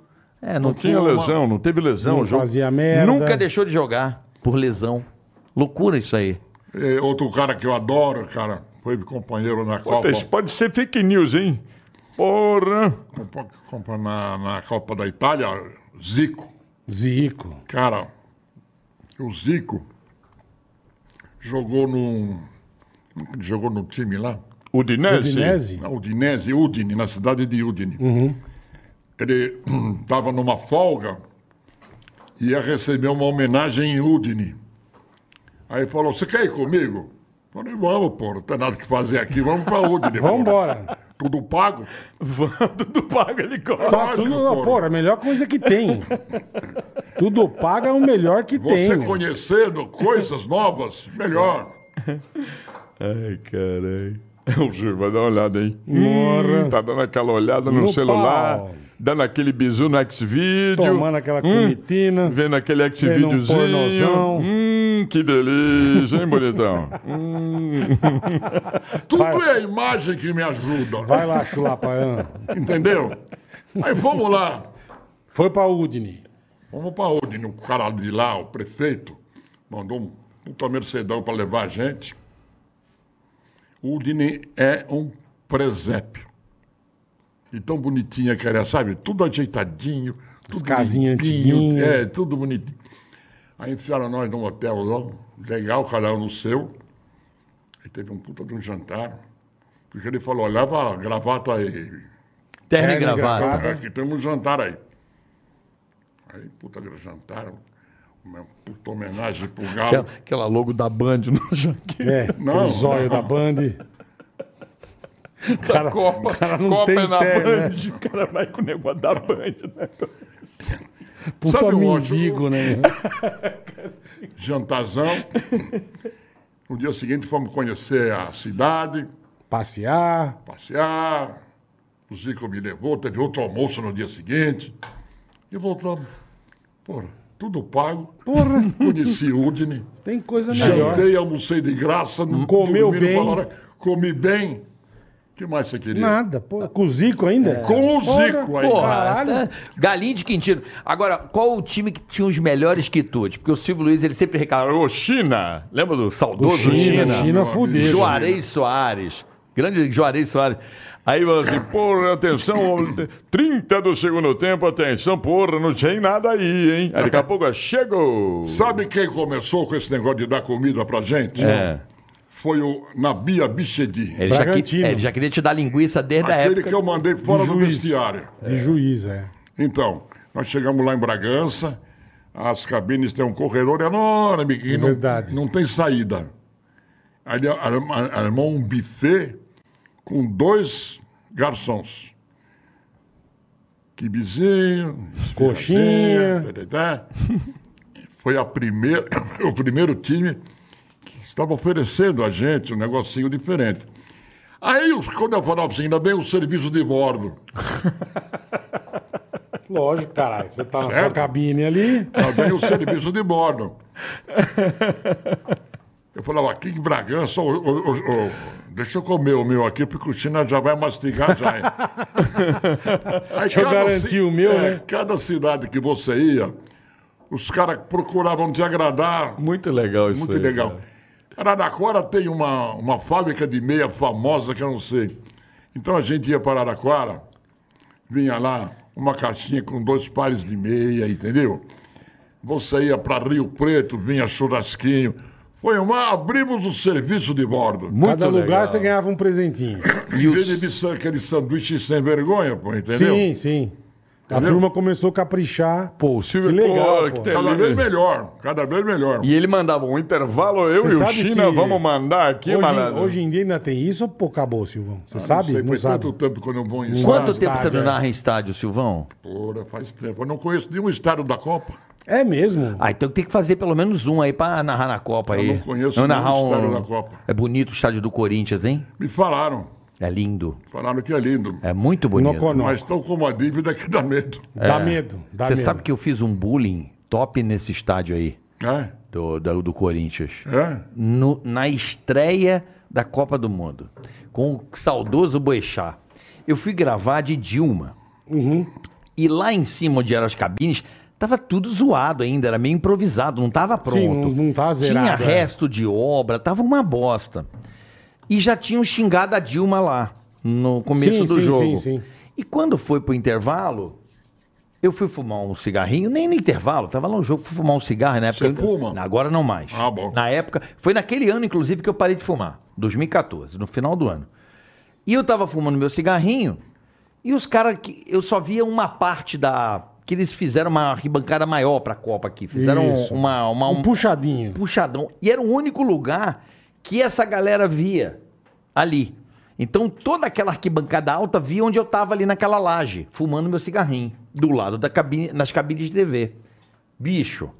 Speaker 3: É, não,
Speaker 5: Tinha
Speaker 3: tinha
Speaker 5: lesão, não teve lesão.
Speaker 2: Não
Speaker 5: o jogo-
Speaker 2: fazia merda.
Speaker 3: Nunca deixou de jogar por lesão. Loucura isso aí.
Speaker 4: É, outro cara que eu adoro, cara, foi meu companheiro na Copa.
Speaker 5: Isso pode ser fake news, hein? Porra!
Speaker 4: compa- compa- Na, na Copa da Itália, Zico.
Speaker 2: Zico.
Speaker 4: Cara, o Zico jogou num. como que ele Jogou no time lá, É,
Speaker 5: Udinese?
Speaker 2: Udinese?
Speaker 4: na Udinese, Udine, na cidade de Udine. Ele estava numa folga e ia receber uma homenagem em Udine. Aí falou: Você quer ir comigo? Falei: Vamos, pô, não tem nada que fazer aqui, vamos pra Udine.
Speaker 2: Vamos
Speaker 4: porra."
Speaker 2: embora.
Speaker 4: Tudo pago?
Speaker 5: Vando do Paga ele corre.
Speaker 4: Lógico,
Speaker 2: Tá Tudo, não,
Speaker 4: porra.
Speaker 2: porra, a melhor coisa que tem. Tudo paga é o melhor que tem.
Speaker 4: Você
Speaker 2: meu.
Speaker 4: conhecendo coisas novas, melhor.
Speaker 5: Ai, caralho. O Gil vai dar uma olhada, hein?
Speaker 2: Morra.
Speaker 5: Hum, tá dando aquela olhada no,
Speaker 2: No
Speaker 5: celular,
Speaker 2: pau.
Speaker 5: dando aquele bizu no Xvideo.
Speaker 2: Tomando aquela
Speaker 4: Hum.
Speaker 2: comitina.
Speaker 5: Vendo aquele
Speaker 2: Vendo um
Speaker 5: Xvideozinho.
Speaker 2: pornozão.
Speaker 5: Hum, que delícia, hein, bonitão? Hum.
Speaker 4: Tudo
Speaker 2: Vai.
Speaker 4: é a imagem que me ajuda.
Speaker 2: Vai lá, chulapaiana.
Speaker 4: Entendeu? Aí vamos lá.
Speaker 2: Foi pra Udine.
Speaker 4: Vamos para Udine. O cara de lá, o prefeito, mandou um puta mercedão para levar a gente. Udine é um presépio. E tão bonitinha que era, sabe? Tudo ajeitadinho. Tudo
Speaker 2: casinhas
Speaker 4: limpinho,
Speaker 2: antiguinhas.
Speaker 4: É, tudo bonitinho. Aí enfiaram nós num hotel lá, legal, cada um no seu. Aí teve um puta de um jantar. Porque ele falou, leva a gravata aí,
Speaker 3: Terno e
Speaker 2: Terno e
Speaker 3: gravata.
Speaker 2: gravata.
Speaker 4: ah, Aqui temos um jantar aí. Aí, puta, que jantar, uma puta homenagem pro
Speaker 5: aquela,
Speaker 4: Galo.
Speaker 5: aquela logo da Band no jaqueta.
Speaker 2: É,
Speaker 4: Não,
Speaker 2: o zóio
Speaker 4: não.
Speaker 2: da Band.
Speaker 5: da Copa.
Speaker 2: cara não
Speaker 5: Copa
Speaker 2: tem
Speaker 5: é na
Speaker 2: pé, né?
Speaker 5: Band. O cara vai com o negócio da Band, né?
Speaker 2: Puta
Speaker 4: Sabe o
Speaker 2: mendigo,
Speaker 4: ótimo?
Speaker 2: né?
Speaker 4: Jantazão. No dia seguinte fomos conhecer a cidade,
Speaker 2: Passear.
Speaker 4: passear. O Zico me levou, teve outro almoço no dia seguinte. E voltamos. Porra, tudo pago.
Speaker 2: Porra,
Speaker 4: Conheci Udine.
Speaker 2: tem coisa melhor.
Speaker 4: Jantei, almocei de graça. não
Speaker 2: Comeu
Speaker 4: dormi, não
Speaker 2: bem.
Speaker 4: falaram- Comi bem. O que mais você queria?
Speaker 2: Nada, pô. Com o Zico ainda?
Speaker 4: Com o
Speaker 2: Porra,
Speaker 4: Zico ainda.
Speaker 2: Porra,
Speaker 3: Caralho.
Speaker 2: caralho.
Speaker 3: Galinho de Quintino. Agora, qual o time que tinha os melhores quitutes? Porque o Silvio Luiz, ele sempre reclamava.
Speaker 5: Ô, China! Lembra do saudoso
Speaker 2: China, né?
Speaker 5: China?
Speaker 2: China fudeu.
Speaker 3: Juarez Soares. Grande Juarez Soares.
Speaker 5: Aí fala assim, porra, atenção, 30 do segundo tempo, atenção, porra, não tem nada aí, hein? Aí daqui a pouco, chegou!
Speaker 4: Sabe quem começou com esse negócio de dar comida pra gente?
Speaker 5: É,
Speaker 4: Foi o Nabia Bichedi.
Speaker 3: Ele já, que,
Speaker 2: Bragantino.
Speaker 3: é, ele já queria te dar linguiça desde a
Speaker 4: Aquele
Speaker 3: época.
Speaker 4: que eu mandei fora do
Speaker 2: juiz.
Speaker 4: vestiário.
Speaker 2: De juiz, é.
Speaker 4: Então, nós chegamos lá em Bragança, as cabines têm um corredor enorme que não,
Speaker 2: Verdade.
Speaker 4: não tem saída. Aí ele arm- armou um buffet com dois garçons. Quibizinho,
Speaker 2: Coxinha.
Speaker 4: tá, tá, tá. Foi a primeira, o primeiro time que estava oferecendo a gente um negocinho diferente. Aí, os- quando eu falava assim, ainda bem o serviço de bordo.
Speaker 2: Lógico, caralho. Você tá na sua
Speaker 4: Certo.
Speaker 2: cabine ali.
Speaker 4: Também o serviço de bordo. Eu falava, aqui em Bragança, ô, ô, ô, ô, deixa eu comer o meu aqui, porque o China já vai mastigar já. hein? Aí
Speaker 2: Deixa eu garantir
Speaker 4: ci- é,
Speaker 2: o meu, né?
Speaker 4: Cada cidade que você ia, os caras procuravam te agradar.
Speaker 5: muito legal isso
Speaker 4: Muito
Speaker 5: aí,
Speaker 4: legal.
Speaker 5: cara.
Speaker 4: Araraquara tem uma, uma fábrica de meia famosa que eu não sei. Então a gente ia para Araraquara, vinha lá uma caixinha com dois pares de meia, entendeu? Você ia para Rio Preto, vinha churrasquinho. Foi uma. Abrimos o serviço de bordo.
Speaker 5: Muito
Speaker 2: Cada lugar
Speaker 5: legal.
Speaker 2: você ganhava um presentinho.
Speaker 4: Em vez de san- aquele sanduíche sem vergonha, pô, entendeu?
Speaker 2: Sim, sim. A turma começou a caprichar.
Speaker 5: Pô, o Silvio
Speaker 2: Que legal,
Speaker 5: Cora,
Speaker 2: pô.
Speaker 5: que tem
Speaker 4: Cada vez
Speaker 5: ali.
Speaker 4: melhor, cada vez melhor.
Speaker 5: E ele mandava um intervalo, eu
Speaker 2: Você
Speaker 5: e o
Speaker 2: sabe
Speaker 5: China
Speaker 2: se-
Speaker 5: vamos mandar aqui,
Speaker 2: hoje,
Speaker 5: malandro. Ah,
Speaker 2: hoje em dia ainda tem isso ou pô, acabou, Silvão? Você
Speaker 4: Não
Speaker 2: sabe?
Speaker 4: sei,
Speaker 2: não
Speaker 4: faz
Speaker 2: sabe.
Speaker 4: tanto tempo que eu não vou em
Speaker 3: Quanto
Speaker 4: estádio.
Speaker 3: tempo você não
Speaker 2: é.
Speaker 3: narra em estádio, Silvão?
Speaker 4: Porra, faz tempo. Eu não conheço nenhum estádio da Copa.
Speaker 2: É mesmo?
Speaker 3: Ah, então tem que fazer pelo menos um aí pra narrar na Copa aí.
Speaker 4: não conheço
Speaker 3: Vamos narrar
Speaker 4: nenhum estádio
Speaker 3: um...
Speaker 4: da Copa.
Speaker 3: É bonito o estádio do Corinthians, hein?
Speaker 4: Me falaram.
Speaker 3: É lindo.
Speaker 4: Falaram que é lindo.
Speaker 3: É muito bonito.
Speaker 2: No Conó.
Speaker 4: Mas estão com uma dívida que dá medo.
Speaker 5: É.
Speaker 2: Dá medo. Dá
Speaker 3: Você
Speaker 2: medo.
Speaker 3: sabe que eu fiz um bullying top nesse estádio aí,
Speaker 4: É?
Speaker 3: do, do, do Corinthians.
Speaker 4: É?
Speaker 3: no- na estreia da Copa do Mundo, com o saudoso Boechat.
Speaker 2: Uhum.
Speaker 3: Eu fui gravar de Dilma. E lá em cima, onde eram as cabines, Tava tudo zoado ainda, era meio improvisado, não tava pronto.
Speaker 2: não- não tá zerado,
Speaker 3: Tinha
Speaker 2: é.
Speaker 3: resto de obra, tava uma bosta. E já tinham xingado a Dilma lá, no começo
Speaker 2: Sim,
Speaker 3: do
Speaker 2: sim,
Speaker 3: jogo.
Speaker 2: sim, sim.
Speaker 3: E quando foi pro intervalo, eu fui fumar um cigarrinho, nem no intervalo, tava lá no jogo, fui fumar um cigarro na época.
Speaker 4: Você fuma?
Speaker 3: Agora não mais.
Speaker 4: Ah, bom.
Speaker 3: Na época, foi naquele ano, inclusive, que eu parei de fumar, 2014, no final do ano. E eu tava fumando meu cigarrinho, e os caras que. Eu só via uma parte da. Que eles fizeram uma arquibancada maior pra Copa aqui. Fizeram
Speaker 2: Isso.
Speaker 3: uma,
Speaker 5: é
Speaker 3: uma,
Speaker 2: Um
Speaker 3: um
Speaker 2: puxadinho.
Speaker 3: puxadão. E era o único lugar que essa galera via ali. Então toda aquela arquibancada alta via onde eu tava ali naquela laje, fumando meu cigarrinho, do lado da cabine, nas cabines de TV. Bicho,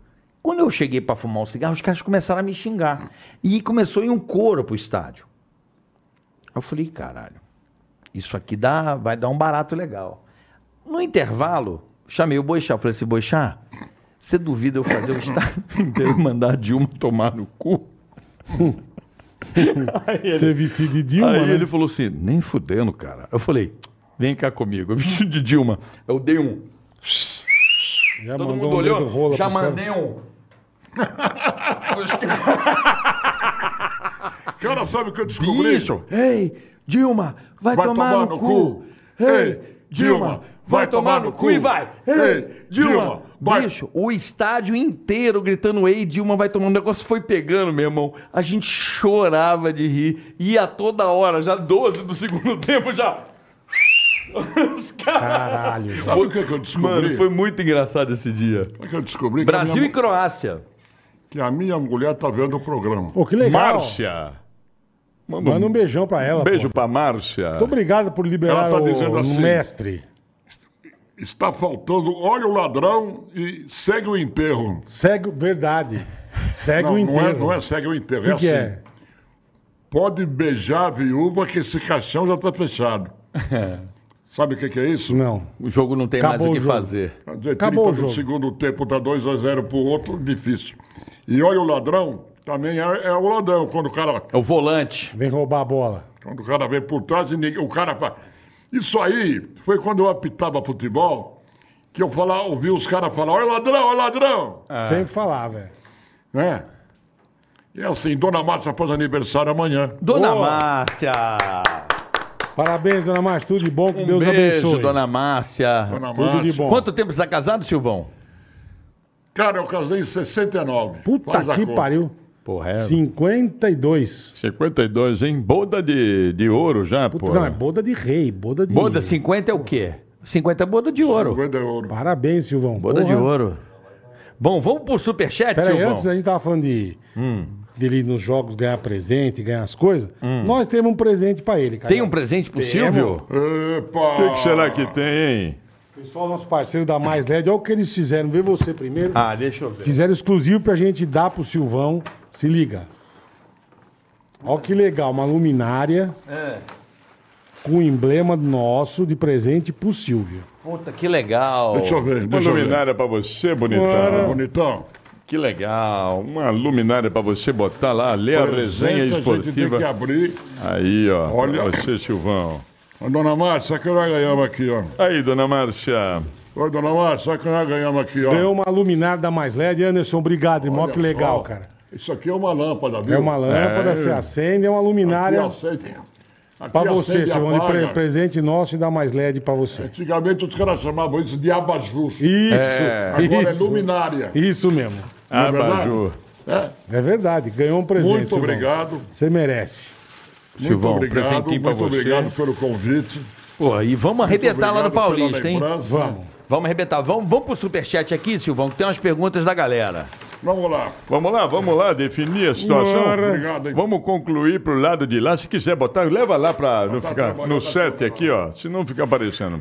Speaker 3: quando eu cheguei pra fumar um cigarro, os caras começaram a me xingar. E começou em um coro pro estádio. Eu falei, caralho, isso aqui dá, vai dar um barato legal. No intervalo, chamei o Boixá, falei assim, Boixá, você duvida eu fazer o estádio inteiro e mandar a Dilma tomar no cu?
Speaker 2: Você vestido de Dilma,
Speaker 5: Aí
Speaker 2: né?
Speaker 5: ele falou assim, nem fudendo, cara. Eu falei, vem cá comigo, vestido de Dilma. Eu dei um.
Speaker 2: já
Speaker 5: Todo
Speaker 2: mandou
Speaker 5: mundo
Speaker 2: um dedo
Speaker 5: olhou,
Speaker 2: rola
Speaker 5: já
Speaker 2: pros caras.
Speaker 5: mandei um.
Speaker 4: Cara, sabe o que eu descobri?
Speaker 3: Isso! Ei, Dilma, vai, tomar, no cu! Ei, Dilma, vai tomar no cu e vai! Ei, Dilma,
Speaker 4: vai-
Speaker 3: Bicho, o estádio inteiro gritando ei, Dilma vai tomar. O negócio foi pegando, meu irmão. A gente chorava de rir. Ia toda hora, já 12 do segundo tempo, já... Os caras...
Speaker 2: Caralho. velho.
Speaker 4: Sabe o que, que eu descobri?
Speaker 5: Mano, foi muito engraçado esse dia.
Speaker 4: Sabe o que eu descobri que a
Speaker 3: Brasil
Speaker 4: minha-
Speaker 3: e Croácia.
Speaker 4: que a minha mulher tá vendo o programa.
Speaker 2: Pô, que legal.
Speaker 5: Márcia. Manda
Speaker 2: Manda um beijão pra ela.
Speaker 5: beijo
Speaker 2: pô.
Speaker 5: pra Márcia.
Speaker 2: Muito obrigado por liberar
Speaker 4: Ela tá
Speaker 2: o-
Speaker 4: dizendo
Speaker 2: o
Speaker 4: assim.
Speaker 2: mestre.
Speaker 4: Está faltando, olha o ladrão e segue o enterro.
Speaker 2: Segue, verdade. Segue o
Speaker 4: Não, não é,
Speaker 2: inteiro.
Speaker 4: não é segue o enterro,
Speaker 2: O
Speaker 4: é
Speaker 2: que, que
Speaker 4: assim.
Speaker 2: é?
Speaker 4: Pode beijar a viúva que esse caixão já está fechado. Sabe o que, que é isso?
Speaker 2: Não.
Speaker 3: O jogo não tem
Speaker 2: Acabou
Speaker 3: mais
Speaker 2: o
Speaker 3: o que
Speaker 2: jogo.
Speaker 3: fazer.
Speaker 4: Quer dizer,
Speaker 2: Acabou o
Speaker 4: 30
Speaker 2: jogo.
Speaker 4: do segundo tempo dá 2 a 0 pro outro, difícil. E olha o ladrão, também é, é o ladrão. Quando o, cara,
Speaker 3: É o volante.
Speaker 2: Vem roubar a bola.
Speaker 4: quando o cara vem por trás e ninguém, o cara fala. Isso aí foi quando eu apitava futebol, que eu falar, ouvi os caras falar, olha o ladrão, olha o ladrão.
Speaker 3: Ah.
Speaker 2: Sempre falar, velho.
Speaker 4: né? E assim, Dona Márcia faz aniversário amanhã.
Speaker 3: Dona
Speaker 2: Boa.
Speaker 3: Márcia!
Speaker 2: Parabéns, dona Márcia. Tudo de bom. Que
Speaker 3: Um
Speaker 2: Deus
Speaker 3: beijo,
Speaker 2: abençoe.
Speaker 3: Dona Márcia.
Speaker 4: Dona
Speaker 2: Tudo
Speaker 4: Márcia.
Speaker 2: de bom.
Speaker 3: Quanto tempo você está casado, Silvão?
Speaker 4: Cara, eu casei em 69.
Speaker 2: Puta
Speaker 4: Faz a
Speaker 2: que
Speaker 4: conta.
Speaker 2: pariu.
Speaker 5: Porra, é.
Speaker 2: 52.
Speaker 5: 52, hein? Boda de, de ouro já,
Speaker 2: Puta,
Speaker 5: pô.
Speaker 2: não, é boda de rei. Boda de...
Speaker 3: Boda 50 é o quê? 50 é boda de ouro.
Speaker 4: Cinquenta e ouro.
Speaker 2: Parabéns, Silvão.
Speaker 3: Boda de
Speaker 2: Porra.
Speaker 3: ouro. Bom, vamos pro superchat,
Speaker 2: Peraí,
Speaker 3: Silvão? Hum.
Speaker 2: antes a gente tava falando de... Dele ir nos jogos ganhar presente, ganhar as coisas. Nós temos um presente pra ele, cara.
Speaker 3: Tem um presente pro Silvio?
Speaker 4: Epa!
Speaker 5: O que, que será que tem, hein?
Speaker 2: Pessoal, nosso parceiro da Mais LED, olha o que eles fizeram. Vê você primeiro.
Speaker 3: Ah, deixa eu ver.
Speaker 2: Fizeram exclusivo pra gente dar pro Silvão. Se liga. Olha que legal, uma luminária
Speaker 4: É.
Speaker 2: com o emblema nosso de presente pro Silvio.
Speaker 3: Puta, que legal.
Speaker 4: Deixa eu ver,
Speaker 5: Uma
Speaker 4: deixa eu ver.
Speaker 5: luminária pra você,
Speaker 2: Bora.
Speaker 5: bonitão.
Speaker 4: Bonitão.
Speaker 5: Que legal. Uma luminária pra você botar lá, ler a resenha
Speaker 4: Presente, A gente tem que
Speaker 5: esportiva.
Speaker 4: abrir.
Speaker 5: Aí, ó.
Speaker 4: Olha.
Speaker 5: Pra você, Silvão.
Speaker 4: Ó, dona Márcia, olha que nós ganhamos aqui, ó.
Speaker 5: Aí, dona Márcia.
Speaker 4: Ô, dona Márcia, olha que nós ganhamos aqui, ó.
Speaker 2: Ganhou uma luminária da Mais LED. Anderson, obrigado, irmão.
Speaker 4: Olha
Speaker 2: Olha que legal,
Speaker 4: só.
Speaker 2: cara.
Speaker 4: Isso aqui é uma lâmpada, viu?
Speaker 2: É uma lâmpada,
Speaker 5: É.
Speaker 2: se acende, é uma luminária
Speaker 4: Aqui acende. Aqui
Speaker 2: pra você,
Speaker 4: acende e
Speaker 2: Silvão. de
Speaker 4: apaga.
Speaker 2: pre- presente nosso e da Mais LED pra você.
Speaker 4: Antigamente os caras chamavam isso de abajur.
Speaker 2: Isso,
Speaker 4: É. Agora é
Speaker 2: isso.
Speaker 4: luminária.
Speaker 2: Isso mesmo.
Speaker 4: Não é verdade?
Speaker 5: Abajur.
Speaker 4: É.
Speaker 2: É verdade, ganhou um presente.
Speaker 4: Muito
Speaker 2: Silvão.
Speaker 4: obrigado.
Speaker 2: Você merece.
Speaker 4: Muito
Speaker 5: Silvão,
Speaker 4: obrigado.
Speaker 5: presentinho pra
Speaker 4: Muito
Speaker 5: você.
Speaker 4: obrigado pelo convite.
Speaker 3: Pô, e vamos arrebentar tá lá no
Speaker 4: Obrigado pela
Speaker 3: Paulista, hein?
Speaker 4: lembrança.
Speaker 2: Vamos.
Speaker 3: Vamos arrebentar. Vamos, vamos pro superchat aqui, Silvão, que tem umas perguntas da galera.
Speaker 4: Vamos lá.
Speaker 5: Vamos lá, vamos lá, definir a situação.
Speaker 2: Bora.
Speaker 4: Obrigado, hein?
Speaker 5: Vamos concluir pro lado de lá. Se quiser botar, leva lá pra não ficar
Speaker 4: trabalhando,
Speaker 5: no
Speaker 4: tá
Speaker 5: set aqui, ó. Se não fica aparecendo.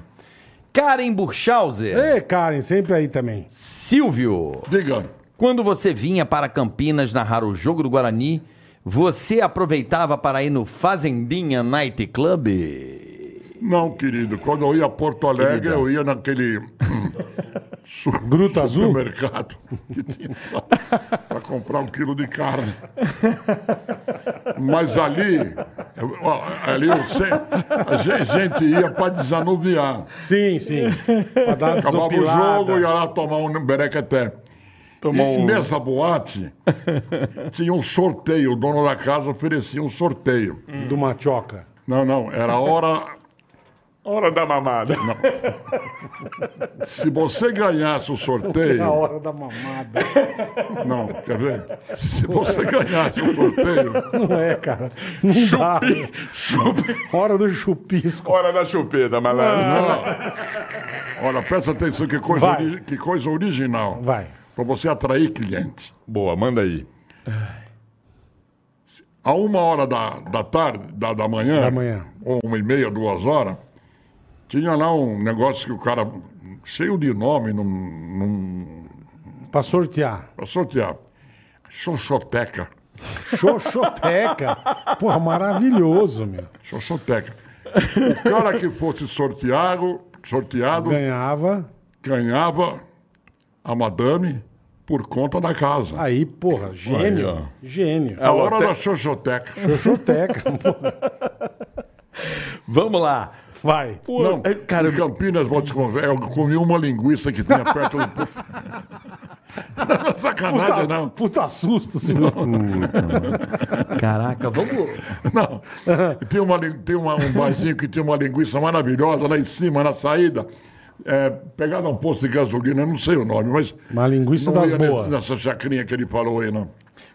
Speaker 3: Karen Burchauser.
Speaker 2: Ei, Karen, sempre aí também.
Speaker 3: Silvio,
Speaker 4: Diga.
Speaker 3: quando você vinha para Campinas narrar o jogo do Guarani, você aproveitava para ir no Fazendinha Night Club?
Speaker 4: Não, querido. Quando eu ia a Porto Alegre, eu ia naquele su-
Speaker 2: Gruta Azul?
Speaker 4: supermercado que tinha lá para comprar um quilo de carne. Mas ali Eu- ó, Ali eu sei, a gen- gente ia para desanuviar.
Speaker 2: Sim, sim. Pra dar uma
Speaker 4: Acabava o
Speaker 2: desopilada.
Speaker 4: jogo, ia lá tomar um berequeté.
Speaker 5: Tomou
Speaker 4: e
Speaker 5: um-
Speaker 4: nessa boate tinha um sorteio, o dono da casa oferecia um sorteio.
Speaker 2: De uma choca.
Speaker 4: Não, não, era a hora.
Speaker 5: Hora da mamada.
Speaker 4: Se você ganhasse o sorteio.
Speaker 2: Na hora da mamada.
Speaker 4: Não, quer ver? Se você ganhasse o sorteio,
Speaker 2: Não é, cara. Não dá. né? Hora do chupisco.
Speaker 5: Hora da chupeta, malandro.
Speaker 4: não. Olha, presta atenção que coisa,
Speaker 2: Vai.
Speaker 4: ori- que coisa original.
Speaker 2: Vai.
Speaker 4: Para você atrair cliente.
Speaker 5: Boa, manda aí.
Speaker 4: A uma hora da, da tarde, da, da manhã,
Speaker 2: Da manhã.
Speaker 4: ou uma e meia, duas horas, tinha lá um negócio que o cara, cheio de nome, num, num,
Speaker 2: Pra sortear.
Speaker 4: pra sortear. Xoxoteca.
Speaker 2: Xoxoteca. Porra, maravilhoso, meu.
Speaker 4: Xoxoteca. O cara que fosse sorteado, sorteado
Speaker 2: Ganhava.
Speaker 4: ganhava a madame por conta da casa.
Speaker 2: Aí, porra,
Speaker 5: Aí,
Speaker 2: gênio. Gênio.
Speaker 4: A
Speaker 5: Alô,
Speaker 4: hora
Speaker 5: te-
Speaker 4: da xoxoteca.
Speaker 2: Xoxoteca. porra.
Speaker 6: Vamos lá.
Speaker 2: Vai.
Speaker 4: Não,
Speaker 6: é, cara,
Speaker 4: em Campinas, vou te conver- eu comi uma linguiça que tinha perto do... posto. Não é sacanagem, não.
Speaker 2: Puta susto, senhor.
Speaker 6: Caraca, vamos.
Speaker 4: Não. Tem, uma, li- tem uma- um barzinho que tinha uma linguiça maravilhosa lá em cima, na saída. É, pegada um posto de gasolina, eu não sei o nome, mas.
Speaker 2: Uma linguiça
Speaker 4: não
Speaker 2: das
Speaker 4: ia nesse-
Speaker 2: boas.
Speaker 4: Nessa chacrinha que ele falou aí, não.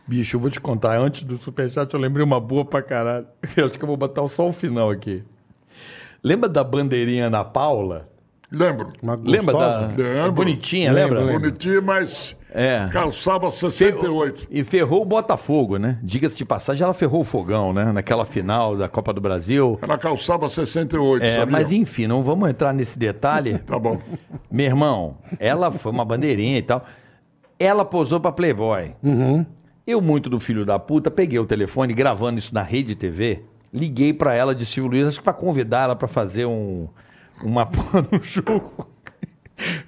Speaker 3: Bicho, eu vou te contar. Antes do superchat, eu lembrei uma boa pra caralho. Eu acho que eu vou botar só o final aqui. Lembra da bandeirinha Ana Paula?
Speaker 4: Lembro.
Speaker 2: Uma
Speaker 3: Lembra da
Speaker 2: gostosa?
Speaker 4: Lembro.
Speaker 3: bonitinha,
Speaker 2: Lembro,
Speaker 3: lembra?
Speaker 2: lembro.
Speaker 4: Bonitinho, mas
Speaker 6: É.
Speaker 4: calçava 68.
Speaker 3: E ferrou o Botafogo, né? Diga-se de passagem, ela ferrou o fogão, né? Naquela final da Copa do Brasil.
Speaker 4: Ela calçava 68,
Speaker 3: É,
Speaker 4: sabia?
Speaker 3: mas enfim, não vamos entrar nesse detalhe.
Speaker 4: Tá bom.
Speaker 3: Meu irmão, ela foi uma bandeirinha e tal. Ela posou pra Playboy. Eu, muito do filho da puta, peguei o telefone gravando isso na rede TV, liguei pra ela de Silvio Luiz, acho que pra convidar ela pra fazer um, uma porra no jogo.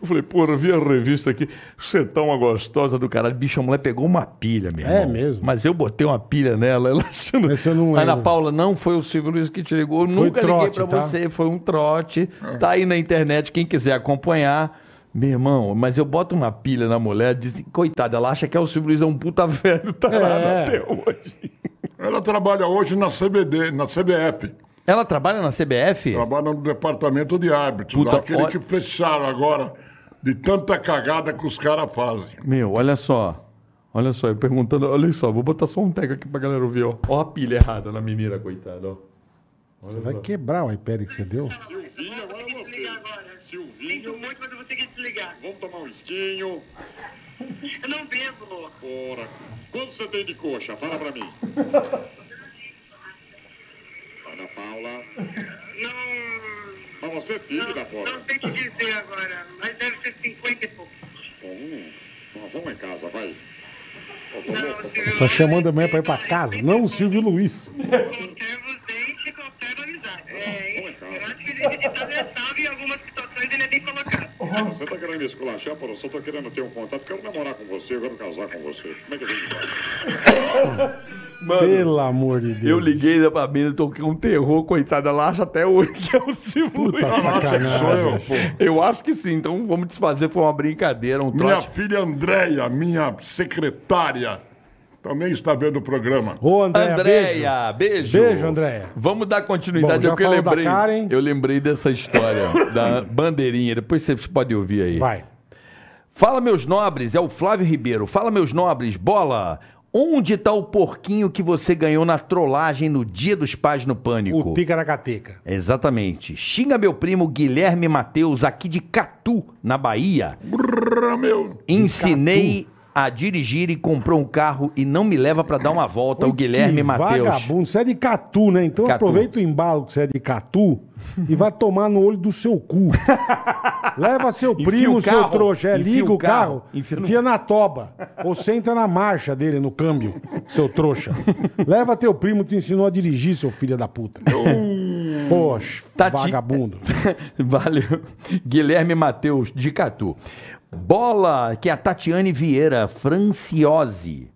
Speaker 5: Eu falei, porra, eu vi a revista aqui.
Speaker 3: Você tá uma gostosa do caralho. Bicho, a mulher pegou uma pilha, meu
Speaker 2: É
Speaker 3: irmão.
Speaker 2: mesmo?
Speaker 3: Mas eu botei uma pilha nela, ela achando.
Speaker 2: Mas eu não
Speaker 3: Ana
Speaker 2: lembro.
Speaker 3: Paula, não foi o Silvio Luiz que te ligou. Eu nunca
Speaker 2: trote,
Speaker 3: liguei pra
Speaker 2: tá?
Speaker 3: você, foi um trote. Tá aí na internet, quem quiser acompanhar. Meu irmão, mas eu boto uma pilha na mulher, diz, coitada, ela acha que é o Silvio Luiz, é um puta velho, né? tarado
Speaker 5: tá
Speaker 2: É.
Speaker 3: até hoje.
Speaker 4: Ela trabalha hoje na CBD, na CBF.
Speaker 3: Ela trabalha na CBF?
Speaker 4: Trabalha no departamento de árbitros.
Speaker 3: Puta,
Speaker 4: lá, aquele
Speaker 3: olha-
Speaker 4: que fecharam agora de tanta cagada que os caras fazem.
Speaker 3: Meu, olha só. Olha só, eu perguntando, olha só, vou botar só um teco aqui pra galera ouvir, ó. Ó a pilha errada na menina, coitada, ó.
Speaker 2: Você vai quebrar o iPad que você deu?
Speaker 7: Silvinho, agora eu gostei. Sinto muito, mas eu vou ter que desligar.
Speaker 8: Vamos tomar um esquinho.
Speaker 7: Eu não bebo, Lô.
Speaker 8: Ora, quanto você tem de coxa? Fala pra mim. Ana Paula.
Speaker 7: Não.
Speaker 8: Mas você é tímida,
Speaker 7: Não,
Speaker 8: porra.
Speaker 7: não sei te dizer agora, mas deve ser 50 e pouco.
Speaker 8: Hum, nós vamos em casa, vai. Ô, tô louco.
Speaker 7: Não, Silvio
Speaker 2: Tá chamando a mulher pra ir pra casa? Não, o Silvio Luiz.
Speaker 7: Conserva os dentes, conserva a amizade. É, isso. Eu acho que esse ditado é sábio e em algumas situações ele é bem colocado.
Speaker 8: Você tá querendo me esculachar, porra? Eu só tô querendo ter um contato. Quero namorar com você, eu quero casar com você. Como é que a gente vai?
Speaker 2: Pelo amor de Deus.
Speaker 3: Eu liguei pra mina, toquei um terror, coitada, ela acha até hoje que é o Silvio
Speaker 2: Puta
Speaker 3: Luiz.
Speaker 4: Ela acha é que sou eu,
Speaker 2: Tá sacanagem.
Speaker 4: pô.
Speaker 3: Eu acho que sim, então vamos desfazer, foi uma brincadeira, um
Speaker 4: Minha
Speaker 3: trote.
Speaker 4: filha Andréia, minha secretária, também está vendo o programa.
Speaker 2: Ô, Andréia, É, beijo.
Speaker 3: Andréia, beijo.
Speaker 2: Beijo, Andréia.
Speaker 3: Vamos dar
Speaker 2: Bom,
Speaker 3: continuidade
Speaker 2: já
Speaker 3: ao que eu
Speaker 2: falo da
Speaker 3: lembrei.
Speaker 2: Karen.
Speaker 3: Eu lembrei dessa história da bandeirinha, depois vocês podem ouvir aí.
Speaker 2: Vai.
Speaker 3: Fala, meus nobres, é o Flávio Ribeiro. Fala, meus nobres, bola! Onde tá o porquinho que você ganhou na trollagem no Dia dos Pais no Pânico?
Speaker 2: O Ticaracateca.
Speaker 3: Exatamente. Xinga meu primo Guilherme Mateus aqui de Catu, na Bahia.
Speaker 4: Brrr, meu.
Speaker 3: Ensinei a dirigir e comprou um carro e não me leva pra dar uma volta. o Então, Guilherme
Speaker 2: Que
Speaker 3: Mateus.
Speaker 2: Vagabundo, você é de Catu, né? Então
Speaker 3: Catu.
Speaker 2: aproveita o embalo que você é de Catu e vai tomar no olho do seu cu. Leva seu
Speaker 3: Enfia
Speaker 2: primo,
Speaker 3: o
Speaker 2: seu
Speaker 3: carro,
Speaker 2: trouxa, é,
Speaker 3: enfia
Speaker 2: liga
Speaker 3: o
Speaker 2: o carro,
Speaker 3: carro, enfia no-
Speaker 2: enfia na toba. Ou senta na marcha dele, no câmbio, seu trouxa. Leva teu primo, te ensinou a dirigir, seu filho da puta. Poxa,
Speaker 3: Tati-
Speaker 2: vagabundo.
Speaker 3: Valeu. Guilherme Mateus de Catu. Bola, que é a Tatiane Vieira, Franciose.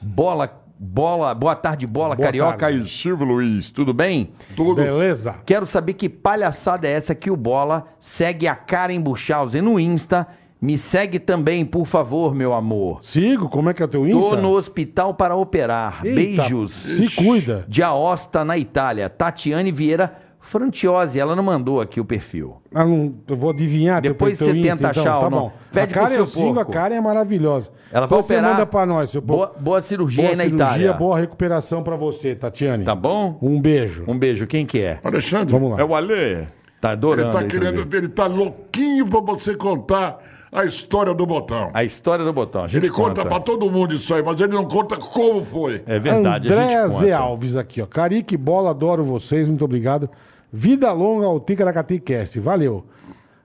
Speaker 3: Bola,
Speaker 9: Bola, boa tarde, bola,
Speaker 2: Boa
Speaker 9: carioca
Speaker 2: tarde.
Speaker 9: e Silvio Luiz, tudo bem?
Speaker 4: Tudo.
Speaker 2: Beleza?
Speaker 9: Quero saber que palhaçada é essa que o Bola segue a Karen Buchhausen no Insta. Me segue também, por favor, meu amor.
Speaker 2: Sigo, como é que é o teu
Speaker 9: Tô
Speaker 2: Insta?
Speaker 9: no hospital para operar.
Speaker 2: Eita,
Speaker 9: Beijos.
Speaker 2: Se cuida.
Speaker 9: De Aosta, na Itália. Tatiane Vieira Frantiosi. Ela não mandou aqui o perfil.
Speaker 2: Ah, não, eu vou adivinhar teu-
Speaker 9: Depois
Speaker 2: teu
Speaker 9: você
Speaker 2: Insta,
Speaker 9: tenta achar
Speaker 2: tá
Speaker 9: ou não.
Speaker 2: bom.
Speaker 9: Pede
Speaker 2: a Karen
Speaker 9: pro seu
Speaker 2: eu sigo, a
Speaker 9: porco.
Speaker 2: Karen é maravilhosa.
Speaker 9: Ela vai
Speaker 2: Depois você
Speaker 9: operar.
Speaker 2: manda pra nós, seu
Speaker 9: boa,
Speaker 2: porco.
Speaker 9: boa cirurgia aí na
Speaker 2: cirurgia,
Speaker 9: Itália.
Speaker 2: boa recuperação pra você, Tatiane.
Speaker 9: Tá bom?
Speaker 2: Um beijo.
Speaker 9: Um beijo. Quem que é?
Speaker 4: Alexandre,
Speaker 2: Vamos lá.
Speaker 5: É o Alê.
Speaker 9: Tá
Speaker 4: ele
Speaker 9: adorando.
Speaker 4: está
Speaker 9: aí também.
Speaker 4: querendo, ele tá louquinho para você contar a história do botão.
Speaker 9: A história do botão. A gente
Speaker 4: Ele conta para todo mundo isso aí, mas ele não conta como foi.
Speaker 9: É verdade, a
Speaker 2: André
Speaker 9: gente conta.
Speaker 2: Zé Alves aqui, ó. Carique, bola, adoro vocês, muito obrigado. Vida longa ao Ticaracatecast, valeu.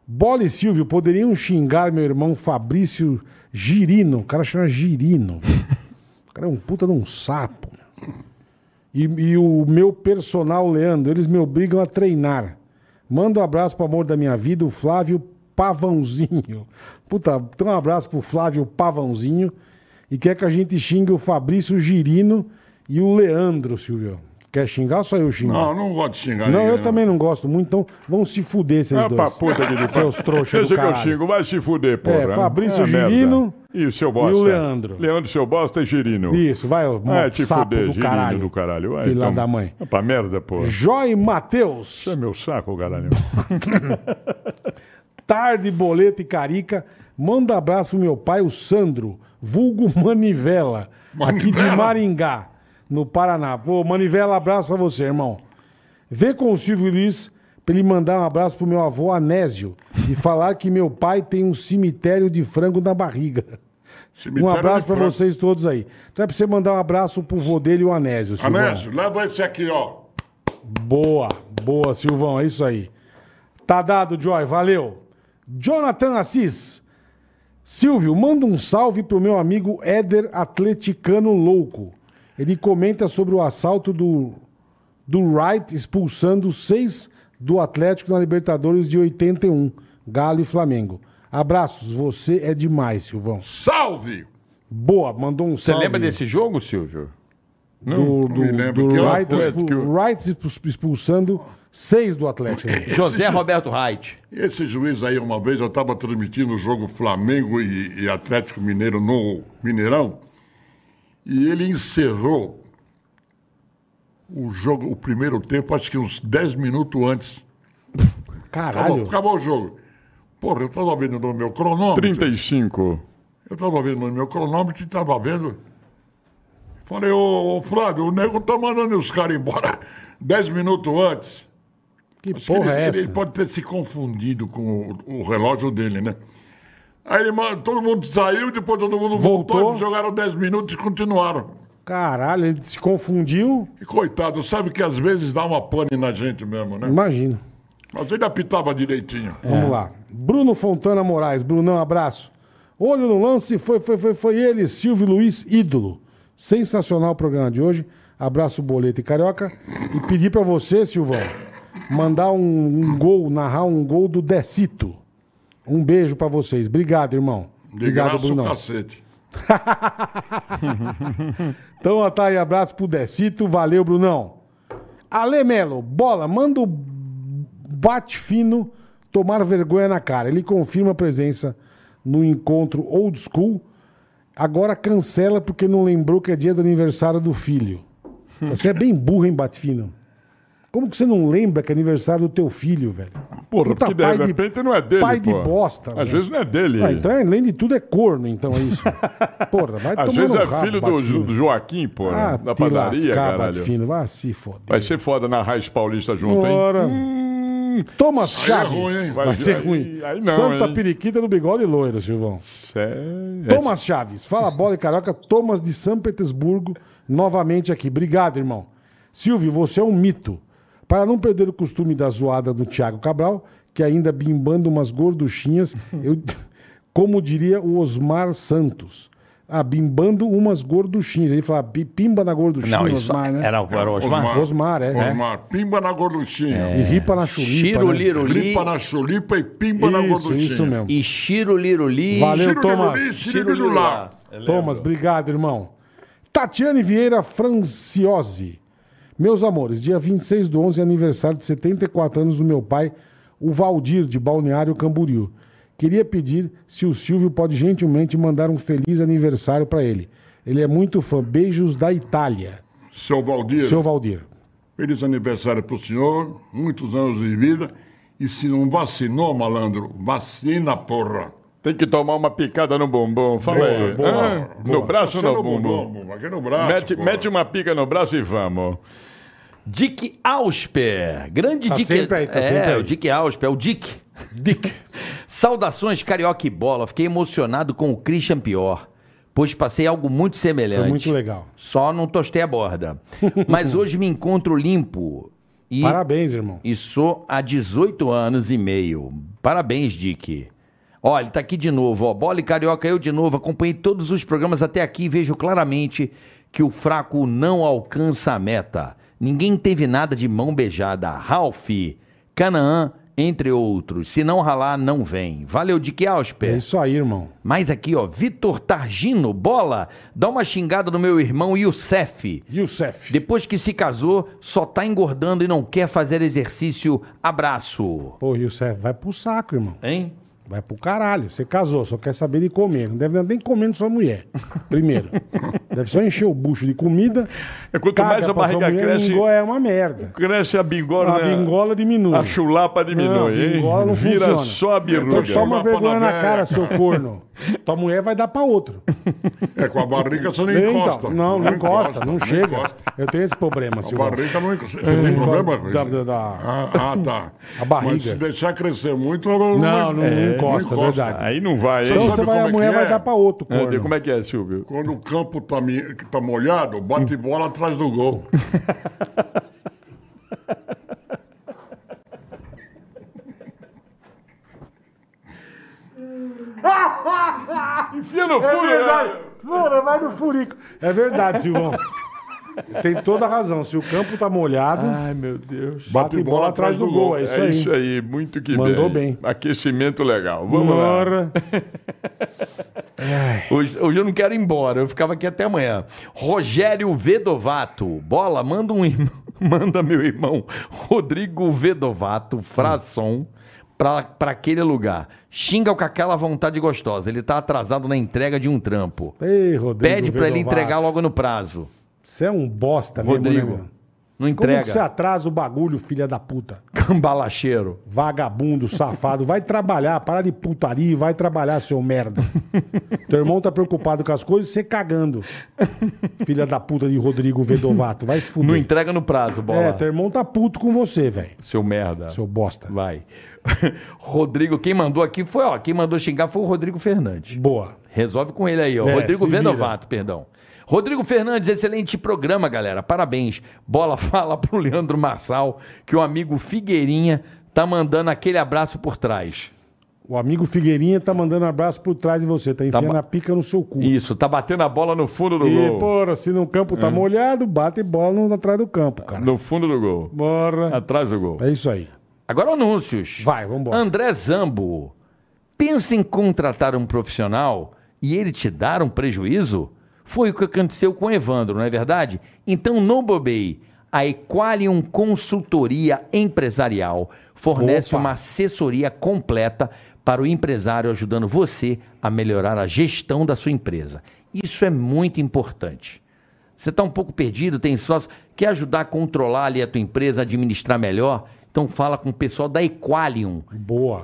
Speaker 2: Bola e Silvio, poderiam xingar meu irmão Fabrício Girino. O cara chama Girino. O cara é um puta de um sapo. E, e o meu personal, Leandro, eles me obrigam a treinar. Manda um abraço pro amor da minha vida, o Flávio Pavãozinho. Puta, então um abraço pro Flávio Pavãozinho. E quer que a gente xingue o Fabrício Girino e o Leandro, Silvio. Quer xingar ou só eu xingar?
Speaker 4: Não, não gosto de xingar
Speaker 2: Não,
Speaker 4: ninguém,
Speaker 2: eu também não gosto muito, então vão se fuder vocês
Speaker 5: né? Ah,
Speaker 2: dois.
Speaker 5: pra puta que lhe
Speaker 2: Seus
Speaker 5: pariu.
Speaker 2: trouxas do
Speaker 5: Deixa que eu
Speaker 2: caralho. É,
Speaker 5: xingo, vai se fuder, porra.
Speaker 2: Fabrício
Speaker 5: Ah, merda.
Speaker 2: Girino
Speaker 5: E o seu bosta.
Speaker 2: e o Leandro.
Speaker 5: Leandro, seu bosta e Girino.
Speaker 2: Isso, vai, ó,
Speaker 5: É, te
Speaker 2: sapo
Speaker 5: fuder,
Speaker 2: do
Speaker 5: Girino
Speaker 2: caralho.
Speaker 5: do caralho. Vai,
Speaker 2: Filha
Speaker 5: então.
Speaker 2: da mãe.
Speaker 5: É pra merda, porra.
Speaker 2: Joy Matheus.
Speaker 5: Isso é meu saco, caralho.
Speaker 2: Tarde, boleto e carica. Manda abraço pro meu pai, o Sandro, vulgo Manivela, aqui de
Speaker 4: Manivela?
Speaker 2: Maringá, no Paraná. Pô, Manivela, abraço pra você, irmão. Vê com o Silvio Luiz pra ele mandar um abraço pro meu avô Anésio e falar que meu pai tem um cemitério de frango na barriga.
Speaker 4: Cemitério é
Speaker 2: um abraço
Speaker 4: de
Speaker 2: pra
Speaker 4: frango.
Speaker 2: vocês todos aí. Então é pra você mandar um abraço pro vô dele, o Anésio. Silvão.
Speaker 4: Anésio, leva esse aqui, ó.
Speaker 2: Boa, boa, Silvão, é isso aí. Tá dado, Joy, valeu. Jonathan Assis. Silvio, manda um salve pro meu amigo Éder Atleticano Louco. Ele comenta sobre o assalto do, do Wright expulsando seis do Atlético na Libertadores de 81, Galo e Flamengo. Abraços, você é demais, Silvão.
Speaker 4: Salve!
Speaker 2: Boa, mandou um
Speaker 9: Você
Speaker 2: salve.
Speaker 9: lembra desse jogo, Silvio?
Speaker 2: do,
Speaker 4: me
Speaker 2: do,
Speaker 4: lembro.
Speaker 2: do
Speaker 4: Que hora
Speaker 2: Wright,
Speaker 4: foi?
Speaker 2: expu-
Speaker 5: Que o-
Speaker 2: Wright expu- expulsando seis do Atlético.
Speaker 9: José Roberto Reit.
Speaker 4: Esse juiz aí, uma vez, eu estava transmitindo o jogo Flamengo e, e Atlético Mineiro no Mineirão, e ele encerrou o jogo, o primeiro tempo, acho que uns 10 minutos antes. Acabou,
Speaker 2: Caralho.
Speaker 4: acabou o jogo. Porra, eu estava vendo no meu cronômetro.
Speaker 5: 35.
Speaker 4: Eu estava vendo no meu cronômetro e estava vendo. Falei, ô, ô, Flávio, o nego tá mandando os caras embora 10 minutos antes.
Speaker 2: Que
Speaker 4: Acho que
Speaker 2: porra
Speaker 4: ele,
Speaker 2: é
Speaker 4: ele
Speaker 2: essa?
Speaker 4: pode ter se confundido com o, o relógio dele, né? Aí ele, ma- todo mundo saiu, depois todo mundo voltou,
Speaker 2: Voltou.
Speaker 4: e jogaram 10 minutos e continuaram.
Speaker 2: Caralho, ele se confundiu.
Speaker 4: E coitado, sabe que às vezes dá uma pane na gente mesmo, né?
Speaker 2: Imagino.
Speaker 4: Mas ele apitava direitinho.
Speaker 2: Vamos lá. Bruno Fontana Moraes. Brunão, abraço. Olho no lance, foi, foi, foi, foi ele, Silvio Luiz, ídolo. Sensacional o programa de hoje. Abraço, Boleto e Carioca. E pedir pra você, Silvão, mandar um, um gol, narrar um gol do Decito. Um beijo pra vocês. Obrigado, irmão.
Speaker 4: De
Speaker 2: Obrigado,
Speaker 4: graça o
Speaker 2: Brunão.
Speaker 4: cacete.
Speaker 2: Então, ó, tá aí, abraço pro Decito. Valeu, Brunão. Ale Melo, bola, manda o bate fino tomar vergonha na cara. Ele confirma a presença no encontro old school. Agora cancela porque não lembrou que é dia do aniversário do filho.
Speaker 5: Hum.
Speaker 2: Você é bem burro, hein, bate fino? Como que você não lembra que é aniversário do teu filho, velho?
Speaker 5: Porra,
Speaker 2: Puta,
Speaker 5: porque de
Speaker 2: pai de-
Speaker 5: repente não é dele,
Speaker 2: pai de
Speaker 5: porra.
Speaker 2: bosta,
Speaker 5: Às
Speaker 2: velho.
Speaker 5: vezes não é dele.
Speaker 2: Ah, então, além de tudo, é corno, então, é isso. Porra, vai
Speaker 5: Às
Speaker 2: tomar
Speaker 5: vezes
Speaker 2: no
Speaker 5: é
Speaker 2: rabo,
Speaker 5: filho do
Speaker 2: Bate
Speaker 5: Jo-
Speaker 2: Fino.
Speaker 5: do Joaquim, porra.
Speaker 2: Ah,
Speaker 5: da
Speaker 2: te
Speaker 5: padaria,
Speaker 2: lascar,
Speaker 5: caralho.
Speaker 2: Batfino. Vai se foder.
Speaker 5: Vai ser foda na Raiz Paulista junto, hein? Hum,
Speaker 2: Ora. Thomas Chaves.
Speaker 4: ruim, hein?
Speaker 2: Vai,
Speaker 5: Vai-
Speaker 2: ser
Speaker 5: é aí-
Speaker 2: ruim.
Speaker 5: aí não,
Speaker 2: Santa
Speaker 5: hein?
Speaker 2: Periquita do bigode loiro, Silvão.
Speaker 5: Sério?
Speaker 2: Thomas Chaves. Fala bola e carioca. Thomas de São Petersburgo, novamente aqui. Obrigado, irmão. Silvio, você é um mito. Para não perder o costume da zoada do Thiago Cabral, que ainda bimbando umas gorduchinhas, eu, como diria o Osmar Santos. Ah, bimbando umas gorduchinhas. Ele fala "Pi- pimba na gorduchinha,
Speaker 9: Não, isso
Speaker 2: Osmar, né?
Speaker 9: era o era o Osmar.
Speaker 2: Osmar, é.
Speaker 4: Osmar, pimba na
Speaker 2: E
Speaker 4: gorduchinha.
Speaker 2: ripa na chulipa.
Speaker 9: Chiro
Speaker 2: né?
Speaker 9: Liroli
Speaker 4: Limpa na chulipa e pimba na
Speaker 2: Isso,
Speaker 4: gorduchinha.
Speaker 2: isso mesmo.
Speaker 9: e Chiro Liroli.
Speaker 2: Valeu,
Speaker 4: Tiro
Speaker 2: Thomas.
Speaker 4: Thomas. Tiro de lá.
Speaker 2: Thomas, obrigado, irmão. Tatiane Vieira Franciose. Meus amores, dia 26 do 11 é aniversário de 74 anos do meu pai, o Valdir, de Balneário Camboriú. Queria pedir se o Silvio pode gentilmente mandar um feliz aniversário para ele. Ele é muito fã. Beijos da Itália.
Speaker 4: Seu Valdir,
Speaker 2: Seu Valdir.
Speaker 4: feliz aniversário para o senhor, muitos anos de vida. E se não vacinou, malandro, vacina, porra.
Speaker 5: Tem que tomar uma picada no bumbum. Fala aí. Hã? no braço ou
Speaker 4: Você
Speaker 5: é no
Speaker 2: é
Speaker 4: não
Speaker 5: bumbum?
Speaker 4: bombou, bomba, Aqui no braço.
Speaker 5: Mete,
Speaker 4: porra.
Speaker 5: mete um- uma pica no braço e vamos.
Speaker 3: Dick Ausper. Grande
Speaker 2: Tá
Speaker 3: Dick.
Speaker 2: sempre aí, tá
Speaker 3: é,
Speaker 2: sempre aí.
Speaker 3: o Dick Ausper, é o Dick. Dick. Saudações, carioca e bola. Fiquei emocionado com o Christian Pior, pois passei algo muito semelhante.
Speaker 2: Foi É muito legal.
Speaker 3: Só não tostei a borda. Mas hoje me encontro limpo. E,
Speaker 2: Parabéns, irmão.
Speaker 3: e sou há 18 anos e meio. Parabéns, Dick. Olha, ele tá aqui de novo, ó. Bola e Carioca, eu de novo. Acompanhei todos os programas até aqui e vejo claramente que o fraco não alcança a meta. Ninguém teve nada de mão beijada. Ralph, Canaã, entre outros. Se não ralar, não vem. Valeu, Dick Ausper.
Speaker 2: É isso aí, irmão.
Speaker 3: Mas aqui, ó, Vitor Targino, bola, dá uma xingada no meu irmão Youssef.
Speaker 2: Youssef.
Speaker 3: Depois que se casou, só tá engordando e não quer fazer exercício. Abraço.
Speaker 2: Pô, Youssef, vai pro saco, irmão.
Speaker 3: Hein?
Speaker 2: Vai pro caralho. Você casou, só quer saber de comer. Não deve nem comendo sua mulher. Primeiro. deve só encher o bucho de comida.
Speaker 5: É, quanto mais a
Speaker 2: pra sua
Speaker 5: barriga cresce-
Speaker 2: Bingo é uma merda.
Speaker 5: Cresce a bingola.
Speaker 2: A
Speaker 5: né?
Speaker 2: bingola diminui.
Speaker 5: A chulapa diminui,
Speaker 2: Não, a bingola
Speaker 5: hein?
Speaker 2: não
Speaker 5: Vira
Speaker 2: funciona.
Speaker 5: só a
Speaker 2: Então
Speaker 5: birruga.
Speaker 2: toma
Speaker 4: Chulapa
Speaker 2: vergonha
Speaker 4: na
Speaker 2: na
Speaker 4: veia,
Speaker 2: cara, seu corno. Tua mulher vai dar pra outro.
Speaker 4: É, com a barriga você não
Speaker 2: Nem
Speaker 4: encosta.
Speaker 2: então. Não, não encosta, não chega. Eu tenho esse problema,
Speaker 4: A
Speaker 2: Silvão.
Speaker 4: barriga não encosta. Você tem problema com
Speaker 2: Da-
Speaker 4: isso?
Speaker 2: da- da-
Speaker 4: Ah, ah, tá.
Speaker 2: A barriga.
Speaker 4: Mas se deixar crescer muito, não,
Speaker 2: Não, não, não encosta, é
Speaker 4: encosta.
Speaker 2: verdade.
Speaker 5: Aí não vai, hein?
Speaker 2: Então
Speaker 4: sabe
Speaker 2: você vai,
Speaker 4: como
Speaker 2: a
Speaker 4: é
Speaker 2: mulher
Speaker 4: que
Speaker 2: vai
Speaker 4: é?
Speaker 2: dar pra outro,
Speaker 5: É,
Speaker 2: corno.
Speaker 5: Como é que é, Silvio?
Speaker 4: Quando o campo tá, mi- que tá molhado, bate bola atrás do gol.
Speaker 5: Enfia no fundo, né?
Speaker 2: É verdade. Mano, vai no furico. É verdade, Silvão. Tem toda a razão. Se o campo tá molhado,
Speaker 5: Ai, meu Deus.
Speaker 2: bate, bola, atrás do gol. É isso
Speaker 5: É
Speaker 2: aí.
Speaker 5: isso aí, muito que
Speaker 2: Mandou
Speaker 5: bem.
Speaker 2: bem.
Speaker 5: Aquecimento legal. Vamos lá.
Speaker 2: Bora.
Speaker 3: Hoje, hoje eu não quero ir embora, eu ficava aqui até amanhã. Rogério Vedovato, bola, manda um irmão, manda meu irmão Rodrigo Vedovato, fração, pra, pra aquele lugar. Xinga-o com aquela vontade gostosa, ele tá atrasado na entrega de um trampo.
Speaker 2: Ei, Rodrigo.
Speaker 3: Pede pra ele
Speaker 2: Vedovato.
Speaker 3: entregar logo no prazo.
Speaker 2: Você é um bosta
Speaker 3: Rodrigo,
Speaker 2: mesmo, né, meu?
Speaker 3: não
Speaker 2: Como que você
Speaker 3: entrega.
Speaker 2: atrasa o bagulho, filha da puta?
Speaker 3: Cambalacheiro.
Speaker 2: Vagabundo, safado. Vai trabalhar, para de putaria e vai trabalhar, seu merda. Teu irmão tá preocupado com as coisas e você cagando. Filha da puta de Rodrigo Vedovato. Vai se
Speaker 3: Não
Speaker 2: fuder.
Speaker 3: entrega no prazo, bola.
Speaker 2: é, teu irmão tá puto com você, velho.
Speaker 3: Seu merda.
Speaker 2: Seu bosta.
Speaker 3: Vai. Rodrigo, quem mandou aqui foi, ó, quem mandou xingar foi o Rodrigo Fernandes.
Speaker 2: Boa.
Speaker 3: Resolve com ele aí, ó.
Speaker 2: É,
Speaker 3: Rodrigo
Speaker 2: se
Speaker 3: Vedovato, perdão. Rodrigo Fernandes, excelente programa, galera. Parabéns. Bola fala pro Leandro Marçal que o amigo Figueirinha tá mandando aquele abraço por trás.
Speaker 2: O amigo Figueirinha tá mandando abraço por trás de você. Tá enfiando
Speaker 3: ba-
Speaker 2: a pica no seu cu.
Speaker 3: Isso, É. tá batendo a bola no fundo do
Speaker 2: E,
Speaker 5: gol.
Speaker 2: porra, se no campo tá molhado, bate bola no- atrás do campo, cara.
Speaker 5: No fundo do gol.
Speaker 2: Bora.
Speaker 5: Atrás do gol.
Speaker 2: É isso aí.
Speaker 3: Agora anúncios.
Speaker 2: Vai, vambora.
Speaker 3: André Zambo, pensa em contratar um profissional e ele te dar um prejuízo? Foi o que aconteceu com o Evandro, não é verdade? Então não bobei. A Equalium Consultoria Empresarial fornece
Speaker 2: Opa.
Speaker 3: uma assessoria completa para o empresário, ajudando você a melhorar a gestão da sua empresa. Isso é muito importante. Você está um pouco perdido, tem sócio, quer ajudar a controlar ali a tua empresa, administrar melhor? Então fala com o pessoal da Equalium.
Speaker 2: Boa.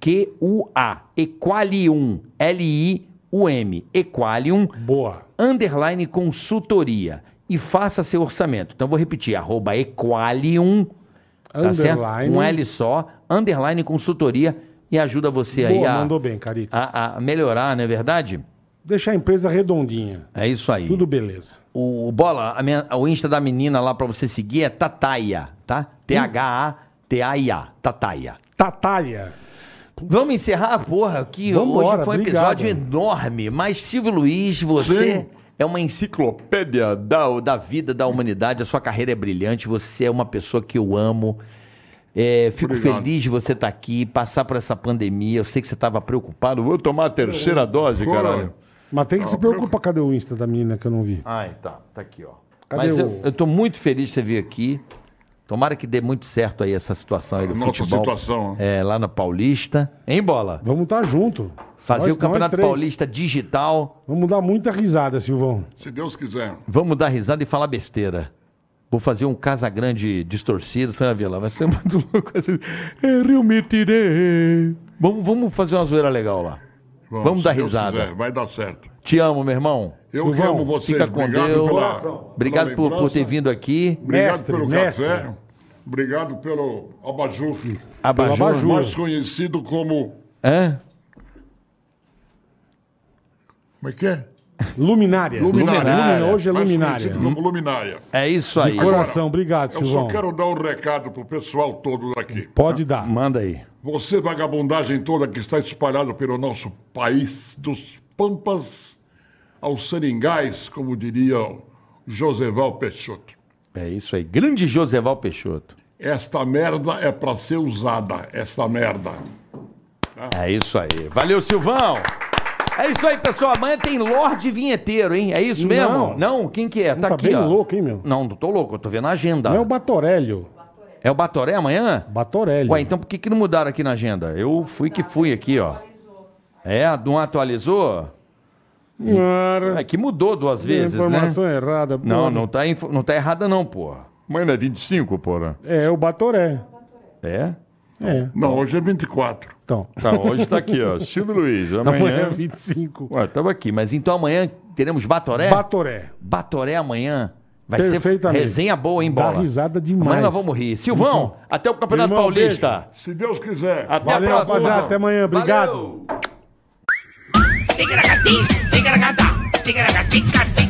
Speaker 3: E-Q-U-A. Equalium. L-I-U-M. Equalium
Speaker 2: Boa.
Speaker 3: underline consultoria e faça seu orçamento. Então vou repetir, arroba Equalium, tá certo?
Speaker 2: Underline.
Speaker 3: Um L só, underline consultoria e ajuda você aí
Speaker 2: Boa,
Speaker 3: a,
Speaker 2: mandou bem, Carica.
Speaker 3: a- a melhorar, não é verdade?
Speaker 2: Deixar a empresa redondinha.
Speaker 3: É isso aí.
Speaker 2: Tudo beleza.
Speaker 3: O, o Bola, a minha- o Insta da menina lá pra você seguir é Tataia, tá? T-H-A-T-A-I-A, Tataia.
Speaker 2: Tatália.
Speaker 3: Vamos encerrar, porra, que
Speaker 2: Vambora,
Speaker 3: hoje foi um episódio
Speaker 2: obrigado.
Speaker 3: enorme, mas Silvio Luiz, você
Speaker 4: Sim.
Speaker 3: é uma enciclopédia da, da vida, da humanidade, a sua carreira é brilhante, você é uma pessoa que eu amo. É, fico
Speaker 4: Obrigado.
Speaker 3: feliz de você tá estar aqui, passar por essa pandemia, eu sei que você estava preocupado.
Speaker 5: Vou tomar a terceira dose,
Speaker 4: Porra,
Speaker 5: caralho.
Speaker 2: Mas tem que se preocupar. Cadê o Insta da menina que eu não vi?
Speaker 3: Ai, tá. Tá aqui, ó.
Speaker 2: Cadê
Speaker 3: Mas
Speaker 2: o-
Speaker 3: eu, eu tô muito feliz de você vir aqui. Tomara que dê muito certo aí essa situação aí do
Speaker 4: Nossa
Speaker 3: futebol.
Speaker 4: situação,
Speaker 3: É, lá na Paulista. Hein, Bola?
Speaker 2: Vamos estar junto.
Speaker 3: Fazer
Speaker 2: Nós-
Speaker 3: o Campeonato
Speaker 2: nós três.
Speaker 3: Paulista digital.
Speaker 2: Vamos dar muita risada, Silvão.
Speaker 4: Se Deus quiser.
Speaker 3: Vamos dar risada e falar besteira. Vou fazer um Casa Grande distorcido, sabe, Vila? Vai ser muito louco assim. É, Eu me tirei. Vamos, vamos fazer uma zoeira legal lá. Vamos,
Speaker 4: se
Speaker 3: dar
Speaker 4: Deus
Speaker 3: risada.
Speaker 4: quiser, vai dar certo.
Speaker 3: Te amo, meu irmão.
Speaker 4: Eu que
Speaker 2: Silvão,
Speaker 4: amo vocês.
Speaker 3: Fica com
Speaker 4: obrigado
Speaker 3: Deus.
Speaker 4: pela-
Speaker 3: Obrigado
Speaker 4: pela
Speaker 2: é
Speaker 3: por, por ter
Speaker 4: lembrança.
Speaker 3: vindo aqui.
Speaker 4: Obrigado
Speaker 2: Mestre,
Speaker 4: pelo
Speaker 2: mestre.
Speaker 4: café. Obrigado pelo abajur,
Speaker 3: Abajur.
Speaker 2: abajur.
Speaker 4: mais conhecido como...
Speaker 3: Hã?
Speaker 4: Como é que é?
Speaker 2: Luminária.
Speaker 3: Luminária.
Speaker 2: Lumina- Hoje é
Speaker 4: mais
Speaker 2: luminária.
Speaker 4: conhecido como luminária.
Speaker 3: É isso aí.
Speaker 2: Coração, obrigado,
Speaker 4: Eu
Speaker 2: Silvão.
Speaker 4: só quero dar um recado pro pessoal todo daqui.
Speaker 2: Pode dar.
Speaker 3: Manda aí.
Speaker 4: Você, vagabundagem toda que está espalhada pelo nosso país, dos pampas aos seringais, como diria o Joseval Peixoto.
Speaker 3: É isso aí. Grande Joseval Peixoto.
Speaker 4: Esta merda é para ser usada, esta merda.
Speaker 2: Ah.
Speaker 3: É isso aí. Valeu, Silvão. É isso aí, pessoal. Amanhã tem Lorde Vinheteiro, hein? É isso mesmo?
Speaker 2: Não.
Speaker 3: Não, quem que é? Tá,
Speaker 2: tá
Speaker 3: aqui,
Speaker 2: bem
Speaker 3: ó.
Speaker 2: louco, hein, meu?
Speaker 3: Não, não tô louco, eu tô vendo a agenda.
Speaker 2: Não é o Batorélio.
Speaker 3: É o Batoré amanhã?
Speaker 2: Batorélio.
Speaker 3: Ué, então por que que não mudaram aqui na agenda? Eu fui que fui aqui, ó. É, não atualizou?
Speaker 2: Cara,
Speaker 3: É que mudou duas vezes, né?
Speaker 2: informação né? errada. pô.
Speaker 3: Não, não tá, info- não tá errada não, porra.
Speaker 5: Amanhã não é 25, porra.
Speaker 2: É o Batoré.
Speaker 3: É?
Speaker 2: É,
Speaker 4: Não, hoje é 24.
Speaker 2: então.
Speaker 5: Tá, hoje tá aqui, ó. Silvio Luiz,
Speaker 2: Amanhã
Speaker 5: amanhã...
Speaker 2: é 25.
Speaker 3: Ué, tava aqui, mas então amanhã teremos Batoré?
Speaker 2: Batoré.
Speaker 3: Batoré amanhã. Vai ser
Speaker 2: Perfeitamente.
Speaker 3: resenha boa, hein,
Speaker 2: Dá
Speaker 3: bola?
Speaker 2: risada demais.
Speaker 3: Amanhã nós vamos rir. Silvão,
Speaker 2: Isso.
Speaker 3: até o Campeonato
Speaker 2: Irmão,
Speaker 3: Paulista.
Speaker 4: Se Deus quiser.
Speaker 3: Até
Speaker 2: Valeu,
Speaker 3: a próxima.
Speaker 2: rapaziada. Até amanhã. Obrigado.
Speaker 3: Valeu.
Speaker 1: Ticaracati, ticaracata, ticaracati,